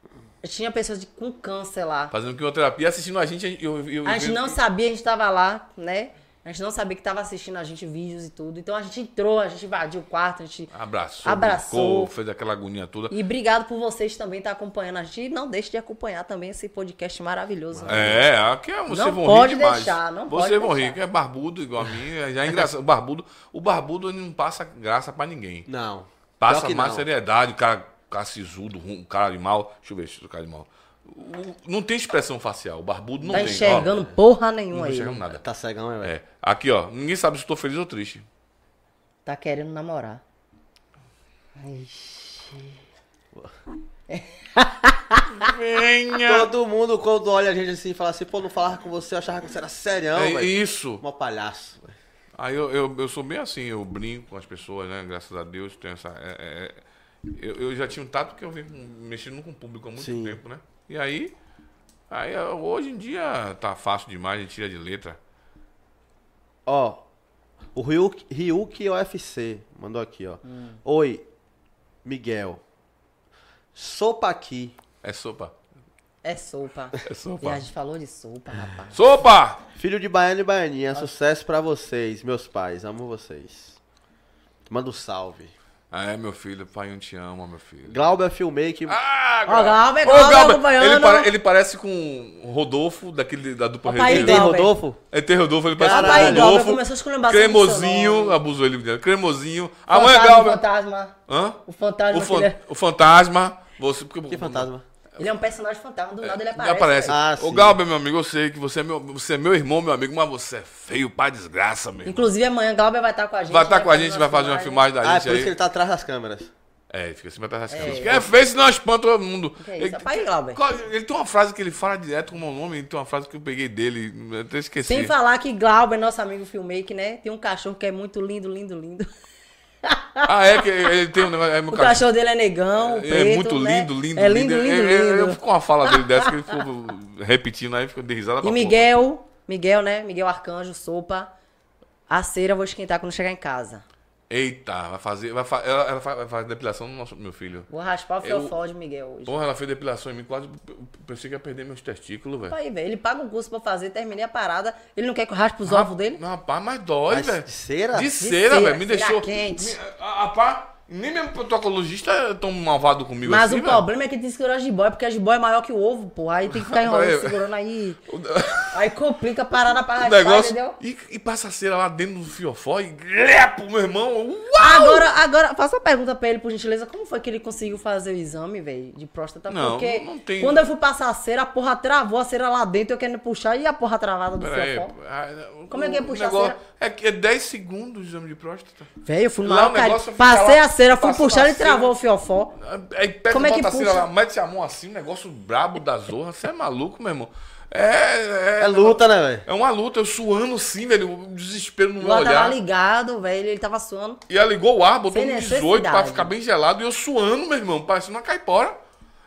[SPEAKER 5] Tinha pessoas de- com câncer lá.
[SPEAKER 4] Fazendo quimioterapia, assistindo a gente, eu, eu,
[SPEAKER 5] A gente
[SPEAKER 4] eu-
[SPEAKER 5] não sabia, a gente tava lá, né? A gente não sabia que tava assistindo a gente vídeos e tudo. Então a gente entrou, a gente invadiu o quarto, a gente.
[SPEAKER 4] Abraçou,
[SPEAKER 5] Abraçou.
[SPEAKER 4] brincou, fez aquela agonia toda.
[SPEAKER 5] E obrigado por vocês também estar acompanhando a gente. E não deixe de acompanhar também esse podcast maravilhoso.
[SPEAKER 4] É, aqui é, vocês
[SPEAKER 5] Não
[SPEAKER 4] vão
[SPEAKER 5] pode
[SPEAKER 4] rir demais.
[SPEAKER 5] deixar, não
[SPEAKER 4] vocês
[SPEAKER 5] pode
[SPEAKER 4] vão
[SPEAKER 5] deixar.
[SPEAKER 4] rir, que é barbudo igual a mim, é- já é engraçado. O barbudo, o barbudo ele não passa graça pra ninguém.
[SPEAKER 3] Não. Pior
[SPEAKER 4] Passa
[SPEAKER 3] que
[SPEAKER 4] mais
[SPEAKER 3] não.
[SPEAKER 4] seriedade, o cara cacisudo, um cara de mal. Deixa eu ver se o cara de mal. O- Não tem expressão facial, o barbudo não
[SPEAKER 5] tá
[SPEAKER 4] tem. ó.
[SPEAKER 5] enxergando porra nenhuma
[SPEAKER 4] não tô
[SPEAKER 5] aí.
[SPEAKER 4] enxergando nada.
[SPEAKER 3] Tá cegão, é, velho.
[SPEAKER 4] É, aqui ó, ninguém sabe se eu tô feliz ou triste.
[SPEAKER 5] Tá querendo namorar.
[SPEAKER 4] É.
[SPEAKER 3] Todo mundo, quando olha a gente assim e fala assim, pô, não falava com você, eu achava que você era serião,
[SPEAKER 4] é
[SPEAKER 3] velho.
[SPEAKER 4] isso.
[SPEAKER 3] Mó palhaço, velho.
[SPEAKER 4] Aí eu, eu, eu sou bem assim, eu brinco com as pessoas, né? Graças a Deus, tenho essa. é- é- é- eu, eu já tinha um tato que eu venho com- mexendo com o público há muito
[SPEAKER 3] Sim.
[SPEAKER 4] tempo, né? E aí, aí eu- hoje em dia tá fácil demais, a gente tira de letra.
[SPEAKER 3] Ó, o Ryuk, Ryuk UFC mandou aqui, ó. Oi, Miguel. Sopa aqui.
[SPEAKER 4] É sopa.
[SPEAKER 5] É sopa.
[SPEAKER 4] É
[SPEAKER 5] E a
[SPEAKER 4] sopa.
[SPEAKER 5] gente falou de sopa, rapaz.
[SPEAKER 4] Sopa!
[SPEAKER 3] Filho de baiano e baianinha, sucesso pra vocês, meus pais. Amo vocês. Manda um salve.
[SPEAKER 4] Ah, é, meu filho, pai, eu te amo, meu filho.
[SPEAKER 3] Glauber Filmmaker.
[SPEAKER 4] Ah,
[SPEAKER 5] Ó, Glauber,
[SPEAKER 4] Ô,
[SPEAKER 5] Glauber
[SPEAKER 4] Glauber,
[SPEAKER 5] acompanhando.
[SPEAKER 4] ele, pare- ele parece com o Rodolfo, daquele da dupla
[SPEAKER 5] Opa, aí,
[SPEAKER 4] Resenha.
[SPEAKER 3] tem
[SPEAKER 5] Glauber.
[SPEAKER 3] Rodolfo?
[SPEAKER 4] É, tem Rodolfo, ele parece
[SPEAKER 5] Opa,
[SPEAKER 3] Caralho.
[SPEAKER 5] aí, Glauber,
[SPEAKER 4] com
[SPEAKER 5] começou a
[SPEAKER 4] o
[SPEAKER 5] um
[SPEAKER 4] Rodolfo.
[SPEAKER 5] esculhambar sobre o seu
[SPEAKER 4] Cremosinho,
[SPEAKER 5] nome.
[SPEAKER 4] abusou ele, dele. cremosinho. Amanhã,
[SPEAKER 5] Fantasma,
[SPEAKER 4] Glauber.
[SPEAKER 5] fantasma.
[SPEAKER 4] Hã?
[SPEAKER 5] O fantasma.
[SPEAKER 4] é O,
[SPEAKER 5] que
[SPEAKER 4] fan-
[SPEAKER 5] ele, é,
[SPEAKER 4] o fantasma. Você, porque,
[SPEAKER 3] Que fantasma.
[SPEAKER 5] ele é um personagem fantasma, do nada ele
[SPEAKER 4] Aparece.
[SPEAKER 5] aparece.
[SPEAKER 4] aparece.
[SPEAKER 5] velho.
[SPEAKER 3] Ah,
[SPEAKER 4] Ô,
[SPEAKER 3] sim.
[SPEAKER 4] Galber, meu amigo, eu sei que você é meu, você é meu irmão, meu amigo, mas você é feio pra desgraça, meu irmão.
[SPEAKER 5] Inclusive amanhã Glauber vai estar com a gente.
[SPEAKER 4] Vai estar com a
[SPEAKER 5] fazer
[SPEAKER 4] gente,
[SPEAKER 5] uma
[SPEAKER 4] vai fazer uma
[SPEAKER 5] filmagem.
[SPEAKER 4] filmagem da
[SPEAKER 3] Ah, é
[SPEAKER 4] gente
[SPEAKER 3] por isso que
[SPEAKER 4] aí.
[SPEAKER 3] ele tá atrás das câmeras.
[SPEAKER 4] É, ele fica sempre atrás das câmeras. É, feio, senão espanta todo mundo.
[SPEAKER 5] Que é isso? Rapaz, Glauber.
[SPEAKER 4] Qual- ele tem uma frase que ele fala direto como é o nome, ele tem uma frase que eu peguei dele, eu até esqueci.
[SPEAKER 5] Sem falar que Glauber, nosso amigo filmmaker, né? Tem um cachorro que é muito lindo, lindo, lindo.
[SPEAKER 4] Ah, é que ele tem um negócio. É, meu
[SPEAKER 5] O cachorro dele é negão, preto,
[SPEAKER 4] é muito
[SPEAKER 5] né?
[SPEAKER 4] lindo, lindo,
[SPEAKER 5] É lindo, lindo,
[SPEAKER 4] É, é, é, Eu
[SPEAKER 5] lindo.
[SPEAKER 4] fico com uma fala dele dessa que ele ficou repetindo aí, ficou de risada pra
[SPEAKER 5] E
[SPEAKER 4] porra.
[SPEAKER 5] Miguel, Miguel, né? Miguel Arcanjo, Sopa. A cera eu vou esquentar quando chegar em casa.
[SPEAKER 4] Eita, vai fazer. Vai fa- ela, ela fa- vai fazer depilação no nosso, meu filho.
[SPEAKER 5] Vou raspar o
[SPEAKER 4] Eu-
[SPEAKER 5] fiofó de Miguel hoje.
[SPEAKER 4] Porra, ela fez depilação em mim, quase eu pensei que ia perder meus testículos, velho.
[SPEAKER 5] Opa aí, velho. Ele paga um curso pra fazer, terminei a parada. Ele não quer que eu raspe os ovos dele?
[SPEAKER 4] Não, rapaz, mas dói,
[SPEAKER 3] Mas
[SPEAKER 4] velho.
[SPEAKER 3] de cera?
[SPEAKER 4] De
[SPEAKER 3] De
[SPEAKER 4] cera,
[SPEAKER 5] cera,
[SPEAKER 4] velho. Me
[SPEAKER 5] cera
[SPEAKER 4] deixou.
[SPEAKER 5] quente.
[SPEAKER 4] Me, a, a pá, nem mesmo protocologista é tão malvado comigo
[SPEAKER 5] Mas
[SPEAKER 4] assim,
[SPEAKER 5] o
[SPEAKER 4] velho.
[SPEAKER 5] problema é que tem que segurar a jiboia, porque a jiboia é maior que o ovo, porra. Aí tem que ficar
[SPEAKER 4] Aí-
[SPEAKER 5] enrolando, segurando aí.
[SPEAKER 4] O-
[SPEAKER 5] Aí complica a parada pra
[SPEAKER 4] O
[SPEAKER 5] raspar,
[SPEAKER 4] negócio.
[SPEAKER 5] entendeu?
[SPEAKER 4] E, e passa a cera lá dentro do fiofó e. Grepo, meu irmão. Uau!
[SPEAKER 5] Agora, agora, faça uma pergunta pra ele, por gentileza. Como foi que ele conseguiu fazer o exame, velho, de próstata?
[SPEAKER 4] Não,
[SPEAKER 5] Porque
[SPEAKER 4] não tem-
[SPEAKER 5] quando eu fui passar a cera, a porra travou a cera lá dentro, eu querendo puxar, e a porra travada do
[SPEAKER 4] Peraí.
[SPEAKER 5] fiofó.
[SPEAKER 4] ah,
[SPEAKER 5] Como é que ia puxar a cera?
[SPEAKER 4] É que é 10 segundos o exame de próstata.
[SPEAKER 5] Velho, eu fui no
[SPEAKER 4] Lá o
[SPEAKER 5] maior carinho.
[SPEAKER 4] negócio fica
[SPEAKER 5] Passei
[SPEAKER 4] lá,
[SPEAKER 5] a cera, fui
[SPEAKER 4] passa
[SPEAKER 5] puxar,
[SPEAKER 4] na
[SPEAKER 5] ele
[SPEAKER 4] cera.
[SPEAKER 5] travou o fiofó.
[SPEAKER 4] Aí pega
[SPEAKER 5] Como é que
[SPEAKER 4] bota a cera
[SPEAKER 5] puxa?
[SPEAKER 4] lá, mete a mão assim, um negócio brabo da zorra. Você é maluco, meu irmão. É.
[SPEAKER 3] É luta, né, velho?
[SPEAKER 4] É uma luta, eu suando sim, velho, o desespero no
[SPEAKER 5] O
[SPEAKER 4] meu
[SPEAKER 5] Ló
[SPEAKER 4] olhar.
[SPEAKER 5] tava ligado, velho, ele tava suando.
[SPEAKER 4] E ela ligou o ar, botou
[SPEAKER 5] Sem
[SPEAKER 4] um 18 pra
[SPEAKER 5] necessidade.
[SPEAKER 4] ficar bem gelado, e eu suando, meu irmão, parecendo uma caipora.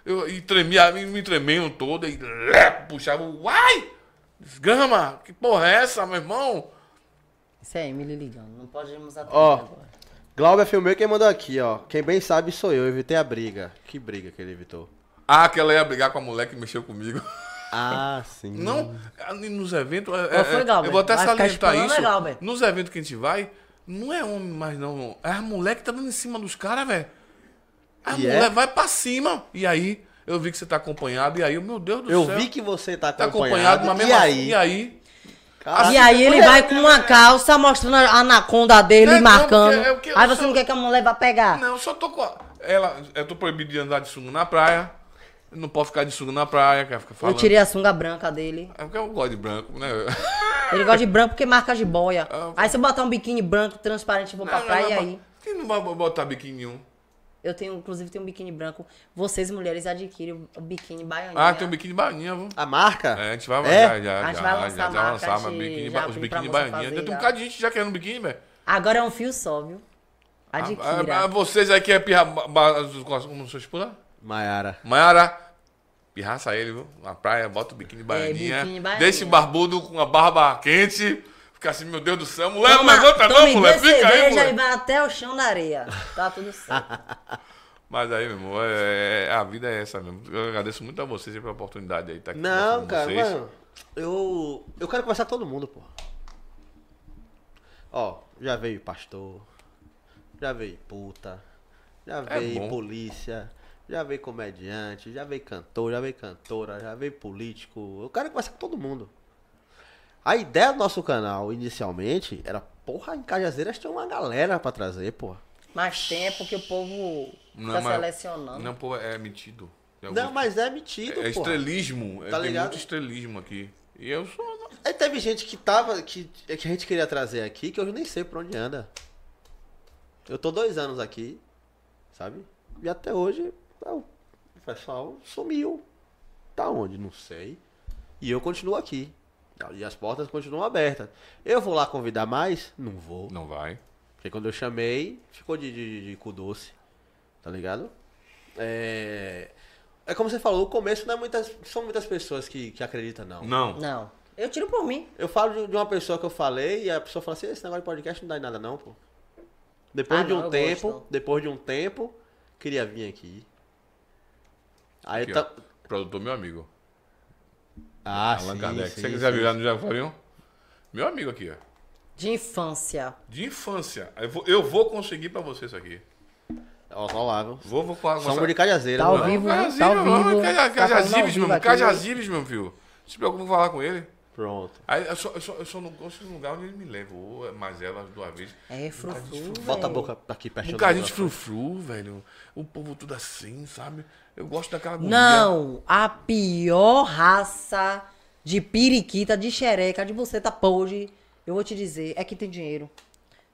[SPEAKER 4] Eu, e tremia, me, me tremendo todo, e lé, puxava, uai! Desgrama, que porra é essa, meu irmão?
[SPEAKER 5] Isso é Emily ligando, não podemos atender
[SPEAKER 3] Ó.
[SPEAKER 5] agora.
[SPEAKER 3] Glauber filmou quem mandou aqui, ó. Quem bem sabe sou eu, evitei a briga. Que briga que ele evitou?
[SPEAKER 4] Ah, que ela ia brigar com a mulher que mexeu comigo.
[SPEAKER 3] Ah, sim.
[SPEAKER 4] É. Não, ali nos eventos. é,
[SPEAKER 5] Qual foi,
[SPEAKER 4] é,
[SPEAKER 5] Glauber?
[SPEAKER 4] eu vou até
[SPEAKER 5] Vai ficar
[SPEAKER 4] salientar
[SPEAKER 5] espalhando,
[SPEAKER 4] isso.
[SPEAKER 5] é, Glauber?
[SPEAKER 4] nos eventos que a gente vai, não é homem mais, não. É a mulher que tá dando em cima dos caras, velho. A
[SPEAKER 3] E é?
[SPEAKER 4] mulher vai pra cima. E aí, eu vi que você tá acompanhado. E aí, meu Deus do
[SPEAKER 3] Eu
[SPEAKER 4] céu.
[SPEAKER 3] vi que você tá
[SPEAKER 4] tá
[SPEAKER 3] acompanhado.
[SPEAKER 4] acompanhado, mas
[SPEAKER 3] e
[SPEAKER 4] mesmo assim.
[SPEAKER 3] aí?
[SPEAKER 4] E aí?
[SPEAKER 3] Cara,
[SPEAKER 4] Ah,
[SPEAKER 5] E aí ele vai com uma calça mostrando a anaconda dele,
[SPEAKER 4] É, não,
[SPEAKER 5] marcando.
[SPEAKER 4] porque é o que eu
[SPEAKER 5] aí você
[SPEAKER 4] sou-
[SPEAKER 5] não quer que a mulher vá pegar.
[SPEAKER 4] Não, eu só tô com. a- Ela, eu tô proibido de andar de sunga na praia. Eu Não posso ficar de sunga na praia. Quer ficar
[SPEAKER 5] Eu
[SPEAKER 4] falando.
[SPEAKER 5] tirei a sunga branca dele.
[SPEAKER 4] É porque eu gosto de branco, né?
[SPEAKER 5] Ele gosta de branco porque marca de boia.
[SPEAKER 4] Ah,
[SPEAKER 5] Aí se eu botar um biquíni branco transparente, eu vou pra
[SPEAKER 4] Não,
[SPEAKER 5] praia
[SPEAKER 4] não,
[SPEAKER 5] e
[SPEAKER 4] não,
[SPEAKER 5] aí.
[SPEAKER 4] Quem não vai botar biquíni nenhum?
[SPEAKER 5] Eu tenho, inclusive, tenho um biquíni branco. Vocês, mulheres, adquirem o biquíni né? baianinha.
[SPEAKER 4] Ah, tem um biquíni bainha, vamos.
[SPEAKER 3] A marca?
[SPEAKER 4] É, a gente vai
[SPEAKER 3] É?
[SPEAKER 4] já, já,
[SPEAKER 5] A gente
[SPEAKER 4] já,
[SPEAKER 5] vai
[SPEAKER 4] já,
[SPEAKER 5] lançar
[SPEAKER 4] já,
[SPEAKER 5] a marca,
[SPEAKER 4] lançar
[SPEAKER 5] a
[SPEAKER 4] mas
[SPEAKER 5] gente
[SPEAKER 4] biquíni,
[SPEAKER 5] já
[SPEAKER 4] os
[SPEAKER 5] vem pra
[SPEAKER 4] biquíni
[SPEAKER 5] moça
[SPEAKER 4] baianinha.
[SPEAKER 5] fazer,
[SPEAKER 4] Tem um
[SPEAKER 5] já.
[SPEAKER 4] bocado de gente já querendo biquíni, velho.
[SPEAKER 5] Agora é um fio só, viu? Adquira.
[SPEAKER 4] Ah, ah, Vocês aí que é pirra... ba- ba- Como sua esposa?
[SPEAKER 3] Maiara.
[SPEAKER 4] Maiara. Pirraça ele, viu? Na praia, bota o biquíni baianinha.
[SPEAKER 5] É, biquíni baianinha.
[SPEAKER 4] Deixa o barbudo com a barba quente. Fica assim, meu Deus do céu. Mulher, não
[SPEAKER 5] Toma-
[SPEAKER 4] levanta não,
[SPEAKER 5] tome
[SPEAKER 4] mulher.
[SPEAKER 5] duas
[SPEAKER 4] Fica aí,
[SPEAKER 5] cervejas
[SPEAKER 4] mulher.
[SPEAKER 5] e vai até o chão na areia. Tá tudo certo.
[SPEAKER 4] Mas aí, meu irmão, é, é- a vida é essa mesmo. Eu agradeço muito a vocês pela oportunidade de estar aqui
[SPEAKER 3] Não,
[SPEAKER 4] conversando com
[SPEAKER 3] cara,
[SPEAKER 4] vocês.
[SPEAKER 3] mano. Eu. Eu quero conversar com todo mundo, pô. Ó, já veio pastor. Já veio puta. Já
[SPEAKER 4] É
[SPEAKER 3] veio
[SPEAKER 4] bom.
[SPEAKER 3] polícia. Já veio comediante. Já veio cantor. Já veio cantora. Já veio político. Eu quero conversar com todo mundo. A ideia do nosso canal, inicialmente, era, porra, em Cajazeiras tem uma galera pra trazer, pô.
[SPEAKER 4] É,
[SPEAKER 5] Mas tempo que o povo
[SPEAKER 4] Não,
[SPEAKER 5] tá
[SPEAKER 4] mas-
[SPEAKER 5] selecionando.
[SPEAKER 4] Não, pô, é metido. Tem
[SPEAKER 3] Não,
[SPEAKER 4] alguns-
[SPEAKER 3] mas é metido,
[SPEAKER 4] É
[SPEAKER 3] pô.
[SPEAKER 4] estrelismo. é,
[SPEAKER 3] Tá
[SPEAKER 4] tem
[SPEAKER 3] ligado?
[SPEAKER 4] muito estrelismo aqui. E eu sou.
[SPEAKER 3] Aí teve gente que tava. Que, que a gente queria trazer aqui, que eu nem sei pra onde anda. Eu tô dois anos aqui, sabe? E até hoje ah, o pessoal sumiu. Tá onde? Não sei. E eu continuo aqui. E as portas continuam abertas. Eu vou lá convidar mais? Não vou.
[SPEAKER 4] Não vai.
[SPEAKER 3] Porque quando eu chamei, ficou de, de, de cu doce. Tá ligado? É. É como você falou, o começo não é muitas. São muitas pessoas que, que acreditam, não.
[SPEAKER 4] Não.
[SPEAKER 5] Não. Eu tiro por mim.
[SPEAKER 3] Eu falo de- de uma pessoa que eu falei e a pessoa fala assim, esse negócio de podcast não dá em nada não, pô. Depois
[SPEAKER 5] Ah,
[SPEAKER 3] de
[SPEAKER 5] não,
[SPEAKER 3] um
[SPEAKER 5] eu
[SPEAKER 3] tempo,
[SPEAKER 5] gosto.
[SPEAKER 3] depois de um tempo, queria vir aqui. Aí
[SPEAKER 4] Aqui,
[SPEAKER 3] tá...
[SPEAKER 4] ó, Produtor, meu amigo.
[SPEAKER 3] Ah,
[SPEAKER 4] Alan Kardec. Você quiser virar no Jago Fabião? Meu amigo aqui, ó.
[SPEAKER 5] De infância.
[SPEAKER 4] De infância. Eu vou, eu vou conseguir pra você isso aqui.
[SPEAKER 3] Ó, tá lá, viu?
[SPEAKER 4] Vou, vou falar
[SPEAKER 3] Somos de Cajazeira,
[SPEAKER 5] Tá
[SPEAKER 3] mano.
[SPEAKER 5] ao vivo, né?
[SPEAKER 4] Cajazibes,
[SPEAKER 5] Tá ao
[SPEAKER 4] meu irmão,
[SPEAKER 5] vivo.
[SPEAKER 4] Caja-
[SPEAKER 5] Tá falando ao
[SPEAKER 4] Cajazibes, meu
[SPEAKER 5] vivo
[SPEAKER 4] irmão.
[SPEAKER 5] aqui.
[SPEAKER 4] Cajazibes, meu filho. Se preocupa, eu vou falar com ele.
[SPEAKER 3] Pronto.
[SPEAKER 4] Aí eu só, eu só, eu só não gosto de um lugar onde ele me levou, mas ela duas vezes.
[SPEAKER 5] É, frufru,
[SPEAKER 3] Bota a
[SPEAKER 5] velho.
[SPEAKER 3] boca aqui perto
[SPEAKER 4] Um
[SPEAKER 3] do
[SPEAKER 4] carinho de
[SPEAKER 3] microfone.
[SPEAKER 4] frufru, velho. O povo tudo assim, sabe? Eu gosto daquela agonia.
[SPEAKER 5] Não, a pior raça de periquita, de xereca, de buceta podre, eu vou te dizer, é que tem dinheiro.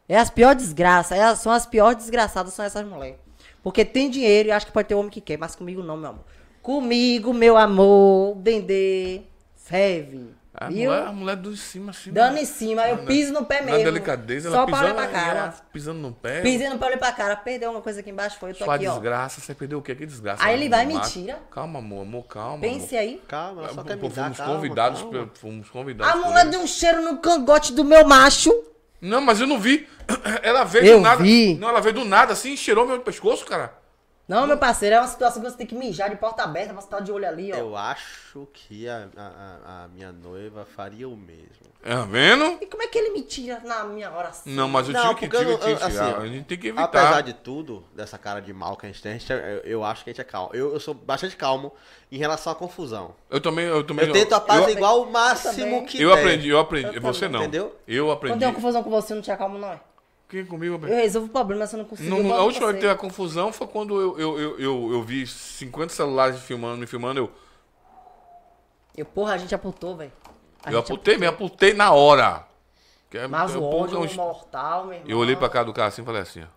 [SPEAKER 5] É as piores desgraças, é as- são as piores desgraçadas, são essas mulheres. Porque tem dinheiro e acho que pode ter homem que quer, mas comigo não, meu amor. Comigo, meu amor, Dendê, serve.
[SPEAKER 4] A
[SPEAKER 5] viu?
[SPEAKER 4] mulher, é a mulher do cima, assim.
[SPEAKER 5] Dando
[SPEAKER 4] né?
[SPEAKER 5] em cima, eu
[SPEAKER 4] Na-
[SPEAKER 5] piso no pé
[SPEAKER 4] na
[SPEAKER 5] mesmo.
[SPEAKER 4] delicadeza,
[SPEAKER 5] só
[SPEAKER 4] ela
[SPEAKER 5] pra
[SPEAKER 4] pisando,
[SPEAKER 5] olhar pra cara.
[SPEAKER 4] ela pisando no pé.
[SPEAKER 5] Pisei no pé, olhei pra cara. Perdeu alguma coisa aqui embaixo, foi. Eu tô
[SPEAKER 4] Sua
[SPEAKER 5] aqui, ó.
[SPEAKER 4] desgraça, você perdeu o quê? Que desgraça?
[SPEAKER 5] Aí
[SPEAKER 4] Ela
[SPEAKER 5] ele vai,
[SPEAKER 4] não mata.
[SPEAKER 5] mentira.
[SPEAKER 4] Calma, amor, amor, calma.
[SPEAKER 5] Pense aí.
[SPEAKER 3] Calma, ela
[SPEAKER 4] amor.
[SPEAKER 3] só quer
[SPEAKER 4] É, Pô,
[SPEAKER 3] me dar,
[SPEAKER 4] fomos
[SPEAKER 3] calma,
[SPEAKER 4] convidados,
[SPEAKER 3] calma.
[SPEAKER 4] pe- fomos convidados.
[SPEAKER 5] A
[SPEAKER 4] por
[SPEAKER 5] mulher
[SPEAKER 4] ele.
[SPEAKER 5] deu um cheiro no cangote do meu macho.
[SPEAKER 4] Não, mas eu não vi. Ela veio
[SPEAKER 5] Eu
[SPEAKER 4] do nada.
[SPEAKER 5] vi.
[SPEAKER 4] Não, ela veio do nada assim, cheirou meu pescoço, cara.
[SPEAKER 5] Não, meu parceiro, é uma situação que você tem que mijar de porta aberta, você tá de olho ali, ó.
[SPEAKER 3] Eu acho que a, a- a- a minha noiva faria o mesmo.
[SPEAKER 4] Tá vendo?
[SPEAKER 5] E como é que ele me tira na minha hora assim?
[SPEAKER 4] Não, mas eu
[SPEAKER 3] Não,
[SPEAKER 4] tinha que
[SPEAKER 3] porque eu
[SPEAKER 4] tinha que
[SPEAKER 3] não- eu-
[SPEAKER 4] tirar.
[SPEAKER 3] assim,
[SPEAKER 4] a gente tem que
[SPEAKER 3] Apesar
[SPEAKER 4] evitar.
[SPEAKER 3] de tudo, dessa cara de mal que a gente tem, a gente é- eu, eu acho que a gente é calmo. Eu, eu sou bastante calmo em relação à confusão.
[SPEAKER 4] Eu também, é eu também.
[SPEAKER 3] Eu tento
[SPEAKER 4] eu,
[SPEAKER 3] apaziguar o
[SPEAKER 5] também.
[SPEAKER 3] máximo que
[SPEAKER 4] eu
[SPEAKER 3] der.
[SPEAKER 4] aprendi, eu aprendi.
[SPEAKER 5] Eu
[SPEAKER 4] você
[SPEAKER 5] também.
[SPEAKER 4] não.
[SPEAKER 3] Entendeu?
[SPEAKER 4] Eu
[SPEAKER 5] Quando
[SPEAKER 4] aprendi.
[SPEAKER 5] tem uma confusão com você, eu não te acalmo, não. é?
[SPEAKER 4] Quem comigo,
[SPEAKER 5] Eu resolvo o problema, se eu não consigo.
[SPEAKER 4] Não,
[SPEAKER 5] eu volto
[SPEAKER 4] a última
[SPEAKER 5] pra
[SPEAKER 4] vez que
[SPEAKER 5] você.
[SPEAKER 4] teve a confusão foi quando eu, eu, eu, eu, eu vi 50 celulares filmando, me filmando, eu,
[SPEAKER 5] Eu, porra, a gente apontou, velho. A
[SPEAKER 4] eu
[SPEAKER 5] gente
[SPEAKER 4] aputei, me aputei na hora. Que é-
[SPEAKER 5] Mas
[SPEAKER 4] eu,
[SPEAKER 5] o
[SPEAKER 4] aponto,
[SPEAKER 5] ódio um
[SPEAKER 4] eu,
[SPEAKER 5] mortal, meu irmão.
[SPEAKER 4] eu olhei pra cara do cara assim e falei assim, ó.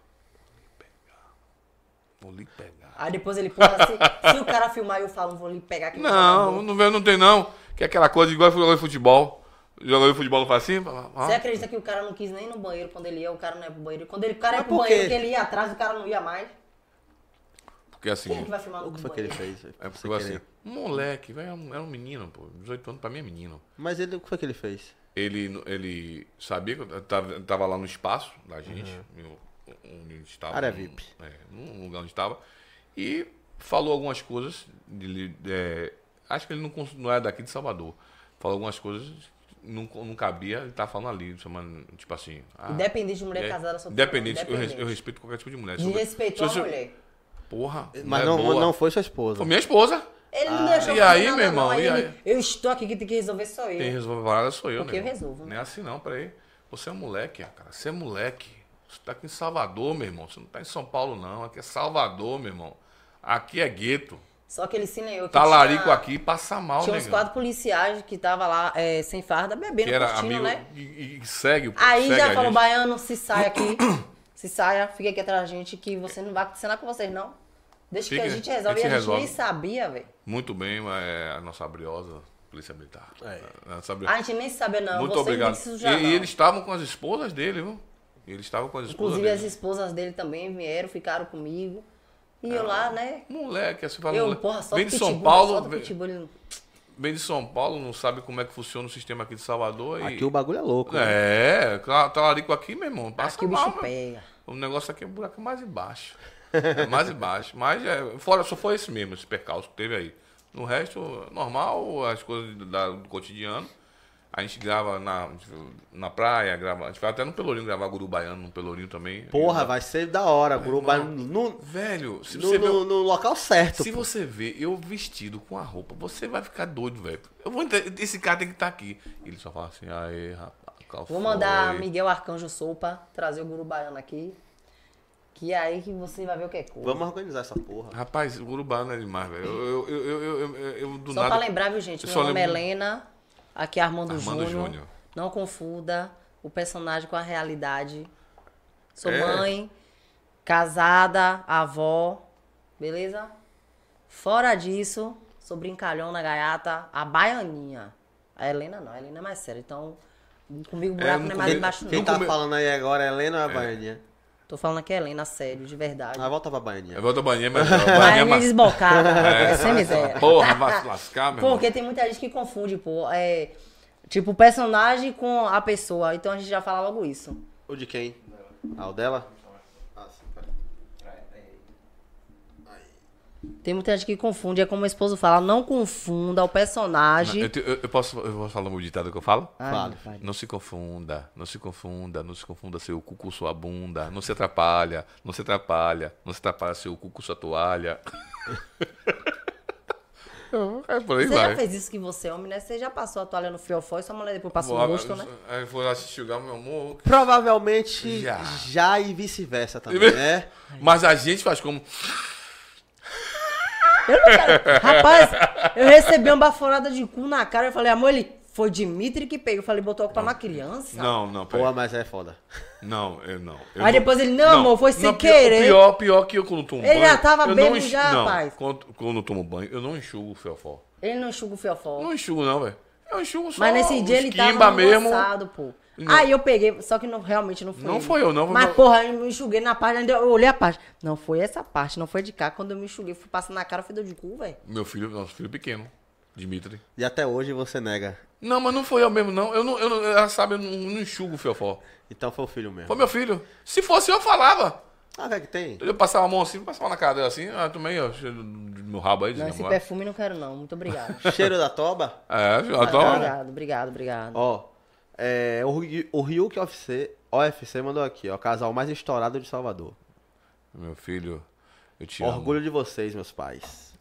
[SPEAKER 4] Vou lhe pegar.
[SPEAKER 5] Aí depois ele, porra, se, se o cara filmar, eu falo, vou lhe pegar aqui. no
[SPEAKER 4] Não,
[SPEAKER 5] computador.
[SPEAKER 4] não, vem- não tem não. Que é aquela coisa igual jogador de futebol. Jogador de futebol não faz assim? fala, ó.
[SPEAKER 5] Você acredita que o cara não quis nem ir no banheiro quando ele ia, o cara não ia pro banheiro. Quando ele, o cara ia
[SPEAKER 3] Mas
[SPEAKER 5] pro
[SPEAKER 3] por
[SPEAKER 5] banheiro,
[SPEAKER 3] quê?
[SPEAKER 5] que ele ia atrás, o cara não ia mais.
[SPEAKER 4] Porque assim,
[SPEAKER 5] Quem é que vai filmar
[SPEAKER 3] O
[SPEAKER 5] no
[SPEAKER 3] que foi que
[SPEAKER 5] banheiro?
[SPEAKER 3] ele fez?
[SPEAKER 4] é porque
[SPEAKER 3] Sem
[SPEAKER 4] eu
[SPEAKER 3] querer.
[SPEAKER 4] assim, moleque, velho, era um- era um menino, pô. 18 anos pra mim é menino.
[SPEAKER 3] Mas ele, o que foi que ele fez?
[SPEAKER 4] ele, ele sabia que eu tava, tava lá no espaço da gente, eu- onde a gente estava.
[SPEAKER 3] Uhum. Área
[SPEAKER 4] num-
[SPEAKER 3] VIP.
[SPEAKER 4] É, num lugar onde estava. E falou algumas coisas. de li- é, acho que ele não, cons- não é daqui de Salvador. Falou algumas coisas que não, co- não cabia, ele tava falando ali, chamando, tipo assim. ah,
[SPEAKER 5] Independente de mulher
[SPEAKER 4] é,
[SPEAKER 5] casada, eu sou
[SPEAKER 4] Independente, eu, res-
[SPEAKER 5] independente.
[SPEAKER 4] eu respeito qualquer tipo de mulher. Se eu-
[SPEAKER 5] Desrespeitou
[SPEAKER 4] se eu-
[SPEAKER 5] a mulher.
[SPEAKER 4] Porra.
[SPEAKER 3] Mas
[SPEAKER 4] mulher
[SPEAKER 3] não,
[SPEAKER 4] é boa.
[SPEAKER 3] não foi sua esposa.
[SPEAKER 4] Foi minha esposa.
[SPEAKER 5] Ele não deixou
[SPEAKER 4] Ah, e
[SPEAKER 5] fazer
[SPEAKER 4] aí,
[SPEAKER 5] nada,
[SPEAKER 4] meu irmão,
[SPEAKER 5] não.
[SPEAKER 4] e
[SPEAKER 5] ele,
[SPEAKER 4] aí?
[SPEAKER 5] Eu estou aqui, quem tem que resolver sou eu.
[SPEAKER 4] Quem resolve a parada sou eu,
[SPEAKER 5] Porque
[SPEAKER 4] né?
[SPEAKER 5] eu resolvo, né?
[SPEAKER 4] Não é assim não, peraí. Você é moleque, cara. Você é moleque. Você tá aqui em Salvador, meu irmão. Você não tá em São Paulo, não. Aqui é Salvador, meu irmão. Aqui é gueto.
[SPEAKER 5] Só que ele se negou. que
[SPEAKER 4] Talarico
[SPEAKER 5] tinha-
[SPEAKER 4] aqui passa mal,
[SPEAKER 5] Tinha
[SPEAKER 4] né?
[SPEAKER 5] uns quatro policiais que tava lá é, sem farda, bebendo,
[SPEAKER 4] Que era
[SPEAKER 5] curtindo,
[SPEAKER 4] amigo
[SPEAKER 5] né?
[SPEAKER 4] e, e segue o
[SPEAKER 5] Aí
[SPEAKER 4] segue
[SPEAKER 5] já
[SPEAKER 4] a
[SPEAKER 5] falou,
[SPEAKER 4] gente.
[SPEAKER 5] baiano, se sai aqui. se saia, fica aqui atrás da gente, que você não vai acontecer nada com vocês, não. Deixa que
[SPEAKER 4] Fica,
[SPEAKER 5] a gente
[SPEAKER 4] a
[SPEAKER 5] resolve.
[SPEAKER 4] gente
[SPEAKER 5] E a gente
[SPEAKER 4] resolve.
[SPEAKER 5] nem sabia, velho.
[SPEAKER 4] Muito bem, mas é a nossa briosa Polícia Militar.
[SPEAKER 3] É.
[SPEAKER 4] A nossa bri-
[SPEAKER 5] A gente nem sabia, não.
[SPEAKER 4] Muito
[SPEAKER 5] vocês
[SPEAKER 4] obrigado.
[SPEAKER 5] Não precisam
[SPEAKER 4] E,
[SPEAKER 5] já,
[SPEAKER 4] e
[SPEAKER 5] não.
[SPEAKER 4] eles estavam com as esposas dele, viu? Eles estavam com as esposas
[SPEAKER 5] Inclusive, as
[SPEAKER 4] dele.
[SPEAKER 5] esposas dele também vieram, ficaram comigo. E eu lá, né?
[SPEAKER 4] Moleque, assim Ah. fala.
[SPEAKER 5] Eu,
[SPEAKER 4] moleque.
[SPEAKER 5] porra, só
[SPEAKER 4] vem
[SPEAKER 5] do
[SPEAKER 4] de São
[SPEAKER 5] pitbull, né? só
[SPEAKER 4] Paulo,
[SPEAKER 5] do
[SPEAKER 4] vem,
[SPEAKER 5] pitbull, ele não-
[SPEAKER 4] vem de São Paulo, não sabe como é que funciona o sistema aqui de Salvador. e...
[SPEAKER 3] Aqui o bagulho é louco. né?
[SPEAKER 4] É, cla- talarico aqui, meu irmão, passa
[SPEAKER 5] Aqui o
[SPEAKER 4] mal,
[SPEAKER 5] bicho
[SPEAKER 4] meu.
[SPEAKER 5] pega.
[SPEAKER 4] O negócio aqui é um buraco mais embaixo. É mais embaixo. Mas é, fora, só foi esse mesmo, esse percalço que teve aí. No resto, normal, as coisas da- do cotidiano. A gente grava na, na praia, grava. A gente vai até no Pelourinho gravar Guru Baiano no Pelourinho também.
[SPEAKER 3] Porra,
[SPEAKER 4] E-
[SPEAKER 3] vai ser da hora. Guru vai no, no,
[SPEAKER 4] Velho, se você
[SPEAKER 3] no,
[SPEAKER 4] vê o-
[SPEAKER 3] no local certo.
[SPEAKER 4] se
[SPEAKER 3] pô.
[SPEAKER 4] você vê eu vestido com a roupa, você vai ficar doido, velho. Eu vou entrar- Esse cara tem que estar aqui. Ele só fala assim, aê, rapaz, qual
[SPEAKER 5] Vou mandar
[SPEAKER 4] foi?"
[SPEAKER 5] Miguel Arcanjo Sopa trazer o Guru Baiano aqui. Que aí que você vai ver o que é coisa.
[SPEAKER 3] Vamos organizar essa porra.
[SPEAKER 4] Rapaz, o Urubano é demais, velho. Eu, eu, eu, eu, eu, eu- eu do
[SPEAKER 5] Só
[SPEAKER 4] nada.
[SPEAKER 5] pra lembrar, viu, gente?
[SPEAKER 4] eu
[SPEAKER 5] Meu
[SPEAKER 4] só
[SPEAKER 5] nome é
[SPEAKER 4] lembro-
[SPEAKER 5] Helena. Aqui é Armando,
[SPEAKER 4] Armando
[SPEAKER 5] Júnior.
[SPEAKER 4] Júnior.
[SPEAKER 5] Não confunda o personagem com a realidade. Sou
[SPEAKER 4] É.
[SPEAKER 5] mãe, casada, avó, beleza? Fora disso, sou brincalhona, gaiata, a baianinha. A Helena não, a Helena é mais séria. Então, comigo o buraco
[SPEAKER 4] não
[SPEAKER 5] não é
[SPEAKER 4] come-
[SPEAKER 5] mais embaixo,
[SPEAKER 3] Quem
[SPEAKER 5] não.
[SPEAKER 3] tá
[SPEAKER 4] come-
[SPEAKER 3] falando aí agora é Helena ou é a Baianinha?
[SPEAKER 5] Tô falando que é Helena, sério, de verdade.
[SPEAKER 3] Ah, volta pra
[SPEAKER 4] É
[SPEAKER 3] Baianinha.
[SPEAKER 4] volta banheiro, mas não,
[SPEAKER 5] Vai
[SPEAKER 4] banheiro
[SPEAKER 5] me
[SPEAKER 4] mas...
[SPEAKER 5] desbocar, é, sem miséria.
[SPEAKER 4] Porra, vai se lascar, meu irmão.
[SPEAKER 5] Porque tem muita gente que confunde, pô. É, tipo, o personagem com a pessoa. Então a gente já fala logo isso.
[SPEAKER 3] O de quem? Ah, o dela? Ah, sim, peraí.
[SPEAKER 5] Tem muita gente que confunde. É como o esposo fala, não confunda o personagem.
[SPEAKER 4] Eu, te- eu- eu posso, eu posso falar o meu ditado que eu falo?
[SPEAKER 5] Ai,
[SPEAKER 3] fale.
[SPEAKER 5] meu pai.
[SPEAKER 4] Não se confunda, não se confunda, não se confunda seu cu com sua bunda. Não se atrapalha, não se atrapalha, não se atrapalha seu cu com sua toalha. é por aí
[SPEAKER 5] Você
[SPEAKER 4] vai.
[SPEAKER 5] já fez isso que você é homem, né? Você já passou a toalha no fiofó e sua mulher depois passou
[SPEAKER 4] Vou-
[SPEAKER 5] o rosto, né?
[SPEAKER 4] Aí vou lá se enxugar, meu amor.
[SPEAKER 3] Provavelmente
[SPEAKER 4] Já.
[SPEAKER 3] já, e vice-versa também, né?
[SPEAKER 4] Mas a gente faz como. É.
[SPEAKER 5] Eu não quero. Rapaz, eu recebi uma baforada de cu na cara. Eu falei, amor, ele... Foi Dimitri que pegou. Eu falei, botou a culpa na criança.
[SPEAKER 4] Não, não, peraí.
[SPEAKER 3] Porra, mas é foda.
[SPEAKER 4] Não, eu não. Eu
[SPEAKER 5] Aí depois ele, não, amor, foi sem
[SPEAKER 4] Não, pior-
[SPEAKER 5] querer.
[SPEAKER 4] Pior, pior que eu quando tomo
[SPEAKER 5] Ele
[SPEAKER 4] banho.
[SPEAKER 5] já tava
[SPEAKER 4] eu
[SPEAKER 5] bêbado
[SPEAKER 4] não enx-
[SPEAKER 5] já,
[SPEAKER 4] não,
[SPEAKER 5] rapaz.
[SPEAKER 4] Quando, quando eu tomo banho, eu não enxugo o fiofó.
[SPEAKER 5] Ele não enxuga o fiofó.
[SPEAKER 4] Não enxugo, não, velho. Eu enxugo só
[SPEAKER 5] Mas nesse
[SPEAKER 4] o
[SPEAKER 5] dia ele
[SPEAKER 4] esquimba
[SPEAKER 5] tava
[SPEAKER 4] mesmo.
[SPEAKER 5] embaçado, pô.
[SPEAKER 4] Não.
[SPEAKER 5] Aí eu peguei, só que não, realmente não foi.
[SPEAKER 4] Não
[SPEAKER 5] ele.
[SPEAKER 4] foi eu, não,
[SPEAKER 5] Mas,
[SPEAKER 4] mas-
[SPEAKER 5] porra, eu me enxuguei na parte, ainda eu olhei a parte. Não foi essa parte, não foi de cá. Quando eu me enxuguei, fui passando na cara, fui dor de cu, velho.
[SPEAKER 4] Meu filho, nosso filho pequeno, Dimitri.
[SPEAKER 3] E até hoje você nega.
[SPEAKER 4] Não, mas não foi eu mesmo, não. Eu não, eu não ela sabe, eu não, não enxugo o fiofó.
[SPEAKER 3] Então foi o filho mesmo.
[SPEAKER 4] Foi meu filho. Se fosse eu, eu falava.
[SPEAKER 3] Ah, o que é que tem?
[SPEAKER 4] Eu passava a mão assim, passava na cara dela assim, ah, tomei, ó, cheiro do meu rabo aí,
[SPEAKER 5] Não, esse
[SPEAKER 4] desnamorado.
[SPEAKER 5] perfume não quero, não. Muito obrigado.
[SPEAKER 3] Cheiro da toba?
[SPEAKER 4] É, eu adoro.
[SPEAKER 5] obrigado, obrigado, obrigado.
[SPEAKER 3] Ó, é, o, Ry- o Ryuk OFC, OFC mandou aqui, ó. Casal mais estourado de Salvador.
[SPEAKER 4] Meu filho, eu te
[SPEAKER 3] Orgulho de vocês, meus pais.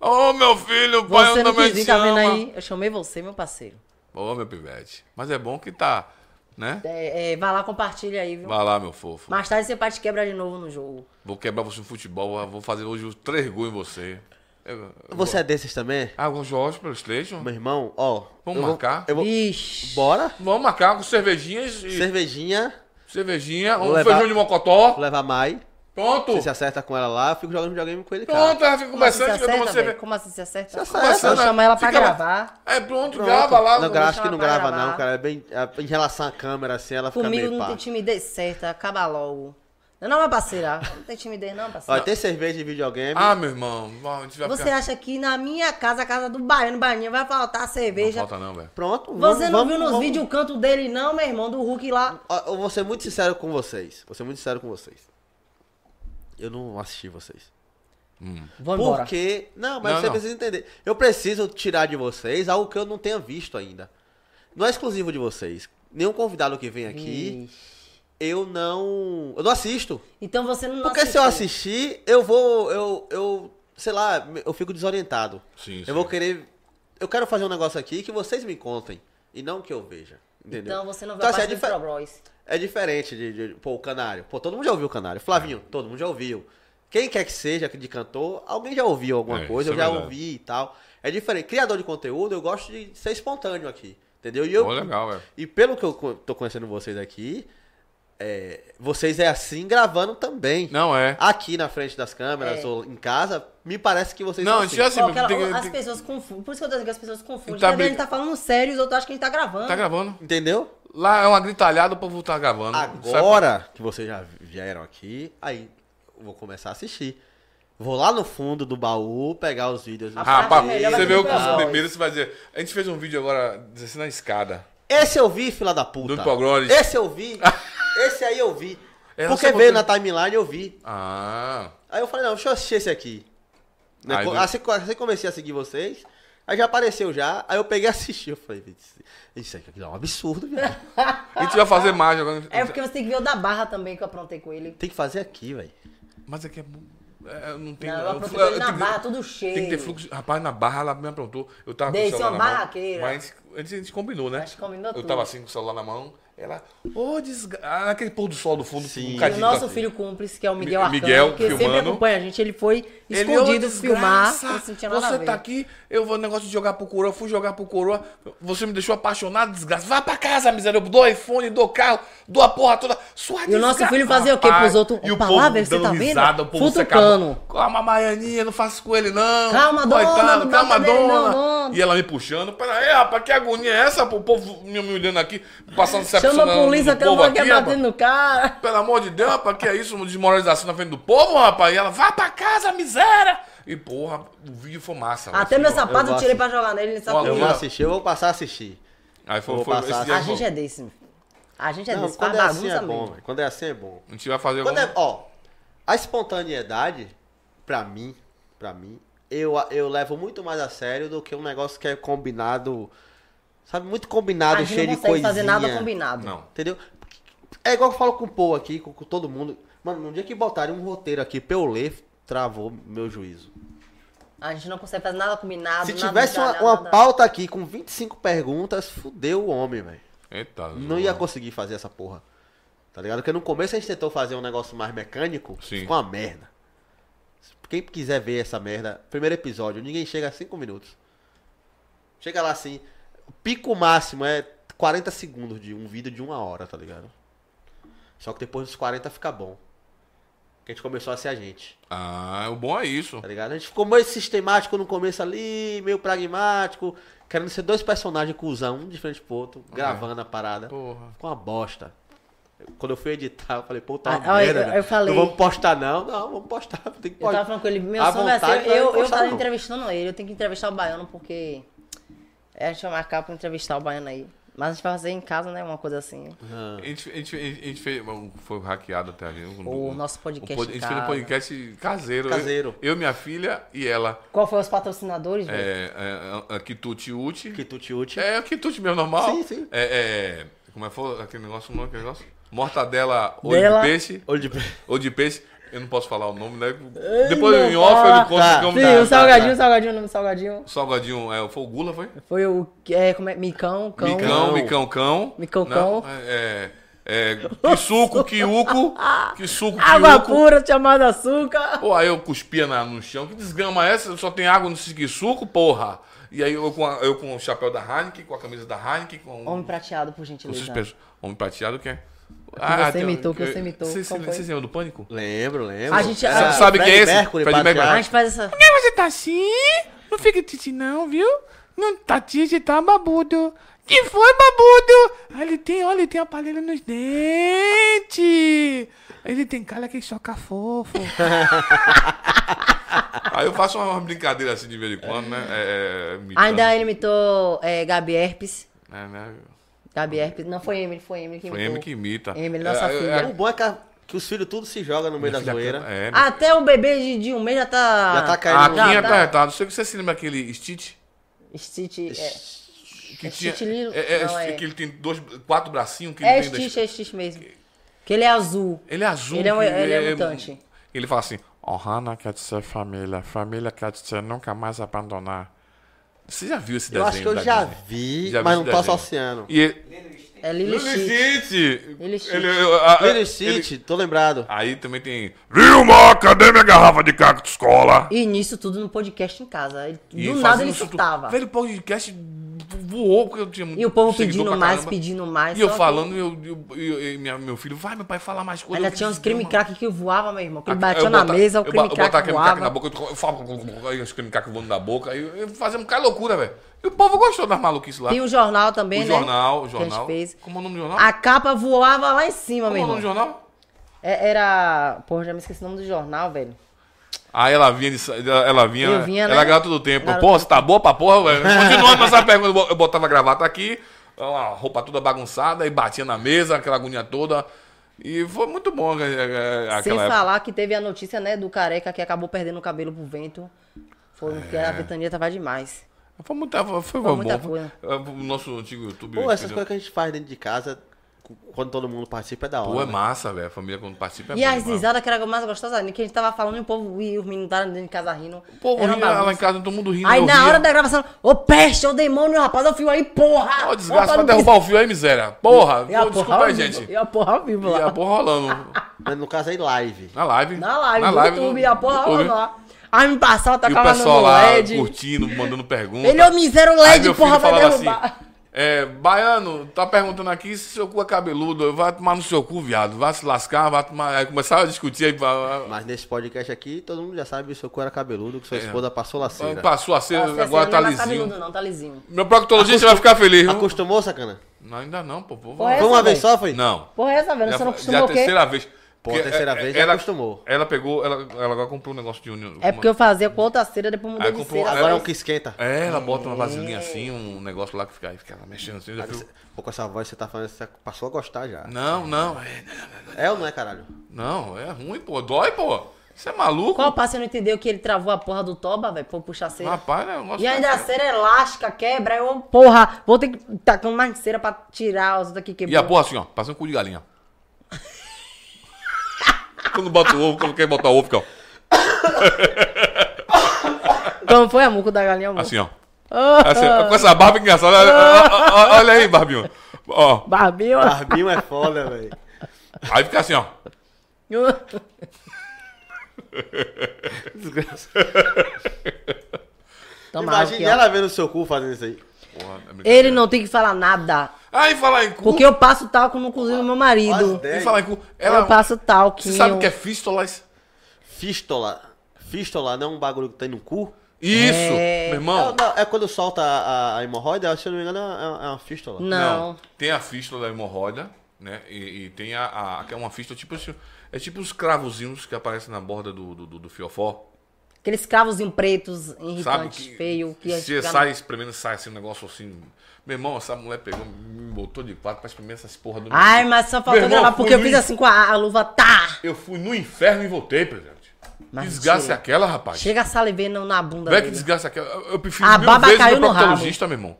[SPEAKER 4] amo. Ô, meu filho, o pai
[SPEAKER 5] Você
[SPEAKER 4] eu
[SPEAKER 5] não
[SPEAKER 4] também
[SPEAKER 5] quis
[SPEAKER 4] te
[SPEAKER 5] vir, tá vendo
[SPEAKER 4] ama.
[SPEAKER 5] aí? Eu chamei você, meu parceiro.
[SPEAKER 4] Ô, meu pivete. Mas é bom que tá, né?
[SPEAKER 5] É, é, vai lá, compartilha aí, viu?
[SPEAKER 4] Vai lá, meu fofo.
[SPEAKER 5] Mais tarde seu pai te quebra de novo no jogo.
[SPEAKER 4] Vou quebrar você no futebol, eu vou fazer hoje os três gols em você. Eu- eu-
[SPEAKER 3] Você é desses também?
[SPEAKER 4] Ah, eu gosto pelo Playstation?
[SPEAKER 3] Meu irmão, ó.
[SPEAKER 4] Vamos
[SPEAKER 3] eu vou-
[SPEAKER 4] marcar?
[SPEAKER 3] eu vou-
[SPEAKER 5] Ixi.
[SPEAKER 3] Bora?
[SPEAKER 4] Vamos marcar com cervejinhas e...
[SPEAKER 3] Cervejinha,
[SPEAKER 4] Cervejinha,
[SPEAKER 3] Vou
[SPEAKER 4] um
[SPEAKER 3] levar-
[SPEAKER 4] feijão de mocotó.
[SPEAKER 3] vou levar Mai.
[SPEAKER 4] Pronto.
[SPEAKER 3] Você se acerta com ela lá, eu fico jogando videogame com ele, cara.
[SPEAKER 4] Pronto, ela fica
[SPEAKER 5] Como assim,
[SPEAKER 4] conversando,
[SPEAKER 5] se
[SPEAKER 4] fica tomando
[SPEAKER 5] acerta,
[SPEAKER 4] cerveja.
[SPEAKER 5] velho? Como assim se acerta?
[SPEAKER 3] Se acerta.
[SPEAKER 5] Eu chamo ela pra
[SPEAKER 4] Fica lá.
[SPEAKER 5] gravar.
[SPEAKER 4] É, pronto,
[SPEAKER 3] né? Pronto.
[SPEAKER 4] grava lá.
[SPEAKER 3] Não,
[SPEAKER 4] vamos-
[SPEAKER 3] gra- acho que não
[SPEAKER 5] chamar pra
[SPEAKER 3] grava
[SPEAKER 5] gravar.
[SPEAKER 3] não, cara. É bem, é- em relação à câmera, assim, ela fica
[SPEAKER 5] Comigo
[SPEAKER 3] meio
[SPEAKER 5] não
[SPEAKER 3] pá.
[SPEAKER 5] tem tipo timidez certa, acaba logo. Não, não, minha parceira. Não tem timidez, não,
[SPEAKER 3] Ó,
[SPEAKER 5] parceira.
[SPEAKER 3] tem cerveja de videogame.
[SPEAKER 4] Ah, meu irmão, a gente vai
[SPEAKER 5] Você é
[SPEAKER 4] ficar...
[SPEAKER 5] acha que na minha casa, a casa do baiano, baianinho, vai faltar
[SPEAKER 4] Não
[SPEAKER 5] cerveja?
[SPEAKER 4] falta não, velho.
[SPEAKER 3] Pronto.
[SPEAKER 5] Você não
[SPEAKER 3] vamos-
[SPEAKER 5] viu nos
[SPEAKER 3] vamos-
[SPEAKER 5] vídeos o canto dele, não, meu irmão, do Hulk lá?
[SPEAKER 3] Ó, Eu vou ser muito sincero com vocês. Vou ser muito sincero com vocês. Eu não assisti vocês.
[SPEAKER 5] Vamos embora.
[SPEAKER 3] Porque. Não, mas
[SPEAKER 4] Hum. Não,
[SPEAKER 3] você
[SPEAKER 4] não.
[SPEAKER 3] precisa entender. Eu preciso tirar de vocês algo que eu não tenha visto ainda. Não é exclusivo de vocês. Nenhum convidado que vem aqui,
[SPEAKER 5] Ixi.
[SPEAKER 3] eu não. Eu não assisto.
[SPEAKER 5] Então você não
[SPEAKER 3] Porque se eu assistir, eu vou. Eu, eu. Sei lá, eu fico desorientado.
[SPEAKER 4] Sim, sim.
[SPEAKER 3] Eu vou querer. Eu quero fazer um negócio aqui que vocês me contem. E não que eu veja. Entendeu?
[SPEAKER 5] Então você não
[SPEAKER 3] Então,
[SPEAKER 5] vai
[SPEAKER 3] assim,
[SPEAKER 5] então,
[SPEAKER 3] é
[SPEAKER 5] parte do
[SPEAKER 3] difer-
[SPEAKER 5] Pro Bros.
[SPEAKER 3] é diferente de, de- Pô, o Canário. Pô, todo mundo já ouviu o Canário. Flavinho,
[SPEAKER 4] É.
[SPEAKER 3] todo mundo já ouviu. Quem quer que seja de cantor, alguém já ouviu alguma
[SPEAKER 4] É,
[SPEAKER 3] coisa,
[SPEAKER 4] isso
[SPEAKER 3] eu
[SPEAKER 4] é
[SPEAKER 3] já
[SPEAKER 4] verdade.
[SPEAKER 3] ouvi e tal. É diferente. Criador de conteúdo, eu gosto de ser espontâneo aqui. Entendeu? E, eu,
[SPEAKER 4] Pô, legal, velho.
[SPEAKER 3] e pelo que eu co- tô conhecendo vocês aqui, é, vocês é assim gravando também.
[SPEAKER 4] Não é.
[SPEAKER 3] Aqui na frente das câmeras
[SPEAKER 5] É.
[SPEAKER 3] ou em casa, me parece que vocês
[SPEAKER 4] Não,
[SPEAKER 3] são
[SPEAKER 4] a gente é assim,
[SPEAKER 5] Ó, aquela-
[SPEAKER 4] tem,
[SPEAKER 5] as
[SPEAKER 4] tem-
[SPEAKER 5] pessoas confundem. Por isso que eu tô dizendo que as pessoas confundem.
[SPEAKER 4] Tá
[SPEAKER 5] Tá a gente
[SPEAKER 4] briga-
[SPEAKER 5] tá falando sério e os outros acham que a gente tá gravando.
[SPEAKER 4] tá gravando.
[SPEAKER 3] assim, Entendeu?
[SPEAKER 4] Lá é uma gritalhada, o povo tá gravando.
[SPEAKER 3] Agora que vocês já vieram aqui, aí eu vou começar a assistir. Vou lá no fundo do baú pegar os vídeos.
[SPEAKER 5] Ah,
[SPEAKER 4] Sabe?
[SPEAKER 5] parte
[SPEAKER 4] Rapaz,
[SPEAKER 5] melhor vai
[SPEAKER 4] você
[SPEAKER 5] ser
[SPEAKER 4] vê o
[SPEAKER 5] do
[SPEAKER 4] curso
[SPEAKER 5] Progrode.
[SPEAKER 4] primeiro, você vai dizer. A gente fez um vídeo agora, assim, na escada.
[SPEAKER 3] Esse eu vi, fila da puta. É.
[SPEAKER 4] Do Progrode.
[SPEAKER 3] Esse eu vi. Esse aí eu vi.
[SPEAKER 4] É,
[SPEAKER 3] Porque
[SPEAKER 4] você
[SPEAKER 3] veio
[SPEAKER 4] botou-
[SPEAKER 3] na timeline eu vi.
[SPEAKER 4] Ah.
[SPEAKER 3] Aí eu falei, não, deixa eu assistir esse aqui. Né,
[SPEAKER 4] Aí
[SPEAKER 3] co-
[SPEAKER 4] do-
[SPEAKER 3] assim, que- assim que comecei a seguir vocês, aí já apareceu já, aí eu peguei e assisti. Eu falei, "Isso- isso aqui é um absurdo, velho.
[SPEAKER 4] A gente vai fazer mais agora.
[SPEAKER 5] É porque você tem que ver o da barra também que eu aprontei com ele.
[SPEAKER 3] Tem que fazer aqui, velho.
[SPEAKER 4] Mas é que é. bu- é, eu não tem.
[SPEAKER 5] Não, eu
[SPEAKER 4] eu-
[SPEAKER 5] aprontei
[SPEAKER 4] eu-
[SPEAKER 5] com ele
[SPEAKER 4] eu
[SPEAKER 5] na
[SPEAKER 4] tenho que-
[SPEAKER 5] barra, tudo cheio.
[SPEAKER 4] Tem que ter fluxo. Rapaz, na barra ela me aprontou. Eu tava
[SPEAKER 5] Dei,
[SPEAKER 4] com o
[SPEAKER 5] você é
[SPEAKER 4] celular
[SPEAKER 5] uma
[SPEAKER 4] na
[SPEAKER 5] barraqueira.
[SPEAKER 4] mão. Mas antes a gente combinou, né?
[SPEAKER 5] A gente combinou
[SPEAKER 4] Eu
[SPEAKER 5] tudo.
[SPEAKER 4] tava assim com o celular na mão. Ela. Ô, desgra... ah, aquele pôr do sol do fundo.
[SPEAKER 3] Sim.
[SPEAKER 4] Um
[SPEAKER 5] E o
[SPEAKER 4] cadinho
[SPEAKER 5] nosso
[SPEAKER 4] pra-
[SPEAKER 5] filho cúmplice, que é o Miguel
[SPEAKER 4] Mi-
[SPEAKER 5] Arcanjo,
[SPEAKER 4] Miguel
[SPEAKER 5] que sempre
[SPEAKER 4] filmando.
[SPEAKER 5] acompanha a gente, ele foi
[SPEAKER 4] Ele,
[SPEAKER 5] escondido
[SPEAKER 4] "Ô,
[SPEAKER 5] filmar,
[SPEAKER 4] desgraça,
[SPEAKER 5] não sentia nada a
[SPEAKER 4] Você
[SPEAKER 5] ver.
[SPEAKER 4] tá aqui, eu vou negócio de jogar pro coroa, fui jogar pro coroa. Você me deixou apaixonado, desgraça. Vá pra casa, miséria. Eu dou iPhone, dou carro, dou a porra toda. Sua
[SPEAKER 5] E o nosso
[SPEAKER 4] desgraça."
[SPEAKER 5] filho fazia o quê
[SPEAKER 4] Rapaz,
[SPEAKER 5] pros outros?
[SPEAKER 4] E o
[SPEAKER 5] Opa,
[SPEAKER 4] povo
[SPEAKER 5] lá,
[SPEAKER 4] dando
[SPEAKER 5] velho, você tá vendo?
[SPEAKER 4] risada, o povo se
[SPEAKER 5] Futucando.
[SPEAKER 4] acabou. Calma, Maianinha, não faço com ele, não.
[SPEAKER 5] Calma, dona, não bata
[SPEAKER 4] calma,
[SPEAKER 5] nele, não,
[SPEAKER 4] dona.
[SPEAKER 5] dona.
[SPEAKER 4] E ela me puxando. Peraí, rapaz, que agonia é essa? pô? O povo me me olhando aqui, passando
[SPEAKER 5] Chama
[SPEAKER 4] decepcionando
[SPEAKER 5] a polícia
[SPEAKER 4] do
[SPEAKER 5] que eu
[SPEAKER 4] povo
[SPEAKER 5] vou aqui
[SPEAKER 4] aqui, rapaz.
[SPEAKER 5] batendo no cara.
[SPEAKER 4] Pelo amor de Deus, rapaz, que é isso? Uma desmoralização na frente do povo, rapaz. E ela, vá pra casa, miséria! E, porra, o vídeo foi massa.
[SPEAKER 5] Até
[SPEAKER 4] velho.
[SPEAKER 5] meu sapato
[SPEAKER 3] eu
[SPEAKER 5] eu tirei
[SPEAKER 3] gosto.
[SPEAKER 5] pra jogar nele, ele sabe
[SPEAKER 4] Olha,
[SPEAKER 3] Eu
[SPEAKER 5] que
[SPEAKER 3] vou
[SPEAKER 4] Não.
[SPEAKER 3] assistir, eu vou passar a assistir.
[SPEAKER 4] Aí foi,
[SPEAKER 3] Vou
[SPEAKER 4] foi
[SPEAKER 3] passar.
[SPEAKER 4] esse dia
[SPEAKER 5] A
[SPEAKER 4] foi-
[SPEAKER 5] gente é desse. meu. A gente é
[SPEAKER 3] Não,
[SPEAKER 5] desse, faz
[SPEAKER 3] quando é assim
[SPEAKER 5] bagunça
[SPEAKER 3] é bom,
[SPEAKER 5] mesmo.
[SPEAKER 3] velho. Quando é assim é bom.
[SPEAKER 4] A gente vai fazer
[SPEAKER 3] Quando
[SPEAKER 4] algum...
[SPEAKER 3] é- ó, a espontaneidade, pra mim, pra mim, eu, eu levo muito mais a sério do que um negócio que é combinado, sabe, muito combinado,
[SPEAKER 5] A gente
[SPEAKER 3] Tá cheio
[SPEAKER 5] não
[SPEAKER 3] de
[SPEAKER 5] consegue
[SPEAKER 3] coisinha.
[SPEAKER 5] fazer nada combinado.
[SPEAKER 4] Não.
[SPEAKER 3] Entendeu? É igual eu falo com o Paul aqui, com, com todo mundo. Mano, no dia que botarem um roteiro aqui pra eu ler, travou meu juízo.
[SPEAKER 5] A gente não consegue fazer nada combinado,
[SPEAKER 3] Se
[SPEAKER 5] nada
[SPEAKER 3] tivesse uma,
[SPEAKER 5] detalhado,
[SPEAKER 3] uma
[SPEAKER 5] nada.
[SPEAKER 3] pauta aqui com 25 perguntas, fudeu o homem, velho.
[SPEAKER 4] Eita,
[SPEAKER 3] Não
[SPEAKER 4] zoa.
[SPEAKER 3] ia conseguir fazer essa porra. Tá ligado? Porque no começo a gente tentou fazer um negócio mais mecânico,
[SPEAKER 4] Sim.
[SPEAKER 3] ficou uma merda. Quem quiser ver essa merda, primeiro episódio, ninguém chega a 5 minutos. Chega lá assim, O pico máximo é 40 segundos de um vídeo de uma hora, tá ligado? Só que depois dos 40 fica bom. Que a gente começou a ser a gente,
[SPEAKER 4] Ah, o bom é isso.
[SPEAKER 3] tá ligado? A gente ficou meio sistemático no começo ali, meio pragmático, querendo ser dois personagens cuzão, um de frente pro outro, gravando a parada.
[SPEAKER 4] Porra.
[SPEAKER 3] Ficou uma bosta. Quando eu fui editar, eu falei, pô, tá uma
[SPEAKER 5] Ah, olha,
[SPEAKER 3] merda,
[SPEAKER 5] eu-
[SPEAKER 3] velho.
[SPEAKER 5] eu falei.
[SPEAKER 3] Não vamos postar não, não, vamos postar, tem que
[SPEAKER 5] Eu
[SPEAKER 3] postar.
[SPEAKER 5] tava falando com ele, meu
[SPEAKER 3] À
[SPEAKER 5] sonho vai
[SPEAKER 3] vontade,
[SPEAKER 5] ser.
[SPEAKER 3] vai
[SPEAKER 5] Eu, eu
[SPEAKER 3] postar,
[SPEAKER 5] tava
[SPEAKER 3] não.
[SPEAKER 5] entrevistando ele, eu tenho que entrevistar o baiano, porque. É, a gente vai marcar pra entrevistar o baiano aí. Mas a gente vai fazer em casa, né? Uma coisa assim.
[SPEAKER 3] Ah.
[SPEAKER 4] A gente, a gente, a gente- a gente fez. Foi hackeado até ali.
[SPEAKER 5] O nosso podcast
[SPEAKER 4] pod- a gente
[SPEAKER 5] em
[SPEAKER 4] fez um
[SPEAKER 5] casa.
[SPEAKER 4] podcast caseiro.
[SPEAKER 3] Caseiro.
[SPEAKER 4] Eu, eu, minha filha e ela.
[SPEAKER 5] Qual foi os patrocinadores, velho?
[SPEAKER 4] É, é, é, Kitute Uti.
[SPEAKER 3] Que tute ute.
[SPEAKER 4] É, Kitute mesmo, normal.
[SPEAKER 3] Sim, sim.
[SPEAKER 4] É, é, como é que foi aquele negócio? o nome, aquele negócio? Mortadela olho
[SPEAKER 5] Dela.
[SPEAKER 4] de peixe.
[SPEAKER 3] Olho de...
[SPEAKER 4] Ou de peixe. Eu não posso falar o nome, né? Depois em off
[SPEAKER 5] fala.
[SPEAKER 4] eu conto
[SPEAKER 3] Tá.
[SPEAKER 4] como
[SPEAKER 5] Sim,
[SPEAKER 4] tá,
[SPEAKER 5] o
[SPEAKER 4] tá,
[SPEAKER 5] salgadinho, o
[SPEAKER 4] tá.
[SPEAKER 5] salgadinho, o nome do salgadinho.
[SPEAKER 4] Salgadinho, é, foi o Gula, foi?
[SPEAKER 5] Foi o. É, como é? Micão, cão.
[SPEAKER 4] Micão, micão, cão.
[SPEAKER 5] Micão,
[SPEAKER 4] Não,
[SPEAKER 5] cão.
[SPEAKER 4] É, é, que suco, quiuco. Que suco,
[SPEAKER 5] Água
[SPEAKER 4] quiuco.
[SPEAKER 5] pura, chamada açúcar.
[SPEAKER 4] Pô, aí eu cuspia na- no chão. Que desgrama é essa? Só tem água no suco, porra. E aí eu com, a- eu com o chapéu da Heineken, com a camisa da Heineken, com...
[SPEAKER 5] Homem prateado, por
[SPEAKER 4] Com
[SPEAKER 5] gentileza.
[SPEAKER 4] suspenso. Homem prateado que é? um
[SPEAKER 5] você imitou, que você imitou.
[SPEAKER 4] Vocês
[SPEAKER 5] Qual foi?
[SPEAKER 4] vocês lembram do pânico?
[SPEAKER 3] Lembro, lembro.
[SPEAKER 5] A gente-
[SPEAKER 3] Era
[SPEAKER 5] Ah,
[SPEAKER 4] Sabe quem é
[SPEAKER 3] Fred
[SPEAKER 4] esse?
[SPEAKER 3] Mercury,
[SPEAKER 4] Fred
[SPEAKER 3] Patriarca.
[SPEAKER 5] A
[SPEAKER 4] Mercury.
[SPEAKER 5] gente faz essa.
[SPEAKER 8] Mas você tá assim? Não fica titi não, viu? Não tá titi, tá babudo. Que foi, babudo? Ah, Ele tem, olha, ele tem aparelho nos dentes. Ele tem cara que choca fofo.
[SPEAKER 4] Aí eu faço uma brincadeira assim de vez em quando, né? É, é, imitando,
[SPEAKER 5] Ainda ele imitou é, Gabi Herpes.
[SPEAKER 4] né, né?
[SPEAKER 5] Gabi Herpes. Não foi Emily, foi Emily que
[SPEAKER 4] Foi
[SPEAKER 5] imitou.
[SPEAKER 4] M que imita.
[SPEAKER 5] Emily, nossa
[SPEAKER 4] É,
[SPEAKER 5] filha.
[SPEAKER 3] O bom é que, a- que os filhos tudo se jogam no meio da
[SPEAKER 4] filha
[SPEAKER 3] zoeira.
[SPEAKER 4] canta- É,
[SPEAKER 5] Até o bebê de, de um mês já tá.
[SPEAKER 3] Já tá caindo.
[SPEAKER 4] a
[SPEAKER 3] no-
[SPEAKER 4] Quinha
[SPEAKER 5] tá.
[SPEAKER 4] tá, tá. Não sei o que você se lembra aquele Stitch.
[SPEAKER 5] Stitch. É,
[SPEAKER 4] Que
[SPEAKER 5] É
[SPEAKER 4] tinha.
[SPEAKER 5] Stitch Lilo?
[SPEAKER 4] É, é,
[SPEAKER 5] Não, é-
[SPEAKER 4] Que ele tem dois, quatro bracinhos que
[SPEAKER 5] é
[SPEAKER 4] ele tem.
[SPEAKER 5] Stitch, é Stitch mesmo. Que ele é azul.
[SPEAKER 4] Ele é azul.
[SPEAKER 5] Ele é um-
[SPEAKER 4] que
[SPEAKER 5] ele é mutante.
[SPEAKER 4] Ele fala assim.
[SPEAKER 8] Ohana quer dizer família. Família quer dizer nunca mais abandonar.
[SPEAKER 4] Você já viu esse
[SPEAKER 3] Eu
[SPEAKER 4] desenho?
[SPEAKER 3] acho que eu
[SPEAKER 4] da
[SPEAKER 3] já
[SPEAKER 4] Disney?
[SPEAKER 3] vi,
[SPEAKER 4] Já vi
[SPEAKER 3] mas não tá tô
[SPEAKER 4] esse desenho.
[SPEAKER 3] associando.
[SPEAKER 4] E ele,
[SPEAKER 5] É Lily Stitch.
[SPEAKER 4] Lilith!
[SPEAKER 5] Lilo Stitch.
[SPEAKER 4] ah,
[SPEAKER 3] Little City, tô lembrado.
[SPEAKER 4] Aí também tem. Vilma, cadê minha garrafa de cacto escola?
[SPEAKER 5] E nisso tudo no podcast em casa. Ele-
[SPEAKER 4] E
[SPEAKER 5] do nada
[SPEAKER 4] fazendo
[SPEAKER 5] ele
[SPEAKER 4] isso tudo.
[SPEAKER 5] surtava.
[SPEAKER 4] Velho, o podcast voou porque eu tinha muito.
[SPEAKER 5] E o povo
[SPEAKER 4] seguidor
[SPEAKER 5] pedindo
[SPEAKER 4] pra
[SPEAKER 5] mais,
[SPEAKER 4] caramba.
[SPEAKER 5] pedindo mais.
[SPEAKER 4] E eu
[SPEAKER 5] só que-
[SPEAKER 4] falando, eu, eu, eu- eu- minha- meu filho, vai, meu pai, falar mais coisa.
[SPEAKER 5] Ainda
[SPEAKER 4] eu
[SPEAKER 5] tinha uns
[SPEAKER 4] fiz
[SPEAKER 5] crime
[SPEAKER 4] uma-
[SPEAKER 5] crack que voava, meu irmão. Que
[SPEAKER 4] Eu
[SPEAKER 5] ele batia na
[SPEAKER 4] botar-
[SPEAKER 5] mesa, o
[SPEAKER 4] eu
[SPEAKER 5] crime
[SPEAKER 4] ba- eu
[SPEAKER 5] crack
[SPEAKER 4] botar creme crack na
[SPEAKER 5] voava.
[SPEAKER 4] boca, eu falo, aí os creme crack voando na boca, aí eu fazia um cara loucura, velho. E o povo gostou das maluquices lá.
[SPEAKER 5] Tem o jornal também,
[SPEAKER 4] o
[SPEAKER 5] né?
[SPEAKER 4] jornal, o
[SPEAKER 5] Que a gente
[SPEAKER 4] jornal.
[SPEAKER 5] fez.
[SPEAKER 4] Como é o nome do jornal?
[SPEAKER 5] A capa voava lá em cima,
[SPEAKER 4] Como é
[SPEAKER 5] meu
[SPEAKER 4] o nome do
[SPEAKER 5] irmão.
[SPEAKER 4] jornal?
[SPEAKER 5] É- Era. Porra, já me esqueci o nome do jornal, velho.
[SPEAKER 4] Aí Ah, ela vinha, de, ela, ela vinha,
[SPEAKER 5] Eu vinha, né?
[SPEAKER 4] ela garota do tempo.
[SPEAKER 5] Garota
[SPEAKER 4] Pô, você tá boa pra porra, velho? Continuando essa pergunta, eu botava a gravata aqui, a roupa toda bagunçada, e batia na mesa, aquela agonia toda. E foi muito bom é, é, aquela
[SPEAKER 5] Sem
[SPEAKER 4] época.
[SPEAKER 5] falar que teve a notícia, né, do careca que acabou perdendo o cabelo pro vento. Foi
[SPEAKER 4] É.
[SPEAKER 5] porque a ventania tava demais.
[SPEAKER 4] Foi, muita, foi, foi bom.
[SPEAKER 5] muita coisa.
[SPEAKER 4] É, O nosso antigo YouTube.
[SPEAKER 3] Pô, essas
[SPEAKER 4] entendeu?
[SPEAKER 3] coisas que a gente faz dentro de casa, cu- quando todo mundo participa, é da
[SPEAKER 4] Pô, é
[SPEAKER 3] hora. né?
[SPEAKER 4] massa, velho. A família quando participa é
[SPEAKER 5] e
[SPEAKER 4] bom,
[SPEAKER 5] as
[SPEAKER 4] mano.
[SPEAKER 5] risadas que era mais gostosa, né, que a gente tava falando e o povo e os meninos estavam dentro de casa rindo.
[SPEAKER 4] Pô,
[SPEAKER 5] Era uma
[SPEAKER 4] rindo, lá em
[SPEAKER 5] bagunça.
[SPEAKER 4] casa, todo mundo rindo.
[SPEAKER 5] Aí
[SPEAKER 4] eu
[SPEAKER 5] na
[SPEAKER 4] ria.
[SPEAKER 5] hora da gravação, ô peste, ô demônio, rapaz, olha o fio aí, porra!
[SPEAKER 4] Ó, desgraça,
[SPEAKER 5] Opa,
[SPEAKER 4] vai
[SPEAKER 5] não
[SPEAKER 4] derrubar o fio aí, miséria. Porra,
[SPEAKER 5] quis- E a
[SPEAKER 4] pô,
[SPEAKER 5] porra
[SPEAKER 4] desculpa
[SPEAKER 5] ao
[SPEAKER 4] aí,
[SPEAKER 5] vivo,
[SPEAKER 4] gente.
[SPEAKER 5] E a porra ao vivo
[SPEAKER 4] E a
[SPEAKER 5] lá.
[SPEAKER 4] porra rolando.
[SPEAKER 3] Mas no caso aí, live.
[SPEAKER 4] Na live.
[SPEAKER 5] Na live, no YouTube, e a porra ao vivo lá. Aí me passava,
[SPEAKER 4] E o
[SPEAKER 5] tacava
[SPEAKER 4] pessoal
[SPEAKER 5] no
[SPEAKER 4] lá
[SPEAKER 5] LED.
[SPEAKER 4] curtindo, mandando perguntas.
[SPEAKER 5] Ele é o misério
[SPEAKER 4] Aí
[SPEAKER 5] LED,
[SPEAKER 4] meu
[SPEAKER 5] porra,
[SPEAKER 4] filho
[SPEAKER 5] vai
[SPEAKER 4] falava
[SPEAKER 5] derrubar.
[SPEAKER 4] assim, é, baiano, tá perguntando aqui se seu cu é cabeludo, vai tomar no seu cu, viado, vai se lascar, vai tomar... Aí começava a discutir, aí "Ah, pra-
[SPEAKER 3] Mas nesse podcast aqui, todo mundo já sabe que seu cu era cabeludo, que sua esposa passou laceira.
[SPEAKER 4] É. ah, passou a ser, agora tá
[SPEAKER 5] não é mais
[SPEAKER 4] lisinho.
[SPEAKER 5] cabeludo, não, tá lisinho.
[SPEAKER 4] Meu proctologista vai ficar feliz, viu?
[SPEAKER 3] Acostumou, sacana?
[SPEAKER 4] Não, ainda não, pô, pô.
[SPEAKER 5] Porra,
[SPEAKER 3] Foi uma
[SPEAKER 5] Essa,
[SPEAKER 3] vez
[SPEAKER 5] velho.
[SPEAKER 3] só, foi?
[SPEAKER 4] Não.
[SPEAKER 5] Porra, essa, velho,
[SPEAKER 4] Já,
[SPEAKER 5] você não
[SPEAKER 4] já
[SPEAKER 5] acostumou
[SPEAKER 4] a
[SPEAKER 5] o quê?
[SPEAKER 4] terceira vez.
[SPEAKER 3] Pô, a
[SPEAKER 4] Porque,
[SPEAKER 3] terceira
[SPEAKER 4] é,
[SPEAKER 3] vez já
[SPEAKER 4] ela,
[SPEAKER 3] acostumou.
[SPEAKER 4] Ela pegou, ela, ela agora comprou um negócio de união.
[SPEAKER 5] É porque eu fazia com outra cera, depois mudei
[SPEAKER 4] Aí
[SPEAKER 5] de
[SPEAKER 4] comprou-
[SPEAKER 5] cera.
[SPEAKER 4] Agora
[SPEAKER 3] Agora é o que esquenta.
[SPEAKER 4] É, ela bota uma vasilhinha assim, um negócio lá que fica, aí fica ela mexendo assim. já fica-
[SPEAKER 3] Pô, com essa voz que você tá falando, você passou a gostar já.
[SPEAKER 4] Não, não, é,
[SPEAKER 3] É ou não é, caralho?
[SPEAKER 4] não, é ruim, pô, dói, pô. Você é maluco?
[SPEAKER 5] Qual passo você não entendeu que ele travou a porra do toba, velho? Pô, puxar a cera.
[SPEAKER 4] Rapaz, né? o negócio
[SPEAKER 5] e ainda a
[SPEAKER 4] tá-
[SPEAKER 5] cera elástica, quebra, eu, porra, vou ter que tacar mais cera pra tirar os daqui
[SPEAKER 4] E
[SPEAKER 5] quebrou.
[SPEAKER 4] a porra assim, ó, passando cu de galinha. quando bota o ovo, quando quer botar o ovo, fica, ó,
[SPEAKER 5] Como Então foi a muco da galinha, amor?
[SPEAKER 4] assim, ó. Assim, com essa barba engraçada. Olha, ó, ó, ó, olha aí, barbinho. Ó,
[SPEAKER 5] Barbinho.
[SPEAKER 3] Barbinho é foda, velho.
[SPEAKER 4] aí fica assim, ó.
[SPEAKER 5] Toma,
[SPEAKER 3] Imagina
[SPEAKER 5] aqui, ó.
[SPEAKER 3] ela vendo o seu cu fazendo isso aí.
[SPEAKER 4] Porra, é brincadeira.
[SPEAKER 5] Ele não tem que falar nada.
[SPEAKER 4] Aí Ah, falar em cu.
[SPEAKER 5] Porque eu passo talco no cozinho do meu marido.
[SPEAKER 4] E falar em cu. Ela,
[SPEAKER 5] Eu um- passo talco.
[SPEAKER 4] você sabe o que é fístolas?
[SPEAKER 3] Fístola. Fístola não é um bagulho que tem no cu?
[SPEAKER 4] Isso,
[SPEAKER 5] É.
[SPEAKER 4] meu
[SPEAKER 3] Não,
[SPEAKER 4] irmão.
[SPEAKER 3] não, é quando solta a, a hemorroida, se eu não me engano, é é uma fístola.
[SPEAKER 5] Não.
[SPEAKER 4] Tem a fístula da hemorroida, né? E, e tem a, a. que é uma fístula tipo assim. É tipo os cravozinhos que aparecem na borda do, do, do- do fiofó.
[SPEAKER 5] Aqueles cravozinhos pretos,
[SPEAKER 4] Sabe?
[SPEAKER 5] irritantes,
[SPEAKER 4] Que,
[SPEAKER 5] feios. tá Que é a gente
[SPEAKER 4] você
[SPEAKER 5] fica-
[SPEAKER 4] sai espremendo, sai assim, um negócio assim. Meu irmão, essa mulher pegou, me botou de quatro pra espremer essas porra do meu
[SPEAKER 5] Ai,
[SPEAKER 4] cu.
[SPEAKER 5] mas só
[SPEAKER 4] Meu
[SPEAKER 5] faltou
[SPEAKER 4] irmão,
[SPEAKER 5] gravar
[SPEAKER 4] fui
[SPEAKER 5] porque eu
[SPEAKER 4] no
[SPEAKER 5] fiz
[SPEAKER 4] in-
[SPEAKER 5] assim com a, a luva. Tá!
[SPEAKER 4] Eu fui no inferno e voltei, presidente.
[SPEAKER 5] Mas
[SPEAKER 4] Desgraça é
[SPEAKER 5] mentira.
[SPEAKER 4] aquela, rapaz.
[SPEAKER 5] Chega a salivei na- na bunda
[SPEAKER 4] Véi, é que
[SPEAKER 5] dele.
[SPEAKER 4] desgraça aquela. Eu- Eu prefiro
[SPEAKER 5] A
[SPEAKER 4] mil
[SPEAKER 5] baba
[SPEAKER 4] vezes
[SPEAKER 5] caiu no
[SPEAKER 4] meu
[SPEAKER 5] rabo.
[SPEAKER 4] proctologista, meu irmão.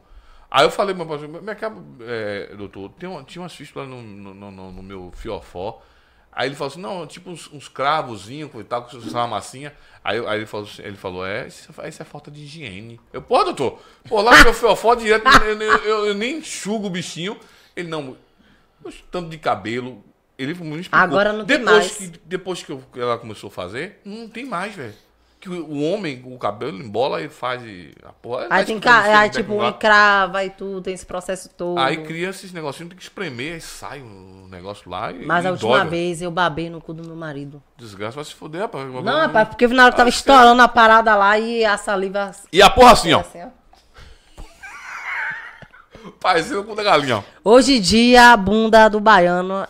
[SPEAKER 4] Aí eu falei pro meu proctologista, me acaba, é, doutor, tem uma- tinha umas fístulas no, no, no- no- no meu fiofó. Aí ele falou assim, não, tipo uns, uns cravozinhos e tal, com essa massinha. Aí, eu- aí ele falou assim, ele falou, é, isso, é- isso é falta de higiene. Eu, pô, doutor, pô, lá no meu fiofó direto, eu, eu- eu- eu nem enxugo o bichinho. Ele não, mas tanto de cabelo. Ele me explicou.
[SPEAKER 5] Agora não tem
[SPEAKER 4] depois
[SPEAKER 5] mais.
[SPEAKER 4] Que, depois que eu- que ela começou a fazer, não tem mais, velho. Que o o homem, o cabelo embola e faz e- a porra. é
[SPEAKER 5] Aí
[SPEAKER 4] mas
[SPEAKER 5] tem
[SPEAKER 4] quando
[SPEAKER 5] ca...
[SPEAKER 4] chega
[SPEAKER 5] aí,
[SPEAKER 4] perto
[SPEAKER 5] tipo,
[SPEAKER 4] lá,
[SPEAKER 5] encrava e tudo, tem esse processo todo.
[SPEAKER 4] Aí cria esses negocinhos, tem que espremer, aí sai um negócio lá e.
[SPEAKER 5] Mas
[SPEAKER 4] e
[SPEAKER 5] a última
[SPEAKER 4] dói, velho.
[SPEAKER 5] vez eu babei no cu do meu marido.
[SPEAKER 4] Desgraça, vai se foder, rapaz.
[SPEAKER 5] Não, rapaz, porque na hora eu tava estourando a parada lá e a saliva.
[SPEAKER 4] E a porra Ah, assim, ó.
[SPEAKER 5] Assim, ó.
[SPEAKER 4] Parecendo com o da galinha, ó.
[SPEAKER 5] Hoje em dia, a bunda do baiano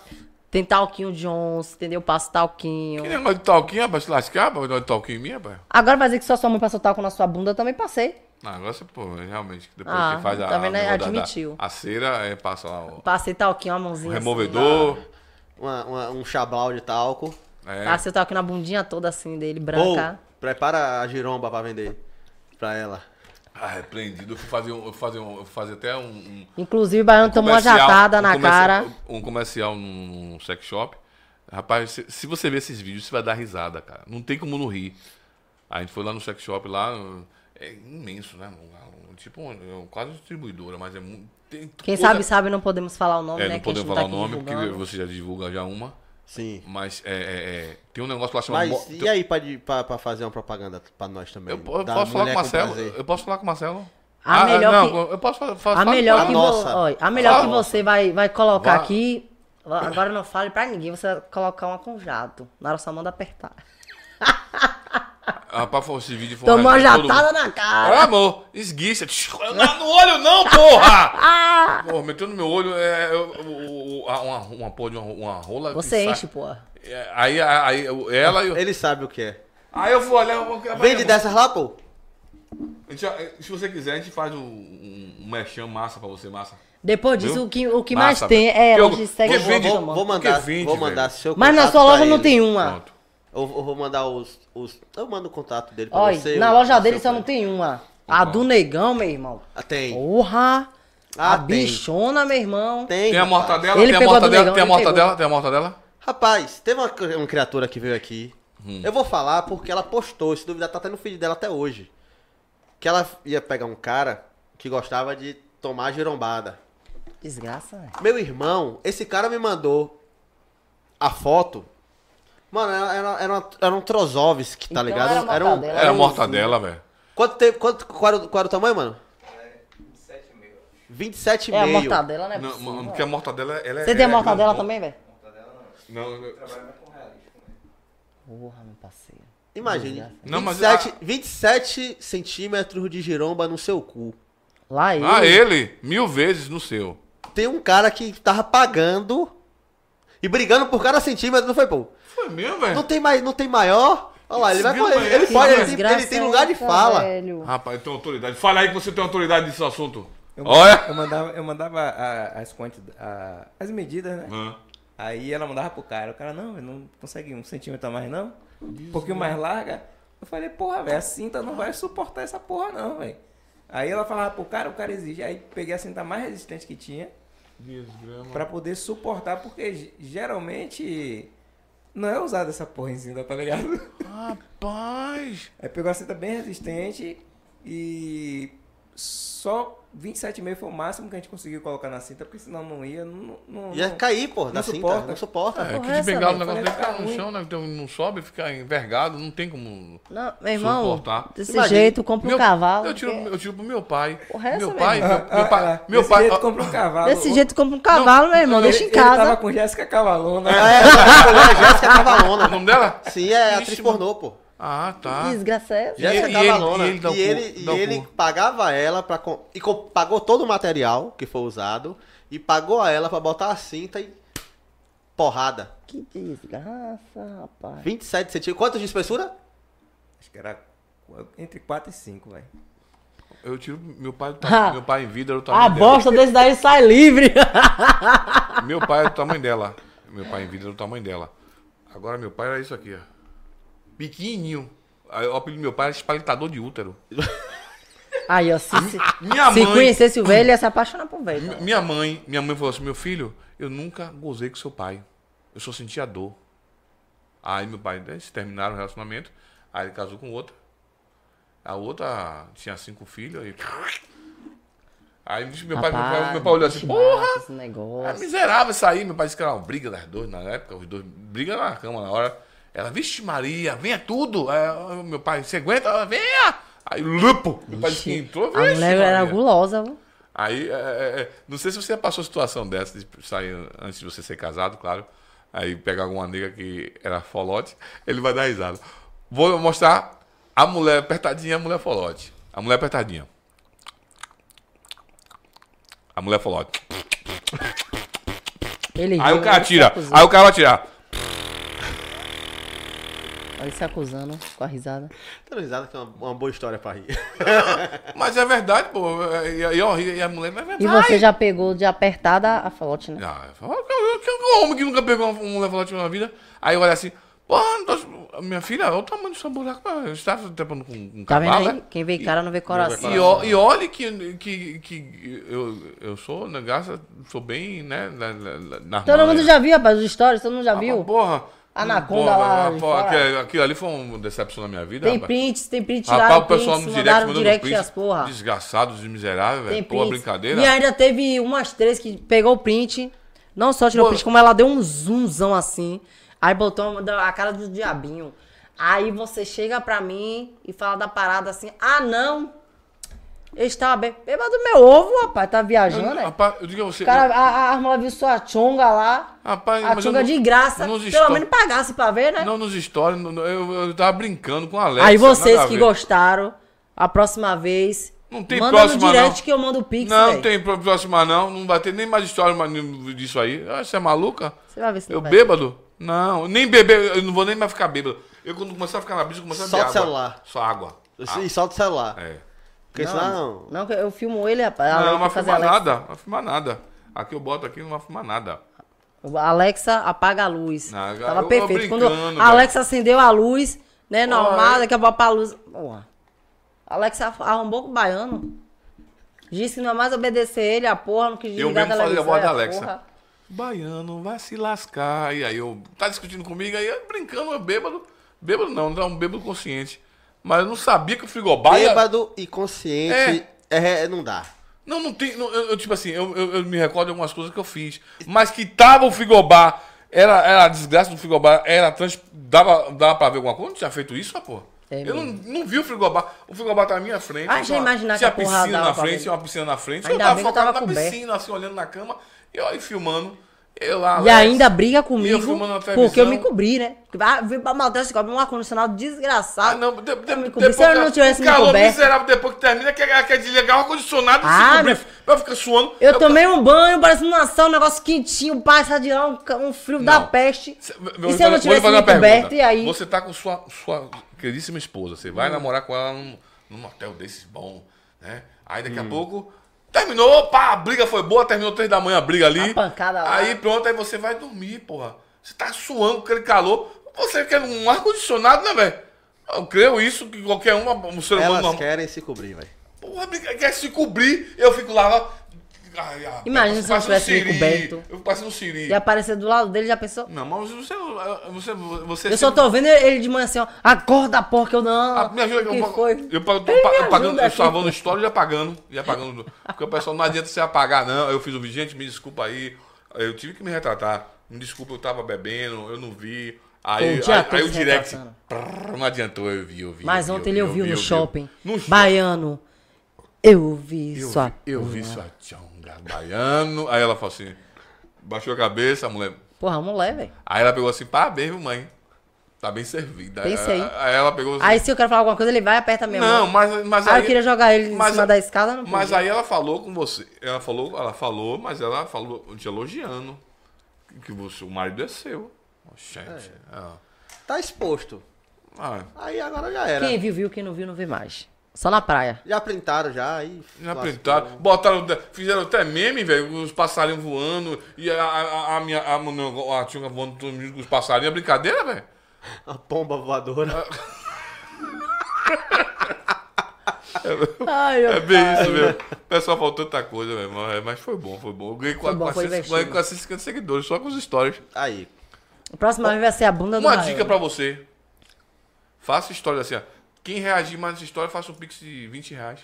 [SPEAKER 5] tem talquinho Jones, entendeu? Passo talquinho.
[SPEAKER 4] Que negócio de talquinho, rapaz, se lascar, rapaz, negócio de talquinho em mim, rapaz.
[SPEAKER 5] Agora vai dizer que só sua mãe passou talco na sua bunda, eu também passei.
[SPEAKER 4] Não, agora você, pô, realmente, que depois
[SPEAKER 5] Ah,
[SPEAKER 4] que faz a.
[SPEAKER 5] tá vendo?
[SPEAKER 4] a- a-
[SPEAKER 5] Admitiu.
[SPEAKER 4] A cera, é, passa lá o,
[SPEAKER 5] Passei talquinho, a mãozinha.
[SPEAKER 4] o
[SPEAKER 5] assim,
[SPEAKER 4] removedor.
[SPEAKER 3] Uma- uma- um chabal de talco.
[SPEAKER 4] é.
[SPEAKER 5] Passei o talquinho na bundinha toda assim dele,
[SPEAKER 3] Ou,
[SPEAKER 5] branca.
[SPEAKER 3] prepara a giromba pra vender pra ela.
[SPEAKER 4] Ah, repreendido. Eu fui fazer, um- eu fui fazer, um- eu fui fazer até um. um
[SPEAKER 5] Inclusive, o baiano tomou uma
[SPEAKER 4] comercial-
[SPEAKER 5] jatada
[SPEAKER 4] um
[SPEAKER 5] na
[SPEAKER 4] comercial-
[SPEAKER 5] cara.
[SPEAKER 4] Um comercial num, num sex shop. Rapaz, se, se você ver esses vídeos, você vai dar risada, cara. Não tem como não rir. A gente foi lá no sex shop lá. É imenso, né? Um- um- Tipo, um- um- quase distribuidora, mas é muito. tem
[SPEAKER 5] Quem
[SPEAKER 4] coisa-
[SPEAKER 5] sabe, sabe, não podemos falar o nome,
[SPEAKER 4] É,
[SPEAKER 5] né?
[SPEAKER 4] não
[SPEAKER 5] que a gente
[SPEAKER 4] podemos falar
[SPEAKER 5] tá
[SPEAKER 4] o
[SPEAKER 5] aqui
[SPEAKER 4] nome, porque
[SPEAKER 5] divulgando.
[SPEAKER 4] você já divulga já uma.
[SPEAKER 3] Sim.
[SPEAKER 4] Mas é, é, é, tem um negócio lá chamado.
[SPEAKER 3] Mas
[SPEAKER 4] mo-
[SPEAKER 3] e aí pra, de- pra- pra fazer uma propaganda pra nós também?
[SPEAKER 4] Eu, po- eu
[SPEAKER 3] Da
[SPEAKER 4] posso falar com
[SPEAKER 3] mulher
[SPEAKER 4] o Marcelo?
[SPEAKER 3] prazer.
[SPEAKER 4] Eu posso falar com o Marcelo? Ah,
[SPEAKER 5] A melhor
[SPEAKER 4] não,
[SPEAKER 5] que-
[SPEAKER 4] eu posso falar, falar
[SPEAKER 5] A
[SPEAKER 4] com
[SPEAKER 5] melhor,
[SPEAKER 4] ela.
[SPEAKER 5] que,
[SPEAKER 3] Nossa.
[SPEAKER 5] vo- olha, a melhor que
[SPEAKER 4] Nossa.
[SPEAKER 5] você vai, vai colocar
[SPEAKER 4] Vá.
[SPEAKER 5] aqui. Agora não fale pra ninguém, você vai colocar uma com jato. Na hora só manda apertar.
[SPEAKER 4] Rapaz, foi esse vídeo foi um
[SPEAKER 5] Tomou uma
[SPEAKER 4] resenha, tá todo
[SPEAKER 5] jatada
[SPEAKER 4] mundo-
[SPEAKER 5] na
[SPEAKER 4] Ah,
[SPEAKER 5] cara.
[SPEAKER 4] amor, esguicha. Não, no olho não, porra!
[SPEAKER 5] Ah!
[SPEAKER 4] Porra, meteu no meu olho é, eu- o- o- a- uma, uma porra de uma, uma rola. que
[SPEAKER 5] Você
[SPEAKER 4] sai.
[SPEAKER 5] enche, pô.
[SPEAKER 4] É, Aí, aí, eu- ela e eu.
[SPEAKER 3] Ele sabe o que é.
[SPEAKER 4] Aí eu vou olhar. eu vou-
[SPEAKER 3] Vende dessas lá, pô.
[SPEAKER 4] A gente já- eh, Se você quiser, a gente faz um, um, um mexão massa pra você, massa.
[SPEAKER 5] Depois disso,
[SPEAKER 4] Viu?
[SPEAKER 5] o que, o que
[SPEAKER 4] Massa,
[SPEAKER 5] mais tem
[SPEAKER 4] velho.
[SPEAKER 5] é
[SPEAKER 4] Eu-
[SPEAKER 5] loja de sex shop
[SPEAKER 4] vou-
[SPEAKER 3] Vou,
[SPEAKER 4] vende-
[SPEAKER 5] da
[SPEAKER 3] vou-
[SPEAKER 5] mão.
[SPEAKER 3] vou mandar,
[SPEAKER 4] Porque vende,
[SPEAKER 3] vou mandar
[SPEAKER 4] velho.
[SPEAKER 3] seu
[SPEAKER 5] Mas na
[SPEAKER 3] contato
[SPEAKER 5] sua loja
[SPEAKER 3] pra
[SPEAKER 5] não
[SPEAKER 3] ele.
[SPEAKER 5] tem um. uma.
[SPEAKER 4] Pronto.
[SPEAKER 3] Eu vou vou mandar os, os. Eu mando o contato dele pra
[SPEAKER 5] Olha,
[SPEAKER 3] você.
[SPEAKER 5] na
[SPEAKER 3] o-
[SPEAKER 5] loja
[SPEAKER 3] o
[SPEAKER 5] dele
[SPEAKER 3] seu
[SPEAKER 5] só não
[SPEAKER 3] pra ele.
[SPEAKER 5] tem uma. A do negão, meu irmão.
[SPEAKER 3] Ah, Tem.
[SPEAKER 5] Porra!
[SPEAKER 3] Ah,
[SPEAKER 5] a
[SPEAKER 3] tem.
[SPEAKER 5] bichona, meu irmão.
[SPEAKER 3] Tem.
[SPEAKER 4] Tem a
[SPEAKER 3] rapaz.
[SPEAKER 4] mortadela,
[SPEAKER 5] Ele
[SPEAKER 4] tem a
[SPEAKER 5] pegou a do
[SPEAKER 4] mortadela,
[SPEAKER 5] negão,
[SPEAKER 4] tem a
[SPEAKER 5] ele pegou.
[SPEAKER 4] mortadela, tem a mortadela.
[SPEAKER 3] Rapaz, teve uma, cri- uma criatura que veio aqui.
[SPEAKER 4] Hum.
[SPEAKER 3] Eu vou falar porque ela postou, se duvidar, tá até no feed dela até hoje. Que ela ia pegar um cara que gostava de tomar girombada.
[SPEAKER 5] Desgraça, velho.
[SPEAKER 3] Meu irmão, esse cara me mandou a foto. Mano, era, era, era, uma- era um Trozovski, tá
[SPEAKER 5] Então
[SPEAKER 3] ligado?
[SPEAKER 5] era
[SPEAKER 3] um,
[SPEAKER 5] mortadela.
[SPEAKER 4] Era É a
[SPEAKER 3] um-
[SPEAKER 4] mortadela, velho.
[SPEAKER 3] Quanto tempo, quanto, qual, era, o- qual era o tamanho, mano?
[SPEAKER 6] Sete mil.
[SPEAKER 3] 27,5.
[SPEAKER 5] É a mortadela, né?
[SPEAKER 4] Não, mano, porque a mortadela, ela é.
[SPEAKER 5] Você tem a
[SPEAKER 4] é
[SPEAKER 5] mortadela
[SPEAKER 4] grandona.
[SPEAKER 5] também, velho?
[SPEAKER 4] Não,
[SPEAKER 6] Trabalha
[SPEAKER 4] eu-
[SPEAKER 6] com realístico, né?
[SPEAKER 5] Porra, meu parceiro.
[SPEAKER 3] Imagine.
[SPEAKER 4] Não, mas
[SPEAKER 3] 27, 27 centímetros de giromba no seu cu.
[SPEAKER 5] Lá ele.
[SPEAKER 4] Ah, ele, mil vezes no seu.
[SPEAKER 3] Tem um cara que tava pagando e brigando por cada centímetro, não foi, pô?
[SPEAKER 4] Foi mesmo,
[SPEAKER 3] Não
[SPEAKER 4] velho?
[SPEAKER 3] tem, mais, não tem maior. Olha lá, ele vai
[SPEAKER 4] É. Viu,
[SPEAKER 3] com ele.
[SPEAKER 4] mas-
[SPEAKER 3] Ele
[SPEAKER 4] Que
[SPEAKER 3] pode, ele tem-
[SPEAKER 5] Desgraça
[SPEAKER 3] ele tá tem lugar de
[SPEAKER 5] essa,
[SPEAKER 3] fala.
[SPEAKER 5] velho.
[SPEAKER 4] Rapaz, tem autoridade. Fala aí que você tem autoridade nesse assunto.
[SPEAKER 7] Eu,
[SPEAKER 4] Olha.
[SPEAKER 7] eu mandava, eu mandava a- as, quanti, a- as medidas, né?
[SPEAKER 4] Hã?
[SPEAKER 7] Aí ela mandava pro cara. O cara, não, não consegue um centímetro a mais, não? Um pouquinho mais larga. Eu falei, porra, velho, a cinta não vai suportar essa porra, não, velho. Aí ela falava pro cara, o cara exige. Aí peguei a cinta mais resistente que tinha pra poder suportar, porque ge- geralmente não é usada essa porra em cinta, tá ligado?
[SPEAKER 8] Rapaz.
[SPEAKER 7] Aí pegou a cinta bem resistente e
[SPEAKER 2] Só 27,5 foi o máximo que a gente conseguiu colocar na cinta, porque senão não ia. Não, não,
[SPEAKER 3] Ia
[SPEAKER 2] não-
[SPEAKER 3] é cair, pô, da
[SPEAKER 2] Não
[SPEAKER 3] cinta.
[SPEAKER 2] suporta.
[SPEAKER 3] Não suporta.
[SPEAKER 4] É, que
[SPEAKER 5] Porra,
[SPEAKER 4] de bengala o
[SPEAKER 5] essa,
[SPEAKER 4] negócio
[SPEAKER 2] velho,
[SPEAKER 4] dele
[SPEAKER 2] falei,
[SPEAKER 4] cai no
[SPEAKER 2] tá
[SPEAKER 4] chão, né? Então não sobe, fica envergado, não tem como.
[SPEAKER 5] Não, meu irmão,
[SPEAKER 4] Suportar.
[SPEAKER 5] desse
[SPEAKER 3] Imagina.
[SPEAKER 5] jeito, compra um cavalo.
[SPEAKER 4] Eu tiro,
[SPEAKER 5] porque-
[SPEAKER 4] eu tiro pro meu pai.
[SPEAKER 5] Porra, essa
[SPEAKER 4] meu
[SPEAKER 5] mesmo.
[SPEAKER 4] pai, meu,
[SPEAKER 2] Ah,
[SPEAKER 4] meu pai,
[SPEAKER 2] ah,
[SPEAKER 4] meu
[SPEAKER 2] desse
[SPEAKER 4] pai-
[SPEAKER 2] jeito compra um cavalo.
[SPEAKER 5] Desse
[SPEAKER 2] O-
[SPEAKER 5] jeito, compra um cavalo, meu irmão,
[SPEAKER 2] ele-
[SPEAKER 5] deixa em
[SPEAKER 2] Ele
[SPEAKER 5] casa.
[SPEAKER 2] tava com Jéssica Cavalona.
[SPEAKER 3] Ela é Jéssica
[SPEAKER 4] o
[SPEAKER 3] Cavalona.
[SPEAKER 4] nome dela?
[SPEAKER 3] Sim, é
[SPEAKER 4] Ixi,
[SPEAKER 3] atriz
[SPEAKER 4] mano.
[SPEAKER 3] pornô, pô.
[SPEAKER 4] Ah, tá.
[SPEAKER 5] Desgraça é essa?
[SPEAKER 4] E ele-
[SPEAKER 3] Jéssica
[SPEAKER 4] e
[SPEAKER 3] Cavalona.
[SPEAKER 4] ele- e ele dá o
[SPEAKER 3] E
[SPEAKER 4] cu-
[SPEAKER 3] ele, e
[SPEAKER 4] dá o
[SPEAKER 3] ele
[SPEAKER 4] cu.
[SPEAKER 3] pagava ela pra. com- E co- pagou todo o material que foi usado. E pagou a ela pra botar a cinta e. Porrada.
[SPEAKER 5] Que desgraça, rapaz.
[SPEAKER 3] 27 centímetros. Quantos de espessura? Tá
[SPEAKER 7] Acho que era qu- entre 4 e 5, velho.
[SPEAKER 4] Eu tiro meu pai, do ta-
[SPEAKER 5] Ah.
[SPEAKER 4] meu pai em vida era o tamanho
[SPEAKER 5] A
[SPEAKER 4] dela.
[SPEAKER 5] bosta desse daí sai livre.
[SPEAKER 4] Meu pai era do tamanho dela. Meu pai em vida era do tamanho dela. Agora meu pai era isso aqui, ó. Pequenininho. Aí, O apelido do meu pai era espalitador de útero.
[SPEAKER 5] Aí, ó, se, se,
[SPEAKER 4] Minha
[SPEAKER 5] se
[SPEAKER 4] mãe.
[SPEAKER 5] conhecesse o velho, ia se apaixonar por velho.
[SPEAKER 4] mi- Minha mãe, minha mãe falou assim: "Meu filho, eu nunca gozei com seu pai. Eu só sentia dor". Aí meu pai, né, se terminaram o relacionamento, aí ele casou com outra. A outra tinha cinco filhos aí. Aí meu pai, meu pai, meu pai olhou assim: "Porra,
[SPEAKER 5] Esse
[SPEAKER 4] É
[SPEAKER 5] negócio.
[SPEAKER 4] miserável isso aí. Meu pai disse que era uma briga das duas na época. Os dois brigam na cama na hora. Ela, vixe Maria, venha tudo. É, meu pai, você aguenta? Ela, venha. Aí, lupo. Meu pai disse que entrou,
[SPEAKER 5] A
[SPEAKER 4] vixe
[SPEAKER 5] mulher era
[SPEAKER 4] Maria.
[SPEAKER 5] gulosa, viu?
[SPEAKER 4] Aí, é, é, é, não sei se você já passou situação dessa, de sair antes de você ser casado, claro. Aí pegar alguma nega que era folote, ele vai dar risada. Vou mostrar a mulher apertadinha e a mulher folote. A mulher apertadinha. A mulher folote.
[SPEAKER 5] Ele
[SPEAKER 4] Aí
[SPEAKER 5] riu,
[SPEAKER 4] o cara
[SPEAKER 5] ele se
[SPEAKER 4] tira.
[SPEAKER 5] acusou.
[SPEAKER 4] Aí o cara vai tirar.
[SPEAKER 5] Ele se acusando com a risada.
[SPEAKER 3] Tá risada que é uma, uma boa história pra rir.
[SPEAKER 4] Mas é verdade, pô. E, e, ó, e a mulher não é verdade.
[SPEAKER 5] E você já pegou de apertada a falote, né?
[SPEAKER 4] Ah, eu falo, "Ah, que- que- que homem que nunca pegou uma mulher falante na vida. Aí olha assim, pô, não tô- minha filha, olha o tamanho do seu buraco. mano. Você tá trepando com um
[SPEAKER 5] Tá vendo
[SPEAKER 4] cavalo,
[SPEAKER 5] aí?
[SPEAKER 4] é?"
[SPEAKER 5] Quem vê cara não vê coração.
[SPEAKER 4] E, ó- e olha que, que, que eu, eu sou, né, graças, sou bem, né, na, na, na
[SPEAKER 5] Todo
[SPEAKER 4] manha.
[SPEAKER 5] mundo já viu, rapaz, os stories, todo mundo já
[SPEAKER 4] Ah,
[SPEAKER 5] viu.
[SPEAKER 4] mas Porra.
[SPEAKER 5] Anaconda lá de fora.
[SPEAKER 4] aquilo, aquilo ali foi uma decepção na minha vida,
[SPEAKER 5] Tem
[SPEAKER 4] rapaz.
[SPEAKER 5] prints, tem print,
[SPEAKER 4] Rapaz,
[SPEAKER 5] tiraram
[SPEAKER 4] o pessoal no
[SPEAKER 5] prints,
[SPEAKER 4] direct
[SPEAKER 5] mandaram um
[SPEAKER 4] mandando
[SPEAKER 5] direct
[SPEAKER 4] print,
[SPEAKER 5] as porra.
[SPEAKER 4] desgraçados e miseráveis,
[SPEAKER 5] Tem
[SPEAKER 4] velho. Pô,
[SPEAKER 5] prints.
[SPEAKER 4] brincadeira.
[SPEAKER 5] E ainda teve umas três que pegou o print. Não só tirou o
[SPEAKER 4] Pô.
[SPEAKER 5] print, como ela deu um zoomzão assim. Aí botou uma- da- a cara do diabinho. Aí você chega pra mim e fala da parada assim: ah, não. Eu estava bem. Beba do meu ovo, rapaz. Tá viajando, né?
[SPEAKER 4] Rapaz, eu digo a você.
[SPEAKER 5] O cara, a, a Armola viu sua chonga lá.
[SPEAKER 4] Rapaz,
[SPEAKER 5] a
[SPEAKER 4] mas
[SPEAKER 5] chonga
[SPEAKER 4] eu não-
[SPEAKER 5] de graça.
[SPEAKER 4] nos
[SPEAKER 5] Pelo
[SPEAKER 4] histó-
[SPEAKER 5] menos pagasse pra ver, né?
[SPEAKER 4] Não, nos stories, no- no- eu, eu tava brincando com a Alexa.
[SPEAKER 5] Aí
[SPEAKER 4] nada
[SPEAKER 5] vocês
[SPEAKER 4] a
[SPEAKER 5] que
[SPEAKER 4] ver.
[SPEAKER 5] gostaram, a próxima vez.
[SPEAKER 4] Não tem
[SPEAKER 5] manda
[SPEAKER 4] próxima,
[SPEAKER 5] no direct
[SPEAKER 4] não.
[SPEAKER 5] que eu mando o Pix.
[SPEAKER 4] Não,
[SPEAKER 5] véi.
[SPEAKER 4] tem pro- próxima não, não vai ter nem mais história mais nenhum disso aí. Ah, Você é maluca?
[SPEAKER 5] Você vai ver se não
[SPEAKER 4] Eu
[SPEAKER 5] vai.
[SPEAKER 4] bêbado? Não, nem beber, eu não vou nem mais ficar bêbado. Eu quando começar a ficar na brisa, eu começo a
[SPEAKER 3] Só
[SPEAKER 4] beber
[SPEAKER 3] o
[SPEAKER 4] água.
[SPEAKER 3] celular.
[SPEAKER 4] Só água.
[SPEAKER 3] E solta o celular.
[SPEAKER 4] Ah. É.
[SPEAKER 3] Porque senão.
[SPEAKER 5] Não, que eu filmo ele, rapaz.
[SPEAKER 4] Não,
[SPEAKER 5] Alexa,
[SPEAKER 4] não vai
[SPEAKER 5] tá fazer
[SPEAKER 4] filmar
[SPEAKER 5] Alexa.
[SPEAKER 4] nada, não vai filmar nada. Aqui eu boto aqui, não vai filmar nada.
[SPEAKER 5] Alexa apaga a luz.
[SPEAKER 4] Não, eu-
[SPEAKER 5] Tava
[SPEAKER 4] eu- eu
[SPEAKER 5] perfeito. Quando
[SPEAKER 4] brincando,
[SPEAKER 5] a Alexa acendeu a luz, né? Normal,
[SPEAKER 4] Olha.
[SPEAKER 5] daqui a pouco apaga a luz. Porra. Alexa arrombou com o baiano. Disse que não é mais obedecer ele, a porra, não quis
[SPEAKER 4] Eu
[SPEAKER 5] desligar
[SPEAKER 4] mesmo
[SPEAKER 5] a
[SPEAKER 4] falei a
[SPEAKER 5] televisão.
[SPEAKER 4] voz da
[SPEAKER 5] é
[SPEAKER 4] Alexa.
[SPEAKER 5] porra.
[SPEAKER 4] Baiano, vai se lascar. E aí eu tá discutindo comigo, aí eu brincando, eu bêbado. Bêbado não, não é um bêbado consciente. Mas eu não sabia que o frigobar ia-
[SPEAKER 3] Bêbado e consciente. É. não dá.
[SPEAKER 4] Não, não tem. não, eu, eu, tipo assim, eu, eu, eu me recordo de algumas coisas que eu fiz. Mas que tava o frigobar. Era, era a desgraça do frigobar. Era trans. Dava, dava pra ver alguma coisa? Não tinha feito isso, pô.
[SPEAKER 5] É
[SPEAKER 4] eu não, não vi o frigobar. O frigobar tá na minha frente.
[SPEAKER 5] Ah, já
[SPEAKER 4] tinha uma-
[SPEAKER 5] imaginar
[SPEAKER 4] tinha
[SPEAKER 5] que a porra
[SPEAKER 4] piscina
[SPEAKER 5] dava
[SPEAKER 4] na
[SPEAKER 5] pra
[SPEAKER 4] frente,
[SPEAKER 5] ver.
[SPEAKER 4] tinha uma piscina na frente.
[SPEAKER 5] Ainda
[SPEAKER 4] eu tava
[SPEAKER 5] bem que eu
[SPEAKER 4] focado
[SPEAKER 5] tava
[SPEAKER 4] na
[SPEAKER 5] coberto.
[SPEAKER 4] piscina, assim, olhando na cama. E eu aí filmando. Eu lá.
[SPEAKER 5] E
[SPEAKER 4] Alex.
[SPEAKER 5] ainda briga
[SPEAKER 4] eu
[SPEAKER 5] comigo
[SPEAKER 4] filmando na
[SPEAKER 5] porque eu
[SPEAKER 4] televisão.
[SPEAKER 5] me cobri, né? Ah, veio pra Maldade, cobre um ar-condicionado desgraçado.
[SPEAKER 4] Ah, não, de, de,
[SPEAKER 5] Eu me cobri.
[SPEAKER 4] depois
[SPEAKER 5] Se eu
[SPEAKER 4] que-
[SPEAKER 5] não tivesse
[SPEAKER 4] o
[SPEAKER 5] me
[SPEAKER 4] calor
[SPEAKER 5] coberto.
[SPEAKER 4] miserável depois que termina, quer, quer desligar o ar-condicionado e
[SPEAKER 5] Ah,
[SPEAKER 4] se cobrir.
[SPEAKER 5] meu-
[SPEAKER 4] Vai ficar suando.
[SPEAKER 5] Eu tomei um banho, parecendo uma sauna, um negócio quentinho, passa de lá um, ca- um frio da
[SPEAKER 4] Não.
[SPEAKER 5] peste.
[SPEAKER 4] Cê- então,
[SPEAKER 5] e
[SPEAKER 4] vou
[SPEAKER 5] se eu não
[SPEAKER 4] fazer- vou lhe
[SPEAKER 5] tivesse
[SPEAKER 4] fazer
[SPEAKER 5] me
[SPEAKER 4] uma
[SPEAKER 5] coberto,
[SPEAKER 4] pergunta.
[SPEAKER 5] e aí? Hum.
[SPEAKER 4] Você tá com sua, sua queridíssima esposa. Você vai namorar com ela num, num hotel desses bom, né? Aí daqui
[SPEAKER 5] Hum.
[SPEAKER 4] a pouco. Terminou, pá, a briga foi boa, terminou três da manhã a briga ali.
[SPEAKER 5] A pancada lá.
[SPEAKER 4] Aí pronto, aí você vai dormir, porra. Você tá suando com aquele calor. Você quer um ar-condicionado, né, velho? Eu creio isso, que qualquer um, um ser humano
[SPEAKER 3] Elas
[SPEAKER 4] normal.
[SPEAKER 3] querem se cobrir, velho.
[SPEAKER 4] Porra, briga- quer se cobrir. Eu fico lá, lá
[SPEAKER 5] Imagina se eu tivesse me
[SPEAKER 4] coberto.
[SPEAKER 5] coberto.
[SPEAKER 4] Eu fico parecendo um Siri.
[SPEAKER 5] E aparecer do lado dele, já pensou?
[SPEAKER 4] Não, mas você. você, você
[SPEAKER 5] Eu só tô vendo ele de manhã assim, ó. Acorda, porra, que eu não.
[SPEAKER 4] Ah, me ajuda que
[SPEAKER 5] que
[SPEAKER 4] eu pago.
[SPEAKER 5] foi?
[SPEAKER 4] Eu, pago, tô
[SPEAKER 5] Ele
[SPEAKER 4] pa-
[SPEAKER 5] me
[SPEAKER 4] eu pagando,
[SPEAKER 5] ajuda
[SPEAKER 4] eu
[SPEAKER 5] aqui.
[SPEAKER 4] salvando história e já pagando. Já pagando. Porque o pessoal não adianta você apagar, não. Eu fiz o vídeo, gente, me desculpa aí. Eu tive que me retratar. Me desculpa, eu tava bebendo, eu não vi. Aí,
[SPEAKER 5] Pô, o dia
[SPEAKER 4] aí-
[SPEAKER 5] todo
[SPEAKER 4] aí o
[SPEAKER 5] se
[SPEAKER 4] direct.
[SPEAKER 5] retratando.
[SPEAKER 4] prrr, não adiantou, eu vi, eu vi.
[SPEAKER 5] Mas
[SPEAKER 4] eu vi,
[SPEAKER 5] ontem
[SPEAKER 4] eu
[SPEAKER 5] ele
[SPEAKER 4] vi,
[SPEAKER 5] ouviu
[SPEAKER 4] eu
[SPEAKER 5] no
[SPEAKER 4] vi, eu
[SPEAKER 5] shopping.
[SPEAKER 4] vi. No shopping.
[SPEAKER 5] Baiano. Eu ouvi
[SPEAKER 4] Eu
[SPEAKER 5] sua.
[SPEAKER 4] vi, eu vi
[SPEAKER 5] né?
[SPEAKER 4] sua tchonga baiano. Aí ela falou assim, baixou a cabeça, a mulher.
[SPEAKER 5] Porra, mulher, velho.
[SPEAKER 4] Aí ela pegou assim, parabéns, viu, mãe. Tá bem servida.
[SPEAKER 5] Pensa aí.
[SPEAKER 4] Aí ela pegou assim.
[SPEAKER 5] Aí se eu quero falar alguma coisa, ele vai e aperta mesmo.
[SPEAKER 4] Não, mas, mas
[SPEAKER 5] Ah,
[SPEAKER 4] aí.
[SPEAKER 5] eu queria jogar ele em cima
[SPEAKER 4] a-
[SPEAKER 5] da escada, não
[SPEAKER 4] Mas
[SPEAKER 5] podia.
[SPEAKER 4] aí ela falou com você. Ela falou, ela falou, mas ela falou te elogiando. Que você, o marido é seu. Gente. ah.
[SPEAKER 3] Tá exposto.
[SPEAKER 4] Ah,
[SPEAKER 3] Aí agora já era.
[SPEAKER 5] Quem viu, viu. Quem não viu, não vê mais. Só na praia.
[SPEAKER 3] Já printaram já, aí.
[SPEAKER 4] já
[SPEAKER 3] lascou.
[SPEAKER 4] pintaram. Botaram, até- fizeram até meme, velho, os passarinhos voando. E a, a, a minha. A, meu- a tinha voando todo mundo com os passarinhos. É brincadeira, velho?
[SPEAKER 3] A pomba voadora.
[SPEAKER 5] Ai, eu.
[SPEAKER 4] É bem isso mesmo. O pessoal faltou tanta coisa, meu irmão. É, Mas foi bom, foi bom. Eu ganhei
[SPEAKER 5] Foi bom, foi
[SPEAKER 4] 400
[SPEAKER 5] divertido.
[SPEAKER 4] ganhei 450 seguidores, só com as histórias.
[SPEAKER 3] Aí.
[SPEAKER 5] O próximo vez vai ser a bunda do
[SPEAKER 4] Uma
[SPEAKER 5] Rael.
[SPEAKER 4] dica pra você. Faça história assim, ó. Quem reagir mais nessa história, faça um pix de 20 reais.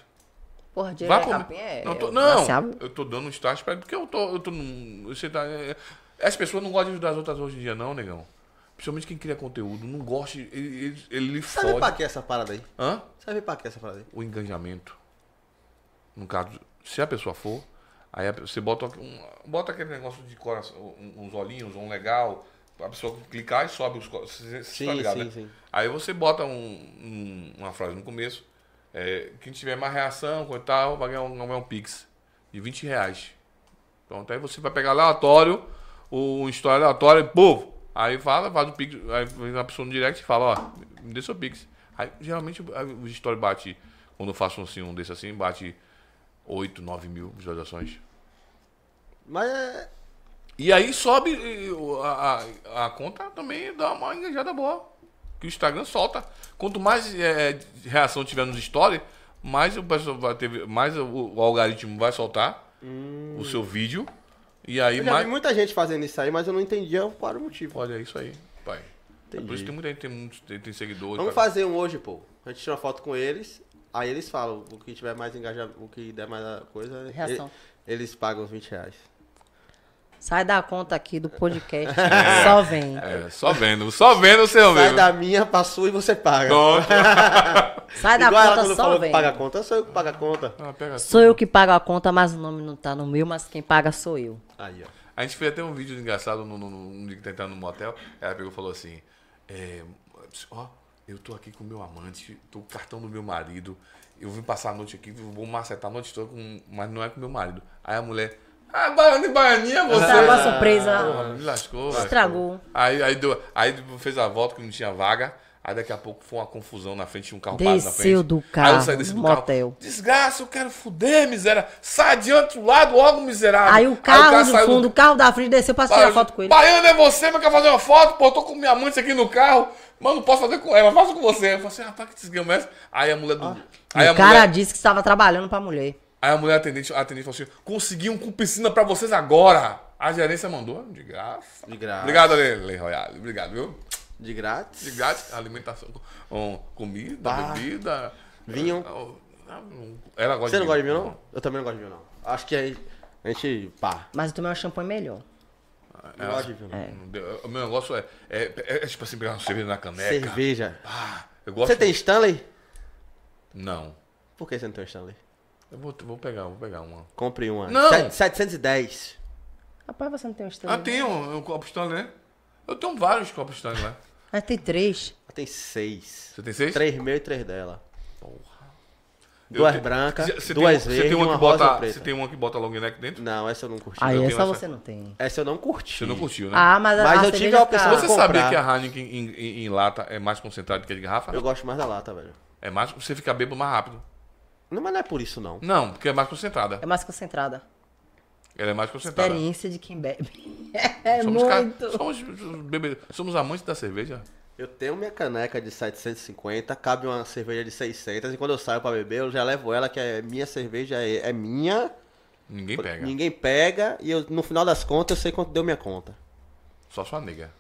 [SPEAKER 5] Porra, dinheiro
[SPEAKER 4] Vá
[SPEAKER 5] da
[SPEAKER 4] com...
[SPEAKER 5] capinha é.
[SPEAKER 4] Não, tô-
[SPEAKER 5] é-
[SPEAKER 4] não,
[SPEAKER 5] assim, a-
[SPEAKER 4] eu tô dando um start pra ele, porque eu tô. Eu tô num... você tá... é- As pessoas não gostam de ajudar as outras hoje em dia, não, negão. Principalmente quem cria conteúdo, não gosta. de- Ele, ele, ele lhe
[SPEAKER 3] Serve pra
[SPEAKER 4] fode.
[SPEAKER 3] que essa parada aí?
[SPEAKER 4] Hã?
[SPEAKER 3] Serve pra que essa parada aí?
[SPEAKER 4] o engajamento. No caso, se a pessoa for, aí a pe- você bota, um, bota aquele negócio de coração, um- uns olhinhos, um legal, a pessoa clicar e sobe os cor- você- você tá
[SPEAKER 3] Sim,
[SPEAKER 4] ligado,
[SPEAKER 3] sim,
[SPEAKER 4] né?
[SPEAKER 3] sim.
[SPEAKER 4] Aí você bota um- um- uma frase no começo, é, quem tiver mais reação, coisa e tal, vai ganhar um, ganhar um pix de 20 reais. Pronto, aí você vai pegar aleatório, o história aleatório, povo. Aí fala, faz o pix, aí vem uma pessoa no direct e fala, ó, me dê seu pix. Aí geralmente aí o story bate, quando eu faço assim, um desse assim, bate 8, 9 mil visualizações.
[SPEAKER 3] Mas é.
[SPEAKER 4] E aí sobe e, o- a, a- a conta também dá uma engajada boa. Que o Instagram solta. Quanto mais é, reação tiver nos stories, mais o pessoal vai ter. Mais o, o algoritmo vai soltar o seu vídeo. E aí
[SPEAKER 3] Hum. Eu já vi
[SPEAKER 4] mais.
[SPEAKER 3] muita gente fazendo isso aí, mas eu não entendia para o motivo.
[SPEAKER 4] Olha, é isso aí, pai. É por isso que tem muita gente tem, muitos- tem, tem seguidores.
[SPEAKER 3] Vamos
[SPEAKER 4] cara.
[SPEAKER 3] fazer um hoje, pô. A gente tira uma foto com eles, aí eles falam o que tiver mais engajamento, o que der mais a coisa.
[SPEAKER 5] Reação.
[SPEAKER 3] ele- eles pagam os 20 reais.
[SPEAKER 5] Sai da conta aqui do podcast. Só vem.
[SPEAKER 4] É, só vendo, só vendo o seu
[SPEAKER 3] um Sai
[SPEAKER 4] mesmo.
[SPEAKER 3] da minha pra sua e você paga.
[SPEAKER 4] Pronto. é
[SPEAKER 5] Sai da
[SPEAKER 3] Igual ela
[SPEAKER 5] conta,
[SPEAKER 3] quando falou
[SPEAKER 5] só
[SPEAKER 3] que
[SPEAKER 5] vem.
[SPEAKER 3] paga a conta, sou eu que pago a conta.
[SPEAKER 4] Ah, pega
[SPEAKER 5] Sou eu que pago a conta, mas o nome não tá no meu, mas quem paga sou eu.
[SPEAKER 3] Aí, ó.
[SPEAKER 4] A gente fez até um vídeo engraçado no, no, no, um dia que tentando no motel. Ela pegou e falou assim: é, Ó, eu tô aqui com o meu amante, tô com o cartão do meu marido. Eu vim passar a noite aqui, vou macetar a noite toda, com, mas não é com meu marido. Aí a mulher, ah, baiano e baianinha, você.
[SPEAKER 5] Estragou a Tá, surpresa.
[SPEAKER 4] Porra, me lascou. velho.
[SPEAKER 5] Ah, Estragou.
[SPEAKER 4] Aí, aí, deu- aí fez a volta que não tinha vaga. Aí daqui a pouco foi uma confusão na frente, tinha um carro parado na frente.
[SPEAKER 5] Desceu do
[SPEAKER 4] Aí eu
[SPEAKER 5] carro, um
[SPEAKER 4] saí desse do
[SPEAKER 5] motel.
[SPEAKER 4] carro. Desgraça, eu quero fuder, miséria. Sai de outro lado logo, miserável.
[SPEAKER 5] Aí o carro
[SPEAKER 4] cara
[SPEAKER 5] do
[SPEAKER 4] saiu
[SPEAKER 5] fundo, o carro da frente desceu pra tirar
[SPEAKER 4] Baiano-
[SPEAKER 5] foto com ele.
[SPEAKER 4] Baiano é você, mas quer fazer uma foto? Pô, tô com minha amante aqui no carro, mas não posso fazer com ela, faço com você. Eu falei assim, rapaz, que desgrama é essa? Aí a mulher do. aí, a
[SPEAKER 5] Ah, o cara
[SPEAKER 4] mulher,
[SPEAKER 5] disse que estava trabalhando pra mulher.
[SPEAKER 4] aí a mulher atendente, a atendente falou assim: consegui um com piscina pra vocês agora. A gerência mandou, de graça.
[SPEAKER 3] De graça.
[SPEAKER 4] Obrigado, Lei Lei Royale. Obrigado, viu?
[SPEAKER 3] De grátis.
[SPEAKER 4] De graça, alimentação, com- comida,
[SPEAKER 3] Bah.
[SPEAKER 4] bebida. Ah, oh,
[SPEAKER 3] Vinho.
[SPEAKER 4] Ela gosta
[SPEAKER 3] Você não
[SPEAKER 4] de
[SPEAKER 3] gosta de mim, não? Eu também não gosto de mim, não. Acho que aí a gente, pá.
[SPEAKER 5] Mas eu tomei um champanhe melhor.
[SPEAKER 3] Não gosto de vinho. não.
[SPEAKER 4] Não deu- O meu negócio é, é, é, é tipo assim, pegar uma cerveja na caneca.
[SPEAKER 3] Cerveja.
[SPEAKER 4] Ah, eu gosto
[SPEAKER 3] Você tem Stanley?
[SPEAKER 4] Não.
[SPEAKER 3] Por que você não tem um Stanley?
[SPEAKER 4] Eu vou, vou pegar, vou pegar uma.
[SPEAKER 3] Compre uma.
[SPEAKER 4] Não.
[SPEAKER 3] Se- 710.
[SPEAKER 5] Rapaz, você não tem um
[SPEAKER 4] Ah,
[SPEAKER 5] estrela.
[SPEAKER 4] tem um, um copo Stanley, né? Eu tenho vários copos Stanley lá.
[SPEAKER 5] Mas Ah, tem três.
[SPEAKER 3] Ela Tem seis.
[SPEAKER 4] Você tem seis?
[SPEAKER 3] Três meu e três dela.
[SPEAKER 4] Eu
[SPEAKER 3] Duas
[SPEAKER 4] tenho-
[SPEAKER 3] brancas,
[SPEAKER 4] Cê- cê
[SPEAKER 3] duas
[SPEAKER 4] tem, um- cê
[SPEAKER 3] verdes
[SPEAKER 4] tem
[SPEAKER 3] e
[SPEAKER 4] uma,
[SPEAKER 3] uma
[SPEAKER 4] que bota,
[SPEAKER 3] rosa
[SPEAKER 4] Você
[SPEAKER 3] preta.
[SPEAKER 4] tem uma que bota long neck dentro?
[SPEAKER 3] Não, essa eu não curti.
[SPEAKER 5] Aí
[SPEAKER 4] tenho
[SPEAKER 5] essa
[SPEAKER 4] essa.
[SPEAKER 5] você não
[SPEAKER 4] Né?
[SPEAKER 5] tem.
[SPEAKER 3] Essa eu não curti.
[SPEAKER 4] Você não curtiu, né?
[SPEAKER 5] Ah, mas,
[SPEAKER 3] Mas
[SPEAKER 5] a
[SPEAKER 3] eu
[SPEAKER 5] cerveja
[SPEAKER 3] tive a
[SPEAKER 5] fica-
[SPEAKER 3] opção-
[SPEAKER 4] Você
[SPEAKER 3] vou
[SPEAKER 4] sabia
[SPEAKER 3] comprar.
[SPEAKER 4] que a Heineken em, em- em lata é mais concentrada que a de garrafa?
[SPEAKER 3] Eu gosto mais da lata, velho.
[SPEAKER 4] É mais, você fica bêbado mais rápido.
[SPEAKER 3] Não, mas não é por isso, não.
[SPEAKER 4] Não, porque é mais concentrada.
[SPEAKER 5] É mais concentrada.
[SPEAKER 4] Ela é mais concentrada.
[SPEAKER 5] Experiência de quem bebe. É
[SPEAKER 4] somos, ca-
[SPEAKER 5] muito.
[SPEAKER 4] somos, bebe- somos amantes da cerveja.
[SPEAKER 3] Eu tenho minha caneca de 750, cabe uma cerveja de 600, e quando eu saio pra beber, eu já levo ela, que é minha cerveja, é, é minha,
[SPEAKER 4] Ninguém pega.
[SPEAKER 3] Ninguém pega e eu, no final das contas eu sei quanto deu minha conta.
[SPEAKER 4] Só sua nega.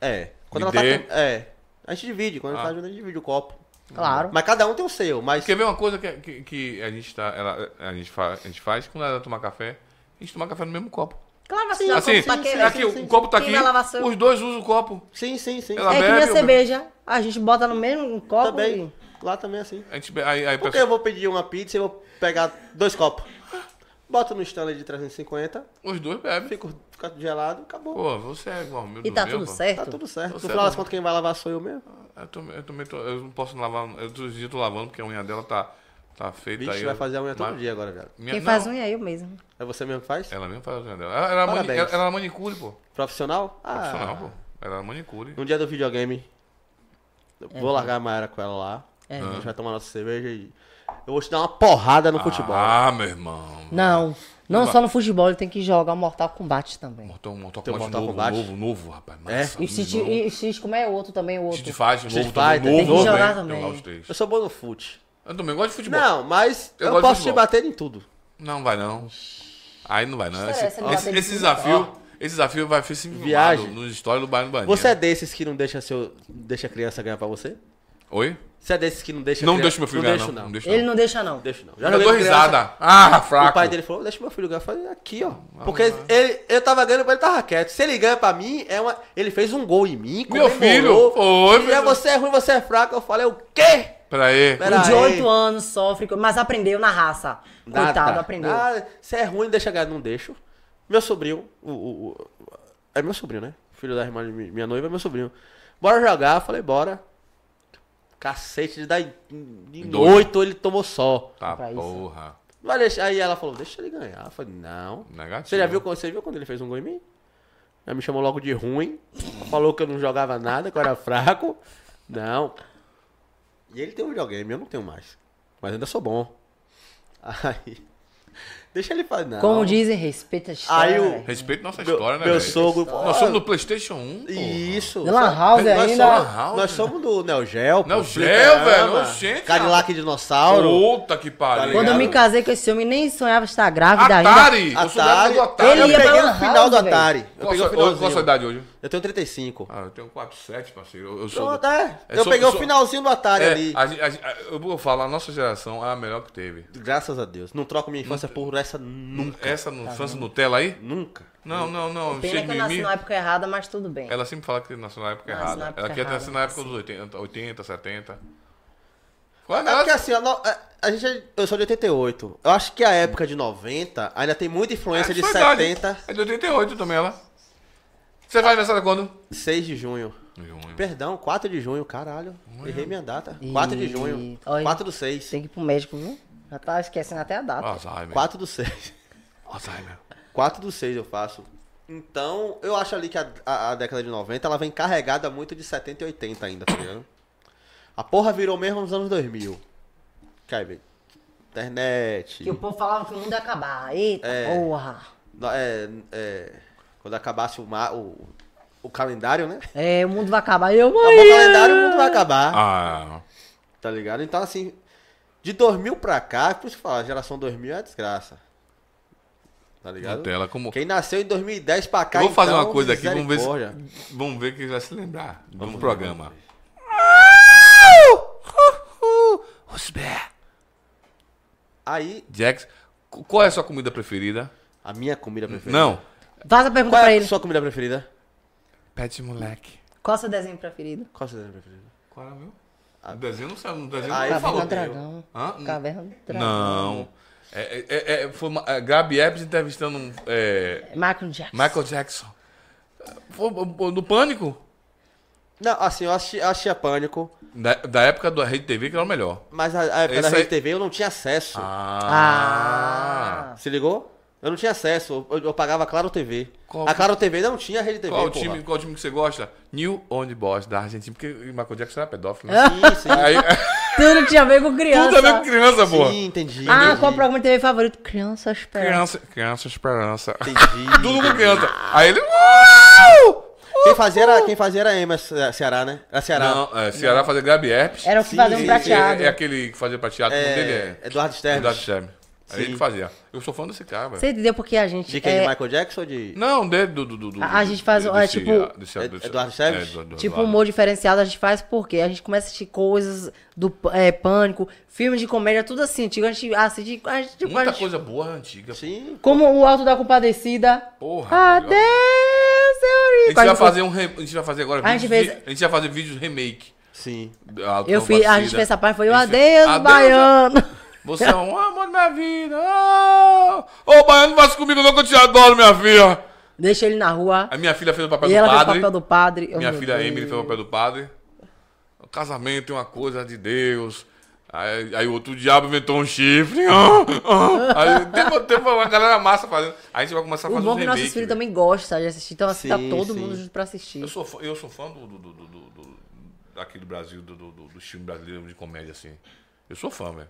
[SPEAKER 3] É. Quando
[SPEAKER 4] Me
[SPEAKER 3] ela
[SPEAKER 4] dê.
[SPEAKER 3] tá. com- É. A gente divide, quando a gente
[SPEAKER 4] Ah.
[SPEAKER 3] tá junto, a gente divide o copo.
[SPEAKER 5] Claro.
[SPEAKER 3] Mas cada um tem o seu, mas.
[SPEAKER 4] Quer ver uma coisa que, que, que a gente tá. ela- a, gente fa, a gente faz quando ela tomar café, a gente toma café no mesmo copo.
[SPEAKER 5] Claro,
[SPEAKER 3] Sim,
[SPEAKER 5] dá
[SPEAKER 4] assim,
[SPEAKER 5] copo pra quê,
[SPEAKER 3] sim,
[SPEAKER 5] né?
[SPEAKER 4] aqui, o copo tá
[SPEAKER 5] Quem
[SPEAKER 4] aqui.
[SPEAKER 5] vai lavar seu?
[SPEAKER 4] Os dois usam o copo.
[SPEAKER 3] Sim, sim, sim.
[SPEAKER 4] Ela
[SPEAKER 5] É que
[SPEAKER 4] bebe,
[SPEAKER 5] nem a
[SPEAKER 4] eu-
[SPEAKER 5] cerveja. A gente bota no mesmo copo.
[SPEAKER 3] Também.
[SPEAKER 5] e-
[SPEAKER 3] Lá também é assim.
[SPEAKER 4] A gente, be- aí, aí
[SPEAKER 3] Por que
[SPEAKER 4] pessoa-
[SPEAKER 3] eu vou pedir uma pizza e vou pegar dois copos? Bota no Stanley de 350,
[SPEAKER 4] os dois bebem.
[SPEAKER 3] fica, fica gelado, acabou.
[SPEAKER 4] Pô, você é igual ao meu
[SPEAKER 5] E
[SPEAKER 4] do
[SPEAKER 5] tá
[SPEAKER 4] meu,
[SPEAKER 5] tudo
[SPEAKER 4] pô.
[SPEAKER 3] Tá
[SPEAKER 5] certo.
[SPEAKER 3] tudo certo. No
[SPEAKER 4] Você
[SPEAKER 3] final
[SPEAKER 4] é
[SPEAKER 3] das
[SPEAKER 4] bom.
[SPEAKER 3] contas, quem vai lavar sou eu mesmo.
[SPEAKER 4] Eu também, eu também tô, eu não posso lavar. Eu todo dia eu tô lavando, porque a unha dela tá, tá feita
[SPEAKER 3] Vixe,
[SPEAKER 4] aí.
[SPEAKER 3] vai
[SPEAKER 4] eu-
[SPEAKER 3] fazer a unha todo
[SPEAKER 4] mas-
[SPEAKER 3] dia agora, velho.
[SPEAKER 4] Minha,
[SPEAKER 5] Quem
[SPEAKER 4] não,
[SPEAKER 5] faz um é eu mesmo.
[SPEAKER 3] É você mesmo que faz?
[SPEAKER 4] Ela mesmo faz a unha dela. Ela, ela, era mani-
[SPEAKER 3] Parabéns.
[SPEAKER 4] ela, ela era manicure, pô.
[SPEAKER 3] Profissional? Ah,
[SPEAKER 4] Profissional, pô. Ela era manicure.
[SPEAKER 3] No dia do videogame, eu vou largar a Mayara com ela lá.
[SPEAKER 5] É.
[SPEAKER 3] A gente vai tomar nossa cerveja e eu vou te dar uma porrada no futebol.
[SPEAKER 4] Ah, meu irmão.
[SPEAKER 5] Não. Não só no futebol, ele tem que jogar o Mortal Kombat também.
[SPEAKER 4] Mortal, Mortal
[SPEAKER 3] Tem um Mortal
[SPEAKER 4] Kombat novo,
[SPEAKER 3] Kombat?
[SPEAKER 4] novo, novo, rapaz.
[SPEAKER 3] É?
[SPEAKER 4] Massa,
[SPEAKER 5] E Street,
[SPEAKER 4] novo.
[SPEAKER 5] e Street, como é o outro também, o outro.
[SPEAKER 4] Street Fighter,
[SPEAKER 3] Street
[SPEAKER 4] novo, também,
[SPEAKER 3] Fighter.
[SPEAKER 4] novo,
[SPEAKER 3] Tem que
[SPEAKER 4] novo,
[SPEAKER 5] jogar
[SPEAKER 4] né?
[SPEAKER 5] também.
[SPEAKER 4] Eu gosto deles.
[SPEAKER 3] Eu sou bom no fute.
[SPEAKER 4] Eu também gosto de futebol. Não,
[SPEAKER 3] Não, mas
[SPEAKER 4] Eu
[SPEAKER 3] eu,
[SPEAKER 4] gosto de
[SPEAKER 3] posso te
[SPEAKER 4] futebol.
[SPEAKER 3] bater em tudo.
[SPEAKER 4] vai não. Aí não vai não.
[SPEAKER 5] Isso
[SPEAKER 4] Esse,
[SPEAKER 5] é, você não
[SPEAKER 4] esse-
[SPEAKER 5] bater de
[SPEAKER 4] esse
[SPEAKER 5] tudo.
[SPEAKER 4] desafio, esse desafio vai ser se
[SPEAKER 3] Viagem.
[SPEAKER 4] filmado nos stories do bairro do Bahia.
[SPEAKER 3] Você é desses que não deixa seu. Deixa a criança ganhar pra você?
[SPEAKER 4] Oi?
[SPEAKER 3] Você é desses que não deixa a
[SPEAKER 4] Não
[SPEAKER 3] criança-
[SPEAKER 4] deixa meu
[SPEAKER 3] não
[SPEAKER 4] filho ganhar,
[SPEAKER 3] deixo,
[SPEAKER 4] não. Não
[SPEAKER 3] não.
[SPEAKER 4] deixa
[SPEAKER 5] Ele
[SPEAKER 4] não.
[SPEAKER 5] não deixa, não.
[SPEAKER 3] Deixo não.
[SPEAKER 4] Eu dou
[SPEAKER 3] com criança,
[SPEAKER 4] risada. Ah, fraco.
[SPEAKER 3] O pai dele falou, deixa meu filho ganhar. Eu falei, aqui, ó. Porque ele, eu tava ganhando pra ele, tava quieto. Se ele ganha pra mim, é uma... ele fez um gol em mim.
[SPEAKER 4] Meu
[SPEAKER 3] comemorou.
[SPEAKER 4] filho, foi,
[SPEAKER 3] E aí,
[SPEAKER 4] meu-
[SPEAKER 3] você é ruim, você é fraco. Eu falei, o quê?
[SPEAKER 4] Pera aí.
[SPEAKER 3] Pera
[SPEAKER 5] o de
[SPEAKER 3] aí.
[SPEAKER 5] 8 anos sofre, co- mas aprendeu na raça.
[SPEAKER 3] Nada.
[SPEAKER 5] Coitado, aprendeu.
[SPEAKER 3] Nada. Você é ruim, deixa ganhar. Não deixo. Meu sobrinho, o, o- o- é meu sobrinho, né? Filho da irmã de mi- minha noiva é meu sobrinho. Bora jogar. Eu falei, bora. Cacete, de dar em- em
[SPEAKER 4] Doido.
[SPEAKER 3] oito ele tomou só.
[SPEAKER 4] Tá,
[SPEAKER 5] pra isso.
[SPEAKER 4] porra.
[SPEAKER 3] Vai deixar. Aí ela falou, deixa ele ganhar. Eu falei, não.
[SPEAKER 4] Negativo.
[SPEAKER 3] Você já viu, quando- você viu quando ele fez um gol em mim? Aí me chamou logo de ruim, falou que eu não jogava nada, que eu era fraco. Não. E ele tem um videogame, eu não tenho mais. Mas ainda sou bom. Aí. Deixa ele falar. Não.
[SPEAKER 5] Como dizem, respeita a história.
[SPEAKER 3] Aí o-
[SPEAKER 5] velho.
[SPEAKER 4] Respeito nossa
[SPEAKER 3] Meu-
[SPEAKER 4] história, né,
[SPEAKER 3] meu
[SPEAKER 4] velho?
[SPEAKER 3] sogro-
[SPEAKER 4] Nós somos do PlayStation 1, porra.
[SPEAKER 3] Isso.
[SPEAKER 5] De Lan House
[SPEAKER 3] nós
[SPEAKER 5] ainda.
[SPEAKER 3] Somos,
[SPEAKER 4] Lan House,
[SPEAKER 3] nós
[SPEAKER 4] né?
[SPEAKER 3] somos do Neo Geo. pô,
[SPEAKER 4] Neo Geo,
[SPEAKER 3] fliperama,
[SPEAKER 4] velho, oxente,
[SPEAKER 3] Cadillac Dinossauro.
[SPEAKER 4] Puta que
[SPEAKER 3] Tá
[SPEAKER 4] pariu.
[SPEAKER 5] Quando eu me casei com esse homem, nem sonhava estar grávida ainda.
[SPEAKER 4] Atari. Eu sou
[SPEAKER 3] Atari.
[SPEAKER 4] do Atari.
[SPEAKER 5] Ele
[SPEAKER 3] eu
[SPEAKER 5] ia pra
[SPEAKER 3] peguei
[SPEAKER 5] Lan
[SPEAKER 3] o final
[SPEAKER 5] House,
[SPEAKER 3] do
[SPEAKER 5] velho.
[SPEAKER 3] Atari. Eu
[SPEAKER 4] Qual,
[SPEAKER 3] peguei o
[SPEAKER 4] sua- qual, qual a sua
[SPEAKER 3] finalzinho.
[SPEAKER 4] idade hoje?
[SPEAKER 3] Eu tenho 35.
[SPEAKER 4] Ah, eu tenho 47, parceiro. Eu, eu sou.
[SPEAKER 3] Pronto,
[SPEAKER 4] do-
[SPEAKER 3] é.
[SPEAKER 4] É,
[SPEAKER 3] Eu
[SPEAKER 4] sou-
[SPEAKER 3] peguei o
[SPEAKER 4] sou-
[SPEAKER 3] finalzinho do Atari
[SPEAKER 4] É,
[SPEAKER 3] ali.
[SPEAKER 4] a gen- a gen- a- eu vou falar, a nossa geração é a melhor que teve.
[SPEAKER 3] Graças a Deus. Não troco minha infância por essa nunca.
[SPEAKER 4] Essa no França Nutella aí?
[SPEAKER 3] Nunca. É
[SPEAKER 4] Não, não,
[SPEAKER 5] Pena
[SPEAKER 4] não.
[SPEAKER 5] que eu
[SPEAKER 4] Sheikh
[SPEAKER 5] nasci
[SPEAKER 4] Mimi,
[SPEAKER 5] na época errada, mas tudo bem.
[SPEAKER 4] Ela sempre fala que nasceu na época
[SPEAKER 5] Nasce na
[SPEAKER 4] errada.
[SPEAKER 5] época
[SPEAKER 4] Ela quer
[SPEAKER 5] errada,
[SPEAKER 4] nascer na época dos 80, 80 70. Qual é a
[SPEAKER 3] É
[SPEAKER 4] melhor?
[SPEAKER 3] porque assim, a, no- a- a gente é- eu sou de 88. Eu acho que a época de 90 ainda tem muita influência
[SPEAKER 4] É
[SPEAKER 3] de
[SPEAKER 4] sua idade.
[SPEAKER 3] 70,
[SPEAKER 4] É de 88 também, ela. Você faz aniversário quando?
[SPEAKER 3] 6 de junho.
[SPEAKER 4] Hum.
[SPEAKER 3] Perdão, 4 de junho, caralho. Errei minha data. 4 de junho.
[SPEAKER 5] Olha.
[SPEAKER 3] 4 do 6.
[SPEAKER 5] Tem que ir pro médico, viu? Já tá esquecendo até a data.
[SPEAKER 4] Alzheimer.
[SPEAKER 3] 4 do 6.
[SPEAKER 4] Alzheimer.
[SPEAKER 3] 4 do 6 eu faço. Então, eu acho ali que a, a- a década de 90 ela vem carregada muito de 70 e 80 ainda, tá ligado? A porra virou mesmo nos anos 2000. Cai, velho. Internet.
[SPEAKER 5] Que o povo falava que o mundo ia acabar. Eita
[SPEAKER 3] É.
[SPEAKER 5] porra.
[SPEAKER 3] No- É, é, quando acabasse o, ma- o, o calendário, né?
[SPEAKER 5] É, o mundo vai acabar. Eu,
[SPEAKER 3] Acabou
[SPEAKER 5] mãe.
[SPEAKER 3] o calendário, o mundo vai acabar,
[SPEAKER 4] Ah.
[SPEAKER 3] tá ligado? Então, assim, de 2000 pra cá, por isso que fala, geração 2000 é uma desgraça. Tá ligado?
[SPEAKER 4] Nutella, como.
[SPEAKER 3] Quem nasceu em 2010 pra cá,
[SPEAKER 4] Eu vou fazer
[SPEAKER 3] então,
[SPEAKER 4] uma coisa aqui, vamos ver
[SPEAKER 3] misericórdia.
[SPEAKER 4] se. Vamos ver quem vai se lembrar do programa. Ah! Osbé.
[SPEAKER 3] Aí,
[SPEAKER 4] Jax, qu- qual é a sua comida preferida?
[SPEAKER 3] a minha comida preferida.
[SPEAKER 4] Hum, Não.
[SPEAKER 5] Faz a pergunta
[SPEAKER 3] Qual
[SPEAKER 5] pra
[SPEAKER 3] é a
[SPEAKER 5] ele.
[SPEAKER 3] sua comida preferida?
[SPEAKER 4] Pet moleque.
[SPEAKER 5] Qual é o seu desenho preferido?
[SPEAKER 3] Qual a sua comida preferida?
[SPEAKER 4] Qual era o meu? O desenho não saiu. O desenho
[SPEAKER 3] Ah,
[SPEAKER 4] não
[SPEAKER 3] eu
[SPEAKER 5] Caverna
[SPEAKER 4] falou.
[SPEAKER 5] do Dragão.
[SPEAKER 4] Hã?
[SPEAKER 5] Caverna do Dragão.
[SPEAKER 4] Não. É, é, é- é, foi uma, é, Gabi Epps entrevistando um, é,
[SPEAKER 5] Michael Jackson.
[SPEAKER 4] Michael Jackson. Foi bo- no Pânico?
[SPEAKER 3] Não, assim, eu assisti- eu assistia Pânico,
[SPEAKER 4] Da, da época da Rede TV, que era o melhor. Ah,
[SPEAKER 3] mas a, a época
[SPEAKER 4] Esse
[SPEAKER 3] da
[SPEAKER 4] aí-
[SPEAKER 3] Rede TV eu não tinha acesso.
[SPEAKER 5] Ah.
[SPEAKER 3] Se ligou? Eu não tinha acesso, eu, eu pagava a Claro TV.
[SPEAKER 4] Qual-
[SPEAKER 3] a Claro TV não tinha Rede TV,
[SPEAKER 4] Qual o
[SPEAKER 3] porra.
[SPEAKER 4] time, qual o time que você gosta? New Old Boys da Argentina, porque Michael Jackson era pedófilo. Né?
[SPEAKER 3] Sim, sim.
[SPEAKER 4] Aí, é,
[SPEAKER 5] Tudo tinha a ver com criança.
[SPEAKER 4] tudo a ver com criança, pô.
[SPEAKER 3] Sim, entendi.
[SPEAKER 5] Ah,
[SPEAKER 3] entendi.
[SPEAKER 5] qual o programa de TV favorito? Criança Esperança.
[SPEAKER 4] Criança, criança, esperança.
[SPEAKER 3] Entendi.
[SPEAKER 4] Tudo com criança. Aí ele. Uau!
[SPEAKER 3] Quem fazia era, quem fazia era Ema Ce- Ceará, né? Era Ceará.
[SPEAKER 4] Não, é, Ceará fazer Gabi é, Herpes.
[SPEAKER 5] Era o que
[SPEAKER 3] Sim,
[SPEAKER 5] fazia um
[SPEAKER 3] sim,
[SPEAKER 5] prateado.
[SPEAKER 4] É, é aquele que fazia prateado, o nome dele
[SPEAKER 3] É,
[SPEAKER 4] é.
[SPEAKER 3] Eduardo Sternes.
[SPEAKER 4] Eduardo Sherman. É ele que fazia. Eu sou fã desse cara, velho.
[SPEAKER 5] Você entendeu porque a gente.
[SPEAKER 3] De quem?
[SPEAKER 5] é-
[SPEAKER 3] De Michael Jackson ou de.
[SPEAKER 4] Não, dele, do, do, do, do-
[SPEAKER 5] A- a gente faz- é, tipo,
[SPEAKER 4] ah, desse-
[SPEAKER 3] Ed-
[SPEAKER 4] desse-
[SPEAKER 3] Eduardo Chaves?
[SPEAKER 4] é, Eduardo-
[SPEAKER 5] Tipo,
[SPEAKER 4] Eduardo.
[SPEAKER 5] humor diferenciado a gente faz porque a gente começa a assistir coisas do p- é, pânico, filmes de comédia, tudo assim. Antigo, a gente assiste. A gente, tipo, a
[SPEAKER 4] Muita
[SPEAKER 5] gente-
[SPEAKER 4] coisa boa antiga.
[SPEAKER 3] Sim.
[SPEAKER 5] Como o Alto da Compadecida.
[SPEAKER 4] Porra. tá
[SPEAKER 5] Adeus,
[SPEAKER 4] ligado?
[SPEAKER 5] senhorita.
[SPEAKER 4] A gente vai fazer um. re- A gente vai fazer agora.
[SPEAKER 5] A gente
[SPEAKER 4] vídeos de-
[SPEAKER 5] fez-
[SPEAKER 4] a gente vai fazer vídeos remake.
[SPEAKER 3] Sim.
[SPEAKER 4] da
[SPEAKER 5] Eu fui, a gente
[SPEAKER 4] Autobacida.
[SPEAKER 5] fez essa parte, foi o
[SPEAKER 4] A gente
[SPEAKER 5] adeus,
[SPEAKER 4] fez- Adeus,
[SPEAKER 5] baiano.
[SPEAKER 4] Você é um amor da minha vida. Ah! Ô, Baiano, não faz comigo não que eu te adoro, minha filha.
[SPEAKER 5] Deixa ele na rua.
[SPEAKER 4] A minha filha fez o papel
[SPEAKER 5] E
[SPEAKER 4] do
[SPEAKER 5] ela fez o
[SPEAKER 4] padre.
[SPEAKER 5] papel do padre. Eu,
[SPEAKER 4] Minha
[SPEAKER 5] meu
[SPEAKER 4] filha
[SPEAKER 5] Deus.
[SPEAKER 4] Emily fez o papel do padre. O casamento é uma coisa de Deus. Aí, aí o outro diabo inventou um chifre. Ah, ah. Aí teve, teve uma galera massa fazendo. Aí a gente vai começar a
[SPEAKER 5] O
[SPEAKER 4] fazer
[SPEAKER 5] bom é
[SPEAKER 4] os
[SPEAKER 5] que nossos filhos
[SPEAKER 4] remakes. um velho.
[SPEAKER 5] também gostam de assistir, então assim, tá
[SPEAKER 3] Sim,
[SPEAKER 5] todo
[SPEAKER 3] sim.
[SPEAKER 5] mundo junto pra
[SPEAKER 4] Eu
[SPEAKER 5] assistir.
[SPEAKER 4] sou fã, eu sou fã do, do, do, do- do- daqui do Brasil, do, do, do, do filme brasileiro de comédia, assim. Eu sou fã, velho.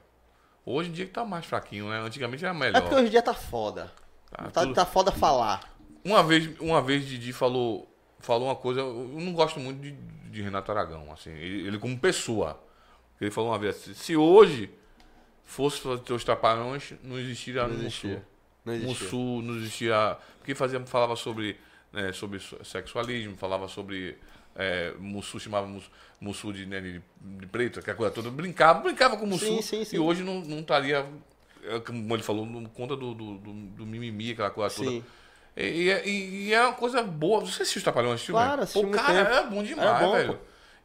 [SPEAKER 4] Hoje em dia que tá mais fraquinho, né? Antigamente era melhor.
[SPEAKER 3] É porque hoje em dia tá foda.
[SPEAKER 4] Tá
[SPEAKER 3] Tá,
[SPEAKER 4] tudo-
[SPEAKER 3] tá foda falar.
[SPEAKER 4] Uma vez, uma vez Didi falou, falou uma coisa, eu não gosto muito de, de Renato Aragão, assim, ele, ele como pessoa. Ele falou uma vez assim, se hoje fosse fazer os trapalhões, não existiria
[SPEAKER 3] Não
[SPEAKER 4] Mussu.
[SPEAKER 3] existia. Não existe.
[SPEAKER 4] Mussu, Um não existia... Porque fazia, falava sobre, né, sobre so- sexualismo, falava sobre... É, Mussu chamava Mussu, Mussu de, né, de, de preto, aquela coisa toda. Brincava, brincava com Mussu.
[SPEAKER 3] Sim, sim, sim.
[SPEAKER 4] E hoje não, não estaria, é, como ele falou, por conta do, do, do, do mimimi, aquela coisa
[SPEAKER 3] Sim.
[SPEAKER 4] toda. E, e- e é uma coisa boa. Você assistiu os Trapalhões filme?
[SPEAKER 3] Claro,
[SPEAKER 4] Pô,
[SPEAKER 3] assisti muito
[SPEAKER 4] cara,
[SPEAKER 3] tempo.
[SPEAKER 4] era bom demais,
[SPEAKER 3] Era bom,
[SPEAKER 4] velho.
[SPEAKER 3] pô.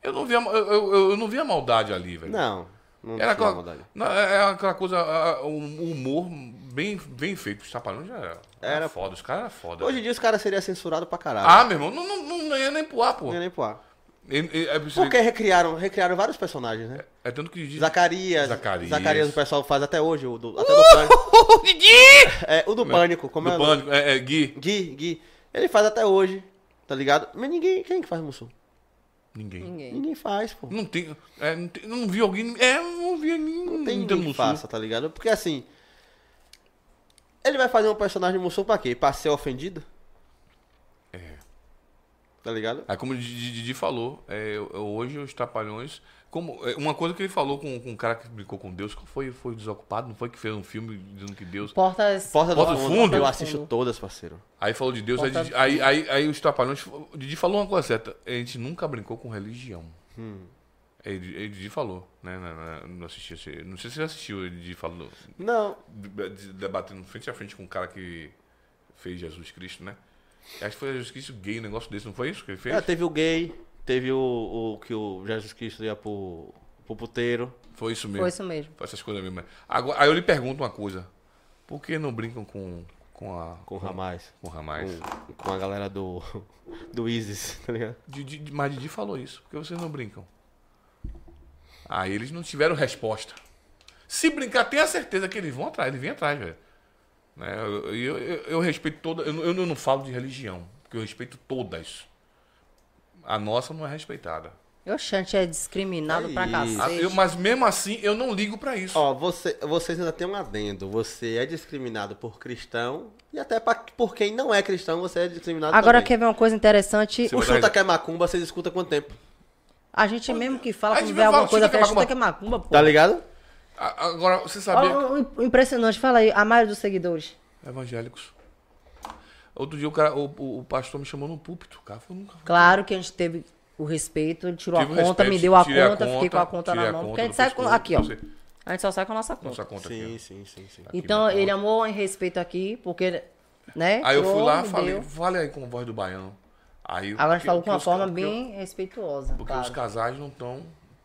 [SPEAKER 4] Eu não via, eu, eu, eu não via maldade ali, velho.
[SPEAKER 3] Não. Não
[SPEAKER 4] era
[SPEAKER 3] tinha
[SPEAKER 4] aquela,
[SPEAKER 3] maldade.
[SPEAKER 4] não, era aquela coisa, ah, um humor bem, bem feito. Os Trapalhões já era, era,
[SPEAKER 3] Era,
[SPEAKER 4] foda, os caras eram foda.
[SPEAKER 3] Hoje em dia os caras seriam censurados pra caralho.
[SPEAKER 4] ah, meu irmão, não, não, não, não ia nem pular, pô.
[SPEAKER 3] Não ia nem pro ar.
[SPEAKER 4] Ele- ele- é, preciso-
[SPEAKER 3] Porque recriaram, recriaram vários personagens, né?
[SPEAKER 4] é tanto que diz.
[SPEAKER 3] Zacarias.
[SPEAKER 4] Zacarias. Uh!
[SPEAKER 3] Zacarias. o pessoal faz até hoje, o do, até do Pânico. É, o do Pânico, como é?
[SPEAKER 4] do
[SPEAKER 3] o nome?
[SPEAKER 4] pânico, é, é, Gui.
[SPEAKER 3] Gui, Gui. Ele faz até hoje, tá ligado? Mas ninguém, quem que faz Mussum?
[SPEAKER 4] Ninguém.
[SPEAKER 5] Ninguém.
[SPEAKER 3] Ninguém faz, pô.
[SPEAKER 4] Não tem, é, não tem. Não vi alguém. É, não vi ninguém.
[SPEAKER 3] Não tem
[SPEAKER 4] dando
[SPEAKER 3] ninguém que
[SPEAKER 4] sul.
[SPEAKER 3] faça, tá ligado? Porque assim, ele vai fazer um personagem de Mussum pra quê? Pra ser ofendido?
[SPEAKER 4] É.
[SPEAKER 3] Tá ligado?
[SPEAKER 4] Aí, É como o Didi Didi falou, é, eu- eu- hoje os Trapalhões. Como, é, uma coisa que ele falou com, com um cara que brincou com Deus, qual foi, foi o desocupado, não foi que fez um filme dizendo que Deus.
[SPEAKER 5] Portas.
[SPEAKER 3] Porta
[SPEAKER 4] Porta
[SPEAKER 3] do
[SPEAKER 4] do
[SPEAKER 3] fundo,
[SPEAKER 4] Fundo?
[SPEAKER 3] eu assisto todas, parceiro.
[SPEAKER 4] Aí falou de Deus, aí, Didi- aí, aí, aí os Trapalhões. O Didi falou uma coisa certa: a gente nunca brincou com religião. Aí Didi- aí Didi falou, né? na- na- Não assisti, esse- não sei se você assistiu, o Didi falou.
[SPEAKER 3] Não,
[SPEAKER 4] de- de- debatendo frente a frente com um cara que fez Jesus Cristo, né? Acho que foi Jesus Cristo gay, um negócio desse, não foi isso que ele fez?
[SPEAKER 3] Ah, teve o gay, teve o, o que o Jesus Cristo ia pro, pro puteiro.
[SPEAKER 4] Foi isso mesmo.
[SPEAKER 5] Foi isso mesmo.
[SPEAKER 4] Essas coisas mesmo. né? Agora, aí eu lhe pergunto uma coisa. Por que não brincam com, com a.
[SPEAKER 3] Com o Ramais.
[SPEAKER 4] Com o Ramais?
[SPEAKER 3] Com, com a galera do. Do Isis, tá ligado?
[SPEAKER 4] Didi- mas Didi falou isso. Por que vocês não brincam? Aí eles não tiveram resposta. Se brincar, tenha certeza que eles vão atrás, eles vêm atrás, velho. Né? Eu, eu- eu- eu respeito toda. Eu, não- eu não falo de religião, porque eu respeito todas. A nossa não é respeitada.
[SPEAKER 5] Oxante é discriminado
[SPEAKER 3] É
[SPEAKER 5] pra
[SPEAKER 3] isso.
[SPEAKER 4] Ah, eu-
[SPEAKER 5] cacete.
[SPEAKER 4] mas mesmo assim, eu não ligo pra isso.
[SPEAKER 3] Ó, você, vocês ainda tem um adendo. Você é discriminado por cristão e até pra, por quem não é cristão você é discriminado
[SPEAKER 5] Agora
[SPEAKER 3] também.
[SPEAKER 5] quer ver uma coisa interessante?
[SPEAKER 4] Seu-
[SPEAKER 3] O chuta que é macumba, vocês escutam há quanto tempo?
[SPEAKER 5] A gente mesmo que
[SPEAKER 4] A
[SPEAKER 5] fala
[SPEAKER 4] gente
[SPEAKER 5] quando vê
[SPEAKER 4] mesmo
[SPEAKER 5] alguma
[SPEAKER 4] fala,
[SPEAKER 5] coisa,
[SPEAKER 4] chuta que é
[SPEAKER 5] fala, chuta
[SPEAKER 4] macumba. Tá
[SPEAKER 5] que é macumba, pô.
[SPEAKER 3] Tá ligado?
[SPEAKER 4] A- Agora, você sabia.
[SPEAKER 5] Ó, ó, Impressionante, fala aí, a maioria dos seguidores.
[SPEAKER 4] Evangélicos. Outro dia o, cara, o, o- o pastor me chamou no púlpito. Cara, foi nunca.
[SPEAKER 5] Claro que a gente teve o respeito, ele tirou
[SPEAKER 4] Tive o
[SPEAKER 5] a conta,
[SPEAKER 4] respeito,
[SPEAKER 5] me deu a
[SPEAKER 4] tirei a
[SPEAKER 5] conta, fiquei com a conta
[SPEAKER 4] tirei
[SPEAKER 5] na
[SPEAKER 4] a
[SPEAKER 5] mão.
[SPEAKER 4] conta
[SPEAKER 5] porque a gente
[SPEAKER 4] do
[SPEAKER 5] sai com.
[SPEAKER 4] pescoço,
[SPEAKER 5] Aqui, ó.
[SPEAKER 4] não sei.
[SPEAKER 5] A gente só sai com a nossa conta.
[SPEAKER 4] Nossa conta
[SPEAKER 3] Sim,
[SPEAKER 4] aqui.
[SPEAKER 3] sim, sim, sim.
[SPEAKER 4] ó.
[SPEAKER 5] Então
[SPEAKER 4] Aqui, né?
[SPEAKER 5] ele amou em respeito aqui, porque, né?
[SPEAKER 4] Aí eu fui
[SPEAKER 5] tirou,
[SPEAKER 4] lá
[SPEAKER 5] me
[SPEAKER 4] falei,
[SPEAKER 5] deu.
[SPEAKER 4] falei aí com a voz do baiano. Aí,
[SPEAKER 5] Agora a gente
[SPEAKER 4] porque-
[SPEAKER 5] falou com
[SPEAKER 4] porque
[SPEAKER 5] uma
[SPEAKER 4] os
[SPEAKER 5] forma
[SPEAKER 4] ca- porque-
[SPEAKER 5] bem respeituosa.
[SPEAKER 4] Porque
[SPEAKER 5] claro.
[SPEAKER 4] os casais não estão.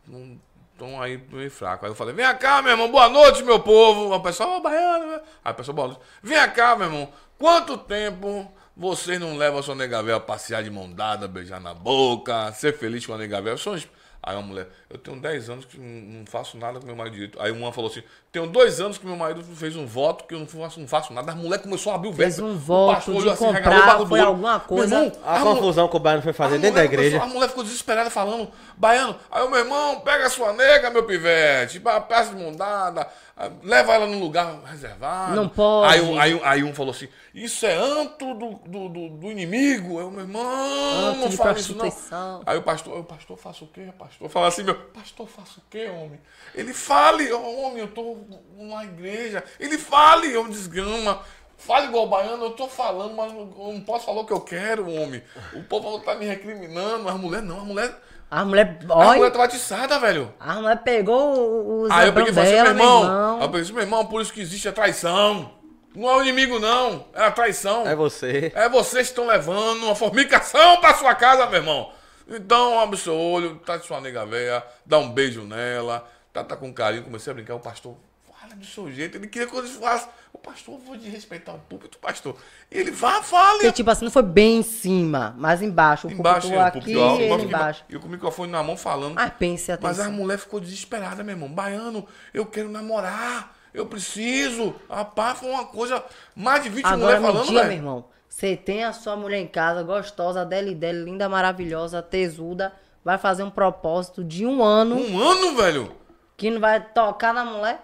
[SPEAKER 4] Não estão aí meio fracos. Aí eu falei, vem cá, meu irmão, boa noite, meu povo. A pessoa, ô baiano, né? Aí a pessoa, boa noite. Vem cá, meu irmão. Quanto tempo vocês não levam a sua negavel a passear de mão dada, beijar na boca, ser feliz com a negavel? São os- Aí uma mulher, eu tenho 10 anos que não não faço nada com meu marido direito. Aí uma falou assim: tenho dois anos que meu marido fez um voto que eu não faço, não faço nada. As mulheres começaram a abrir o assim, verbo.
[SPEAKER 5] Fez um voto de comprar, foi alguma coisa.
[SPEAKER 3] A confusão que o Bayern foi fazer
[SPEAKER 4] A
[SPEAKER 3] dentro da
[SPEAKER 4] mulher
[SPEAKER 3] igreja.
[SPEAKER 4] começou- a mulher ficou desesperada falando, baiano, aí o meu irmão, pega a sua nega, meu pivete, pa- peça de mundada, Ah, Leva ela num lugar reservado.
[SPEAKER 5] Não pode.
[SPEAKER 4] Aí, um- aí um- aí um falou assim: Isso é anto do, do, do, do inimigo. Eu, meu irmão,
[SPEAKER 5] Antro
[SPEAKER 4] não
[SPEAKER 5] de
[SPEAKER 4] fala isso não.
[SPEAKER 5] prostituição.
[SPEAKER 4] Aí o pastor, eu, pastor, faço o quê, pastor? Fala assim, meu, pastor, faço o quê, homem? Ele fale, "Ô, homem, eu tô numa igreja. Ele fale, eu desgrama. Fale igual o baiano, eu tô falando, mas não- eu não posso falar o que eu quero, homem. O povo tá me recriminando, mas a mulher não, a mulher.
[SPEAKER 5] A mulher.
[SPEAKER 4] A mulher
[SPEAKER 5] Olha.
[SPEAKER 4] tá atiçada, velho.
[SPEAKER 5] A mulher pegou os.
[SPEAKER 4] Aí eu peguei e falei assim, meu irmão. Aí eu
[SPEAKER 5] irmão.
[SPEAKER 4] peguei assim, meu irmão, por isso que existe a traição. Não é o inimigo, não. É a traição.
[SPEAKER 3] É você.
[SPEAKER 4] É vocês que estão levando uma formicação pra sua casa, meu irmão. Então, abre seu olho, trate sua nega velha, dá um beijo nela, trata com carinho. Comecei a brincar, o pastor fala do seu jeito, ele queria que eu faça. O pastor, eu vou de respeitar o púlpito, pastor. E ele vá,
[SPEAKER 5] Porque,
[SPEAKER 4] fale.
[SPEAKER 5] tipo assim, não foi bem em cima, mas embaixo. O
[SPEAKER 4] Embaixo,
[SPEAKER 5] embaixo,
[SPEAKER 4] eu,
[SPEAKER 5] tipo um aqui
[SPEAKER 4] púlpito alto,
[SPEAKER 5] e
[SPEAKER 4] mas
[SPEAKER 5] ele
[SPEAKER 4] fiquei-
[SPEAKER 5] embaixo.
[SPEAKER 4] eu com o microfone na mão falando.
[SPEAKER 5] Ah, pense atenção.
[SPEAKER 4] Mas a mulher ficou desesperada, meu irmão. Baiano, eu quero namorar. Eu preciso. Rapaz, foi uma coisa. Mais de 20
[SPEAKER 5] Agora
[SPEAKER 4] mulheres
[SPEAKER 5] me
[SPEAKER 4] falando,
[SPEAKER 5] diga, meu
[SPEAKER 4] velho.
[SPEAKER 5] irmão. Você tem a sua mulher em casa, gostosa, dela e dela, linda, maravilhosa, tesuda. Vai fazer um propósito de um ano
[SPEAKER 4] Um ano, velho.
[SPEAKER 5] que não vai tocar na mulher?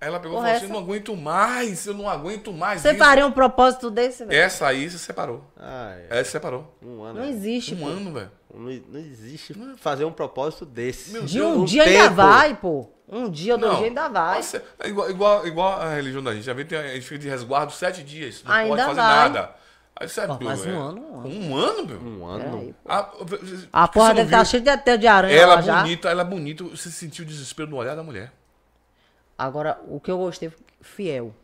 [SPEAKER 4] Ela pegou e
[SPEAKER 5] Porra,
[SPEAKER 4] falou assim:
[SPEAKER 5] essa-
[SPEAKER 4] não aguento mais, eu não aguento mais.
[SPEAKER 5] Você
[SPEAKER 4] isso."
[SPEAKER 5] faria um propósito desse, velho?
[SPEAKER 4] Essa aí se separou.
[SPEAKER 3] Ai,
[SPEAKER 4] Essa se separou.
[SPEAKER 3] um
[SPEAKER 5] É. Não
[SPEAKER 3] ano.
[SPEAKER 5] existe,
[SPEAKER 4] Um
[SPEAKER 5] pô.
[SPEAKER 4] ano, velho.
[SPEAKER 3] Não, não existe fazer um propósito desse.
[SPEAKER 5] De um, dia ainda
[SPEAKER 3] tempo.
[SPEAKER 5] vai, pô. Um dia, dois
[SPEAKER 4] Não.
[SPEAKER 5] dias ainda vai.
[SPEAKER 4] Nossa, é igual, igual, igual a religião da gente. A gente, tem- a gente fica de resguardo sete dias. Não
[SPEAKER 5] Ainda
[SPEAKER 4] pode fazer
[SPEAKER 5] vai.
[SPEAKER 4] nada. Aí você
[SPEAKER 5] Pô, mas
[SPEAKER 4] é-
[SPEAKER 5] um ano, um ano.
[SPEAKER 4] Um ano, meu? Ah,
[SPEAKER 3] Um ano.
[SPEAKER 5] Peraí.
[SPEAKER 4] A,
[SPEAKER 5] A porra deve estar
[SPEAKER 4] tá
[SPEAKER 5] cheia de até de aranha
[SPEAKER 4] Ela é
[SPEAKER 5] lá já.
[SPEAKER 4] bonita, ela bonita. Você sentiu o desespero no olhar da mulher.
[SPEAKER 5] Agora, o que eu gostei, fiel.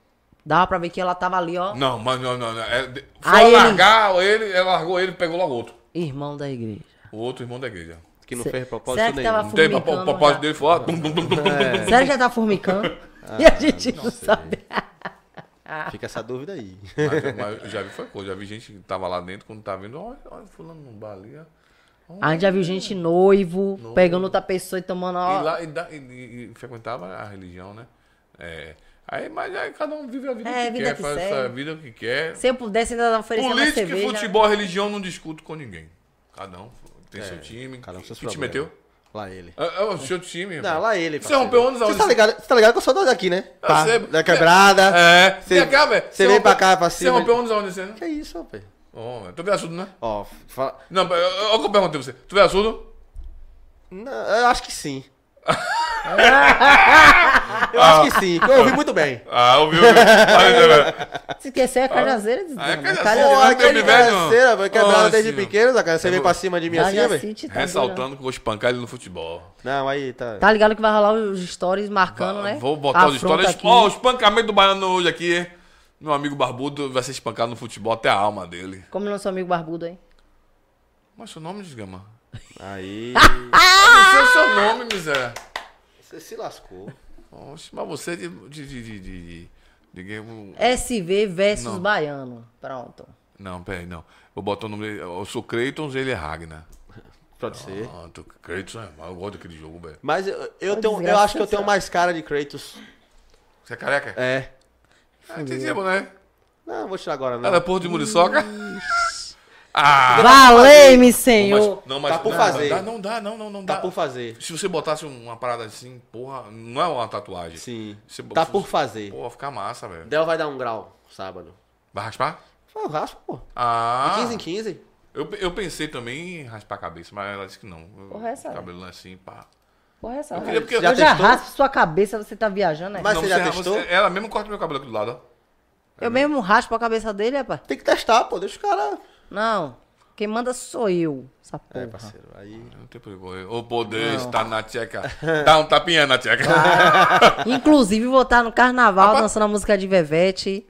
[SPEAKER 5] Dava pra ver que ela tava ali, ó.
[SPEAKER 4] Não, mas não, não, não. É, de- foi
[SPEAKER 5] Aí ele-
[SPEAKER 4] largar ele... ela largou ele e pegou logo outro.
[SPEAKER 5] Irmão da igreja.
[SPEAKER 4] O outro irmão da igreja. Então,
[SPEAKER 3] Que não
[SPEAKER 5] Cê-
[SPEAKER 3] fez
[SPEAKER 5] será
[SPEAKER 3] propósito
[SPEAKER 5] que
[SPEAKER 3] nenhum.
[SPEAKER 5] tava
[SPEAKER 4] Não teve o
[SPEAKER 5] Formicando
[SPEAKER 4] propósito
[SPEAKER 5] já.
[SPEAKER 4] dele foi lá. tum, tum, tum, tum, tum.
[SPEAKER 5] Será que já tá formicando?
[SPEAKER 4] Ah,
[SPEAKER 5] e a gente não, sabe.
[SPEAKER 3] Fica essa dúvida aí.
[SPEAKER 4] Mas, eu- mas eu já vi foi coisa. Já vi gente que tava lá dentro quando tava vendo. Olha, olha, fulano no bar ali. ó.
[SPEAKER 5] A gente já viu gente noivo, pegando outra pessoa e tomando, ó.
[SPEAKER 4] E lá e, da- e- e- e frequentava a religião, né? É. Aí, mas aí cada um vive a vida
[SPEAKER 5] É,
[SPEAKER 4] que
[SPEAKER 5] vida
[SPEAKER 4] quer,
[SPEAKER 5] que
[SPEAKER 4] faz
[SPEAKER 5] segue.
[SPEAKER 4] a vida que quer.
[SPEAKER 5] Se eu pudesse, ainda oferecer uma
[SPEAKER 4] Política,
[SPEAKER 5] cerveja.
[SPEAKER 4] futebol, religião, não discuto com ninguém. Cada um tem
[SPEAKER 3] É,
[SPEAKER 4] seu time.
[SPEAKER 3] Cara, não
[SPEAKER 4] Quem
[SPEAKER 3] um seus
[SPEAKER 4] te
[SPEAKER 3] problemas.
[SPEAKER 4] meteu?
[SPEAKER 3] Lá ele.
[SPEAKER 4] É, é o seu time.
[SPEAKER 3] Não,
[SPEAKER 4] velho.
[SPEAKER 3] lá ele.
[SPEAKER 4] Você é um
[SPEAKER 3] parceiro.
[SPEAKER 4] rompeu anos
[SPEAKER 3] Você
[SPEAKER 4] aonde?
[SPEAKER 3] tá ligado? Você tá ligado que eu sou da- daqui, né?
[SPEAKER 4] Eu
[SPEAKER 3] Pá,
[SPEAKER 4] sei.
[SPEAKER 3] Da quebrada.
[SPEAKER 4] Ah, É.
[SPEAKER 3] Você-
[SPEAKER 4] Vem cá, velho.
[SPEAKER 3] Você vem
[SPEAKER 4] rompeu-
[SPEAKER 3] pra cá, pra cima.
[SPEAKER 4] Você rompeu anos aonde você? né?
[SPEAKER 3] Que isso, velho?
[SPEAKER 4] Ô, tu vê assunto, né?
[SPEAKER 3] Ó, fala...
[SPEAKER 4] Não, eu, eu, eu perguntei pra você. Tu vê assunto?
[SPEAKER 3] Não, eu acho que sim. eu acho que sim. que Eu ouvi muito bem.
[SPEAKER 4] Ah, ouviu? ouviu. Olha,
[SPEAKER 5] Se esquecer, é cajazeira,
[SPEAKER 4] Ah, é
[SPEAKER 5] desgrama.
[SPEAKER 4] cajazeira,
[SPEAKER 5] Cajazeira.
[SPEAKER 4] lá
[SPEAKER 3] Porra,
[SPEAKER 4] que
[SPEAKER 3] Tá
[SPEAKER 4] eu
[SPEAKER 3] aquele
[SPEAKER 4] me vejo.
[SPEAKER 3] canseira, velho. Quebrado
[SPEAKER 4] Nossa,
[SPEAKER 3] desde
[SPEAKER 4] meu.
[SPEAKER 3] pequeno, da cara. Você
[SPEAKER 4] Eu
[SPEAKER 3] vem
[SPEAKER 4] vou-
[SPEAKER 3] pra cima de mim assim, velho.
[SPEAKER 5] Cajacite, tá doido.
[SPEAKER 4] Ressaltando que eu vou espancar ele no futebol.
[SPEAKER 3] Não, aí tá.
[SPEAKER 5] Tá ligado que vai rolar os stories marcando, né?
[SPEAKER 4] Vou botar os
[SPEAKER 5] Afronta
[SPEAKER 4] histórias.
[SPEAKER 5] aqui.
[SPEAKER 4] Ó, o espancamento do baiano hoje aqui. Meu amigo barbudo vai ser espancado no futebol até a alma dele.
[SPEAKER 5] Como nosso amigo barbudo, hein?
[SPEAKER 4] Mas seu nome, desgama.
[SPEAKER 3] Aí.
[SPEAKER 5] Ah!
[SPEAKER 4] Não sei o seu nome, miséria.
[SPEAKER 3] Você se lascou.
[SPEAKER 4] Oxe, mas você é de. de. de. de. de, de, de game- um-
[SPEAKER 5] SV versus
[SPEAKER 4] Não.
[SPEAKER 5] baiano. Pronto.
[SPEAKER 4] Não, peraí, não. Vou botar o nome dele. Eu sou Creitons, ele é Ragnar.
[SPEAKER 3] Pode ser.
[SPEAKER 4] Pronto, Creitons é. Eu gosto daquele jogo, velho.
[SPEAKER 3] Mas eu, eu,
[SPEAKER 5] Ô,
[SPEAKER 3] tenho, eu
[SPEAKER 5] desgraça,
[SPEAKER 3] acho que eu tenho
[SPEAKER 5] desgraça.
[SPEAKER 3] mais cara de Kratos.
[SPEAKER 4] Você é careca?
[SPEAKER 3] É.
[SPEAKER 4] É, entendi, né?
[SPEAKER 3] Não, eu vou tirar agora, não.
[SPEAKER 4] Ela é porra de muriçoca? Ah!
[SPEAKER 5] Valei-me,
[SPEAKER 4] Não,
[SPEAKER 5] senhor.
[SPEAKER 4] mas- não, mas-
[SPEAKER 3] Tá por
[SPEAKER 4] não,
[SPEAKER 3] fazer.
[SPEAKER 4] Dá, não dá, não, não, não
[SPEAKER 3] Tá
[SPEAKER 4] dá.
[SPEAKER 3] por fazer.
[SPEAKER 4] Se você botasse uma parada assim, porra, não é uma tatuagem.
[SPEAKER 3] Sim.
[SPEAKER 4] Se-
[SPEAKER 3] Tá
[SPEAKER 4] se-
[SPEAKER 3] por fazer.
[SPEAKER 4] Porra, fica massa, velho.
[SPEAKER 3] Del vai dar um grau sábado.
[SPEAKER 4] Vai raspar?
[SPEAKER 3] Foi o raspo, pô.
[SPEAKER 4] Ah!
[SPEAKER 3] 15 em 15.
[SPEAKER 4] Eu, eu pensei também em raspar a cabeça, mas ela disse que não.
[SPEAKER 3] é
[SPEAKER 5] Porra, essa-
[SPEAKER 4] O cabelo assim, pá.
[SPEAKER 5] Porra, essa
[SPEAKER 4] queria porque-
[SPEAKER 5] Eu já,
[SPEAKER 3] Já
[SPEAKER 5] já
[SPEAKER 3] testou?
[SPEAKER 5] raspo sua cabeça, você tá viajando, né?
[SPEAKER 3] Mas
[SPEAKER 4] Não,
[SPEAKER 3] você já
[SPEAKER 4] ra-
[SPEAKER 3] testou?
[SPEAKER 4] ela mesmo corta meu cabelo aqui do lado, ó.
[SPEAKER 5] Eu mesmo raspo a cabeça dele, rapaz.
[SPEAKER 3] Tem que testar, pô. Deixa o cara.
[SPEAKER 5] Não. Quem manda sou eu. Essa porra.
[SPEAKER 3] É, parceiro. Aí.
[SPEAKER 4] Não tem por que correr. O poder está na tcheca. Dá um tapinha na tcheca.
[SPEAKER 5] Inclusive, vou estar no carnaval dançando a música de Vevete.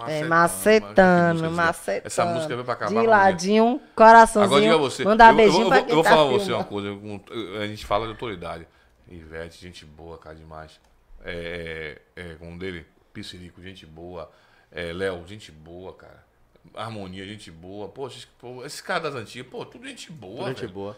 [SPEAKER 3] Ah,
[SPEAKER 5] É, macetando,
[SPEAKER 4] Macetano,
[SPEAKER 5] macetando.
[SPEAKER 4] Essa música veio pra acabar.
[SPEAKER 5] De
[SPEAKER 4] comigo.
[SPEAKER 5] ladinho, um coraçãozinho.
[SPEAKER 4] Agora diga você.
[SPEAKER 5] Mandar
[SPEAKER 4] eu,
[SPEAKER 5] beijinho
[SPEAKER 4] eu, eu,
[SPEAKER 5] pra
[SPEAKER 4] vou-
[SPEAKER 5] quem
[SPEAKER 4] eu vou
[SPEAKER 5] tá
[SPEAKER 4] falar a você
[SPEAKER 5] filmando.
[SPEAKER 4] uma coisa. com- A gente fala de autoridade. Ivete, gente boa, cara demais. É, é, é, como dele? Piscirico, gente boa. É, Léo, gente boa, cara. Harmonia, gente boa. Pô, esses, pô, esses caras das antigas, pô, tudo gente boa.
[SPEAKER 3] Durante
[SPEAKER 4] velho.
[SPEAKER 3] boa.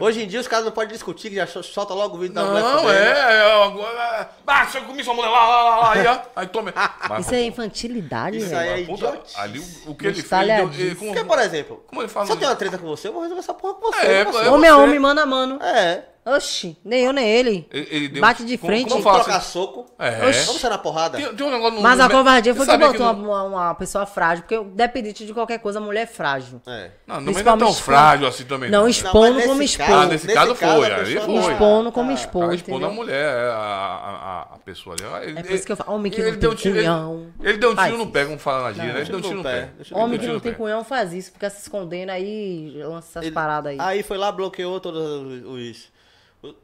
[SPEAKER 3] Hoje em dia os caras não podem discutir, que já so- solta logo o vídeo da mulher
[SPEAKER 4] Não,
[SPEAKER 3] fudendo.
[SPEAKER 4] é, é, agora. Ah, você comi sua mulher lá, lá, lá, lá, aí, ó. Aí tome. Mas,
[SPEAKER 5] Isso é infantilidade,
[SPEAKER 3] Isso
[SPEAKER 5] velho.
[SPEAKER 3] aí é
[SPEAKER 4] puta,
[SPEAKER 3] idiotice.
[SPEAKER 4] ali o, o que ele fez.
[SPEAKER 5] Estalhadinho.
[SPEAKER 4] deu- ele-
[SPEAKER 3] Porque,
[SPEAKER 4] como,
[SPEAKER 3] por exemplo,
[SPEAKER 4] como ele fala?
[SPEAKER 3] se eu tenho uma treta com você, eu vou resolver essa porra com você.
[SPEAKER 4] É,
[SPEAKER 3] parceiro.
[SPEAKER 4] é
[SPEAKER 5] Homem a
[SPEAKER 4] você.
[SPEAKER 5] homem, mano a mano.
[SPEAKER 3] É.
[SPEAKER 5] Oxi, nem eu nem ele.
[SPEAKER 4] Ele, ele deu-
[SPEAKER 5] Bate de
[SPEAKER 4] como-
[SPEAKER 5] frente.
[SPEAKER 4] Como, fala
[SPEAKER 3] Trocar
[SPEAKER 4] assim?
[SPEAKER 3] soco.
[SPEAKER 4] É.
[SPEAKER 3] Vamos sair na porrada.
[SPEAKER 4] Tem, tem um negócio no.
[SPEAKER 5] Mas
[SPEAKER 4] no
[SPEAKER 5] a
[SPEAKER 4] me-
[SPEAKER 5] covardia foi que
[SPEAKER 4] sabe
[SPEAKER 5] botou uma,
[SPEAKER 4] no-
[SPEAKER 5] uma, uma pessoa frágil. Porque, dependente de qualquer coisa, a mulher é frágil.
[SPEAKER 3] É.
[SPEAKER 4] Não, não, mas não é tão
[SPEAKER 5] principalmente
[SPEAKER 4] frágil assim também.
[SPEAKER 5] Não,
[SPEAKER 4] né?
[SPEAKER 5] isso- Expondo
[SPEAKER 3] mas
[SPEAKER 5] como
[SPEAKER 3] nesse
[SPEAKER 5] expor.
[SPEAKER 3] caso-
[SPEAKER 5] Ah,
[SPEAKER 4] nesse caso foi,
[SPEAKER 3] a
[SPEAKER 4] aí
[SPEAKER 3] pessoa
[SPEAKER 4] foi.
[SPEAKER 3] tá-
[SPEAKER 5] Expondo como
[SPEAKER 3] tá-
[SPEAKER 5] expor.
[SPEAKER 4] Ela
[SPEAKER 5] Entendeu?
[SPEAKER 4] Ah, expondo a mulher, é, a, a, a- a pessoa ali. Ele-
[SPEAKER 5] É por isso que eu falo, homem que
[SPEAKER 4] ele
[SPEAKER 5] não
[SPEAKER 4] deu
[SPEAKER 5] tem
[SPEAKER 4] um tiro,
[SPEAKER 5] culhão.
[SPEAKER 4] ele, ele deu um
[SPEAKER 5] Faz
[SPEAKER 4] tiro no
[SPEAKER 5] isso.
[SPEAKER 4] pé, como fala na gíria, né? Ele deu um tiro no pé.
[SPEAKER 3] deixa eu
[SPEAKER 5] Homem
[SPEAKER 4] Ele
[SPEAKER 5] que
[SPEAKER 4] deu um
[SPEAKER 5] não
[SPEAKER 4] tiro
[SPEAKER 5] tem
[SPEAKER 4] no pé.
[SPEAKER 5] cunhão faz isso, fica se escondendo aí lança essas
[SPEAKER 3] Ele-
[SPEAKER 5] paradas aí.
[SPEAKER 3] Aí foi lá, bloqueou todas os, os-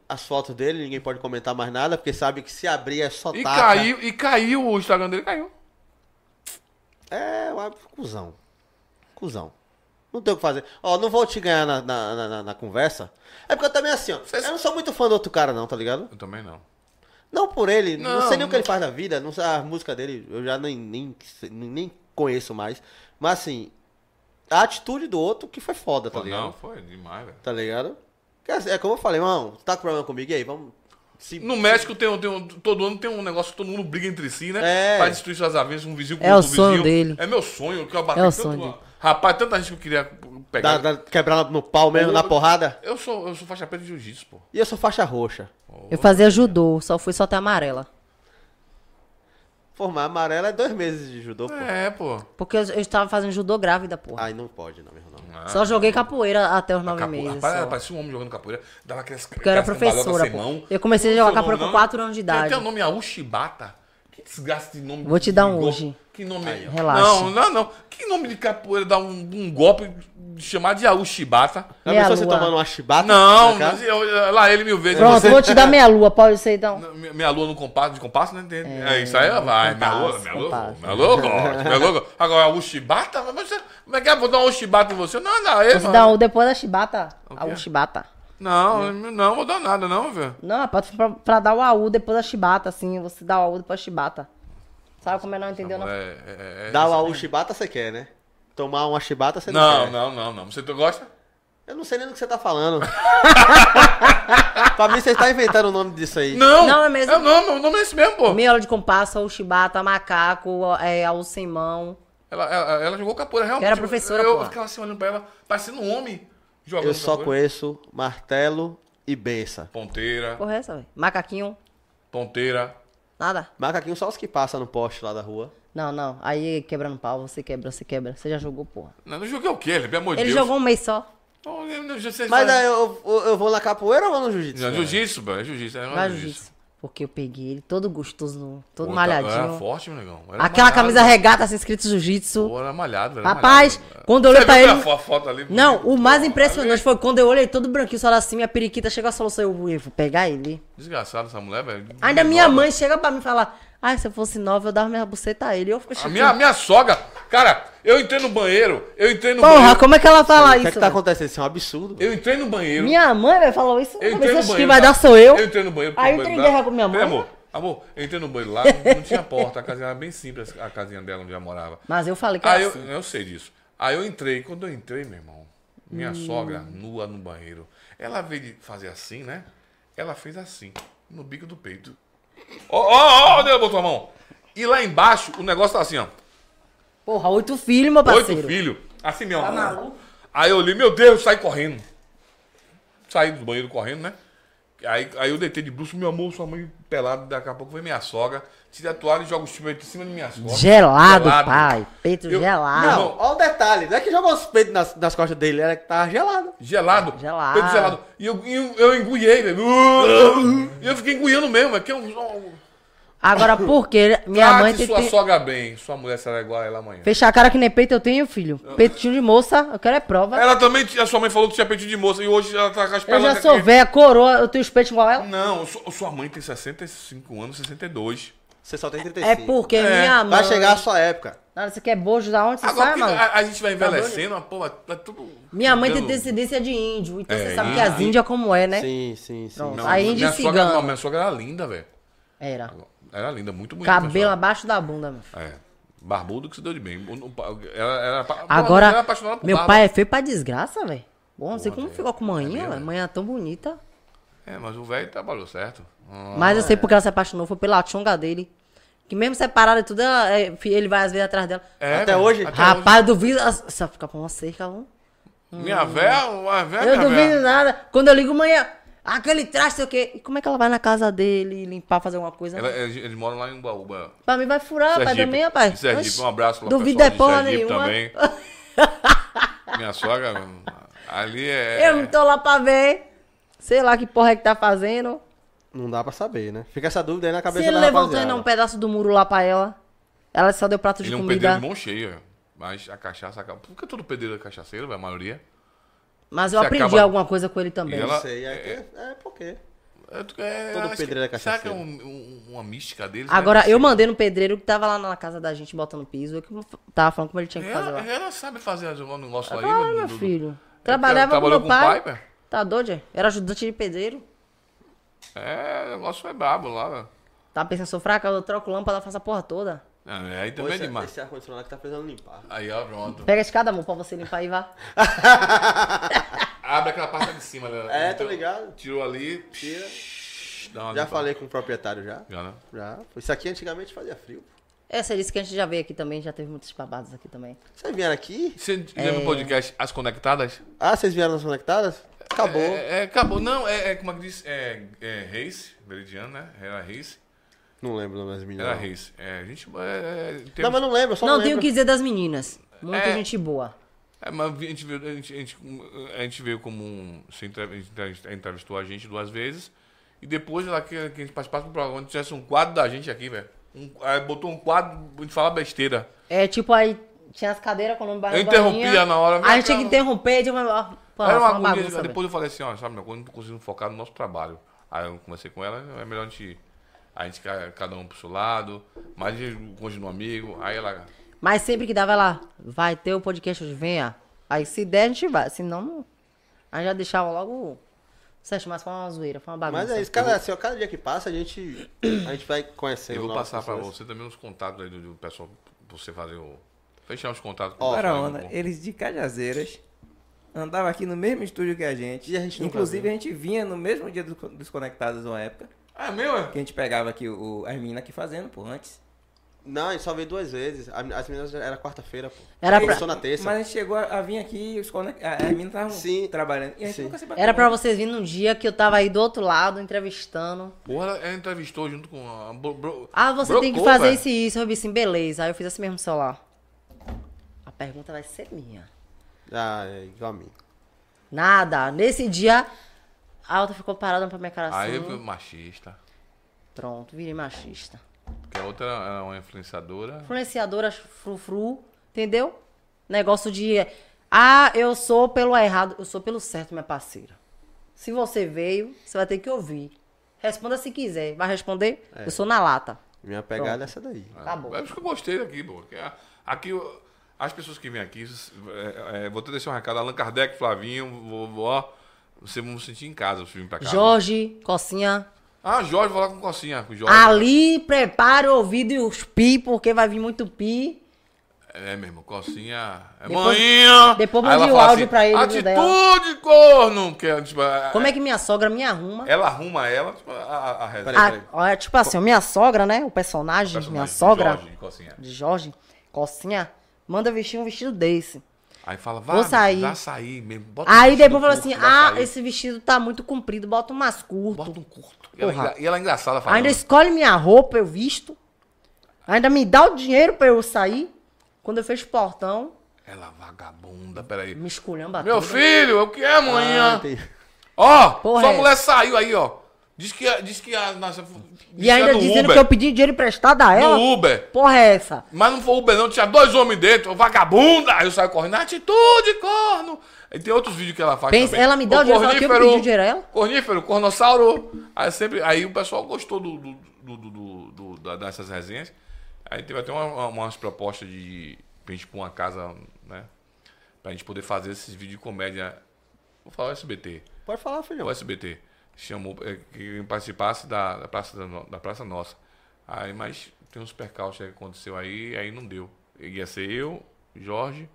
[SPEAKER 3] as fotos dele, ninguém pode comentar mais nada, porque sabe que se abrir é só
[SPEAKER 4] E
[SPEAKER 3] taca.
[SPEAKER 4] caiu, e caiu o Instagram dele, caiu.
[SPEAKER 3] É, uma cuzão. Cusão. Não tem o que fazer. Ó, não vou te ganhar na, na- na- na- na conversa. É porque eu também assim, ó. Eu não sou muito fã do outro cara, não, tá ligado?
[SPEAKER 4] Eu também não.
[SPEAKER 3] Não por ele, não,
[SPEAKER 4] Não,
[SPEAKER 3] sei nem o que
[SPEAKER 4] não-
[SPEAKER 3] ele faz da vida, não sei a música dele, eu já nem, nem, nem conheço mais. Mas assim, a atitude do outro que foi foda, tá
[SPEAKER 4] Pô,
[SPEAKER 3] ligado?
[SPEAKER 4] não, foi demais, velho.
[SPEAKER 3] Tá ligado? Porque, assim, É como eu falei, irmão, tu tá com problema comigo e aí, vamos. Se...
[SPEAKER 4] No México tem, um- tem um- todo ano tem um negócio que todo mundo briga entre si, né?
[SPEAKER 3] É.
[SPEAKER 4] Pra destruir suas avenças, um vizinho com
[SPEAKER 5] É o
[SPEAKER 4] outro
[SPEAKER 5] sonho
[SPEAKER 4] vizinho.
[SPEAKER 5] dele.
[SPEAKER 4] É meu sonho, eu quero bater
[SPEAKER 5] É o
[SPEAKER 4] tanto-
[SPEAKER 5] sonho dele.
[SPEAKER 4] Rapaz, tanta gente que eu queria
[SPEAKER 3] Dá-
[SPEAKER 4] pegar.
[SPEAKER 3] dá- quebrar no pau mesmo, na porrada.
[SPEAKER 4] Eu sou, eu sou faixa preta de jiu-jitsu, pô.
[SPEAKER 3] E eu sou faixa roxa.
[SPEAKER 5] Eu fazia judô, só fui só até amarela.
[SPEAKER 3] Formar amarela é dois meses de judô, pô.
[SPEAKER 4] É, pô.
[SPEAKER 5] Porque eu, eu estava fazendo judô grávida, porra.
[SPEAKER 3] Ai, não pode, não, meu irmão.
[SPEAKER 4] é.
[SPEAKER 3] não.
[SPEAKER 5] só joguei capoeira até os nove
[SPEAKER 4] Ah. Capo...
[SPEAKER 5] meses.
[SPEAKER 4] Rapaz,
[SPEAKER 5] só.
[SPEAKER 4] parecia um homem jogando capoeira. Dava aquelas
[SPEAKER 5] Porque eu era professora,
[SPEAKER 4] é
[SPEAKER 5] pô. Eu comecei a jogar capoeira com 4 anos de idade.
[SPEAKER 4] Tem até o nome Aushibata. Que desgaste de nome.
[SPEAKER 5] Vou te dar um
[SPEAKER 4] de golpe.
[SPEAKER 5] hoje.
[SPEAKER 4] Que nome é?
[SPEAKER 5] Relaxa.
[SPEAKER 4] Não, não, não. Que nome de capoeira dá um, um golpe chamado de Aushibata?
[SPEAKER 3] Já
[SPEAKER 5] Meia
[SPEAKER 3] pensou é você
[SPEAKER 5] lua.
[SPEAKER 3] tomando uma chibata? tá
[SPEAKER 4] Não,
[SPEAKER 3] na cara?
[SPEAKER 4] mas eu- eu- lá ele mil vezes.
[SPEAKER 5] Pronto,
[SPEAKER 4] Você-
[SPEAKER 5] vou te dar meia lua, pode ser então.
[SPEAKER 4] Minha, minha lua no compasso, de compasso, né? Tem- É, isso aí, ela vai. Minha lua,
[SPEAKER 5] compasso,
[SPEAKER 4] minha lua,
[SPEAKER 5] compasso.
[SPEAKER 4] minha lua, eu gosto, minha lua. eu gosto. Agora, o Shibata, mas você, como é que é? Vou dar um Shibata em você? Não, não, ele,
[SPEAKER 5] Você dá o depois da chibata.
[SPEAKER 4] quê?
[SPEAKER 5] Aú chibata.
[SPEAKER 4] não, não vou dar nada, não, velho.
[SPEAKER 5] Não, rapaz, pra, pra dar o AU depois da chibata, assim. Você dá o AU depois da chibata. Sabe como é não entendeu? Não.
[SPEAKER 4] É, é, é-
[SPEAKER 3] Dar uma um chibata você quer, né? Tomar uma chibata você não,
[SPEAKER 4] Não,
[SPEAKER 3] quer.
[SPEAKER 4] não, não, não. Você tu gosta?
[SPEAKER 3] Eu não sei nem do que você tá falando. pra mim, você tá inventando o nome disso aí.
[SPEAKER 4] Não!
[SPEAKER 5] Não, é mesmo.
[SPEAKER 4] É o nome, o nome é esse mesmo, pô.
[SPEAKER 5] Meia hora de compasso, Aú chibata, macaco, é, Aú sem mão.
[SPEAKER 4] Ela, ela, ela jogou capoeira, realmente.
[SPEAKER 5] Era professora,
[SPEAKER 4] Eu, eu
[SPEAKER 5] porra.
[SPEAKER 4] ficava assim olhando pra ela, parecendo um homem jogando
[SPEAKER 3] Eu só
[SPEAKER 4] capoeira.
[SPEAKER 3] conheço martelo e benção.
[SPEAKER 4] Ponteira,
[SPEAKER 5] Porra, é essa, velho? Macaquinho,
[SPEAKER 4] ponteira.
[SPEAKER 5] nada.
[SPEAKER 3] Macaquinho só os que passam no poste lá da rua.
[SPEAKER 5] Não, não. Aí quebrando pau, você quebra, você quebra. Você já jogou, porra.
[SPEAKER 4] Não, não joguei o quê, ele, pelo amor de
[SPEAKER 5] Ele
[SPEAKER 4] Deus.
[SPEAKER 5] jogou um mês só.
[SPEAKER 4] Não, eu não- eu sei-
[SPEAKER 3] Mas aí eu, eu, eu vou na capoeira ou vou no jiu-jitsu?
[SPEAKER 4] Não, jiu-jitsu, velho, é jiu-jitsu. É
[SPEAKER 5] Mas
[SPEAKER 4] jiu-jitsu.
[SPEAKER 5] isso. Porque eu peguei ele todo gostoso, no- todo
[SPEAKER 4] Pô, tá- Era
[SPEAKER 5] malhadinho.
[SPEAKER 4] forte, meu negão. Era
[SPEAKER 5] Aquela
[SPEAKER 4] malhado,
[SPEAKER 5] camisa
[SPEAKER 4] velho.
[SPEAKER 5] regata, assim, escrito jiu-jitsu.
[SPEAKER 4] Pô, era malhado, velho.
[SPEAKER 5] Rapaz,
[SPEAKER 4] malhado.
[SPEAKER 5] quando eu olhei
[SPEAKER 4] Você
[SPEAKER 5] pra
[SPEAKER 4] viu
[SPEAKER 5] ele-
[SPEAKER 4] a fo- foto ali?
[SPEAKER 5] Não, o mais
[SPEAKER 4] Pô,
[SPEAKER 5] impressionante foi quando eu olhei todo branquinho, só lá assim, minha periquita chega a solução, assim, eu eu vou pegar ele.
[SPEAKER 4] Desgraçado essa mulher, velho.
[SPEAKER 5] Ainda minha
[SPEAKER 4] Nova.
[SPEAKER 5] mãe chega pra mim e fala, ai, se eu fosse nova, eu dava minha buceta a ele. Eu fico
[SPEAKER 4] A
[SPEAKER 5] chocado.
[SPEAKER 4] minha, a minha sogra. Cara, eu entrei no banheiro. Eu entrei no
[SPEAKER 5] Porra,
[SPEAKER 4] banheiro.
[SPEAKER 5] como é que ela fala
[SPEAKER 3] O que, é
[SPEAKER 5] isso?
[SPEAKER 3] que tá
[SPEAKER 5] velho?
[SPEAKER 3] acontecendo? Isso é um absurdo.
[SPEAKER 4] Eu entrei no banheiro.
[SPEAKER 5] Minha mãe velho, falou isso,
[SPEAKER 4] Eu
[SPEAKER 5] eu pensei,
[SPEAKER 4] entrei no
[SPEAKER 5] acho que
[SPEAKER 4] banheiro.
[SPEAKER 5] vai
[SPEAKER 4] tá?
[SPEAKER 5] dar sou eu.
[SPEAKER 4] Eu entrei no banheiro.
[SPEAKER 5] Aí eu
[SPEAKER 4] pro
[SPEAKER 5] entrei
[SPEAKER 4] banheiro
[SPEAKER 5] em
[SPEAKER 4] lá.
[SPEAKER 5] guerra com minha mãe.
[SPEAKER 4] Peraí, Amor, amor, eu entrei no banheiro lá, não, não tinha porta. A casinha era bem simples, a casinha dela onde ela morava.
[SPEAKER 5] Mas eu falei que
[SPEAKER 4] Aí
[SPEAKER 5] era
[SPEAKER 4] Ah, eu,
[SPEAKER 5] assim.
[SPEAKER 4] eu sei disso. Aí eu entrei, quando eu entrei, meu irmão, minha
[SPEAKER 5] Hum.
[SPEAKER 4] sogra nua no banheiro. Ela veio de fazer assim, né? Ela fez assim, no bico do peito. Ó, ó, ó, onde ela botou a mão? E lá embaixo, o negócio tá assim, ó.
[SPEAKER 5] Porra, oito filhos, meu parceiro.
[SPEAKER 4] Oito filhos. Assim mesmo.
[SPEAKER 5] Tá maluco?
[SPEAKER 4] Aí eu li, meu Deus, saí correndo. Saí do banheiro correndo, né? Aí, aí eu deitei de bruxo, meu amor, sua mãe pelada, daqui a pouco vem minha sogra, tira a toalha e joga os peitos em cima de minhas costas.
[SPEAKER 5] Gelado, pai. Peito
[SPEAKER 4] Eu-
[SPEAKER 5] gelado.
[SPEAKER 4] Não.
[SPEAKER 3] Ah, Não, olha o detalhe. Não é que jogou os peitos nas, nas costas dele, era que tava gelado.
[SPEAKER 4] Gelado.
[SPEAKER 5] Gelado.
[SPEAKER 4] Peito gelado. E eu, e eu, eu engoliei, velho. Uh, E eu fiquei engolindo mesmo, é que é um. um-
[SPEAKER 5] Agora, por quê? Minha
[SPEAKER 4] Trate
[SPEAKER 5] mãe tem...
[SPEAKER 4] sua
[SPEAKER 5] tem-
[SPEAKER 4] sogra bem, sua mulher será igual a ela amanhã.
[SPEAKER 5] Fechar a cara que nem peito eu tenho, filho. Peitinho de moça, eu quero é prova.
[SPEAKER 4] Ela também, tinha- a sua mãe falou que tinha peito de moça e hoje ela tá com as
[SPEAKER 5] Eu
[SPEAKER 4] pernas.
[SPEAKER 5] já sou
[SPEAKER 4] aqui.
[SPEAKER 5] velha, coroa, eu tenho os peitos igual ela.
[SPEAKER 4] Não, su- sua mãe tem 65 anos, 62.
[SPEAKER 3] Você só tem 35.
[SPEAKER 5] É porque
[SPEAKER 4] É,
[SPEAKER 5] minha mãe.
[SPEAKER 3] Vai chegar a sua época.
[SPEAKER 5] Nada, você quer é bojo da onde? Você
[SPEAKER 4] Agora, Ah,
[SPEAKER 5] sabe,
[SPEAKER 4] porque
[SPEAKER 5] mano? Tá
[SPEAKER 4] a, a gente vai envelhecendo, a porra, tá tudo.
[SPEAKER 5] Minha mãe tem
[SPEAKER 4] dando-
[SPEAKER 5] descendência de índio, então
[SPEAKER 4] É,
[SPEAKER 5] você sabe
[SPEAKER 4] e-
[SPEAKER 5] que as índias como é, né?
[SPEAKER 3] Sim, sim, sim.
[SPEAKER 5] Pronto.
[SPEAKER 4] Não,
[SPEAKER 5] a índia
[SPEAKER 4] minha
[SPEAKER 5] e
[SPEAKER 4] sogra, é não,
[SPEAKER 5] cigano.
[SPEAKER 4] minha sogra era linda, velho.
[SPEAKER 5] Era.
[SPEAKER 4] Era linda, muito bonita. minha
[SPEAKER 5] Cabelo abaixo da bunda, meu filho.
[SPEAKER 4] sogra. É. Barbudo que se deu de bem. O- o- Ela, ela, era apa-
[SPEAKER 5] Agora,
[SPEAKER 4] ela era apaixonada por
[SPEAKER 5] meu
[SPEAKER 4] barba.
[SPEAKER 5] pai é feio pra desgraça, velho. Bom, você como ficou com manhã? ué? manhã tão bonita.
[SPEAKER 4] É, mas o velho trabalhou certo. Ah,
[SPEAKER 5] Mas eu sei porque ela se apaixonou, foi pela chonga dele. Que mesmo separada e tudo, ela- é, fi- ele vai às vezes atrás dela.
[SPEAKER 4] é,
[SPEAKER 3] Até
[SPEAKER 4] velho,
[SPEAKER 3] hoje?
[SPEAKER 4] até
[SPEAKER 5] Rapaz, eu duvido. Só fica com uma cerca, viu?
[SPEAKER 4] hoje. Minha véia, uma véia,
[SPEAKER 5] Eu
[SPEAKER 4] minha
[SPEAKER 5] duvido
[SPEAKER 4] véia.
[SPEAKER 5] nada. Quando eu ligo manhã, aquele traste, sei o quê. E como é que ela vai na casa dele, limpar, fazer alguma coisa?
[SPEAKER 4] Ela- eles, eles moram lá em Baúba.
[SPEAKER 5] Pra mim vai furar, rapaz,
[SPEAKER 4] Sergipe.
[SPEAKER 5] também, rapaz.
[SPEAKER 4] Em Sergipe,
[SPEAKER 5] Oxi,
[SPEAKER 4] um abraço lá pro
[SPEAKER 5] Duvido é
[SPEAKER 4] pessoal de
[SPEAKER 5] porra
[SPEAKER 4] Sergipe
[SPEAKER 5] nenhuma.
[SPEAKER 4] também. Minha sogra, ali é.
[SPEAKER 5] Eu não tô lá pra ver. Sei lá que porra é que tá fazendo.
[SPEAKER 3] Não dá pra saber, né? Fica essa dúvida aí na
[SPEAKER 5] Se
[SPEAKER 3] cabeça
[SPEAKER 5] ele
[SPEAKER 3] da
[SPEAKER 5] levantou
[SPEAKER 3] rapaziada.
[SPEAKER 5] ainda um pedaço do muro lá pra ela, ela só deu prato de
[SPEAKER 4] Ele é um pedreiro
[SPEAKER 5] comida.
[SPEAKER 4] de mão cheia. Mas a cachaça acaba. Por que todo pedreiro é cachaceiro, velho? A maioria?
[SPEAKER 5] Mas eu
[SPEAKER 4] Se
[SPEAKER 5] aprendi
[SPEAKER 4] acaba-
[SPEAKER 5] alguma coisa com ele também.
[SPEAKER 4] E ela-
[SPEAKER 3] Não sei, é, que- é porque...
[SPEAKER 4] É, tu- é,
[SPEAKER 3] Todo
[SPEAKER 4] acho que-
[SPEAKER 3] pedreiro é
[SPEAKER 4] Será que é
[SPEAKER 3] cachaceiro.
[SPEAKER 4] um- um- uma mística deles?
[SPEAKER 5] Agora, eu mandei
[SPEAKER 4] mandei.
[SPEAKER 5] no pedreiro que tava lá na casa da gente botando piso, eu que tava falando como ele tinha que fazer
[SPEAKER 4] Ela,
[SPEAKER 5] lá.
[SPEAKER 4] É,
[SPEAKER 5] Ah,
[SPEAKER 4] ela sabe fazer as- o negócio aí,
[SPEAKER 5] Claro,
[SPEAKER 4] do-
[SPEAKER 5] meu
[SPEAKER 4] do- do-
[SPEAKER 5] filho.
[SPEAKER 4] Ela
[SPEAKER 5] Trabalhava com
[SPEAKER 4] trabalhou
[SPEAKER 5] meu pai.
[SPEAKER 4] velho?
[SPEAKER 5] Tá doido? é? Era ajudante de pedreiro.
[SPEAKER 4] É, o negócio é brabo lá, velho.
[SPEAKER 5] Tava Tá pensando, sou fraca, eu troco lâmpada, ela faz a porra toda.
[SPEAKER 4] Ah, é, Aí
[SPEAKER 3] Pô,
[SPEAKER 4] também é
[SPEAKER 3] esse,
[SPEAKER 4] demais.
[SPEAKER 3] esse ar-condicionado que tá precisando limpar.
[SPEAKER 4] Aí, ó, pronto.
[SPEAKER 5] Pega a escada, amor, pra você limpar aí, vá.
[SPEAKER 4] Abre aquela parte de cima, né?
[SPEAKER 3] É, tô ligado.
[SPEAKER 4] Tirou ali,
[SPEAKER 3] Tira.
[SPEAKER 4] dá uma
[SPEAKER 3] Já
[SPEAKER 4] limpada.
[SPEAKER 3] falei com o proprietário já.
[SPEAKER 4] Já, né?
[SPEAKER 3] Já. Isso aqui antigamente fazia frio.
[SPEAKER 5] Essa É, disse que a gente já veio aqui também, já teve muitos babados aqui também.
[SPEAKER 3] Vocês vieram aqui?
[SPEAKER 4] Você
[SPEAKER 3] É.
[SPEAKER 4] lembra o podcast As Conectadas?
[SPEAKER 3] Ah, vocês vieram nas conectadas? Acabou.
[SPEAKER 4] É, é, acabou. Não, é, é, como é que diz? É, é Reis, Veridiano, né? Era Reis.
[SPEAKER 3] Não lembro o nome das meninas.
[SPEAKER 4] Era
[SPEAKER 3] não.
[SPEAKER 4] Reis. É, a gente. É, é, teve-
[SPEAKER 3] Não, mas não lembro, eu só não,
[SPEAKER 5] não tenho o
[SPEAKER 3] lembro.
[SPEAKER 5] que dizer das meninas. Muita
[SPEAKER 4] É.
[SPEAKER 5] gente boa.
[SPEAKER 4] É, mas a gente, veio, a, gente, a, gente, a gente veio como um. Se entre- a gente entre- entrevistou a gente duas vezes. E depois ela que, que a gente participasse do programa, tivesse um quadro da gente aqui, velho. Um- aí botou um quadro de falar besteira.
[SPEAKER 5] É tipo aí, tinha as cadeiras com o nome
[SPEAKER 4] Eu interrompia na hora,
[SPEAKER 5] Aí a gente tinha
[SPEAKER 4] cara.
[SPEAKER 5] que interromper, de uma, ó, pô,
[SPEAKER 4] Era
[SPEAKER 5] foi
[SPEAKER 4] uma
[SPEAKER 5] uma
[SPEAKER 4] agonia.
[SPEAKER 5] bagunça. velho.
[SPEAKER 4] depois eu falei assim, ó, sabe, meu, quando não conseguimos focar no nosso trabalho. Aí eu conversei com ela, é melhor a gente. A gente ca- cada um pro seu lado, mas a gente continua amigo. Aí ela.
[SPEAKER 5] Mas sempre que dava, ela vai ter o podcast hoje, venha. Aí se der, a gente vai. Se não, não. Aí já deixava logo. Sérgio, mas foi uma zoeira, foi uma bagunça.
[SPEAKER 3] Mas é isso, cada, assim, ó, cada dia que passa, a gente, a gente vai conhecendo.
[SPEAKER 4] eu vou
[SPEAKER 3] novas
[SPEAKER 4] passar pra
[SPEAKER 3] pessoas.
[SPEAKER 4] você também os contatos aí do, do pessoal, pra você fazer o. Fechar os contatos com o
[SPEAKER 3] Ó,
[SPEAKER 4] pessoal
[SPEAKER 2] Era
[SPEAKER 4] aí,
[SPEAKER 2] onda,
[SPEAKER 4] meu povo.
[SPEAKER 2] eles de Cajazeiras andavam aqui no mesmo estúdio que a gente.
[SPEAKER 3] E a gente nunca
[SPEAKER 2] Inclusive,
[SPEAKER 3] viu.
[SPEAKER 2] a gente vinha no mesmo dia do- dos Conectados, uma época.
[SPEAKER 4] É meu, é?
[SPEAKER 2] Que a gente pegava aqui o, as meninas aqui fazendo, pô, antes.
[SPEAKER 3] Não, a gente só veio duas vezes. A- As meninas era quarta-feira, pô.
[SPEAKER 5] Era pra-
[SPEAKER 3] Começou na terça.
[SPEAKER 2] Mas a gente chegou a, a vir aqui e os conec... a- as meninas estavam
[SPEAKER 3] Sim.
[SPEAKER 2] trabalhando. E a gente
[SPEAKER 3] Sim.
[SPEAKER 2] nunca se bateu.
[SPEAKER 5] Era pra vocês virem num dia que eu tava aí do outro lado entrevistando.
[SPEAKER 4] Porra, ela- ela entrevistou junto com a. Bro, bro-
[SPEAKER 5] Ah, você tem que
[SPEAKER 4] Brocou,
[SPEAKER 5] fazer
[SPEAKER 4] velho.
[SPEAKER 5] isso e isso. Eu disse, beleza. Aí eu fiz assim mesmo no celular. A pergunta vai ser minha.
[SPEAKER 3] Ah, é igual a mim.
[SPEAKER 5] Nada. Nesse dia, a alta ficou parada pra minha cara
[SPEAKER 4] Aí
[SPEAKER 5] assim.
[SPEAKER 4] foi machista.
[SPEAKER 5] Pronto, virei machista.
[SPEAKER 4] Porque a outra era era uma influenciadora.
[SPEAKER 5] influenciadoras frufru, entendeu? Negócio de ah, eu sou pelo errado, eu sou pelo certo, minha parceira. Se você veio, você vai ter que ouvir. Responda se quiser. Vai responder? Eu sou na lata.
[SPEAKER 3] Minha pegada é essa daí.
[SPEAKER 5] Tá bom.
[SPEAKER 4] É isso que eu gostei daqui, pô. Que a- Aqui, o- as pessoas que vêm aqui, s- é, é, vou te deixar um recado. Allan Kardec, Flavinho, vovó. Vocês vão se sentir em casa se virem pra cá.
[SPEAKER 5] Jorge, Cocinha,
[SPEAKER 4] Ah, Jorge, vou lá com Cocinha. Com Jorge.
[SPEAKER 5] ali, prepare o ouvido e os pi, porque vai vir muito pi.
[SPEAKER 4] É mesmo, Cocinha. É
[SPEAKER 5] Depois-
[SPEAKER 4] manhinha.
[SPEAKER 5] depois
[SPEAKER 4] Aí ela
[SPEAKER 5] mandei o
[SPEAKER 4] fala assim,
[SPEAKER 5] áudio pra ele, viu, dela.
[SPEAKER 4] Atitude, corno! Que, é, tipo, é-
[SPEAKER 5] Como é que minha sogra me arruma?
[SPEAKER 4] Ela arruma ela, tipo, a, a, a resenha.
[SPEAKER 5] Ah, olha, tipo assim, minha sogra, né? O personagem,
[SPEAKER 4] Personagem
[SPEAKER 5] minha
[SPEAKER 4] de
[SPEAKER 5] sogra,
[SPEAKER 4] Jorge, de Cocinha.
[SPEAKER 5] de Jorge, Cocinha, manda vestir um vestido desse.
[SPEAKER 4] Aí fala, vai,
[SPEAKER 5] Vou sair.
[SPEAKER 4] dá açaí mesmo. Bota um
[SPEAKER 5] Aí
[SPEAKER 4] vestido
[SPEAKER 5] depois falou
[SPEAKER 4] curto,
[SPEAKER 5] assim:
[SPEAKER 4] dá
[SPEAKER 5] ah,
[SPEAKER 4] açaí,
[SPEAKER 5] esse vestido tá muito comprido, bota um mais curto.
[SPEAKER 4] Bota um curto. E ela,
[SPEAKER 5] Porra.
[SPEAKER 4] engra- e ela é engraçada falando.
[SPEAKER 5] Ainda escolhe minha roupa, eu visto. Ainda me dá o dinheiro pra eu sair. Quando eu fecho o portão,
[SPEAKER 4] Ela vagabunda, peraí.
[SPEAKER 5] me esculhamba
[SPEAKER 4] Meu
[SPEAKER 5] tudo.
[SPEAKER 4] filho, o que é
[SPEAKER 3] Ah,
[SPEAKER 4] amanhã?
[SPEAKER 3] tem-
[SPEAKER 4] Ó,
[SPEAKER 5] Porra,
[SPEAKER 4] sua
[SPEAKER 5] é.
[SPEAKER 4] mulher saiu aí, ó. Diz que, diz que a nossa.
[SPEAKER 5] E ainda dizendo
[SPEAKER 4] Uber.
[SPEAKER 5] que eu pedi dinheiro emprestado a ela.
[SPEAKER 4] No Uber.
[SPEAKER 5] Porra, é essa?
[SPEAKER 4] Mas não foi Uber, não. Tinha dois homens dentro. Vagabunda. Aí eu saio correndo. "Ah, Atitude, corno. E tem outros vídeos que ela faz
[SPEAKER 5] Pensa,
[SPEAKER 4] também.
[SPEAKER 5] ela me dá
[SPEAKER 4] Ô,
[SPEAKER 5] o dinheiro, fala que eu
[SPEAKER 4] cornífero,
[SPEAKER 5] pedi o dinheiro a ela.
[SPEAKER 4] Cornífero, cornossauro. Aí, sempre, aí o pessoal gostou do, do, do, do- do- do- da- dessas resenhas. Aí teve até uma- uma- umas propostas de pra gente pôr uma casa, né? Pra gente poder fazer esses vídeos de comédia. Vou falar o SBT.
[SPEAKER 3] Pode falar, filhão.
[SPEAKER 4] O SBT chamou é, que participasse da, da, praça, da, No- da Praça Nossa. Aí, um mas tem uns percalços aí que aconteceu aí, aí não deu. Ia ser eu, Jorge,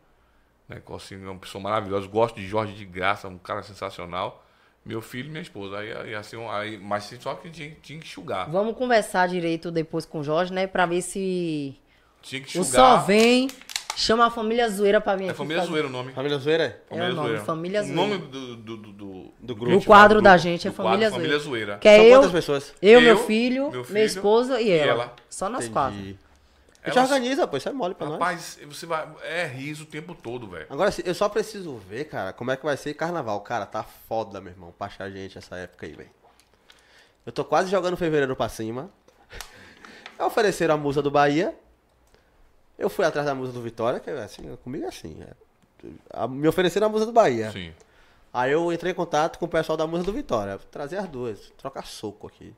[SPEAKER 4] Né? Cocinho é uma pessoa maravilhosa. Gosto de Jorge de Graça, um cara sensacional. Meu filho e minha esposa. Aí, aí, assim, aí, mas só que tinha, tinha que enxugar.
[SPEAKER 5] Vamos conversar direito depois com o Jorge, né? Pra ver se
[SPEAKER 4] Tinha que
[SPEAKER 5] o
[SPEAKER 4] enxugar.
[SPEAKER 5] só vem. Chama a família zoeira pra vir
[SPEAKER 4] É
[SPEAKER 5] aqui.
[SPEAKER 4] Família
[SPEAKER 5] fazer-
[SPEAKER 4] Zoeira o nome.
[SPEAKER 3] Família Zoeira?
[SPEAKER 5] É o nome, Família
[SPEAKER 4] O
[SPEAKER 5] Zoeira.
[SPEAKER 4] nome do, do, do, do,
[SPEAKER 3] Do
[SPEAKER 5] No
[SPEAKER 3] grupo.
[SPEAKER 4] do
[SPEAKER 5] quadro
[SPEAKER 4] do-
[SPEAKER 5] da gente é
[SPEAKER 4] do quadro
[SPEAKER 5] Família
[SPEAKER 4] Família
[SPEAKER 5] Zoeira.
[SPEAKER 4] Zoeira.
[SPEAKER 5] Que é
[SPEAKER 3] São
[SPEAKER 5] eu,
[SPEAKER 3] quantas pessoas?
[SPEAKER 5] eu, meu
[SPEAKER 4] Eu,
[SPEAKER 5] filho,
[SPEAKER 4] meu
[SPEAKER 5] minha
[SPEAKER 4] filho
[SPEAKER 5] esposa e
[SPEAKER 4] e
[SPEAKER 5] ela.
[SPEAKER 4] ela.
[SPEAKER 5] Só nós
[SPEAKER 3] Entendi.
[SPEAKER 5] quatro.
[SPEAKER 3] A gente
[SPEAKER 4] Ela-
[SPEAKER 3] organiza, pô, isso é mole pra nós.
[SPEAKER 4] Rapaz, você vai. É riso o tempo todo, velho.
[SPEAKER 3] Agora, assim, eu só preciso ver, cara, como é que vai ser carnaval. Cara, tá foda, meu irmão, pra achar gente essa época aí, velho. Eu tô quase jogando fevereiro pra cima. Ofereceram a musa do Bahia. Eu fui atrás da musa do Vitória, que é assim, comigo é assim. é. A- Me ofereceram a musa do Bahia.
[SPEAKER 4] Sim.
[SPEAKER 3] Aí eu entrei em contato com o pessoal da musa do Vitória. Trazer as duas, trocar soco aqui.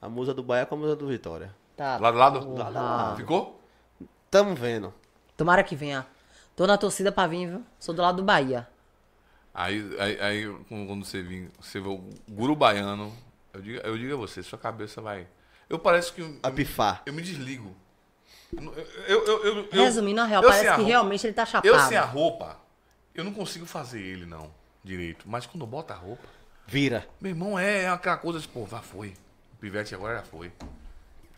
[SPEAKER 3] A musa do Bahia com a musa do Vitória.
[SPEAKER 5] Tá.
[SPEAKER 4] Lado a lado?
[SPEAKER 5] Porra.
[SPEAKER 4] Ficou?
[SPEAKER 3] Tamo vendo.
[SPEAKER 5] Tomara que venha. Tô na torcida pra vir, viu? Sou do lado do Bahia.
[SPEAKER 4] Aí, aí, aí quando você vir, você vê o guru baiano, eu digo, eu digo a você, sua cabeça vai. Eu parece que. eu-
[SPEAKER 3] A pifar.
[SPEAKER 4] Eu me desligo. Eu, eu, eu, eu- eu-
[SPEAKER 5] Resumindo, na real,
[SPEAKER 4] eu sem
[SPEAKER 5] parece
[SPEAKER 4] a
[SPEAKER 5] que
[SPEAKER 4] roupa-
[SPEAKER 5] realmente ele tá chapado.
[SPEAKER 4] Eu sem a roupa, eu não consigo fazer ele, não, direito. Mas quando bota a roupa,
[SPEAKER 3] Vira.
[SPEAKER 4] meu irmão, é, é aquela coisa assim, pô, já foi. O pivete agora já foi.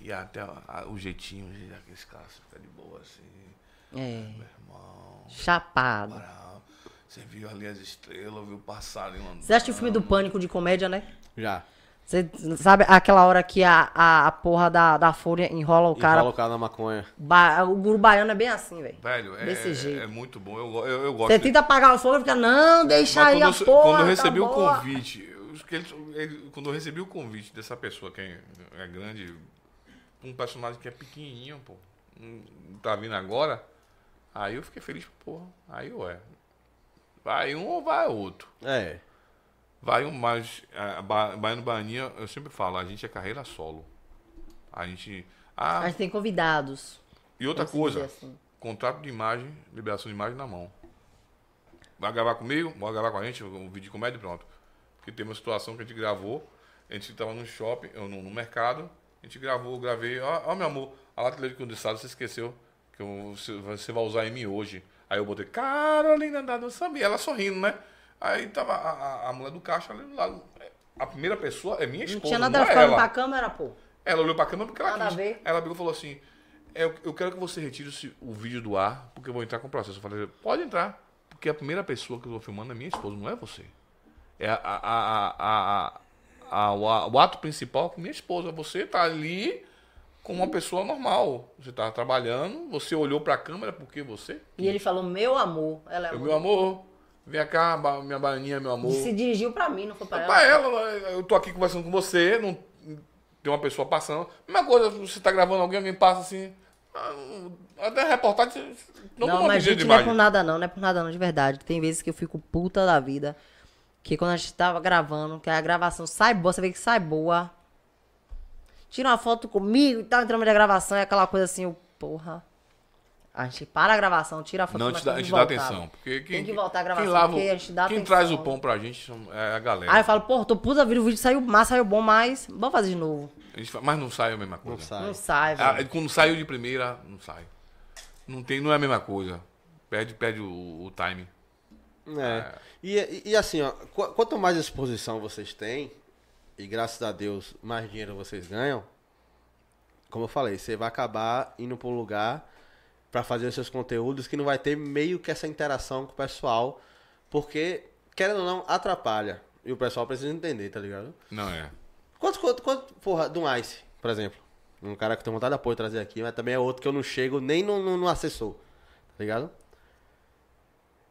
[SPEAKER 4] E até a- o jeitinho, o jeito daqueles caras fica de boa, assim.
[SPEAKER 5] É,
[SPEAKER 4] Meu irmão,
[SPEAKER 5] chapado.
[SPEAKER 4] brau. Você viu ali as estrelas, viu o passarinho andando.
[SPEAKER 5] Você assistiu o filme do Pânico de comédia, né?
[SPEAKER 3] Já.
[SPEAKER 5] Você sabe aquela hora que a, a, a porra da, da folha enrola o
[SPEAKER 3] E
[SPEAKER 5] cara?
[SPEAKER 3] fala o cara na maconha.
[SPEAKER 5] Ba- o guru baiano é bem assim, velho.
[SPEAKER 4] Velho, é,
[SPEAKER 5] Desse
[SPEAKER 4] é-
[SPEAKER 5] jeito.
[SPEAKER 4] é muito bom. Eu, go- eu, eu gosto.
[SPEAKER 5] Você tenta apagar o fogo e fica, não,
[SPEAKER 4] Mas
[SPEAKER 5] deixa aí
[SPEAKER 4] quando,
[SPEAKER 5] a
[SPEAKER 4] eu, se-
[SPEAKER 5] porra.
[SPEAKER 4] quando eu
[SPEAKER 5] tá
[SPEAKER 4] recebi o
[SPEAKER 5] boa.
[SPEAKER 4] convite, eu- que ele- ele- quando eu recebi o convite dessa pessoa que é, é grande, um personagem que é pequenininho, pô, um- tá vindo agora, aí eu fiquei feliz, porra. Aí, ué, vai um ou vai outro.
[SPEAKER 3] É.
[SPEAKER 4] Vai um, mas a, ba, Baiano Bahia, eu sempre falo, a gente é carreira solo. A gente... Ah,
[SPEAKER 5] A gente tem convidados.
[SPEAKER 4] e outra
[SPEAKER 5] vamos dizer
[SPEAKER 4] coisa,
[SPEAKER 5] assim.
[SPEAKER 4] contrato de imagem, liberação de imagem na mão. Vai gravar comigo? Vai gravar com a gente? Um vídeo de comédia? Pronto. Porque tem uma situação que a gente gravou, a gente tava num shopping, ou num, num mercado, a gente gravou, gravei, ó, ó, meu amor, a lata de leite condensado, você esqueceu que eu- você, você vai usar em mim hoje. Aí eu botei, Carolina da não sabia, ela sorrindo, né? Aí tava a, a- a mulher do caixa ali do lado. A primeira pessoa é minha
[SPEAKER 5] Não
[SPEAKER 4] esposa,
[SPEAKER 5] tinha
[SPEAKER 4] não,
[SPEAKER 5] nada a
[SPEAKER 4] é
[SPEAKER 5] ficar
[SPEAKER 4] ela.
[SPEAKER 5] pra câmera, pô.
[SPEAKER 4] Ela olhou pra câmera porque ela
[SPEAKER 5] Nada
[SPEAKER 4] quis.
[SPEAKER 5] a ver.
[SPEAKER 4] Ela pegou e falou assim: eu, eu quero que você retire esse- o vídeo do ar, porque eu vou entrar com o processo. Eu falei, pode entrar. Porque a primeira pessoa que eu tô filmando é minha esposa, não é você. É a, a, a, a, a- a- o, a- o ato principal é minha esposa. Você tá ali como uma pessoa normal. Você tá trabalhando, você olhou pra câmera porque você.
[SPEAKER 5] E ele falou, meu amor. Ela é
[SPEAKER 4] Eu,
[SPEAKER 5] amor.
[SPEAKER 4] meu amor, vem cá, ba- minha baianinha, meu amor.
[SPEAKER 5] Se dirigiu pra mim, não foi pra
[SPEAKER 4] Pra
[SPEAKER 5] Tá, ela.
[SPEAKER 4] ela, né? eu tô aqui conversando com você, não tem uma pessoa passando. Mesma coisa, você tá gravando alguém, alguém passa assim. ah, Até reportagem, você não,
[SPEAKER 5] Não,
[SPEAKER 4] tem uma
[SPEAKER 5] mas
[SPEAKER 4] medida de
[SPEAKER 5] gente, não é
[SPEAKER 4] imagem.
[SPEAKER 5] por nada não, não é por nada não, de verdade. Tem vezes que eu fico puta da vida, que quando a gente tava gravando, que a gravação sai boa, você vê que sai boa. Tira uma foto comigo e tal, entramos na gravação, é aquela coisa assim, eu, porra. A gente para a gravação, tira a foto.
[SPEAKER 4] Não, a
[SPEAKER 5] mas
[SPEAKER 4] gente dá, a
[SPEAKER 5] tem que
[SPEAKER 4] gente dá
[SPEAKER 5] voltar.
[SPEAKER 4] atenção. Porque quem,
[SPEAKER 5] Tem que voltar a gravação,
[SPEAKER 4] quem, lava, o-
[SPEAKER 5] porque a gente dá
[SPEAKER 4] quem
[SPEAKER 5] atenção.
[SPEAKER 4] traz o pão pra gente são- é a galera.
[SPEAKER 5] Aí eu falo, porra, tô puta da vida, o vídeo saiu massa, saiu bom, mas vamos fazer de novo.
[SPEAKER 4] A gente fala, mas não sai a mesma coisa.
[SPEAKER 3] Não sai.
[SPEAKER 5] Não sai, velho.
[SPEAKER 4] Ah, quando saiu de primeira, não sai. Não, tem, não é a mesma coisa. Perde, perde o, o time.
[SPEAKER 3] É. E, e- e assim, ó, qu- quanto mais exposição vocês têm, e graças a Deus mais dinheiro vocês ganham, como eu falei, você vai acabar indo para um lugar para fazer os seus conteúdos que não vai ter meio que essa interação com o pessoal, porque, querendo ou não, atrapalha. E o pessoal precisa entender, tá ligado?
[SPEAKER 4] Não é.
[SPEAKER 3] Quanto, quanto, quanto, porra, do Ice, por exemplo. Um cara que eu tenho vontade de apoio trazer aqui, mas também é outro que eu não chego nem no, no, no assessor, tá ligado?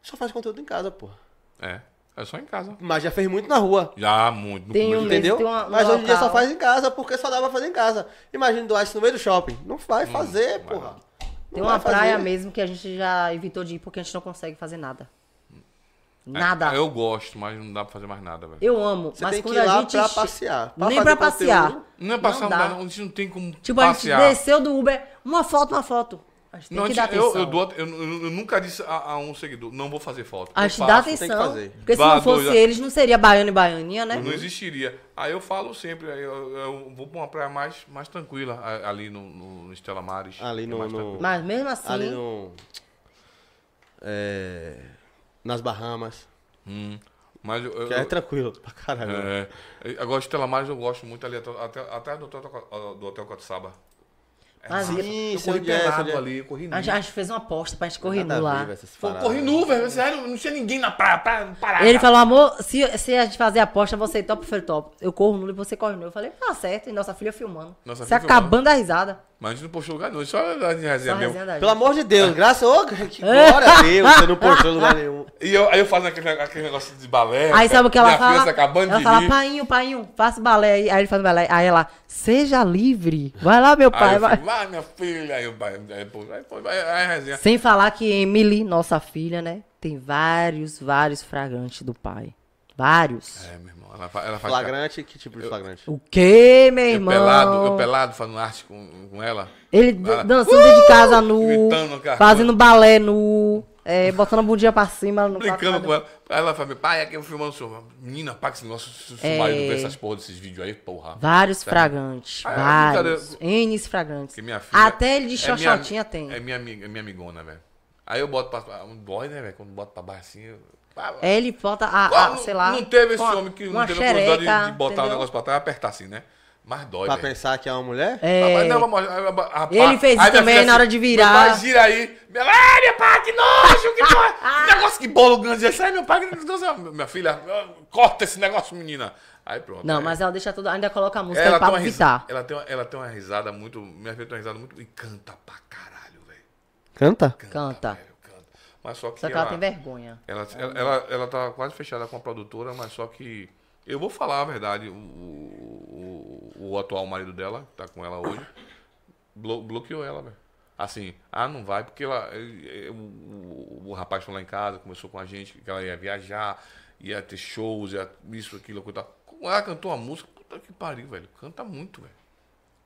[SPEAKER 3] Só faz conteúdo em casa, porra.
[SPEAKER 4] É. É só em casa.
[SPEAKER 3] Mas já fez muito na rua.
[SPEAKER 4] Já muito. No
[SPEAKER 5] Tem
[SPEAKER 4] começo-
[SPEAKER 5] um mês,
[SPEAKER 3] Entendeu?
[SPEAKER 5] tem uma- um
[SPEAKER 3] Mas hoje em dia só
[SPEAKER 5] local.
[SPEAKER 3] faz em casa, porque só dá pra fazer em casa. Imagina do Ice no meio do shopping. Não Hum, vai fazer, porra.
[SPEAKER 4] é,
[SPEAKER 3] Não
[SPEAKER 5] Tem
[SPEAKER 3] vai
[SPEAKER 5] uma praia
[SPEAKER 3] fazer.
[SPEAKER 5] mesmo que a gente já evitou de ir porque a gente não consegue fazer nada. Nada.
[SPEAKER 4] É, eu gosto, mas não dá pra fazer mais nada, velho.
[SPEAKER 5] Eu amo,
[SPEAKER 3] Você
[SPEAKER 5] mas
[SPEAKER 3] tem que
[SPEAKER 5] quando
[SPEAKER 3] ir
[SPEAKER 5] a
[SPEAKER 3] lá
[SPEAKER 5] gente
[SPEAKER 3] pra
[SPEAKER 5] che-
[SPEAKER 3] passear. Pra
[SPEAKER 5] nem
[SPEAKER 3] fazer
[SPEAKER 5] pra passear.
[SPEAKER 3] conteúdo.
[SPEAKER 4] Não é passar
[SPEAKER 5] Não
[SPEAKER 4] não
[SPEAKER 5] dá.
[SPEAKER 4] dá. não. A gente não tem como
[SPEAKER 5] Tipo,
[SPEAKER 4] passear.
[SPEAKER 5] a gente desceu do Uber, uma foto, uma foto. A gente tem
[SPEAKER 4] não, a
[SPEAKER 5] que
[SPEAKER 4] gente-
[SPEAKER 5] dar atenção.
[SPEAKER 4] eu, eu, dou- eu- eu- eu nunca disse a, a um seguidor, não vou fazer foto.
[SPEAKER 5] a
[SPEAKER 4] Eu
[SPEAKER 5] gente
[SPEAKER 4] faço.
[SPEAKER 5] dá
[SPEAKER 3] que
[SPEAKER 5] atenção.
[SPEAKER 3] fazer.
[SPEAKER 5] Porque se
[SPEAKER 4] Vá,
[SPEAKER 5] não fosse
[SPEAKER 4] dois,
[SPEAKER 5] eles, não seria baiano e baianinha, né?
[SPEAKER 4] Não existiria. Aí eu falo sempre, aí eu, eu vou pra uma praia mais, mais tranquila, a- ali no, no Estela Mares.
[SPEAKER 3] Ali
[SPEAKER 4] É
[SPEAKER 3] no-
[SPEAKER 4] mais
[SPEAKER 3] no-
[SPEAKER 4] tranquilo.
[SPEAKER 5] Mas mesmo assim,
[SPEAKER 3] Ali no. é, nas Bahamas.
[SPEAKER 4] Mas eu, eu,
[SPEAKER 3] Que é tranquilo pra caralho. né?
[SPEAKER 4] é, agora Estela Maris eu gosto muito ali, até- até- atrás do hotel, Toca- do hotel Cotsaba.
[SPEAKER 5] Mas
[SPEAKER 3] Sim,
[SPEAKER 5] um
[SPEAKER 3] sei
[SPEAKER 4] Eu corri
[SPEAKER 3] onde é,
[SPEAKER 4] pelado
[SPEAKER 3] sei onde é.
[SPEAKER 4] ali, eu corri nu.
[SPEAKER 5] a, gente, a gente fez uma aposta pra gente correr
[SPEAKER 3] Nada a
[SPEAKER 5] nu lá.
[SPEAKER 3] ver essas
[SPEAKER 4] Pô,
[SPEAKER 3] paradas.
[SPEAKER 4] corri nu, velho, sério, não tinha ninguém na praia, praia parada.
[SPEAKER 5] Ele falou, amor, se, se a gente fazer a aposta, você top ou top. Eu corro nulo e você corre nulo. Eu falei, tá certo. E nossa filha filmando.
[SPEAKER 4] Nossa
[SPEAKER 5] você
[SPEAKER 4] filha
[SPEAKER 5] acabando da risada.
[SPEAKER 4] Mas a gente não postou lugar nenhum, só a resenha
[SPEAKER 5] Só a
[SPEAKER 4] mesmo.
[SPEAKER 5] resenha da gente.
[SPEAKER 3] Pelo amor de
[SPEAKER 5] É.
[SPEAKER 3] Deus, graças a Deus, que glória a Deus, você não postou em lugar nenhum.
[SPEAKER 4] E eu, aí eu fazendo aquele, aquele negócio de balé.
[SPEAKER 5] Aí sabe o que ela
[SPEAKER 4] minha
[SPEAKER 5] fala?
[SPEAKER 4] Criança acabando
[SPEAKER 5] ela
[SPEAKER 4] de
[SPEAKER 5] fala,
[SPEAKER 4] rir.
[SPEAKER 5] painho, painho, faça balé aí. Aí ele faz balé. Aí ela, seja livre. Vai lá, meu
[SPEAKER 4] Aí
[SPEAKER 5] pai.
[SPEAKER 4] eu
[SPEAKER 5] vai.
[SPEAKER 4] fico, vai, minha filha. Aí o pai, aí, pô, aí, pô, aí, aí a resenha.
[SPEAKER 5] Sem falar que Emily, nossa filha, né? Tem vários, vários fragantes do pai. Vários.
[SPEAKER 4] É, meu irmão, ela, fa- ela faz.
[SPEAKER 3] Flagrante, que tipo de flagrante?
[SPEAKER 5] O quê, meu
[SPEAKER 4] Eu
[SPEAKER 5] irmão?
[SPEAKER 4] pelado, eu pelado fazendo arte com, com ela.
[SPEAKER 5] Ele d-
[SPEAKER 4] Fala.
[SPEAKER 5] dançando dentro de casa nu,
[SPEAKER 4] Gritando no carro.
[SPEAKER 5] fazendo balé nu, é, botando a bundinha pra cima. No
[SPEAKER 4] Brincando com
[SPEAKER 5] ela.
[SPEAKER 4] ela. Aí ela fala, pai, aqui eu filmando o seu. Menina, paga esse negócio, se o seu
[SPEAKER 5] É.
[SPEAKER 4] marido vê essas porra desses vídeos aí, porra.
[SPEAKER 5] Vários
[SPEAKER 4] Tá.
[SPEAKER 5] fragantes,
[SPEAKER 4] Ah, é,
[SPEAKER 5] vários.
[SPEAKER 4] brincadeira.
[SPEAKER 5] N fragantes.
[SPEAKER 4] Porque minha filha.
[SPEAKER 5] Até ele de
[SPEAKER 4] é minha-
[SPEAKER 5] xoxotinha tem.
[SPEAKER 4] É minha, amiga, é minha amigona, velho. Aí eu boto pra. Um boy, né, velho? Quando boto pra baixo assim. Eu... Ah,
[SPEAKER 5] É, ele bota a, a-
[SPEAKER 4] Qual-
[SPEAKER 5] sei lá.
[SPEAKER 4] Não teve esse
[SPEAKER 5] uma-
[SPEAKER 4] homem que não
[SPEAKER 5] uma
[SPEAKER 4] teve a curiosidade de- de,
[SPEAKER 5] xereca,
[SPEAKER 4] botar o
[SPEAKER 5] entendeu?
[SPEAKER 4] negócio pra trás e apertar assim, né? Mas dói,
[SPEAKER 3] Pra
[SPEAKER 4] velho.
[SPEAKER 3] pensar que é uma mulher?
[SPEAKER 5] É.
[SPEAKER 4] Rapaz, Ah, não, vamos- rapaz,
[SPEAKER 5] Ele fez isso
[SPEAKER 4] aí minha
[SPEAKER 5] também
[SPEAKER 4] filha
[SPEAKER 5] na hora de virar.
[SPEAKER 4] Meu pai gira aí. Minha, ah, meu pai, que nojo, que porra. que negócio que bolo grande é esse aí, meu pai. Que negócio, minha filha, corta esse negócio, menina. Aí pronto.
[SPEAKER 5] Não,
[SPEAKER 4] é.
[SPEAKER 5] mas ela deixa tudo, ainda coloca a música
[SPEAKER 4] ela,
[SPEAKER 5] aí
[SPEAKER 4] tem
[SPEAKER 5] pra
[SPEAKER 4] uma risada,
[SPEAKER 5] pitar.
[SPEAKER 4] ela, tem uma, ela tem uma risada muito. Minha filha tem uma risada muito. E canta pra caralho, velho.
[SPEAKER 3] Canta?
[SPEAKER 5] Canta.
[SPEAKER 4] velho, canta. Mas só que.
[SPEAKER 5] Só que ela tem vergonha.
[SPEAKER 4] Ela, ela, ela, ela tá quase fechada com a produtora, mas só que. Eu vou falar a verdade, o, o, o- o atual marido dela, que tá com ela hoje, blo- bloqueou ela, velho. Assim, ah, não vai, porque ela, eh, eh, o, o- o rapaz foi lá em casa, começou com a gente, que ela ia viajar, ia ter shows, ia isso, aquilo, coisa. e tal. Como Ela cantou uma música, puta que pariu, velho. Canta muito, velho.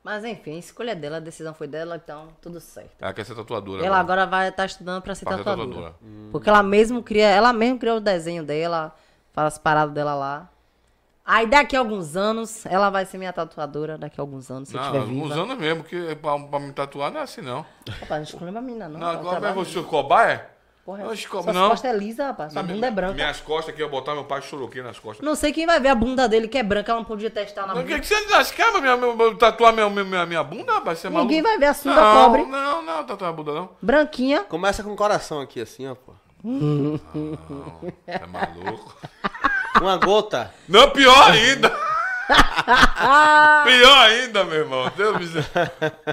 [SPEAKER 5] Mas enfim, a escolha dela, a decisão foi dela, então tudo certo.
[SPEAKER 4] Ela quer ser tatuadora.
[SPEAKER 5] Ela agora vai estar estudando pra ser
[SPEAKER 4] Pra ser
[SPEAKER 5] tatuadora.
[SPEAKER 4] tatuadora.
[SPEAKER 5] Porque ela mesmo cria, ela mesmo criou o desenho dela, faz as paradas dela lá. Aí daqui a alguns anos, ela vai ser minha tatuadora daqui a alguns anos, se eu
[SPEAKER 4] Não,
[SPEAKER 5] tiver viva.
[SPEAKER 4] uns anos mesmo, que pra, pra me tatuar não é assim, não.
[SPEAKER 5] Rapaz, não escolhe pra mim, não.
[SPEAKER 4] Não,
[SPEAKER 5] é um
[SPEAKER 4] agora é
[SPEAKER 5] trabalho.
[SPEAKER 4] você, cobaia?
[SPEAKER 5] Porra,
[SPEAKER 4] Não escolhe,
[SPEAKER 5] suas
[SPEAKER 4] não.
[SPEAKER 5] costas é lisa, rapaz. Sua
[SPEAKER 4] Sabe,
[SPEAKER 5] bunda é branca.
[SPEAKER 4] Tá, Minhas costas aqui, eu botar meu pai choroquei nas costas.
[SPEAKER 5] Não sei quem vai ver a bunda dele, que é branca, ela não podia testar na
[SPEAKER 4] Não, O que,
[SPEAKER 5] bunda.
[SPEAKER 4] que você lascava? Minha, tá minha, minha- tatuar minha, minha- minha, minha bunda, rapaz? Você é maluco?
[SPEAKER 5] Ninguém vai ver a sunga
[SPEAKER 4] não,
[SPEAKER 5] cobre.
[SPEAKER 4] Não, não, tatuar a bunda não.
[SPEAKER 5] Branquinha.
[SPEAKER 3] Começa com o coração aqui, assim, ó, pô.
[SPEAKER 4] É maluco.
[SPEAKER 3] Uma gota.
[SPEAKER 4] não, pior ainda. pior ainda, meu irmão. Deus me livre.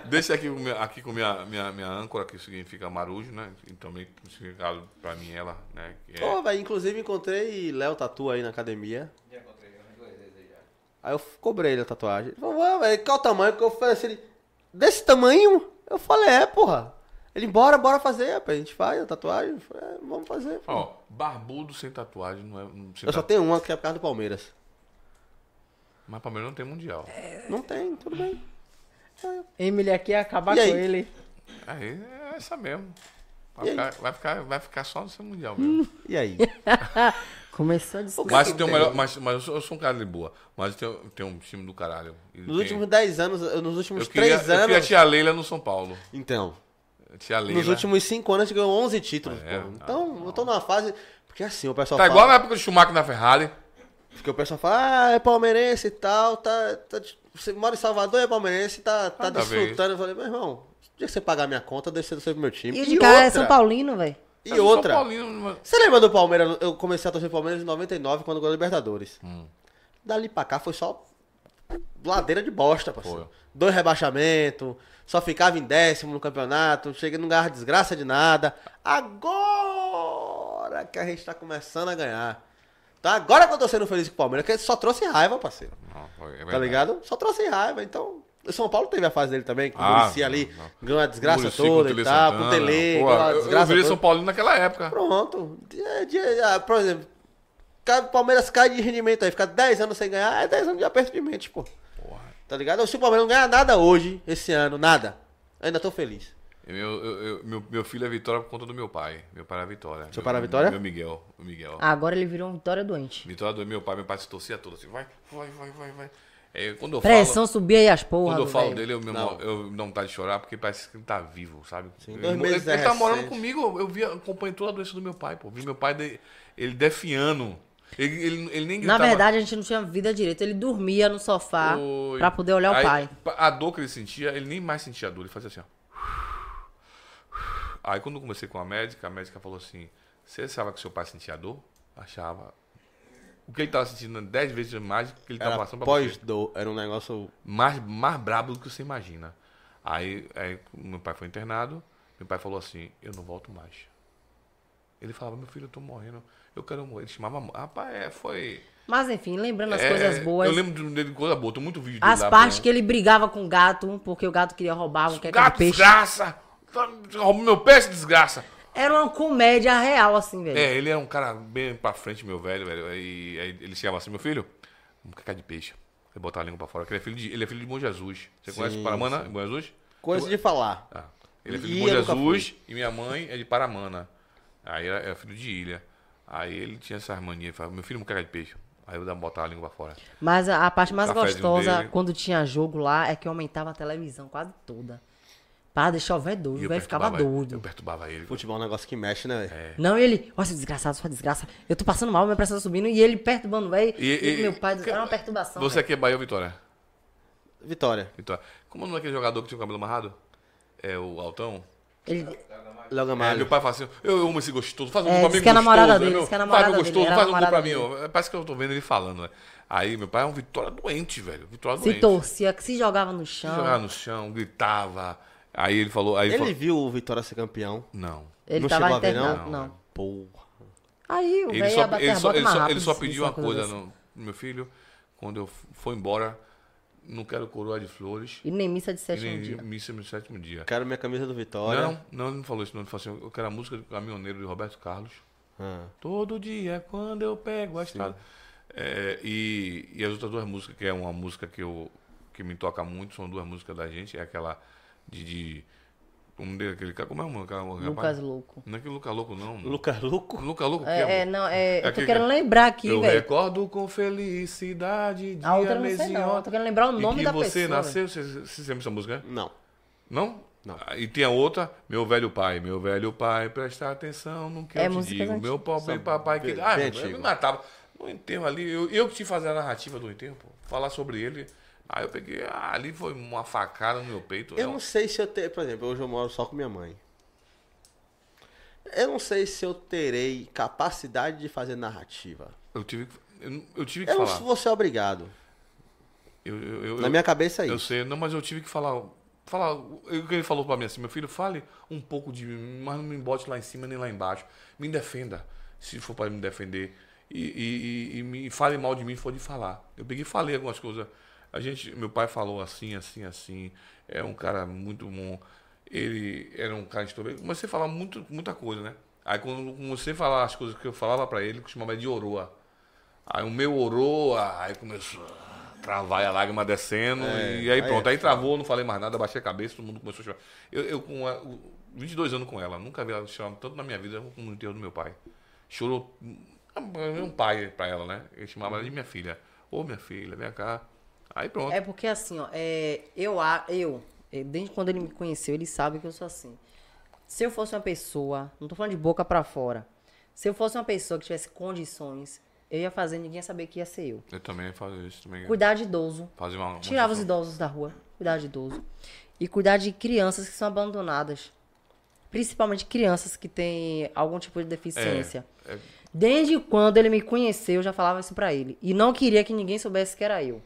[SPEAKER 4] Deixa aqui, com minha- aqui com minha, minha, minha âncora, que significa marujo, né? Então, meio que significado pra mim ela, né? Que é-
[SPEAKER 3] Pô, velho, inclusive encontrei Léo Tatu aí na academia. Aí eu f- cobrei ele a tatuagem. Ele falou, "Ué, velho, qual o tamanho? Que eu falei assim, ele, desse tamanho? Eu falei, é, porra. Ele, bora, bora fazer, rapaz. A gente faz a tatuagem. Eu falei, é, vamos fazer. pô."
[SPEAKER 4] Ó, barbudo sem tatuagem não é. Não, sem
[SPEAKER 3] Eu só
[SPEAKER 4] tatu-
[SPEAKER 3] tenho uma que é por causa do Palmeiras.
[SPEAKER 4] Mas pra mim não tem mundial.
[SPEAKER 3] Não tem, tudo bem.
[SPEAKER 5] É. Emily aqui ia acabar
[SPEAKER 3] E
[SPEAKER 5] com
[SPEAKER 3] aí?
[SPEAKER 5] ele.
[SPEAKER 4] Aí é essa mesmo. Vai
[SPEAKER 3] E aí? Hum.
[SPEAKER 4] ficar, vai, ficar, vai ficar só no seu mundial mesmo.
[SPEAKER 3] E aí?
[SPEAKER 5] Começou a des...
[SPEAKER 4] Mas, tem o melhor, mas, mas eu, sou, eu sou um cara de boa. Mas tem tenho, eu tenho um time do caralho. E
[SPEAKER 3] Nos
[SPEAKER 4] tem-
[SPEAKER 3] últimos 10 anos, eu- nos
[SPEAKER 4] eu
[SPEAKER 3] últimos
[SPEAKER 4] queria,
[SPEAKER 3] 3
[SPEAKER 4] Eu
[SPEAKER 3] anos.
[SPEAKER 4] queria a tia Leila no São Paulo.
[SPEAKER 3] Então,
[SPEAKER 4] A Tia Leila.
[SPEAKER 3] nos últimos 5 anos a gente ganhou 11 títulos,
[SPEAKER 4] né? É,
[SPEAKER 3] pô.
[SPEAKER 4] tá,
[SPEAKER 3] Então, eu tô numa fase. Porque assim, o pessoal
[SPEAKER 4] Tá
[SPEAKER 3] fala.
[SPEAKER 4] igual na época do Schumacher na Ferrari.
[SPEAKER 3] Porque o pessoal fala, ah, é palmeirense e tal, tá, tá de- você mora em Salvador, é palmeirense, tá, tá
[SPEAKER 4] Nada a ver
[SPEAKER 3] desfrutando. Eu falei, meu irmão, o dia que você pagar minha conta, deixa você pro meu time.
[SPEAKER 5] E de cara é São
[SPEAKER 3] outra-
[SPEAKER 5] Paulino, velho.
[SPEAKER 4] Eu
[SPEAKER 3] E
[SPEAKER 4] sou
[SPEAKER 3] outra.
[SPEAKER 4] São Paulino, mas-
[SPEAKER 3] Você lembra do Palmeiras? Eu comecei a torcer pro Palmeiras em 99, quando ganhou a Libertadores.
[SPEAKER 4] Hum.
[SPEAKER 3] Dali pra cá foi só ladeira de bosta, parceiro.
[SPEAKER 4] Foi.
[SPEAKER 3] Dois rebaixamentos, só ficava em décimo no campeonato, chega não ganhava desgraça de nada. Agora que a gente tá começando a ganhar. Tá? Agora que eu tô sendo feliz com o Palmeiras, que só trouxe raiva, parceiro.
[SPEAKER 4] Não, foi- é
[SPEAKER 3] Tá
[SPEAKER 4] verdade.
[SPEAKER 3] ligado? Só trouxe raiva, então... O São Paulo teve a fase dele também, que o
[SPEAKER 4] Ah,
[SPEAKER 3] Muricy ali
[SPEAKER 4] não, não.
[SPEAKER 3] ganhou a desgraça
[SPEAKER 4] Muricy com o
[SPEAKER 3] toda
[SPEAKER 4] Tele
[SPEAKER 3] e tal, com o
[SPEAKER 4] Santana.
[SPEAKER 3] Tele,
[SPEAKER 4] Pô,
[SPEAKER 3] ganhou a
[SPEAKER 4] eu, eu
[SPEAKER 3] desgraça
[SPEAKER 4] virei
[SPEAKER 3] toda.
[SPEAKER 4] São Paulino naquela época.
[SPEAKER 3] Pronto. Dia- dia- ah, por exemplo, cai- Palmeiras cai de rendimento aí, fica 10 anos sem ganhar, é 10 anos de aperto de mente, pô. Tá ligado? Se o Palmeiras não ganhar nada hoje, esse ano, nada, ainda tô feliz.
[SPEAKER 4] Eu- eu- eu- meu, meu filho é Vitória por conta do meu pai. Meu pai é Vitória.
[SPEAKER 3] Seu
[SPEAKER 4] Meu-
[SPEAKER 3] pai era Vitória?
[SPEAKER 4] Meu Miguel. O Miguel.
[SPEAKER 5] Agora ele Ah, virou um Vitória doente.
[SPEAKER 4] Então, Vitória do meu pai, meu pai se torcia todo assim, vai, vai, vai, vai, vai. É, quando eu
[SPEAKER 5] Pressão
[SPEAKER 4] falo,
[SPEAKER 5] subir aí as porra.
[SPEAKER 4] quando eu
[SPEAKER 5] do
[SPEAKER 4] falo
[SPEAKER 5] velho.
[SPEAKER 4] dele, eu, me
[SPEAKER 3] Não.
[SPEAKER 4] mo- eu me dou vontade de chorar, porque parece que ele tá vivo, sabe? ele,
[SPEAKER 3] dois
[SPEAKER 4] mo-
[SPEAKER 3] meses
[SPEAKER 4] ele,
[SPEAKER 3] é
[SPEAKER 4] ele tá morando
[SPEAKER 3] recente.
[SPEAKER 4] comigo, eu- eu vi, acompanhei toda a doença do meu pai, pô. Vi meu pai, de- ele defiando. Ele, ele, ele nem
[SPEAKER 5] Na
[SPEAKER 4] gritava.
[SPEAKER 5] verdade, a gente não tinha vida direito. Ele dormia no sofá
[SPEAKER 4] Oi.
[SPEAKER 5] pra poder olhar
[SPEAKER 4] Aí,
[SPEAKER 5] o pai.
[SPEAKER 4] pa- A dor que ele sentia, ele nem mais sentia a dor, ele fazia assim, ó. Aí quando eu comecei com a médica, a médica falou assim: Você achava que seu pai sentia dor? Achava. O que ele tava sentindo 10 vezes mais do que ele tava
[SPEAKER 3] Era
[SPEAKER 4] passando É pra você.
[SPEAKER 3] pós-dor, era um negócio
[SPEAKER 4] Mais, mais brabo do que você imagina. Aí, aí meu pai foi internado, meu pai falou assim: Eu não volto mais. Ele falava: Meu filho, eu tô morrendo, eu quero morrer. Ele chamava. Rapaz, é, foi.
[SPEAKER 5] Mas enfim, lembrando as
[SPEAKER 4] é,
[SPEAKER 5] coisas boas.
[SPEAKER 4] Eu lembro dele de coisa boa, tem muito vídeo dele
[SPEAKER 5] As
[SPEAKER 4] lá,
[SPEAKER 5] partes
[SPEAKER 4] pô.
[SPEAKER 5] que ele brigava com o gato, um porque o gato queria roubar, um quer comer
[SPEAKER 4] Gato,
[SPEAKER 5] peixe.
[SPEAKER 4] desgraça! Tá- Roubou meu peixe, desgraça!
[SPEAKER 5] Era uma comédia real, assim, velho.
[SPEAKER 4] É, ele era um cara bem pra frente, meu velho, velho. E aí ele chegava assim, meu filho, vamos cacar de peixe. Ele botava a língua pra fora. que Ele é filho de, ele é filho de Bom Jesus. Você conhece
[SPEAKER 3] Sim,
[SPEAKER 4] Paramana, Bom Jesus?
[SPEAKER 3] coisa de falar.
[SPEAKER 4] Ah, ele é
[SPEAKER 3] E
[SPEAKER 4] filho de Bom
[SPEAKER 3] eu nunca
[SPEAKER 4] Jesus e minha mãe é de Paramana. Aí era, era filho de Ilha. Aí ele tinha essas manias, ele falava, meu filho, vamos cacar de peixe. Aí eu dava- botava a língua pra fora.
[SPEAKER 5] Mas a, a parte mais
[SPEAKER 4] Cafézinho
[SPEAKER 5] gostosa
[SPEAKER 4] dele.
[SPEAKER 5] quando tinha jogo lá é que eu aumentava a televisão quase toda. Pra deixar o velho doido.
[SPEAKER 4] E
[SPEAKER 5] O
[SPEAKER 4] eu
[SPEAKER 5] velho ficava
[SPEAKER 4] perturbava ele, Eu
[SPEAKER 5] doido.
[SPEAKER 4] perturbava ele.
[SPEAKER 3] Futebol é um negócio que mexe, né, velho?
[SPEAKER 4] É.
[SPEAKER 5] Não, e ele, ó, seu desgraçado, sua desgraça. Eu tô passando mal, minha pressão tá subindo. E ele perturbando o velho.
[SPEAKER 4] E-
[SPEAKER 5] E,
[SPEAKER 4] e-
[SPEAKER 5] meu pai, do
[SPEAKER 4] que-
[SPEAKER 5] era uma perturbação. né?
[SPEAKER 4] Você
[SPEAKER 5] velho.
[SPEAKER 4] aqui é Bahia ou Vitória?
[SPEAKER 3] Vitória.
[SPEAKER 4] Vitória. Como não é aquele jogador que tinha o cabelo amarrado? É o Altão?
[SPEAKER 5] Ele,
[SPEAKER 3] Léo
[SPEAKER 4] É, meu
[SPEAKER 3] Gamalho.
[SPEAKER 4] pai fala assim, eu amo esse gostoso, faz um
[SPEAKER 5] É,
[SPEAKER 4] gol pra mim
[SPEAKER 5] diz que é a
[SPEAKER 4] gostoso,
[SPEAKER 5] namorada
[SPEAKER 4] né,
[SPEAKER 5] dele,
[SPEAKER 4] meu?
[SPEAKER 5] diz que é a
[SPEAKER 4] faz um
[SPEAKER 5] namorada
[SPEAKER 4] gostoso,
[SPEAKER 5] dele, era
[SPEAKER 4] faz um
[SPEAKER 5] a
[SPEAKER 4] gol pra
[SPEAKER 5] namorada
[SPEAKER 4] mim.
[SPEAKER 5] dele.
[SPEAKER 4] ó. Parece que eu tô vendo ele falando, né? Aí meu pai é um Vitória doente, velho. Vitória
[SPEAKER 5] se
[SPEAKER 4] doente.
[SPEAKER 5] torcia, que se jogava no
[SPEAKER 4] Se
[SPEAKER 5] chão.
[SPEAKER 4] jogava no chão, gritava. Aí ele falou, aí ele,
[SPEAKER 3] Ele
[SPEAKER 4] falou,
[SPEAKER 3] viu o Vitória ser campeão.
[SPEAKER 4] não.
[SPEAKER 5] Ele
[SPEAKER 3] Não
[SPEAKER 5] tava
[SPEAKER 3] chegou a ver,
[SPEAKER 5] internado.
[SPEAKER 4] não? é.
[SPEAKER 5] Não.
[SPEAKER 3] Porra.
[SPEAKER 5] Aí o
[SPEAKER 4] Ele
[SPEAKER 5] velho ia
[SPEAKER 4] só,
[SPEAKER 5] bater
[SPEAKER 4] ele,
[SPEAKER 5] a
[SPEAKER 4] só,
[SPEAKER 5] bota
[SPEAKER 4] ele,
[SPEAKER 5] mais
[SPEAKER 4] só,
[SPEAKER 5] rápido.
[SPEAKER 4] ele só
[SPEAKER 5] se
[SPEAKER 4] pediu
[SPEAKER 5] fosse
[SPEAKER 4] uma coisa,
[SPEAKER 5] dessa.
[SPEAKER 4] no, meu filho, quando eu f- for embora, não quero coroa de flores
[SPEAKER 5] E nem missa de
[SPEAKER 4] e
[SPEAKER 5] sétimo
[SPEAKER 4] nem
[SPEAKER 5] dia.
[SPEAKER 4] missa no sétimo dia.
[SPEAKER 3] Quero minha camisa do Vitória.
[SPEAKER 4] Não, não, ele não falou isso, não. Ele falou assim, eu quero a música do Caminhoneiro de Roberto Carlos.
[SPEAKER 3] Ah.
[SPEAKER 4] Todo dia quando eu pego a estrada. É, e, e as outras duas músicas, que é uma música que, eu, que me toca muito, são duas músicas da gente. É aquela de. de um daquele cara. Como é o nome daquele rapaz?
[SPEAKER 5] Lucas Louco.
[SPEAKER 4] Não é aquele Luca Louco, não.
[SPEAKER 3] Lucas Luco?
[SPEAKER 4] Luca Louco que
[SPEAKER 5] É,
[SPEAKER 4] é,
[SPEAKER 5] é, não, é. Eu tô
[SPEAKER 4] Aqui,
[SPEAKER 5] querendo
[SPEAKER 4] cara.
[SPEAKER 5] lembrar aqui,
[SPEAKER 4] Eu
[SPEAKER 5] velho.
[SPEAKER 4] recordo com felicidade. Dia
[SPEAKER 5] A outra eu não sei não.
[SPEAKER 4] mezinhota
[SPEAKER 5] Eu tô querendo lembrar o
[SPEAKER 4] em
[SPEAKER 5] nome
[SPEAKER 4] que
[SPEAKER 5] da
[SPEAKER 4] você
[SPEAKER 5] pessoa.
[SPEAKER 4] nasceu. Você, você lembra essa música? né?
[SPEAKER 3] Não.
[SPEAKER 4] Não?
[SPEAKER 3] Não.
[SPEAKER 4] Ah, E tem a outra, meu velho pai, meu velho pai, presta atenção no que
[SPEAKER 5] É,
[SPEAKER 4] eu te
[SPEAKER 5] músicas
[SPEAKER 4] digo.
[SPEAKER 5] antigas.
[SPEAKER 4] Meu pobre
[SPEAKER 3] São
[SPEAKER 4] papai que.
[SPEAKER 3] bem-
[SPEAKER 4] Ah,
[SPEAKER 3] bem
[SPEAKER 4] eu me
[SPEAKER 3] antigo.
[SPEAKER 4] matava. No enterro ali, eu, eu que te fazia a narrativa do enterro, pô. Falar sobre ele. Aí eu peguei, ah, ali foi uma facada no meu peito. É um-
[SPEAKER 3] Eu
[SPEAKER 4] não.
[SPEAKER 3] não sei se eu tenho. Por exemplo, hoje eu moro só com minha mãe. Eu não sei se eu terei capacidade de fazer narrativa.
[SPEAKER 4] Eu tive que, eu, não- eu tive que
[SPEAKER 3] Eu não
[SPEAKER 4] falar.
[SPEAKER 3] vou ser obrigado.
[SPEAKER 4] Eu, eu, eu,
[SPEAKER 3] Na
[SPEAKER 4] eu-
[SPEAKER 3] minha cabeça é
[SPEAKER 4] Eu
[SPEAKER 3] isso.
[SPEAKER 4] sei, não, mas eu tive que falar. falar o que ele falou pra mim assim, meu filho, fale um pouco de mim, mas não me bote lá em cima nem lá embaixo. Me defenda, se for pra me defender. E, e, e, e me fale mal de mim, se for de falar. Eu peguei e falei algumas coisas. A gente, meu pai falou assim, assim, assim. É um cara muito bom. Ele era um cara extrovertido. Comecei a falar muito, muita coisa, né? Aí quando eu comecei a falar as coisas que eu falava pra ele, que eu chamava de Oroa. Aí o meu orou, aí começou a travar e a lágrima descendo. e aí
[SPEAKER 3] aí
[SPEAKER 4] pronto,
[SPEAKER 3] é
[SPEAKER 4] aí travou, não falei mais nada, baixei a cabeça, todo mundo começou a chorar. Eu, eu com a, o- 22 anos com ela, nunca vi ela chorar tanto na minha vida como no enterro do meu pai. Chorou hum, é um pai pra ela, né? Eu chamava ela de minha filha. Ô minha filha, vem cá. Aí pronto.
[SPEAKER 5] É porque assim, ó, é, eu, a- eu, é, desde quando ele me conheceu, ele sabe que eu sou assim. Se eu fosse uma pessoa, não tô falando de boca pra fora, se eu fosse uma pessoa que tivesse condições, eu ia fazer, ninguém ia saber que ia ser eu.
[SPEAKER 4] Eu também fazia isso também.
[SPEAKER 5] Cuidar de idoso,
[SPEAKER 4] Fazia uma, uma
[SPEAKER 5] tirava os
[SPEAKER 4] função.
[SPEAKER 5] idosos da rua, cuidar de idoso. E cuidar de crianças que são abandonadas. Principalmente crianças que têm algum tipo de deficiência.
[SPEAKER 4] É, é.
[SPEAKER 5] Desde quando ele me conheceu, eu já falava isso pra ele. E não queria que ninguém soubesse que era eu.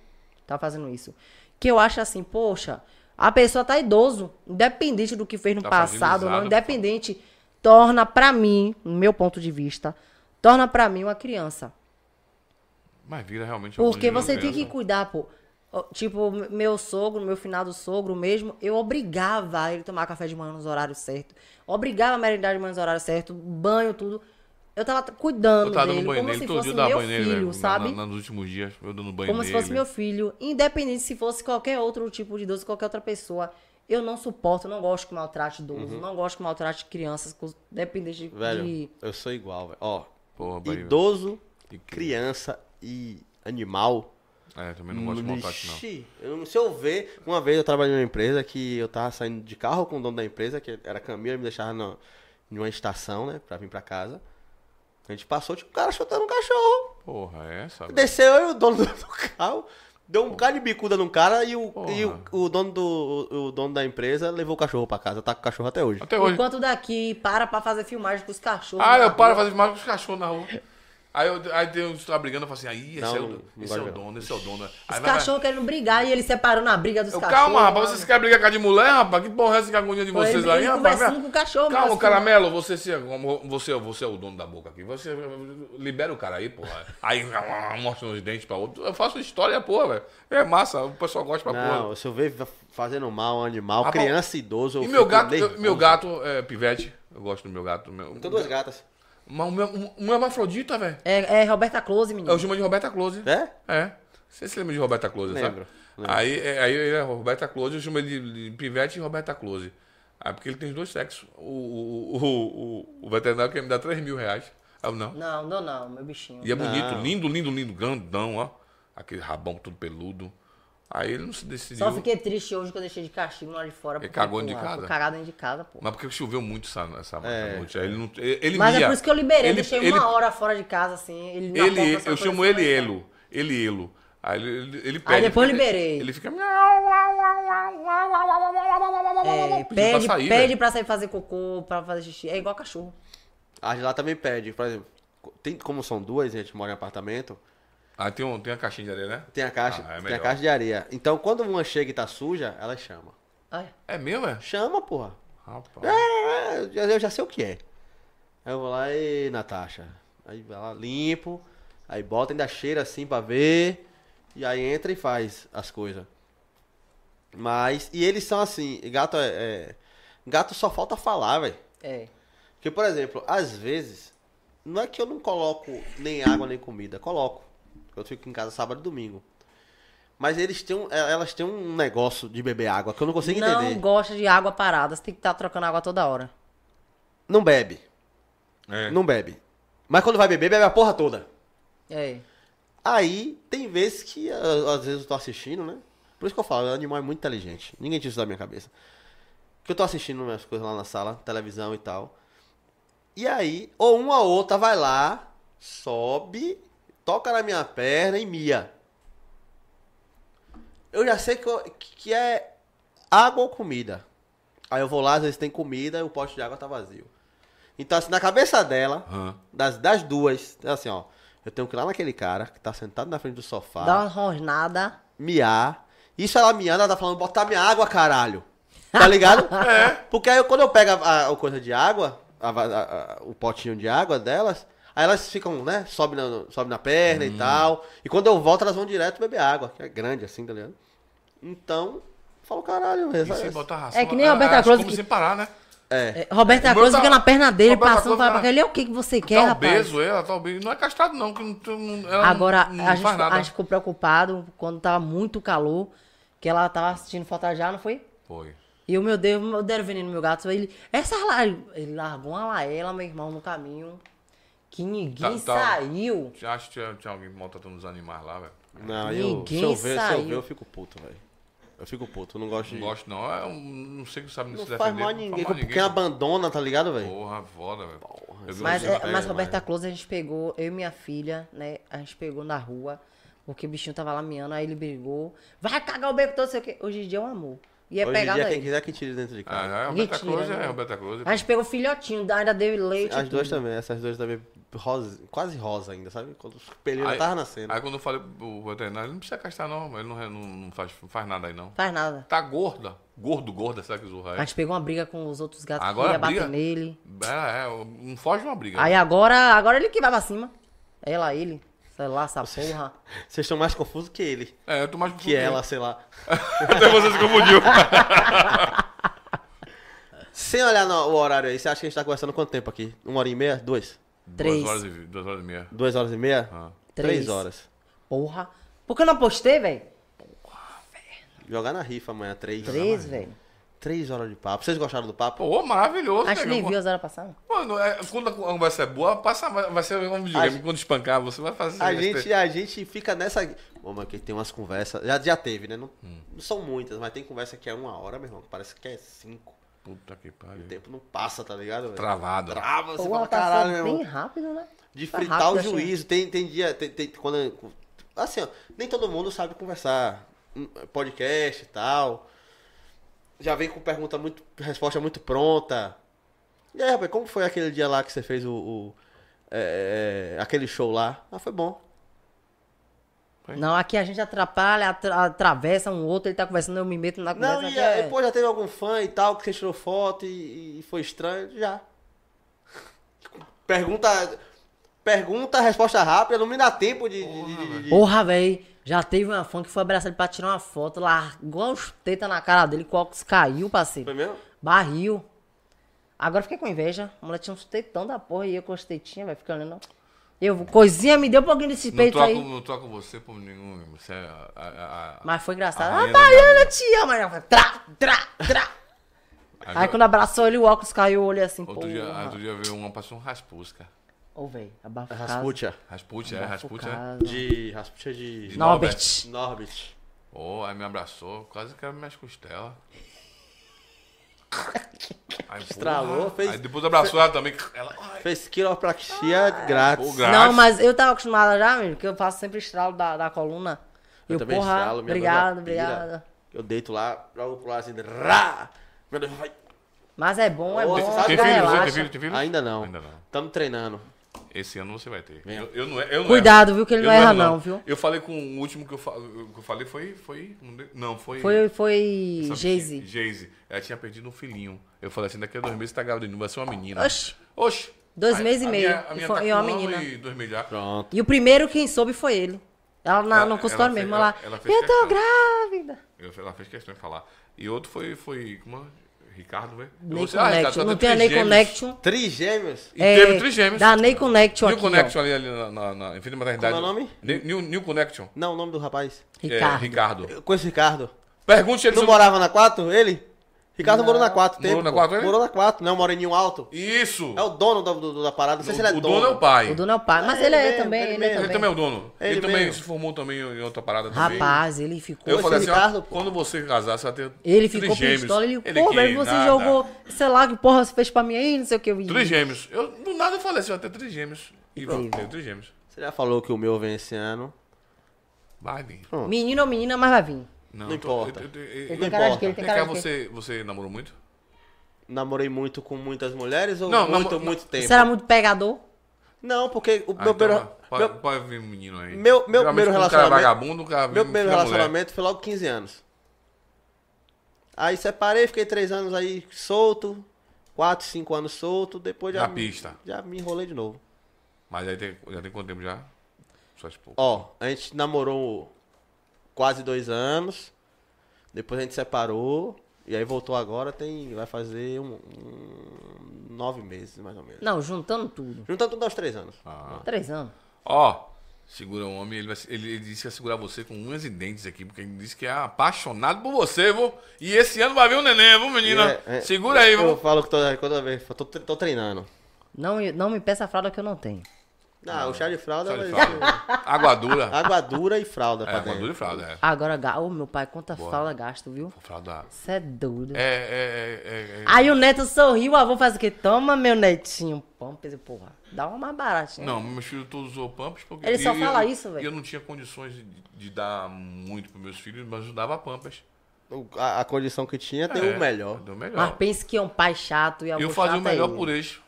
[SPEAKER 5] Tá fazendo isso. Que eu acho assim, poxa, a pessoa tá idoso, independente do que fez no
[SPEAKER 4] Tá
[SPEAKER 5] passado, ou não,
[SPEAKER 4] fragilizado,
[SPEAKER 5] independente, torna pra mim, no meu ponto de vista, torna pra mim uma criança.
[SPEAKER 4] Mas vira realmente uma
[SPEAKER 5] Porque
[SPEAKER 4] grande
[SPEAKER 5] você tem que
[SPEAKER 4] criança.
[SPEAKER 5] cuidar, pô. Ó, Tipo, m- meu sogro, meu finado sogro mesmo, eu obrigava ele a tomar café de manhã nos horários certos. Obrigava a merendar de manhã nos horários certos, banho, tudo. Eu tava t- cuidando
[SPEAKER 4] Eu tava
[SPEAKER 5] dele,
[SPEAKER 4] dando banho
[SPEAKER 5] como
[SPEAKER 4] nele,
[SPEAKER 5] se
[SPEAKER 4] todo dia
[SPEAKER 5] fosse
[SPEAKER 4] eu dava
[SPEAKER 5] meu
[SPEAKER 4] banho nele,
[SPEAKER 5] filho,
[SPEAKER 4] velho. Na-
[SPEAKER 5] sabe?
[SPEAKER 4] na- nos últimos dias, eu dando banho
[SPEAKER 5] como
[SPEAKER 4] nele.
[SPEAKER 5] se fosse meu filho. Independente se fosse qualquer outro tipo de idoso, qualquer outra pessoa. Eu não suporto, não gosto que maltrate
[SPEAKER 4] Uhum.
[SPEAKER 5] idoso, não gosto que maltrate crianças, cos- dependente de...
[SPEAKER 3] Velho,
[SPEAKER 5] de-
[SPEAKER 3] eu sou igual, velho. Ó,
[SPEAKER 4] Porra, Bahia.
[SPEAKER 3] idoso,
[SPEAKER 4] E que-
[SPEAKER 3] criança e animal
[SPEAKER 4] É, também não gosto de contato, não.
[SPEAKER 3] Ixi, eu- se eu ver, uma vez eu trabalhei numa empresa que eu tava saindo de carro com o dono da empresa, que era caminho, ele me deixava na, em uma estação, né, pra vir pra casa. A gente passou, tipo, um cara chutando um cachorro.
[SPEAKER 4] Porra, é essa? velho?
[SPEAKER 3] Desceu eu e o dono do, do carro, deu um bocado de bicuda num cara e, o, e o, o dono do, o, o dono da empresa levou o cachorro pra casa. Tá com o cachorro até hoje.
[SPEAKER 4] Até hoje.
[SPEAKER 5] Enquanto daqui para pra fazer filmagem com os cachorros.
[SPEAKER 4] Ah,
[SPEAKER 5] na
[SPEAKER 4] eu
[SPEAKER 5] rua.
[SPEAKER 4] paro de fazer filmagem com os cachorros na rua. Aí, eu, aí tem uns que tá brigando, eu falo assim, aí, esse
[SPEAKER 3] Não,
[SPEAKER 4] é
[SPEAKER 3] não
[SPEAKER 4] o, esse
[SPEAKER 3] gosto
[SPEAKER 4] é o
[SPEAKER 3] não.
[SPEAKER 4] dono, esse é o dono. Aí
[SPEAKER 5] Os
[SPEAKER 4] vai- vai-
[SPEAKER 5] cachorros querendo brigar e ele separou na briga dos
[SPEAKER 4] Eu,
[SPEAKER 5] cachorros.
[SPEAKER 4] calma, rapaz, vocês querem brigar com a de mulher, rapaz? Que porra é essa que agonia de
[SPEAKER 5] Foi
[SPEAKER 4] vocês
[SPEAKER 5] ele
[SPEAKER 4] aí, rapaz?
[SPEAKER 5] conversando com o cachorro,
[SPEAKER 4] Calma,
[SPEAKER 5] mas-
[SPEAKER 4] caramelo, você, se- você, você é o dono da boca aqui. Você libera o cara aí, porra. Aí um mostra os dentes pra outro. Eu faço história, porra, velho. É massa, o pessoal gosta pra porra.
[SPEAKER 3] Não, se eu ver fa- fazendo mal a um animal,
[SPEAKER 4] Rapaz,
[SPEAKER 3] criança, idoso, eu
[SPEAKER 4] E meu
[SPEAKER 3] fico
[SPEAKER 4] gato,
[SPEAKER 3] nervoso.
[SPEAKER 4] meu gato é pivete. Eu gosto do meu gato. Meu,
[SPEAKER 3] Tem duas gatas.
[SPEAKER 4] Mas o meu, o meu é hermafrodita, velho.
[SPEAKER 5] É, é Roberta Close, menino.
[SPEAKER 4] Eu chamo de Roberta Close.
[SPEAKER 3] É?
[SPEAKER 4] É. Você se lembra de Roberta Close,
[SPEAKER 3] Lembro,
[SPEAKER 4] sabe?
[SPEAKER 3] lembro.
[SPEAKER 4] Aí, é, aí ele é Roberta Close, eu chamo ele de, de Pivete e Roberta Close. Ah, porque ele tem os dois sexos. O, o, o, o, o veterinário quer me dar 3 mil reais. Aí eu, não.
[SPEAKER 5] Não, não, não, meu bichinho.
[SPEAKER 4] E é bonito, lindo, lindo, lindo, grandão, ó. Aquele rabão todo peludo. Aí ele não se decidiu.
[SPEAKER 5] Só fiquei triste hoje que eu deixei de castigo lá de fora. porque,
[SPEAKER 4] cagou dentro de
[SPEAKER 5] porra,
[SPEAKER 4] casa?
[SPEAKER 5] foi Cagado dentro de casa, pô.
[SPEAKER 4] Mas porque choveu muito essa, essa
[SPEAKER 3] É.
[SPEAKER 4] noite. Aí ele não. Ele, ele
[SPEAKER 5] Mas
[SPEAKER 4] mia.
[SPEAKER 5] é por isso que eu liberei,
[SPEAKER 4] Ele-
[SPEAKER 5] deixei
[SPEAKER 4] ele-
[SPEAKER 5] uma hora fora de casa, assim. Ele, na porta,
[SPEAKER 4] Ele,
[SPEAKER 5] essa
[SPEAKER 4] eu
[SPEAKER 5] coisa
[SPEAKER 4] chamo
[SPEAKER 5] assim,
[SPEAKER 4] ele
[SPEAKER 5] mas-
[SPEAKER 4] Elo. Ele Elo. Aí ele, ele, ele pede.
[SPEAKER 5] Aí depois
[SPEAKER 4] ele
[SPEAKER 5] eu
[SPEAKER 4] fica-
[SPEAKER 5] liberei.
[SPEAKER 4] Ele fica. miau, uau, uau, uau, uau, uau, uau, uau, uau, uau, uau, uau,
[SPEAKER 5] É,
[SPEAKER 4] pedindo pra
[SPEAKER 5] pede,
[SPEAKER 4] sair,
[SPEAKER 5] pede
[SPEAKER 4] velho.
[SPEAKER 5] pra sair fazer cocô, pra fazer xixi. É igual cachorro.
[SPEAKER 3] As de lá também pede. Por exemplo, tem, como são duas, a gente mora em apartamento,
[SPEAKER 4] Ah, tem, um, tem a caixinha de areia, né?
[SPEAKER 3] tem a caixa,
[SPEAKER 4] Ah, é
[SPEAKER 3] tem a
[SPEAKER 4] melhor.
[SPEAKER 3] caixa de areia. Então quando uma chega e tá suja, ela chama.
[SPEAKER 5] Olha.
[SPEAKER 4] É meu, é?
[SPEAKER 3] Chama, porra.
[SPEAKER 4] Rapaz.
[SPEAKER 3] É, eu já- eu já sei o que é. Aí eu vou lá e Natasha. Aí vai lá, limpo. Aí bota ainda cheira assim pra ver. E aí entra e faz as coisas. Mas. E eles são assim. Gato é. é- gato só falta falar, velho.
[SPEAKER 5] É.
[SPEAKER 3] Porque, por exemplo, às vezes. Não é que eu não coloco nem água nem comida. Coloco. Eu fico em casa sábado e domingo. Mas eles têm um, elas têm um negócio de beber água que eu não consigo
[SPEAKER 5] Não
[SPEAKER 3] entender.
[SPEAKER 5] gosta de água parada. Você tem que estar trocando água toda hora.
[SPEAKER 3] Não bebe.
[SPEAKER 4] É.
[SPEAKER 3] Não bebe. Mas quando vai beber, bebe a porra toda.
[SPEAKER 5] É.
[SPEAKER 3] Aí, tem vezes que, a- às vezes eu tô assistindo, né? Por isso que eu falo, o animal é muito inteligente. Ninguém tira isso da minha cabeça. Que eu tô assistindo minhas coisas lá na sala, televisão e tal. E aí, ou uma ou outra vai lá, sobe, toca na minha perna e mia. Eu já sei que, eu- que é água ou comida. Aí eu vou lá, às vezes tem comida e o pote de água tá vazio. Então, assim, na cabeça dela,
[SPEAKER 4] Hã.
[SPEAKER 3] das, das duas, é assim, ó. Eu tenho que ir lá naquele cara que tá sentado na frente do sofá,
[SPEAKER 5] Dá uma rosnada.
[SPEAKER 3] miar. Isso ela miando, ela tá falando, botar minha água, caralho. Tá ligado? é. Porque aí eu- quando eu pego a, a- a coisa de água, a va- a- a- o potinho de água delas, aí elas ficam, né? Sobe na, sobe na perna e tal. E quando eu volto, elas vão direto beber água, que é grande assim, tá ligado? Então, eu falo, caralho,
[SPEAKER 4] E
[SPEAKER 3] essa-
[SPEAKER 4] sem
[SPEAKER 3] essa-
[SPEAKER 4] botar ração.
[SPEAKER 5] É que nem
[SPEAKER 4] a-
[SPEAKER 5] Roberta
[SPEAKER 4] as
[SPEAKER 5] Close
[SPEAKER 4] comes
[SPEAKER 5] que-
[SPEAKER 4] sem parar, né?
[SPEAKER 5] É, Roberto da
[SPEAKER 4] O meu
[SPEAKER 5] Cruz
[SPEAKER 4] tá-
[SPEAKER 5] fica na perna dele,
[SPEAKER 4] Roberto da
[SPEAKER 5] passando
[SPEAKER 4] Cruz
[SPEAKER 5] pra
[SPEAKER 4] tá-
[SPEAKER 5] cá. Ele é o que que você quer,
[SPEAKER 4] tá
[SPEAKER 5] rapaz?
[SPEAKER 4] obeso, ela tá obeso. Não é castrado, não, que não, tu não, ela
[SPEAKER 5] Agora,
[SPEAKER 4] não, não
[SPEAKER 5] a, gente,
[SPEAKER 4] faz nada.
[SPEAKER 5] a gente ficou preocupado quando tava muito calor, que ela tava assistindo Fotajá, não foi?
[SPEAKER 4] Foi.
[SPEAKER 5] E o meu Deus, eu deram veneno no meu gato. Ele, essa la- ele largou uma laela, meu irmão, no caminho. Que ninguém
[SPEAKER 4] Tá- tá.
[SPEAKER 5] saiu.
[SPEAKER 4] Acho que tinha, tinha alguém maltratando os animais lá, velho.
[SPEAKER 3] Não, aí eu, se
[SPEAKER 5] Ninguém
[SPEAKER 3] eu ver, se eu
[SPEAKER 5] saiu.
[SPEAKER 3] ver, eu fico puto, velho. Eu fico puto, eu não gosto
[SPEAKER 4] Não
[SPEAKER 3] de...
[SPEAKER 4] gosto, não. É um- não sei que sabe
[SPEAKER 3] Não
[SPEAKER 4] se defender.
[SPEAKER 3] faz mal a ninguém, porque quem
[SPEAKER 4] pô.
[SPEAKER 3] abandona, tá ligado, velho?
[SPEAKER 4] Porra, foda, velho. Eu vi um
[SPEAKER 5] Mas,
[SPEAKER 4] vídeo-
[SPEAKER 5] é, mas
[SPEAKER 3] é,
[SPEAKER 5] Roberta Close a gente pegou, eu e minha filha, né? A gente pegou na rua, porque o bichinho tava lá miando, aí ele brigou. Vai cagar o beco todo, sei o quê. Hoje em dia é um amor. E é
[SPEAKER 3] Hoje em
[SPEAKER 5] pegado
[SPEAKER 3] dia,
[SPEAKER 5] aí.
[SPEAKER 3] quem quiser que tire dentro de casa.
[SPEAKER 4] Ah, é Roberta
[SPEAKER 5] Mentira,
[SPEAKER 4] Close,
[SPEAKER 5] né?
[SPEAKER 4] é Roberta Close.
[SPEAKER 5] A gente pegou filhotinho, ainda deu leite.
[SPEAKER 3] As
[SPEAKER 5] e
[SPEAKER 3] duas
[SPEAKER 5] tudo.
[SPEAKER 3] também, essas duas também rosa, quase rosa ainda, sabe? Quando os pelinhos
[SPEAKER 4] Aí-
[SPEAKER 3] já tava nascendo.
[SPEAKER 4] Aí quando eu falei pro veterinário, ele não precisa castrar não, ele não, re- não, não faz, não faz nada aí não.
[SPEAKER 5] Faz nada.
[SPEAKER 4] Tá gorda, gordo, gorda, será que zorra
[SPEAKER 3] É.
[SPEAKER 5] A
[SPEAKER 4] é? aí?
[SPEAKER 5] gente pegou uma briga com os outros gatos
[SPEAKER 4] Agora
[SPEAKER 5] que ia bater
[SPEAKER 4] briga?
[SPEAKER 5] nele.
[SPEAKER 4] É, é, não foge uma briga.
[SPEAKER 5] Aí agora, agora ele que vai pra cima. Ela, ele. Sei lá, essa porra.
[SPEAKER 3] Vocês estão mais confusos que ele,
[SPEAKER 4] É, eu tô mais confuso
[SPEAKER 3] que ela, sei lá.
[SPEAKER 4] Até você se confundiu.
[SPEAKER 3] Sem olhar no- o horário aí, você acha que a gente tá conversando quanto tempo aqui? Uma hora e meia? Duas?
[SPEAKER 5] Três.
[SPEAKER 4] Duas horas e, vi- duas horas e meia.
[SPEAKER 3] Duas horas e meia? Três.
[SPEAKER 5] Três.
[SPEAKER 3] horas.
[SPEAKER 5] Porra. Por que eu não postei, velho?
[SPEAKER 3] Jogar na rifa amanhã, três.
[SPEAKER 5] Três, velho.
[SPEAKER 3] Três horas de papo. Vocês gostaram do papo?
[SPEAKER 4] Pô, maravilhoso,
[SPEAKER 5] A gente
[SPEAKER 4] negão.
[SPEAKER 5] nem viu as horas passar.
[SPEAKER 4] Mano, é, quando a conversa é boa, passa, vai ser um videogame.
[SPEAKER 3] A-
[SPEAKER 4] Quando espancar, você vai fazer.
[SPEAKER 3] A gente, a gente fica nessa. Bom, mas que tem umas conversas. Já, já teve, né? Não, não são muitas, mas tem conversa que é uma hora, meu irmão. Parece que é cinco.
[SPEAKER 4] Puta que
[SPEAKER 3] O
[SPEAKER 4] pariu.
[SPEAKER 3] tempo não passa, tá ligado? velho?
[SPEAKER 4] Travado.
[SPEAKER 3] Trava, você
[SPEAKER 5] Pô,
[SPEAKER 3] fala,
[SPEAKER 5] ela
[SPEAKER 3] caralho, meu
[SPEAKER 5] passou
[SPEAKER 3] irmão.
[SPEAKER 5] bem rápido, né?
[SPEAKER 3] De
[SPEAKER 5] Foi
[SPEAKER 3] fritar
[SPEAKER 5] rápido,
[SPEAKER 3] o
[SPEAKER 5] assim.
[SPEAKER 3] juízo. Tem, tem dia. Tem, tem- quando, assim, ó, nem todo mundo sabe conversar. Hum, Podcast e tal. Já vem com pergunta muito. Resposta muito pronta. E aí, rapaz, como foi aquele dia lá que você fez o. o- é, é, aquele show lá? Ah, foi bom.
[SPEAKER 5] Não, aqui a gente atrapalha, atra- atravessa um outro, ele tá conversando, eu me meto na conversa.
[SPEAKER 3] Não, e
[SPEAKER 5] aqui
[SPEAKER 3] aí,
[SPEAKER 5] é-
[SPEAKER 3] pô, já teve algum fã e tal que você tirou foto e, e foi estranho? Já. Pergunta. Pergunta, resposta rápida, não me dá tempo de. de- de- de- de-
[SPEAKER 5] Porra, véi. Já teve uma fã que foi abraçar ele pra tirar uma foto, largou as tetas na cara dele, o óculos caiu,
[SPEAKER 3] Foi
[SPEAKER 5] parceiro.
[SPEAKER 3] mesmo?
[SPEAKER 5] Barril. Agora eu fiquei com inveja. A mulher tinha uns tetão da porra e eu com as tetinhas, vai ficar olhando. Eu, coisinha, me deu um pouquinho desse
[SPEAKER 4] Não
[SPEAKER 5] peito
[SPEAKER 4] troco,
[SPEAKER 5] aí.
[SPEAKER 4] não troco você por nenhum. Você é a, a- a-
[SPEAKER 5] Mas foi engraçado.
[SPEAKER 4] A
[SPEAKER 5] Ah,
[SPEAKER 4] rainha
[SPEAKER 5] Baiana,
[SPEAKER 4] da
[SPEAKER 5] te ama. Ela foi Trá, trá, trá.
[SPEAKER 4] a-
[SPEAKER 5] Aí quando abraçou ele, o óculos caiu, o olho assim,
[SPEAKER 4] Outro dia, outro
[SPEAKER 5] porra.
[SPEAKER 4] dia veio uma passou um Raspusca.
[SPEAKER 5] Ô, véi, abafado.
[SPEAKER 3] Rasputia.
[SPEAKER 4] Rasputin, é, Rasputin. é.
[SPEAKER 3] De. Rasputia de.
[SPEAKER 5] Norbert.
[SPEAKER 3] Norbit.
[SPEAKER 4] Oh, aí me abraçou, quase caiu minhas costelas. Aí,
[SPEAKER 3] Estralou,
[SPEAKER 4] porra.
[SPEAKER 3] fez-
[SPEAKER 4] Aí depois abraçou ela também. Ela, ai,
[SPEAKER 3] Fez quiropraxia grátis.
[SPEAKER 4] pô, grátis.
[SPEAKER 5] Não, mas eu tava acostumada já, mesmo, porque eu faço sempre estralo da, da coluna. Eu, porra,
[SPEAKER 3] minha
[SPEAKER 5] obrigado,
[SPEAKER 3] dor já pira.
[SPEAKER 5] obrigada.
[SPEAKER 3] Eu deito lá, jogo pro lado assim. Rá! Meu Deus, vai.
[SPEAKER 5] Mas é bom, é
[SPEAKER 3] Ô,
[SPEAKER 5] bom,
[SPEAKER 3] você sabe
[SPEAKER 4] Tem
[SPEAKER 5] já
[SPEAKER 3] que-
[SPEAKER 4] filho, você
[SPEAKER 5] relaxa.
[SPEAKER 4] tem filho, tem filho?
[SPEAKER 3] Ainda não.
[SPEAKER 4] Hum? Ainda não.
[SPEAKER 3] Tamo treinando.
[SPEAKER 4] Esse ano você vai ter. Eu, eu não, eu não
[SPEAKER 5] Cuidado,
[SPEAKER 4] erro.
[SPEAKER 5] viu, que ele
[SPEAKER 4] Eu
[SPEAKER 5] não erra
[SPEAKER 4] erro,
[SPEAKER 5] não, viu?
[SPEAKER 4] Eu falei com o último que eu, fa- que eu falei foi. foi não, foi.
[SPEAKER 5] Foi, foi
[SPEAKER 4] sabe,
[SPEAKER 5] Jay-Z.
[SPEAKER 4] Jay-Z. Ela tinha perdido um filhinho. Eu falei assim: daqui a dois meses você tá grávida de novo, vai ser uma menina.
[SPEAKER 5] Oxi.
[SPEAKER 4] Oxi.
[SPEAKER 5] Dois
[SPEAKER 4] Aí,
[SPEAKER 5] meses e
[SPEAKER 4] a
[SPEAKER 5] meio.
[SPEAKER 4] Minha, a minha
[SPEAKER 5] E foi-
[SPEAKER 4] tá
[SPEAKER 5] e uma
[SPEAKER 4] com um ano
[SPEAKER 5] menina.
[SPEAKER 4] E dois meses já.
[SPEAKER 3] Pronto.
[SPEAKER 5] E o primeiro quem soube foi ele. Ela na,
[SPEAKER 4] Ela-
[SPEAKER 5] no
[SPEAKER 4] ela
[SPEAKER 5] consultório
[SPEAKER 4] fez-
[SPEAKER 5] mesmo,
[SPEAKER 4] ela-
[SPEAKER 5] ela,
[SPEAKER 4] ela fez
[SPEAKER 5] eu tô
[SPEAKER 4] questão.
[SPEAKER 5] grávida.
[SPEAKER 4] Eu, ela fez questão de falar. E outro foi. foi como é? Ricardo, né? Eu
[SPEAKER 5] Ney
[SPEAKER 4] falei assim, ah, Ricardo,
[SPEAKER 5] Connection,
[SPEAKER 4] só
[SPEAKER 5] não
[SPEAKER 4] tem
[SPEAKER 5] tem a Ney
[SPEAKER 4] três gêmeos.
[SPEAKER 5] Connection. É,
[SPEAKER 3] Trigêmeos.
[SPEAKER 4] E teve três gêmeos.
[SPEAKER 5] Da Ney Connection
[SPEAKER 4] New
[SPEAKER 5] aqui,
[SPEAKER 4] Connection ali, ali na, na, na Infinita Maternidade.
[SPEAKER 3] Como é o nome?
[SPEAKER 4] Ne- New, New Connection.
[SPEAKER 3] Não, o nome do rapaz.
[SPEAKER 5] ó.
[SPEAKER 4] É,
[SPEAKER 5] Ricardo.
[SPEAKER 4] Ricardo.
[SPEAKER 3] Eu conheço o Ricardo.
[SPEAKER 4] Pergunte ele
[SPEAKER 3] Não
[SPEAKER 4] se-
[SPEAKER 3] morava na 4, ele? Ricardo morou na 4,
[SPEAKER 4] Morou
[SPEAKER 3] tempo.
[SPEAKER 4] na
[SPEAKER 3] pô.
[SPEAKER 4] quatro, ele?
[SPEAKER 3] Morou na 4, não, moreninho alto.
[SPEAKER 4] Isso!
[SPEAKER 3] É o dono do- do- da parada, não sei se ele é
[SPEAKER 4] o
[SPEAKER 3] dono.
[SPEAKER 4] dono é o pai.
[SPEAKER 5] O dono é o pai. Mas
[SPEAKER 3] É,
[SPEAKER 5] ele,
[SPEAKER 3] ele
[SPEAKER 5] é
[SPEAKER 3] mesmo,
[SPEAKER 5] também,
[SPEAKER 3] ele
[SPEAKER 5] ele,
[SPEAKER 3] mesmo.
[SPEAKER 5] é
[SPEAKER 4] Ele
[SPEAKER 5] também.
[SPEAKER 4] também é o dono. Ele,
[SPEAKER 3] Ele
[SPEAKER 4] também
[SPEAKER 3] mesmo.
[SPEAKER 4] se formou também em outra parada também.
[SPEAKER 5] Rapaz, ele ficou.
[SPEAKER 4] eu falei assim,
[SPEAKER 5] assim,
[SPEAKER 4] ó,
[SPEAKER 3] Ricardo, pô.
[SPEAKER 4] quando você casar, você vai ter
[SPEAKER 5] Ele
[SPEAKER 4] três
[SPEAKER 5] ficou
[SPEAKER 4] gêmeos.
[SPEAKER 5] pistola, ele,
[SPEAKER 4] Ele
[SPEAKER 5] pô,
[SPEAKER 4] que
[SPEAKER 5] velho, você
[SPEAKER 4] nada.
[SPEAKER 5] jogou, sei lá, que porra você fez pra mim aí, não sei o que. eu-
[SPEAKER 4] Três gêmeos. Eu, do nada eu falei assim, vai ter três gêmeos. E pronto, teve três gêmeos.
[SPEAKER 3] Você já falou que o meu vem esse ano.
[SPEAKER 4] Vai, Ninho.
[SPEAKER 5] Menino ou menina, mas vai vir.
[SPEAKER 4] Não,
[SPEAKER 3] Não
[SPEAKER 4] eu tô-
[SPEAKER 3] importa.
[SPEAKER 4] eu- eu- eu- eu-
[SPEAKER 5] Ele
[SPEAKER 3] Não
[SPEAKER 5] tem cara de
[SPEAKER 3] importa.
[SPEAKER 5] que ele tem
[SPEAKER 4] Vem cá,
[SPEAKER 5] cara de quê?
[SPEAKER 4] é você, você namorou muito?
[SPEAKER 3] Namorei muito com muitas mulheres ou
[SPEAKER 4] Não,
[SPEAKER 3] muito,
[SPEAKER 4] namo-
[SPEAKER 3] muito tempo?
[SPEAKER 5] Você era muito pegador?
[SPEAKER 3] Não, porque o
[SPEAKER 4] Ah,
[SPEAKER 3] meu,
[SPEAKER 4] então,
[SPEAKER 3] primeiro-
[SPEAKER 4] ah, pode,
[SPEAKER 3] meu,
[SPEAKER 4] pode vir um menino aí.
[SPEAKER 3] meu- meu
[SPEAKER 4] Geralmente,
[SPEAKER 3] primeiro
[SPEAKER 4] quando o
[SPEAKER 3] relacionamento-
[SPEAKER 4] Cara é vagabundo, o cara
[SPEAKER 3] meu
[SPEAKER 4] vem-
[SPEAKER 3] primeiro
[SPEAKER 4] fica mulher.
[SPEAKER 3] relacionamento foi logo 15 anos. Aí separei, fiquei 3 anos aí solto, 4, 5 anos solto, depois já,
[SPEAKER 4] Na
[SPEAKER 3] me-
[SPEAKER 4] pista.
[SPEAKER 3] já me enrolei de novo.
[SPEAKER 4] Mas aí tem, já tem quanto tempo já? Só esposa.
[SPEAKER 3] Ó, a gente namorou quase dois anos, depois a gente separou, e aí voltou agora, tem. Vai fazer um, um- nove meses, mais ou menos.
[SPEAKER 5] Não, juntando tudo.
[SPEAKER 3] Juntando tudo aos três anos.
[SPEAKER 5] Três anos.
[SPEAKER 4] Ah. Ó, segura um homem, ele, vai, ele, ele disse que ia segurar você com unhas e dentes aqui, porque ele disse que é apaixonado por você, viu? E esse ano vai vir um neném, viu, menina?
[SPEAKER 3] E é- é-
[SPEAKER 4] Segura aí,
[SPEAKER 3] eu,
[SPEAKER 4] viu?
[SPEAKER 3] Eu falo que toda, toda vez, tô, tre- tô treinando.
[SPEAKER 5] Não, não me peça a fralda que eu não tenho.
[SPEAKER 3] Ah, o chá de fralda vai
[SPEAKER 4] Sabe, fralda?
[SPEAKER 3] ser
[SPEAKER 4] Água dura.
[SPEAKER 3] água dura e fralda
[SPEAKER 4] É,
[SPEAKER 3] pra
[SPEAKER 4] água
[SPEAKER 3] dentro.
[SPEAKER 4] dura e fralda,
[SPEAKER 3] ah.
[SPEAKER 4] é.
[SPEAKER 5] Agora, ga- ô meu pai, quanta fralda gasto, viu?
[SPEAKER 4] Fralda.
[SPEAKER 5] Você é doido.
[SPEAKER 4] É, é, é, é, é.
[SPEAKER 5] Aí o neto sorriu, o avô faz o quê? Toma, meu netinho. Pampers, porra. Dá uma mais baratinha.
[SPEAKER 4] Não, meus filhos todos usou pampas porque.
[SPEAKER 5] Ele só
[SPEAKER 4] e- e
[SPEAKER 5] fala
[SPEAKER 4] eu-
[SPEAKER 5] isso, velho.
[SPEAKER 4] E eu não tinha condições de, de dar muito pros meus filhos, mas eu dava pampas.
[SPEAKER 3] O- A, a condição que tinha deu
[SPEAKER 4] É,
[SPEAKER 3] o melhor.
[SPEAKER 4] Deu o
[SPEAKER 5] Mas
[SPEAKER 4] melhor.
[SPEAKER 5] pense que é um pai chato e avô
[SPEAKER 4] Eu fazia o
[SPEAKER 5] chato é
[SPEAKER 4] melhor
[SPEAKER 5] ele.
[SPEAKER 4] por eles.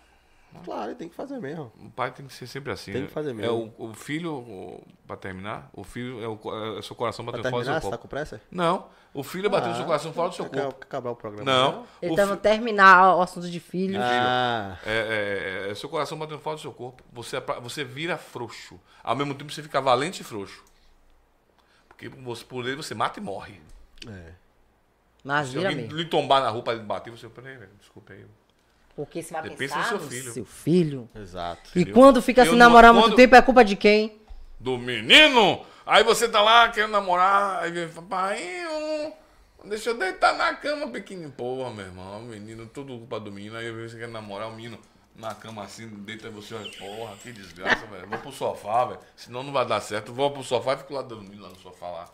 [SPEAKER 3] Claro, e tem que fazer mesmo.
[SPEAKER 4] O pai tem que ser sempre assim.
[SPEAKER 3] Tem
[SPEAKER 4] né?
[SPEAKER 3] que fazer
[SPEAKER 4] É
[SPEAKER 3] mesmo.
[SPEAKER 4] o, o filho, o, pra terminar, o filho é, o, co- é o seu coração
[SPEAKER 3] Pra
[SPEAKER 4] batendo fora do seu
[SPEAKER 3] terminar, você tá
[SPEAKER 4] corpo.
[SPEAKER 3] com pressa?
[SPEAKER 4] Não, o filho bateu no seu coração fora do seu
[SPEAKER 3] Acab-
[SPEAKER 4] corpo.
[SPEAKER 3] Acabar o né? programa.
[SPEAKER 4] Não.
[SPEAKER 5] Ah. Ele
[SPEAKER 4] o
[SPEAKER 5] tá
[SPEAKER 4] fi-
[SPEAKER 5] no terminar o assunto de filho.
[SPEAKER 3] Ah,
[SPEAKER 4] é, é, é, é seu coração batendo fora do seu corpo. Você, é pra- você vira frouxo. Ao mesmo tempo você fica valente e frouxo. Porque você, por ele você mata e morre.
[SPEAKER 5] Mas
[SPEAKER 4] Se
[SPEAKER 5] vira
[SPEAKER 4] alguém
[SPEAKER 5] mesmo.
[SPEAKER 4] lhe tombar na rua pra ele bater, você. Peraí, velho, desculpa aí.
[SPEAKER 5] Porque você vai
[SPEAKER 4] Depende
[SPEAKER 5] pensar
[SPEAKER 4] do seu
[SPEAKER 5] no
[SPEAKER 4] filho.
[SPEAKER 5] seu filho.
[SPEAKER 3] exato.
[SPEAKER 5] E quando fica
[SPEAKER 4] Eu
[SPEAKER 5] se
[SPEAKER 4] não-
[SPEAKER 5] namorar muito
[SPEAKER 4] quando-
[SPEAKER 5] tempo, é culpa de quem?
[SPEAKER 4] Do menino! Aí você tá lá querendo namorar, aí vem, papai, eu, Deixa eu deitar na cama, pequenininho. Porra, meu irmão, menino, tudo culpa do menino. Aí você quer namorar o menino na cama assim, deita você, olha, porra, que desgraça, velho. Vou pro sofá, velho. Senão não vai dar certo. Vou pro sofá e fico lá dormindo lá no sofá lá.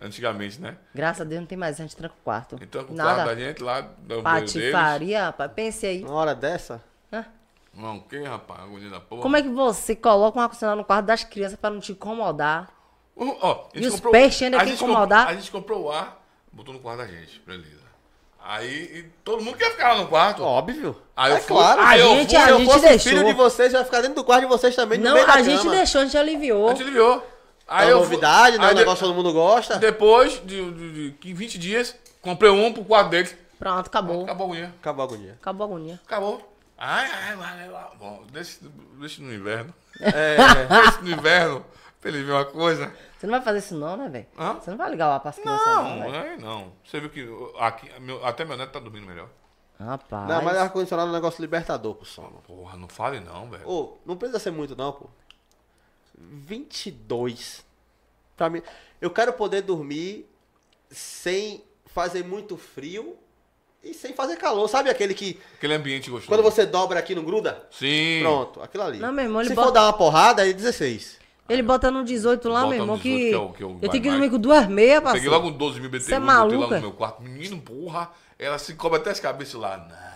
[SPEAKER 4] Antigamente, né?
[SPEAKER 5] Graças a Deus não tem mais, a gente tranca o quarto.
[SPEAKER 4] Então, com o
[SPEAKER 5] Nada.
[SPEAKER 4] quarto da gente lá, dá o banho deles.
[SPEAKER 5] Patifaria, rapaz. Pense aí.
[SPEAKER 3] Uma hora dessa?
[SPEAKER 5] Hã?
[SPEAKER 4] Não, que rapaz, agonia da porra.
[SPEAKER 5] Como é que você coloca um ar-condicionado no quarto das crianças pra não te incomodar?
[SPEAKER 4] Ó, ó, a gente
[SPEAKER 5] E os
[SPEAKER 4] comprou-
[SPEAKER 5] peixes ainda
[SPEAKER 4] a
[SPEAKER 5] quer
[SPEAKER 4] gente comprou-
[SPEAKER 5] incomodar?
[SPEAKER 4] A gente comprou o ar, botou no quarto da gente, beleza. Aí e todo mundo quer ficar lá no quarto.
[SPEAKER 3] Óbvio.
[SPEAKER 4] Aí eu
[SPEAKER 3] é
[SPEAKER 4] fui-
[SPEAKER 3] claro.
[SPEAKER 4] aí eu
[SPEAKER 5] gente-
[SPEAKER 4] fui,
[SPEAKER 5] a
[SPEAKER 3] Se eu
[SPEAKER 5] gente
[SPEAKER 3] fosse
[SPEAKER 5] deixou.
[SPEAKER 3] filho de vocês, eu ia ficar dentro do quarto de vocês também, no
[SPEAKER 5] Não,
[SPEAKER 3] meio da
[SPEAKER 5] a gente
[SPEAKER 3] cama.
[SPEAKER 5] deixou, a gente
[SPEAKER 4] a
[SPEAKER 5] aliviou.
[SPEAKER 4] gente aliviou. Aí
[SPEAKER 3] é
[SPEAKER 4] eu
[SPEAKER 3] uma
[SPEAKER 4] fui-
[SPEAKER 3] novidade, né?
[SPEAKER 4] aí
[SPEAKER 3] Um
[SPEAKER 4] de-
[SPEAKER 3] negócio que todo mundo gosta.
[SPEAKER 4] Depois de, de, de 20 dias, comprei um pro quarto dele.
[SPEAKER 5] Pronto, acabou.
[SPEAKER 4] Acabou a agonia.
[SPEAKER 3] Acabou a agonia.
[SPEAKER 5] Acabou a agonia.
[SPEAKER 4] Acabou. Ai, ai, ai, ai, ai. Bom, deixa, deixa no inverno.
[SPEAKER 3] É,
[SPEAKER 4] Deixa no inverno, pra ele ver uma coisa.
[SPEAKER 5] Você não vai fazer isso não, né, velho?
[SPEAKER 4] Hã?
[SPEAKER 5] Você não vai ligar o ar pras crianças não,
[SPEAKER 4] Não,
[SPEAKER 5] velho.
[SPEAKER 4] aí não. Você viu que eu- aqui, meu- até meu neto tá dormindo melhor.
[SPEAKER 5] Rapaz.
[SPEAKER 3] não, mas ar-condicionado é um negócio libertador pro sono.
[SPEAKER 4] Porra, não fale não, velho.
[SPEAKER 3] Ô, não precisa ser muito não, pô. 22. Pra mim, eu quero poder dormir sem fazer muito frio e sem fazer calor. Sabe aquele que
[SPEAKER 4] Aquele ambiente gostoso.
[SPEAKER 3] quando você dobra aqui não gruda?
[SPEAKER 4] Sim.
[SPEAKER 3] Pronto, aquilo ali.
[SPEAKER 5] Não, meu irmão, ele
[SPEAKER 3] Se
[SPEAKER 5] bota-
[SPEAKER 3] for dar uma porrada, é 16.
[SPEAKER 5] Ele bota no 18 lá,
[SPEAKER 4] Bota
[SPEAKER 5] meu
[SPEAKER 4] no
[SPEAKER 5] irmão,
[SPEAKER 4] 18,
[SPEAKER 5] que...
[SPEAKER 4] que é o- que é o
[SPEAKER 5] eu tenho que ir
[SPEAKER 4] vai-vai.
[SPEAKER 5] dormir com duas meias,
[SPEAKER 4] Peguei
[SPEAKER 5] parceiro.
[SPEAKER 4] logo um 12 mil BTU,
[SPEAKER 5] Você é
[SPEAKER 4] botei lá
[SPEAKER 5] maluco,
[SPEAKER 4] no
[SPEAKER 5] é?
[SPEAKER 4] meu quarto. Menino, porra, ela se cobre até as cabeças lá. Nada.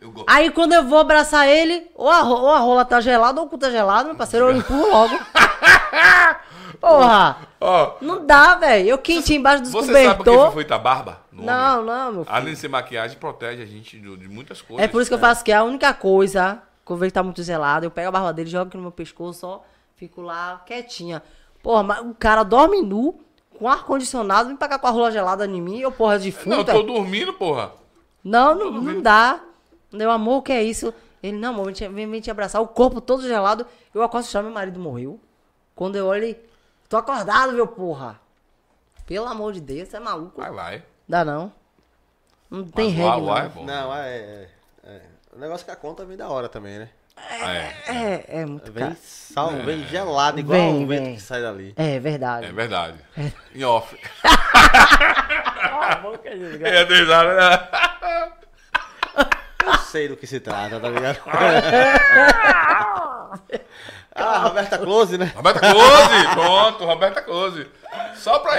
[SPEAKER 4] Eu gosto.
[SPEAKER 5] Aí quando eu vou abraçar ele, ou a, ro- ou a rola tá gelada ou o cu tá gelado, meu parceiro, eu empurro logo. Porra!
[SPEAKER 4] Ó,
[SPEAKER 5] Não dá, velho. Eu quentinho embaixo dos
[SPEAKER 4] você sabe por que foi
[SPEAKER 5] cobertor.
[SPEAKER 4] feita a barba? no homem?
[SPEAKER 5] Não, não, meu filho.
[SPEAKER 4] Além de ser maquiagem, protege a gente de, de muitas coisas.
[SPEAKER 5] É por isso que eu faço que é a única coisa, quando eu vejo que tá muito gelado, eu pego a barba dele, jogo aqui no meu pescoço, só fico lá quietinha. Porra, mas o cara dorme nu, com ar-condicionado, vem pagar com a rola gelada em mim, eu porra de
[SPEAKER 4] Não, eu
[SPEAKER 5] futa.
[SPEAKER 4] tô dormindo, porra.
[SPEAKER 5] Não, não, não dá. Meu amor, o que é isso? Ele, não, amor, vem, te- vem, vem te abraçar. O corpo todo gelado. Eu acordo e chamo, meu marido morreu. Quando eu olho, ele, tô acordado, meu porra. Pelo amor de Deus, você é maluco.
[SPEAKER 4] Vai, vai.
[SPEAKER 5] Dá não. Não tem
[SPEAKER 4] Mas o
[SPEAKER 5] regra.
[SPEAKER 4] ar-
[SPEAKER 5] né? não.
[SPEAKER 4] o ar é bom.
[SPEAKER 3] Não, é, é, é. O negócio que a conta vem da hora também, né?
[SPEAKER 4] Ah, é.
[SPEAKER 5] É, é muito
[SPEAKER 3] Vem
[SPEAKER 5] caro.
[SPEAKER 3] sal, vem gelado, igual
[SPEAKER 5] Vem,
[SPEAKER 3] o vento
[SPEAKER 5] vem.
[SPEAKER 3] que sai dali.
[SPEAKER 5] É verdade.
[SPEAKER 4] É verdade.
[SPEAKER 5] É.
[SPEAKER 4] Em off.
[SPEAKER 5] boca é desgraça.
[SPEAKER 4] é verdade. né?
[SPEAKER 3] Eu sei do que se trata, tá ligado? ah, Roberta Close, né?
[SPEAKER 4] Roberta Close. Pronto, Roberta Close. Só pra
[SPEAKER 5] Ah.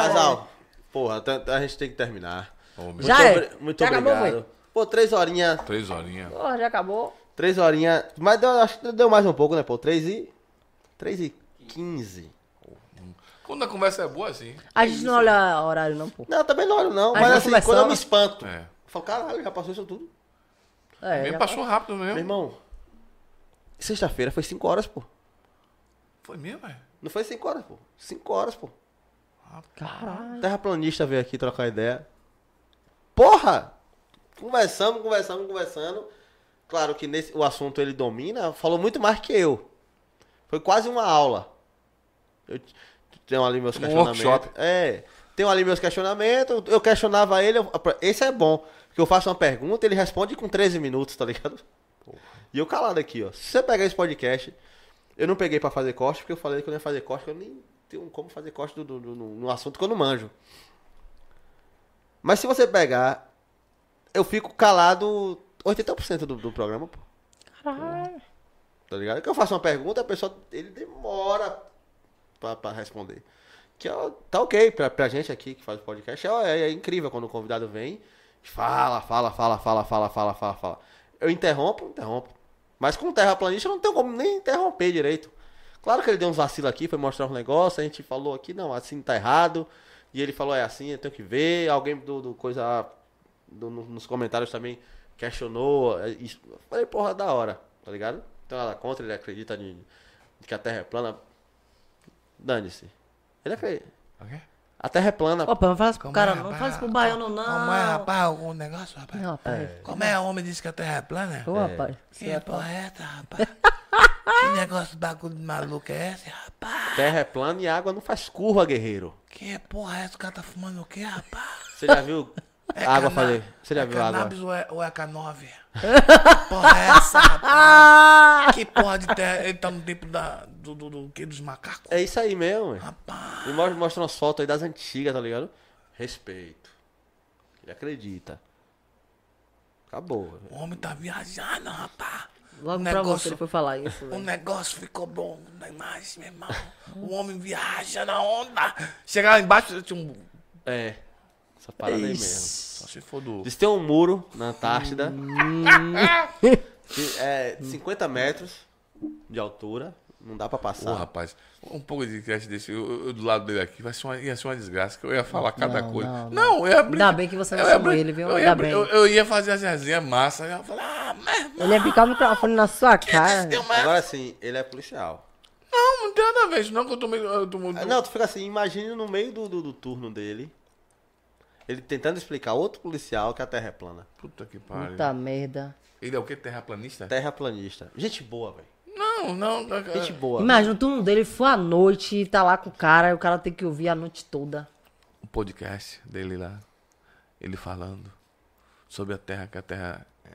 [SPEAKER 4] eles.
[SPEAKER 3] Casal, porra, tá- tá- a gente tem que terminar.
[SPEAKER 4] Ô, meu.
[SPEAKER 5] Já é.
[SPEAKER 3] obri- Muito
[SPEAKER 5] Já acabou,
[SPEAKER 3] obrigado. pô, três horinhas.
[SPEAKER 4] Três horinhas.
[SPEAKER 5] Porra, já acabou.
[SPEAKER 3] Três horinhas. Mas deu, acho que deu mais um pouco, né, pô? Três e. Três e quinze.
[SPEAKER 4] Quando a conversa é boa, assim.
[SPEAKER 5] A gente não olha horário, não, pô.
[SPEAKER 3] Não, também não olho, não.
[SPEAKER 5] Mas
[SPEAKER 3] Mas
[SPEAKER 5] já
[SPEAKER 3] assim,
[SPEAKER 5] conversamos.
[SPEAKER 3] quando eu me espanto.
[SPEAKER 4] É.
[SPEAKER 3] Eu falo, caralho, já passou isso tudo.
[SPEAKER 5] É,
[SPEAKER 4] Bem,
[SPEAKER 5] já-
[SPEAKER 4] passou rápido mesmo.
[SPEAKER 3] Meu irmão, sexta-feira foi cinco horas, pô.
[SPEAKER 4] Foi mesmo, é?
[SPEAKER 3] Não foi cinco horas, pô. Cinco horas, pô.
[SPEAKER 5] Caralho.
[SPEAKER 3] Terraplanista veio aqui trocar ideia. Porra! Conversamos, conversamos, conversando. Claro que nesse, o assunto ele domina, falou muito mais que eu. Foi quase uma aula. Eu t- tenho ali meus
[SPEAKER 4] Um
[SPEAKER 3] questionamentos.
[SPEAKER 4] workshop.
[SPEAKER 3] é. Tenho ali meus questionamentos. Eu questionava ele. eu- esse é bom. Porque eu faço uma pergunta, ele responde com 13 minutos, tá ligado? E eu calado aqui, ó. Se você pegar esse podcast, eu não peguei pra fazer corte, porque eu falei que eu não ia fazer corte, que eu nem tenho como fazer corte do, do- do- no, no assunto que eu não manjo. Mas se você pegar, eu fico calado 80% do, do programa, pô.
[SPEAKER 5] Caralho.
[SPEAKER 3] Tá ligado? Que eu faço uma pergunta, a pessoa ele demora pra, pra responder. Que ó, tá ok pra, pra gente aqui que faz o podcast. É, é incrível quando o convidado vem, fala, fala, fala, fala, fala, fala, fala, fala. Eu interrompo, interrompo. Mas com o terraplanista eu não tenho como nem interromper direito. Claro que ele deu uns vacilos aqui, foi mostrar um negócio, a gente falou aqui, não, assim tá errado. E ele falou, é assim, eu tenho que ver. Alguém do, do coisa do- no- nos comentários também questionou. é, isso. Eu falei, porra, da hora, tá ligado? Não Tem nada contra, ele acredita de, de que a Terra é plana. Dane-se. Ele acredita.
[SPEAKER 4] Ok.
[SPEAKER 3] A Terra é plana.
[SPEAKER 5] Opa, não faz pro
[SPEAKER 8] Como
[SPEAKER 5] cara,
[SPEAKER 8] é,
[SPEAKER 5] não
[SPEAKER 8] rapaz?
[SPEAKER 5] faz pro baiano, não.
[SPEAKER 8] Como é, rapaz, o negócio, rapaz?
[SPEAKER 5] Não, rapaz.
[SPEAKER 8] Como é o homem disse que a terra é plana?
[SPEAKER 5] Ô, rapaz.
[SPEAKER 8] Que porra é essa, rapaz? que negócio bagulho de maluco é esse, rapaz?
[SPEAKER 3] Terra é plana e água não faz curva, guerreiro.
[SPEAKER 8] Que porra é essa? O cara tá fumando o quê, rapaz?
[SPEAKER 3] Você já viu
[SPEAKER 8] É
[SPEAKER 3] água
[SPEAKER 8] cana-
[SPEAKER 3] fazer? Você já
[SPEAKER 8] é
[SPEAKER 3] viu água?
[SPEAKER 8] cannabis ou é, ou é K9? Que porra é essa, rapaz? Que porra de terra? Ele tá no tempo da, do, do, do quê? Dos macacos?
[SPEAKER 3] É isso aí mesmo, velho.
[SPEAKER 8] Rapaz,
[SPEAKER 3] E mostra, mostra umas fotos aí das antigas, tá ligado? Respeito. Ele acredita. Acabou.
[SPEAKER 8] O homem tá viajando, rapaz.
[SPEAKER 5] Logo
[SPEAKER 8] O
[SPEAKER 5] pra você
[SPEAKER 8] Um negócio-
[SPEAKER 5] ele foi falar isso,
[SPEAKER 8] O
[SPEAKER 5] velho.
[SPEAKER 8] negócio ficou bom
[SPEAKER 4] é
[SPEAKER 8] na imagem, meu irmão. O homem viaja na onda. Chegar lá embaixo, tinha um.
[SPEAKER 3] É. Essa parada aí mesmo.
[SPEAKER 8] Só se for do.
[SPEAKER 3] Diz que tem um muro na Antártida. que é 50 metros de altura. Não dá pra
[SPEAKER 4] Ô,
[SPEAKER 3] passar.
[SPEAKER 4] rapaz, um pouco de cast desse, eu, eu do lado dele aqui, vai ser uma, ia ser uma desgraça, que eu ia falar cada
[SPEAKER 5] não,
[SPEAKER 4] coisa.
[SPEAKER 5] não,
[SPEAKER 4] Não, eu ia brincar.
[SPEAKER 5] bem que você não
[SPEAKER 4] eu ia
[SPEAKER 5] chamou
[SPEAKER 4] brin-
[SPEAKER 5] ele, viu?
[SPEAKER 4] Eu
[SPEAKER 5] Ainda
[SPEAKER 4] ia, brin-
[SPEAKER 5] bem.
[SPEAKER 4] eu, eu ia fazer as resenhas massa, eu ia falar, ah, mas
[SPEAKER 5] Ele ia picar o microfone na sua cara.
[SPEAKER 8] Tem uma-
[SPEAKER 3] Agora sim, ele é policial.
[SPEAKER 4] não, não tem nada a ver, isso não que eu tô meio. Eu tô, eu
[SPEAKER 3] Ah, Não, tu fica assim, imagine no meio do, do, do turno dele. Ele tentando explicar a outro policial que a terra é plana.
[SPEAKER 4] Puta que pariu.
[SPEAKER 5] Puta merda.
[SPEAKER 4] Ele é o quê? Terraplanista?
[SPEAKER 3] Terraplanista. Gente boa, velho.
[SPEAKER 4] Não, não. cara.
[SPEAKER 3] Gente boa.
[SPEAKER 5] Imagina o turno dele foi à noite e tá lá com o cara, e o cara tem que ouvir a noite toda.
[SPEAKER 4] O um podcast dele lá, ele falando sobre a terra, que a terra. é-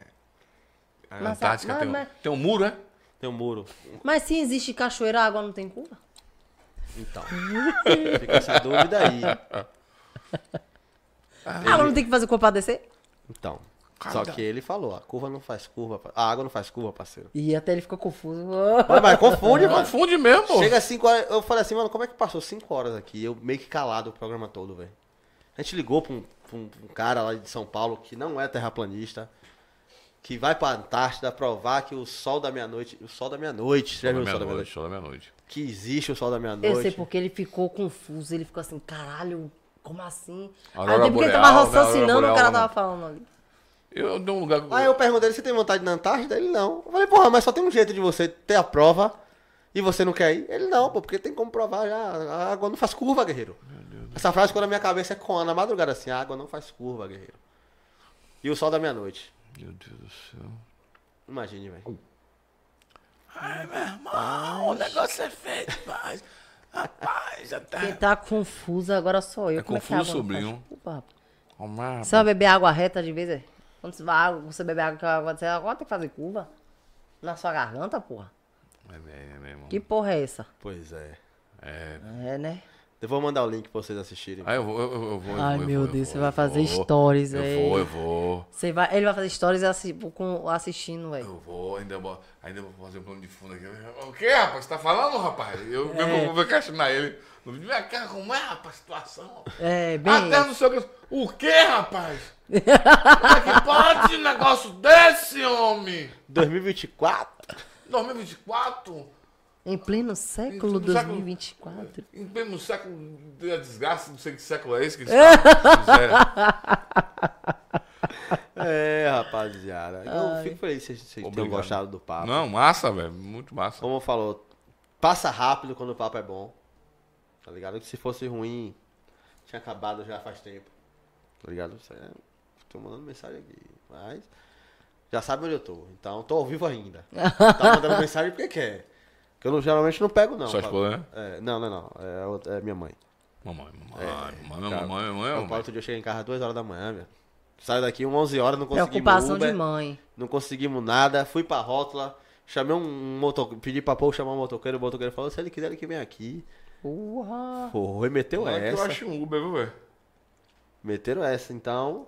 [SPEAKER 8] Ah,
[SPEAKER 4] A
[SPEAKER 5] Mas a-
[SPEAKER 8] tá,
[SPEAKER 4] Antártica
[SPEAKER 5] mas-
[SPEAKER 4] tem, um,
[SPEAKER 5] mas-
[SPEAKER 4] tem um muro, é?
[SPEAKER 3] Tem um muro.
[SPEAKER 5] Mas se existe cachoeira, a água não tem cura?
[SPEAKER 3] Então. Fica essa dúvida aí.
[SPEAKER 8] Ah,
[SPEAKER 5] A água não tem que fazer cor pra descer?
[SPEAKER 3] Então. Só que ele falou, a curva não faz curva, pa- a água não faz curva, parceiro.
[SPEAKER 5] E até ele ficou confuso.
[SPEAKER 3] Mas, mas confunde, mano.
[SPEAKER 4] Confunde um mesmo, pô.
[SPEAKER 3] Chega às 5 horas. Eu falei assim, mano, como é que passou 5 horas aqui? Eu meio que calado o programa todo, velho. A gente ligou pra um, pra um- pra um cara lá de São Paulo que não é terraplanista, que vai pra Antártida provar que o sol da meia-noite. O sol da meia-noite,
[SPEAKER 4] Show
[SPEAKER 3] escreve
[SPEAKER 4] da
[SPEAKER 3] o sol da
[SPEAKER 4] meia-noite,
[SPEAKER 3] meia-noite.
[SPEAKER 4] show da meia-noite.
[SPEAKER 3] Que existe o sol da meia-noite.
[SPEAKER 5] Eu sei porque ele ficou confuso, ele ficou assim, caralho, como assim?
[SPEAKER 4] Aurora
[SPEAKER 5] Aí porque ele tava
[SPEAKER 4] boreal, né? Aurora
[SPEAKER 5] raciocinando, o cara
[SPEAKER 4] boreal,
[SPEAKER 5] tava
[SPEAKER 4] né?
[SPEAKER 5] falando ali.
[SPEAKER 4] Eu dou um lugar.
[SPEAKER 3] Aí eu perguntei ele, você tem vontade de ir na Antártida? Ele não. Eu falei, porra, mas só tem um jeito de você ter a prova e você não quer ir? Ele não, pô, porque tem como provar já. A água não faz curva, guerreiro. Essa frase ficou na minha cabeça é com na madrugada assim, a água não faz curva, guerreiro. E o sol da meia-noite.
[SPEAKER 4] Meu Deus do céu.
[SPEAKER 3] Imagine, velho.
[SPEAKER 8] Ai, meu irmão, o negócio é feito, rapaz. Rapaz, a terra.
[SPEAKER 5] Quem tá confuso agora sou eu.
[SPEAKER 4] É
[SPEAKER 5] Como que a
[SPEAKER 4] confuso,
[SPEAKER 5] água não faz?
[SPEAKER 4] sobrinho.
[SPEAKER 5] Desculpa, rapaz.
[SPEAKER 4] Omar,
[SPEAKER 5] Você vai beber água reta de vez? é? Quando você, vai água, você beber água, que a água, você agora tem que fazer curva na sua garganta, porra.
[SPEAKER 4] É, é, é, meu irmão.
[SPEAKER 5] Que porra é essa?
[SPEAKER 3] Pois é.
[SPEAKER 4] É.
[SPEAKER 5] É, né?
[SPEAKER 3] Eu vou mandar o link pra vocês assistirem.
[SPEAKER 4] Aí eu vou, eu, eu- eu vou. eu
[SPEAKER 5] Ai,
[SPEAKER 4] vou, eu
[SPEAKER 5] meu
[SPEAKER 4] vou,
[SPEAKER 5] Deus,
[SPEAKER 4] eu vou,
[SPEAKER 5] você
[SPEAKER 4] eu
[SPEAKER 5] vai fazer
[SPEAKER 4] vou.
[SPEAKER 5] stories,
[SPEAKER 4] Eu
[SPEAKER 5] velho.
[SPEAKER 4] vou, eu vou.
[SPEAKER 5] Você vai, ele vai fazer stories assi- com- assistindo, velho.
[SPEAKER 4] Eu vou, ainda vou, ainda vou fazer um plano de fundo aqui. O que, rapaz? Você tá falando, rapaz? Eu
[SPEAKER 5] É.
[SPEAKER 4] mesmo vou- vou questionar ele. No vídeo, Minha cara, como é, rapaz, a situação?
[SPEAKER 5] É, bem.
[SPEAKER 4] Até no seu caso. O que, rapaz? Como é que pode um negócio desse, homem?
[SPEAKER 3] 2024?
[SPEAKER 4] 2024? é.
[SPEAKER 5] Em pleno século
[SPEAKER 4] Em pleno século-
[SPEAKER 5] 2024.
[SPEAKER 4] Em pleno século da desgraça, não sei que século é esse que eles falam.
[SPEAKER 3] É, rapaziada. Eu fico feliz se vocês tenham
[SPEAKER 4] Obrigado.
[SPEAKER 3] gostado do papo.
[SPEAKER 4] Não, massa, velho. Muito massa.
[SPEAKER 3] Como falou, passa rápido quando o papo é bom. Tá ligado? Que se fosse ruim, tinha acabado já faz tempo. Tá ligado? Isso é- Tô mandando mensagem aqui. Mas. Já sabe onde eu tô. Então tô ao vivo ainda. Tá mandando mensagem porque quer. Que eu não- geralmente não pego, não.
[SPEAKER 4] Só
[SPEAKER 3] Paulo.
[SPEAKER 4] esposa, né?
[SPEAKER 3] É, não, não, não. É, outra- é minha mãe.
[SPEAKER 4] Mamãe, mamãe, mamãe,
[SPEAKER 3] cara,
[SPEAKER 4] mamãe, mamãe,
[SPEAKER 3] Eu, Paulo,
[SPEAKER 4] mamãe.
[SPEAKER 3] outro dia eu cheguei em casa às 2 horas da manhã, velho. Saio daqui umas 11 horas, não conseguimos
[SPEAKER 5] Preocupação
[SPEAKER 3] Uber,
[SPEAKER 5] de mãe.
[SPEAKER 3] não conseguimos nada. Fui pra rótula, chamei um motoqueiro, pedi pra povo chamar um motoqueiro, o motoqueiro falou, se ele quiser ele que vem aqui.
[SPEAKER 5] Porra.
[SPEAKER 3] Foi, meteu
[SPEAKER 4] Como é que eu
[SPEAKER 3] essa.
[SPEAKER 4] acho um Uber, viu, velho?
[SPEAKER 3] Meteram essa, então.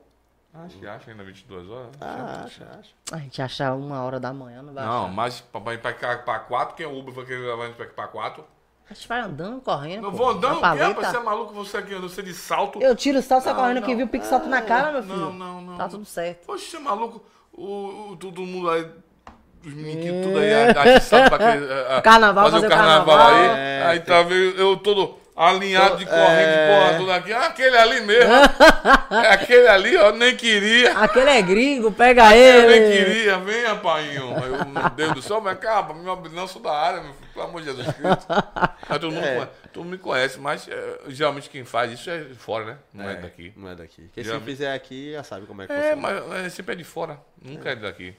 [SPEAKER 4] Acho que acha ainda 22 horas.
[SPEAKER 3] Ah, acha, acha.
[SPEAKER 5] A gente achar uma hora da manhã, não vai
[SPEAKER 4] Não,
[SPEAKER 5] achar.
[SPEAKER 4] mas pra, pra, pra, cá, pra 4, quem é o Uber vai querer levar a gente pra, pra 4?
[SPEAKER 5] A gente vai andando, correndo.
[SPEAKER 4] Não
[SPEAKER 5] pô,
[SPEAKER 4] vou andando,
[SPEAKER 5] na
[SPEAKER 4] o quê? Você é
[SPEAKER 5] paleta.
[SPEAKER 4] maluco, você aqui, você é de salto.
[SPEAKER 5] Eu tiro o salto, sai
[SPEAKER 4] Não,
[SPEAKER 5] correndo que
[SPEAKER 4] não.
[SPEAKER 5] viu o pique salto na cara, meu filho.
[SPEAKER 4] Não, não, não.
[SPEAKER 5] Tá tudo certo.
[SPEAKER 4] Poxa, você é maluco, o, o- todo mundo aí, os
[SPEAKER 3] É.
[SPEAKER 4] meninos tudo aí, a, a de salto pra aquele, a- a-
[SPEAKER 5] Carnaval,
[SPEAKER 4] fazer o
[SPEAKER 5] fazer o
[SPEAKER 4] carnaval, aí.
[SPEAKER 5] carnaval.
[SPEAKER 3] É,
[SPEAKER 4] aí tá vendo, eu todo alinhado de
[SPEAKER 3] Tô-
[SPEAKER 4] corrente,
[SPEAKER 3] é.
[SPEAKER 4] porra, tudo aqui. Ah, aquele ali mesmo. é aquele ali, ó, nem queria.
[SPEAKER 5] Aquele é gringo, pega
[SPEAKER 4] Eu
[SPEAKER 3] é.
[SPEAKER 4] nem
[SPEAKER 5] ele.
[SPEAKER 4] queria, vem, rapainho. Aí eu, meu Deus do céu, mas capa, minha opinião sou da área, meu filho, pelo amor de Jesus Cristo. Mas todo
[SPEAKER 3] É.
[SPEAKER 4] mundo, conhe- todo mundo me conhece, mas eh, geralmente quem faz isso é de fora, né? Não é, daqui.
[SPEAKER 3] Não é daqui. Porque se
[SPEAKER 4] Geralmente-
[SPEAKER 3] fizer aqui, já sabe como é que
[SPEAKER 4] É,
[SPEAKER 3] funciona.
[SPEAKER 4] mas é, sempre é de fora, nunca é, daqui.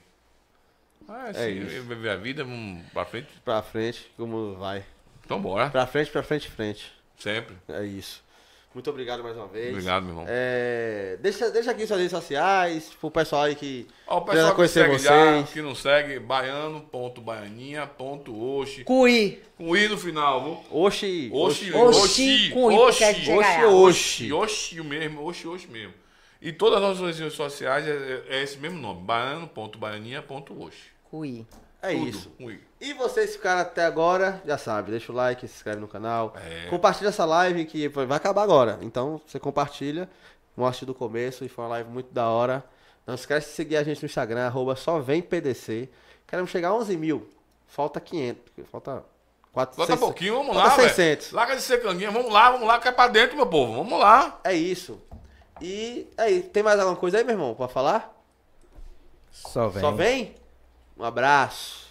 [SPEAKER 4] Ah, assim,
[SPEAKER 3] É isso.
[SPEAKER 4] viver a vida, vamos pra frente,
[SPEAKER 3] Pra frente, como vai.
[SPEAKER 4] então bora.
[SPEAKER 3] Pra frente, pra frente, frente.
[SPEAKER 4] Sempre.
[SPEAKER 3] É isso. Muito obrigado mais uma vez.
[SPEAKER 4] Obrigado, meu irmão.
[SPEAKER 3] É, deixa, deixa aqui suas redes sociais, pro pessoal aí que
[SPEAKER 4] Ó, o
[SPEAKER 3] quer
[SPEAKER 4] pessoal que
[SPEAKER 3] conhecer
[SPEAKER 4] segue já,
[SPEAKER 3] vocês.
[SPEAKER 4] que não segue, baiano.baianinha.oxi.
[SPEAKER 5] Cui.
[SPEAKER 4] Com i no final, viu?
[SPEAKER 3] Oxi.
[SPEAKER 4] Oxi,
[SPEAKER 5] Oxi, com i, porque é de
[SPEAKER 4] oxi,
[SPEAKER 5] chegar.
[SPEAKER 3] Oxi.
[SPEAKER 4] oxi, oxi mesmo, oxi, oxi mesmo. E todas as nossas redes sociais é, é esse mesmo nome, baiano.baianinha.oxi.
[SPEAKER 5] Cui.
[SPEAKER 3] É
[SPEAKER 4] Tudo
[SPEAKER 3] isso.
[SPEAKER 4] com i.
[SPEAKER 3] E vocês ficaram até agora, já sabe, deixa o like, se inscreve no canal.
[SPEAKER 4] É.
[SPEAKER 3] Compartilha essa live que vai vai acabar agora. Então você compartilha, mostre do começo e foi uma live muito da hora. Não esquece de seguir a gente no Instagram, arroba só vem PDC. Queremos chegar a 11 mil. Falta 500, falta 400.
[SPEAKER 4] Falta pouquinho, vamos
[SPEAKER 3] Falta
[SPEAKER 4] lá, velho.
[SPEAKER 3] 600.
[SPEAKER 4] Larga de ser canguinha, vamos lá, vamos lá, cai pra dentro, meu povo, vamos lá.
[SPEAKER 3] É isso. E aí, tem mais alguma coisa aí, meu irmão, pra falar?
[SPEAKER 7] Só vem.
[SPEAKER 3] Só vem? Um abraço.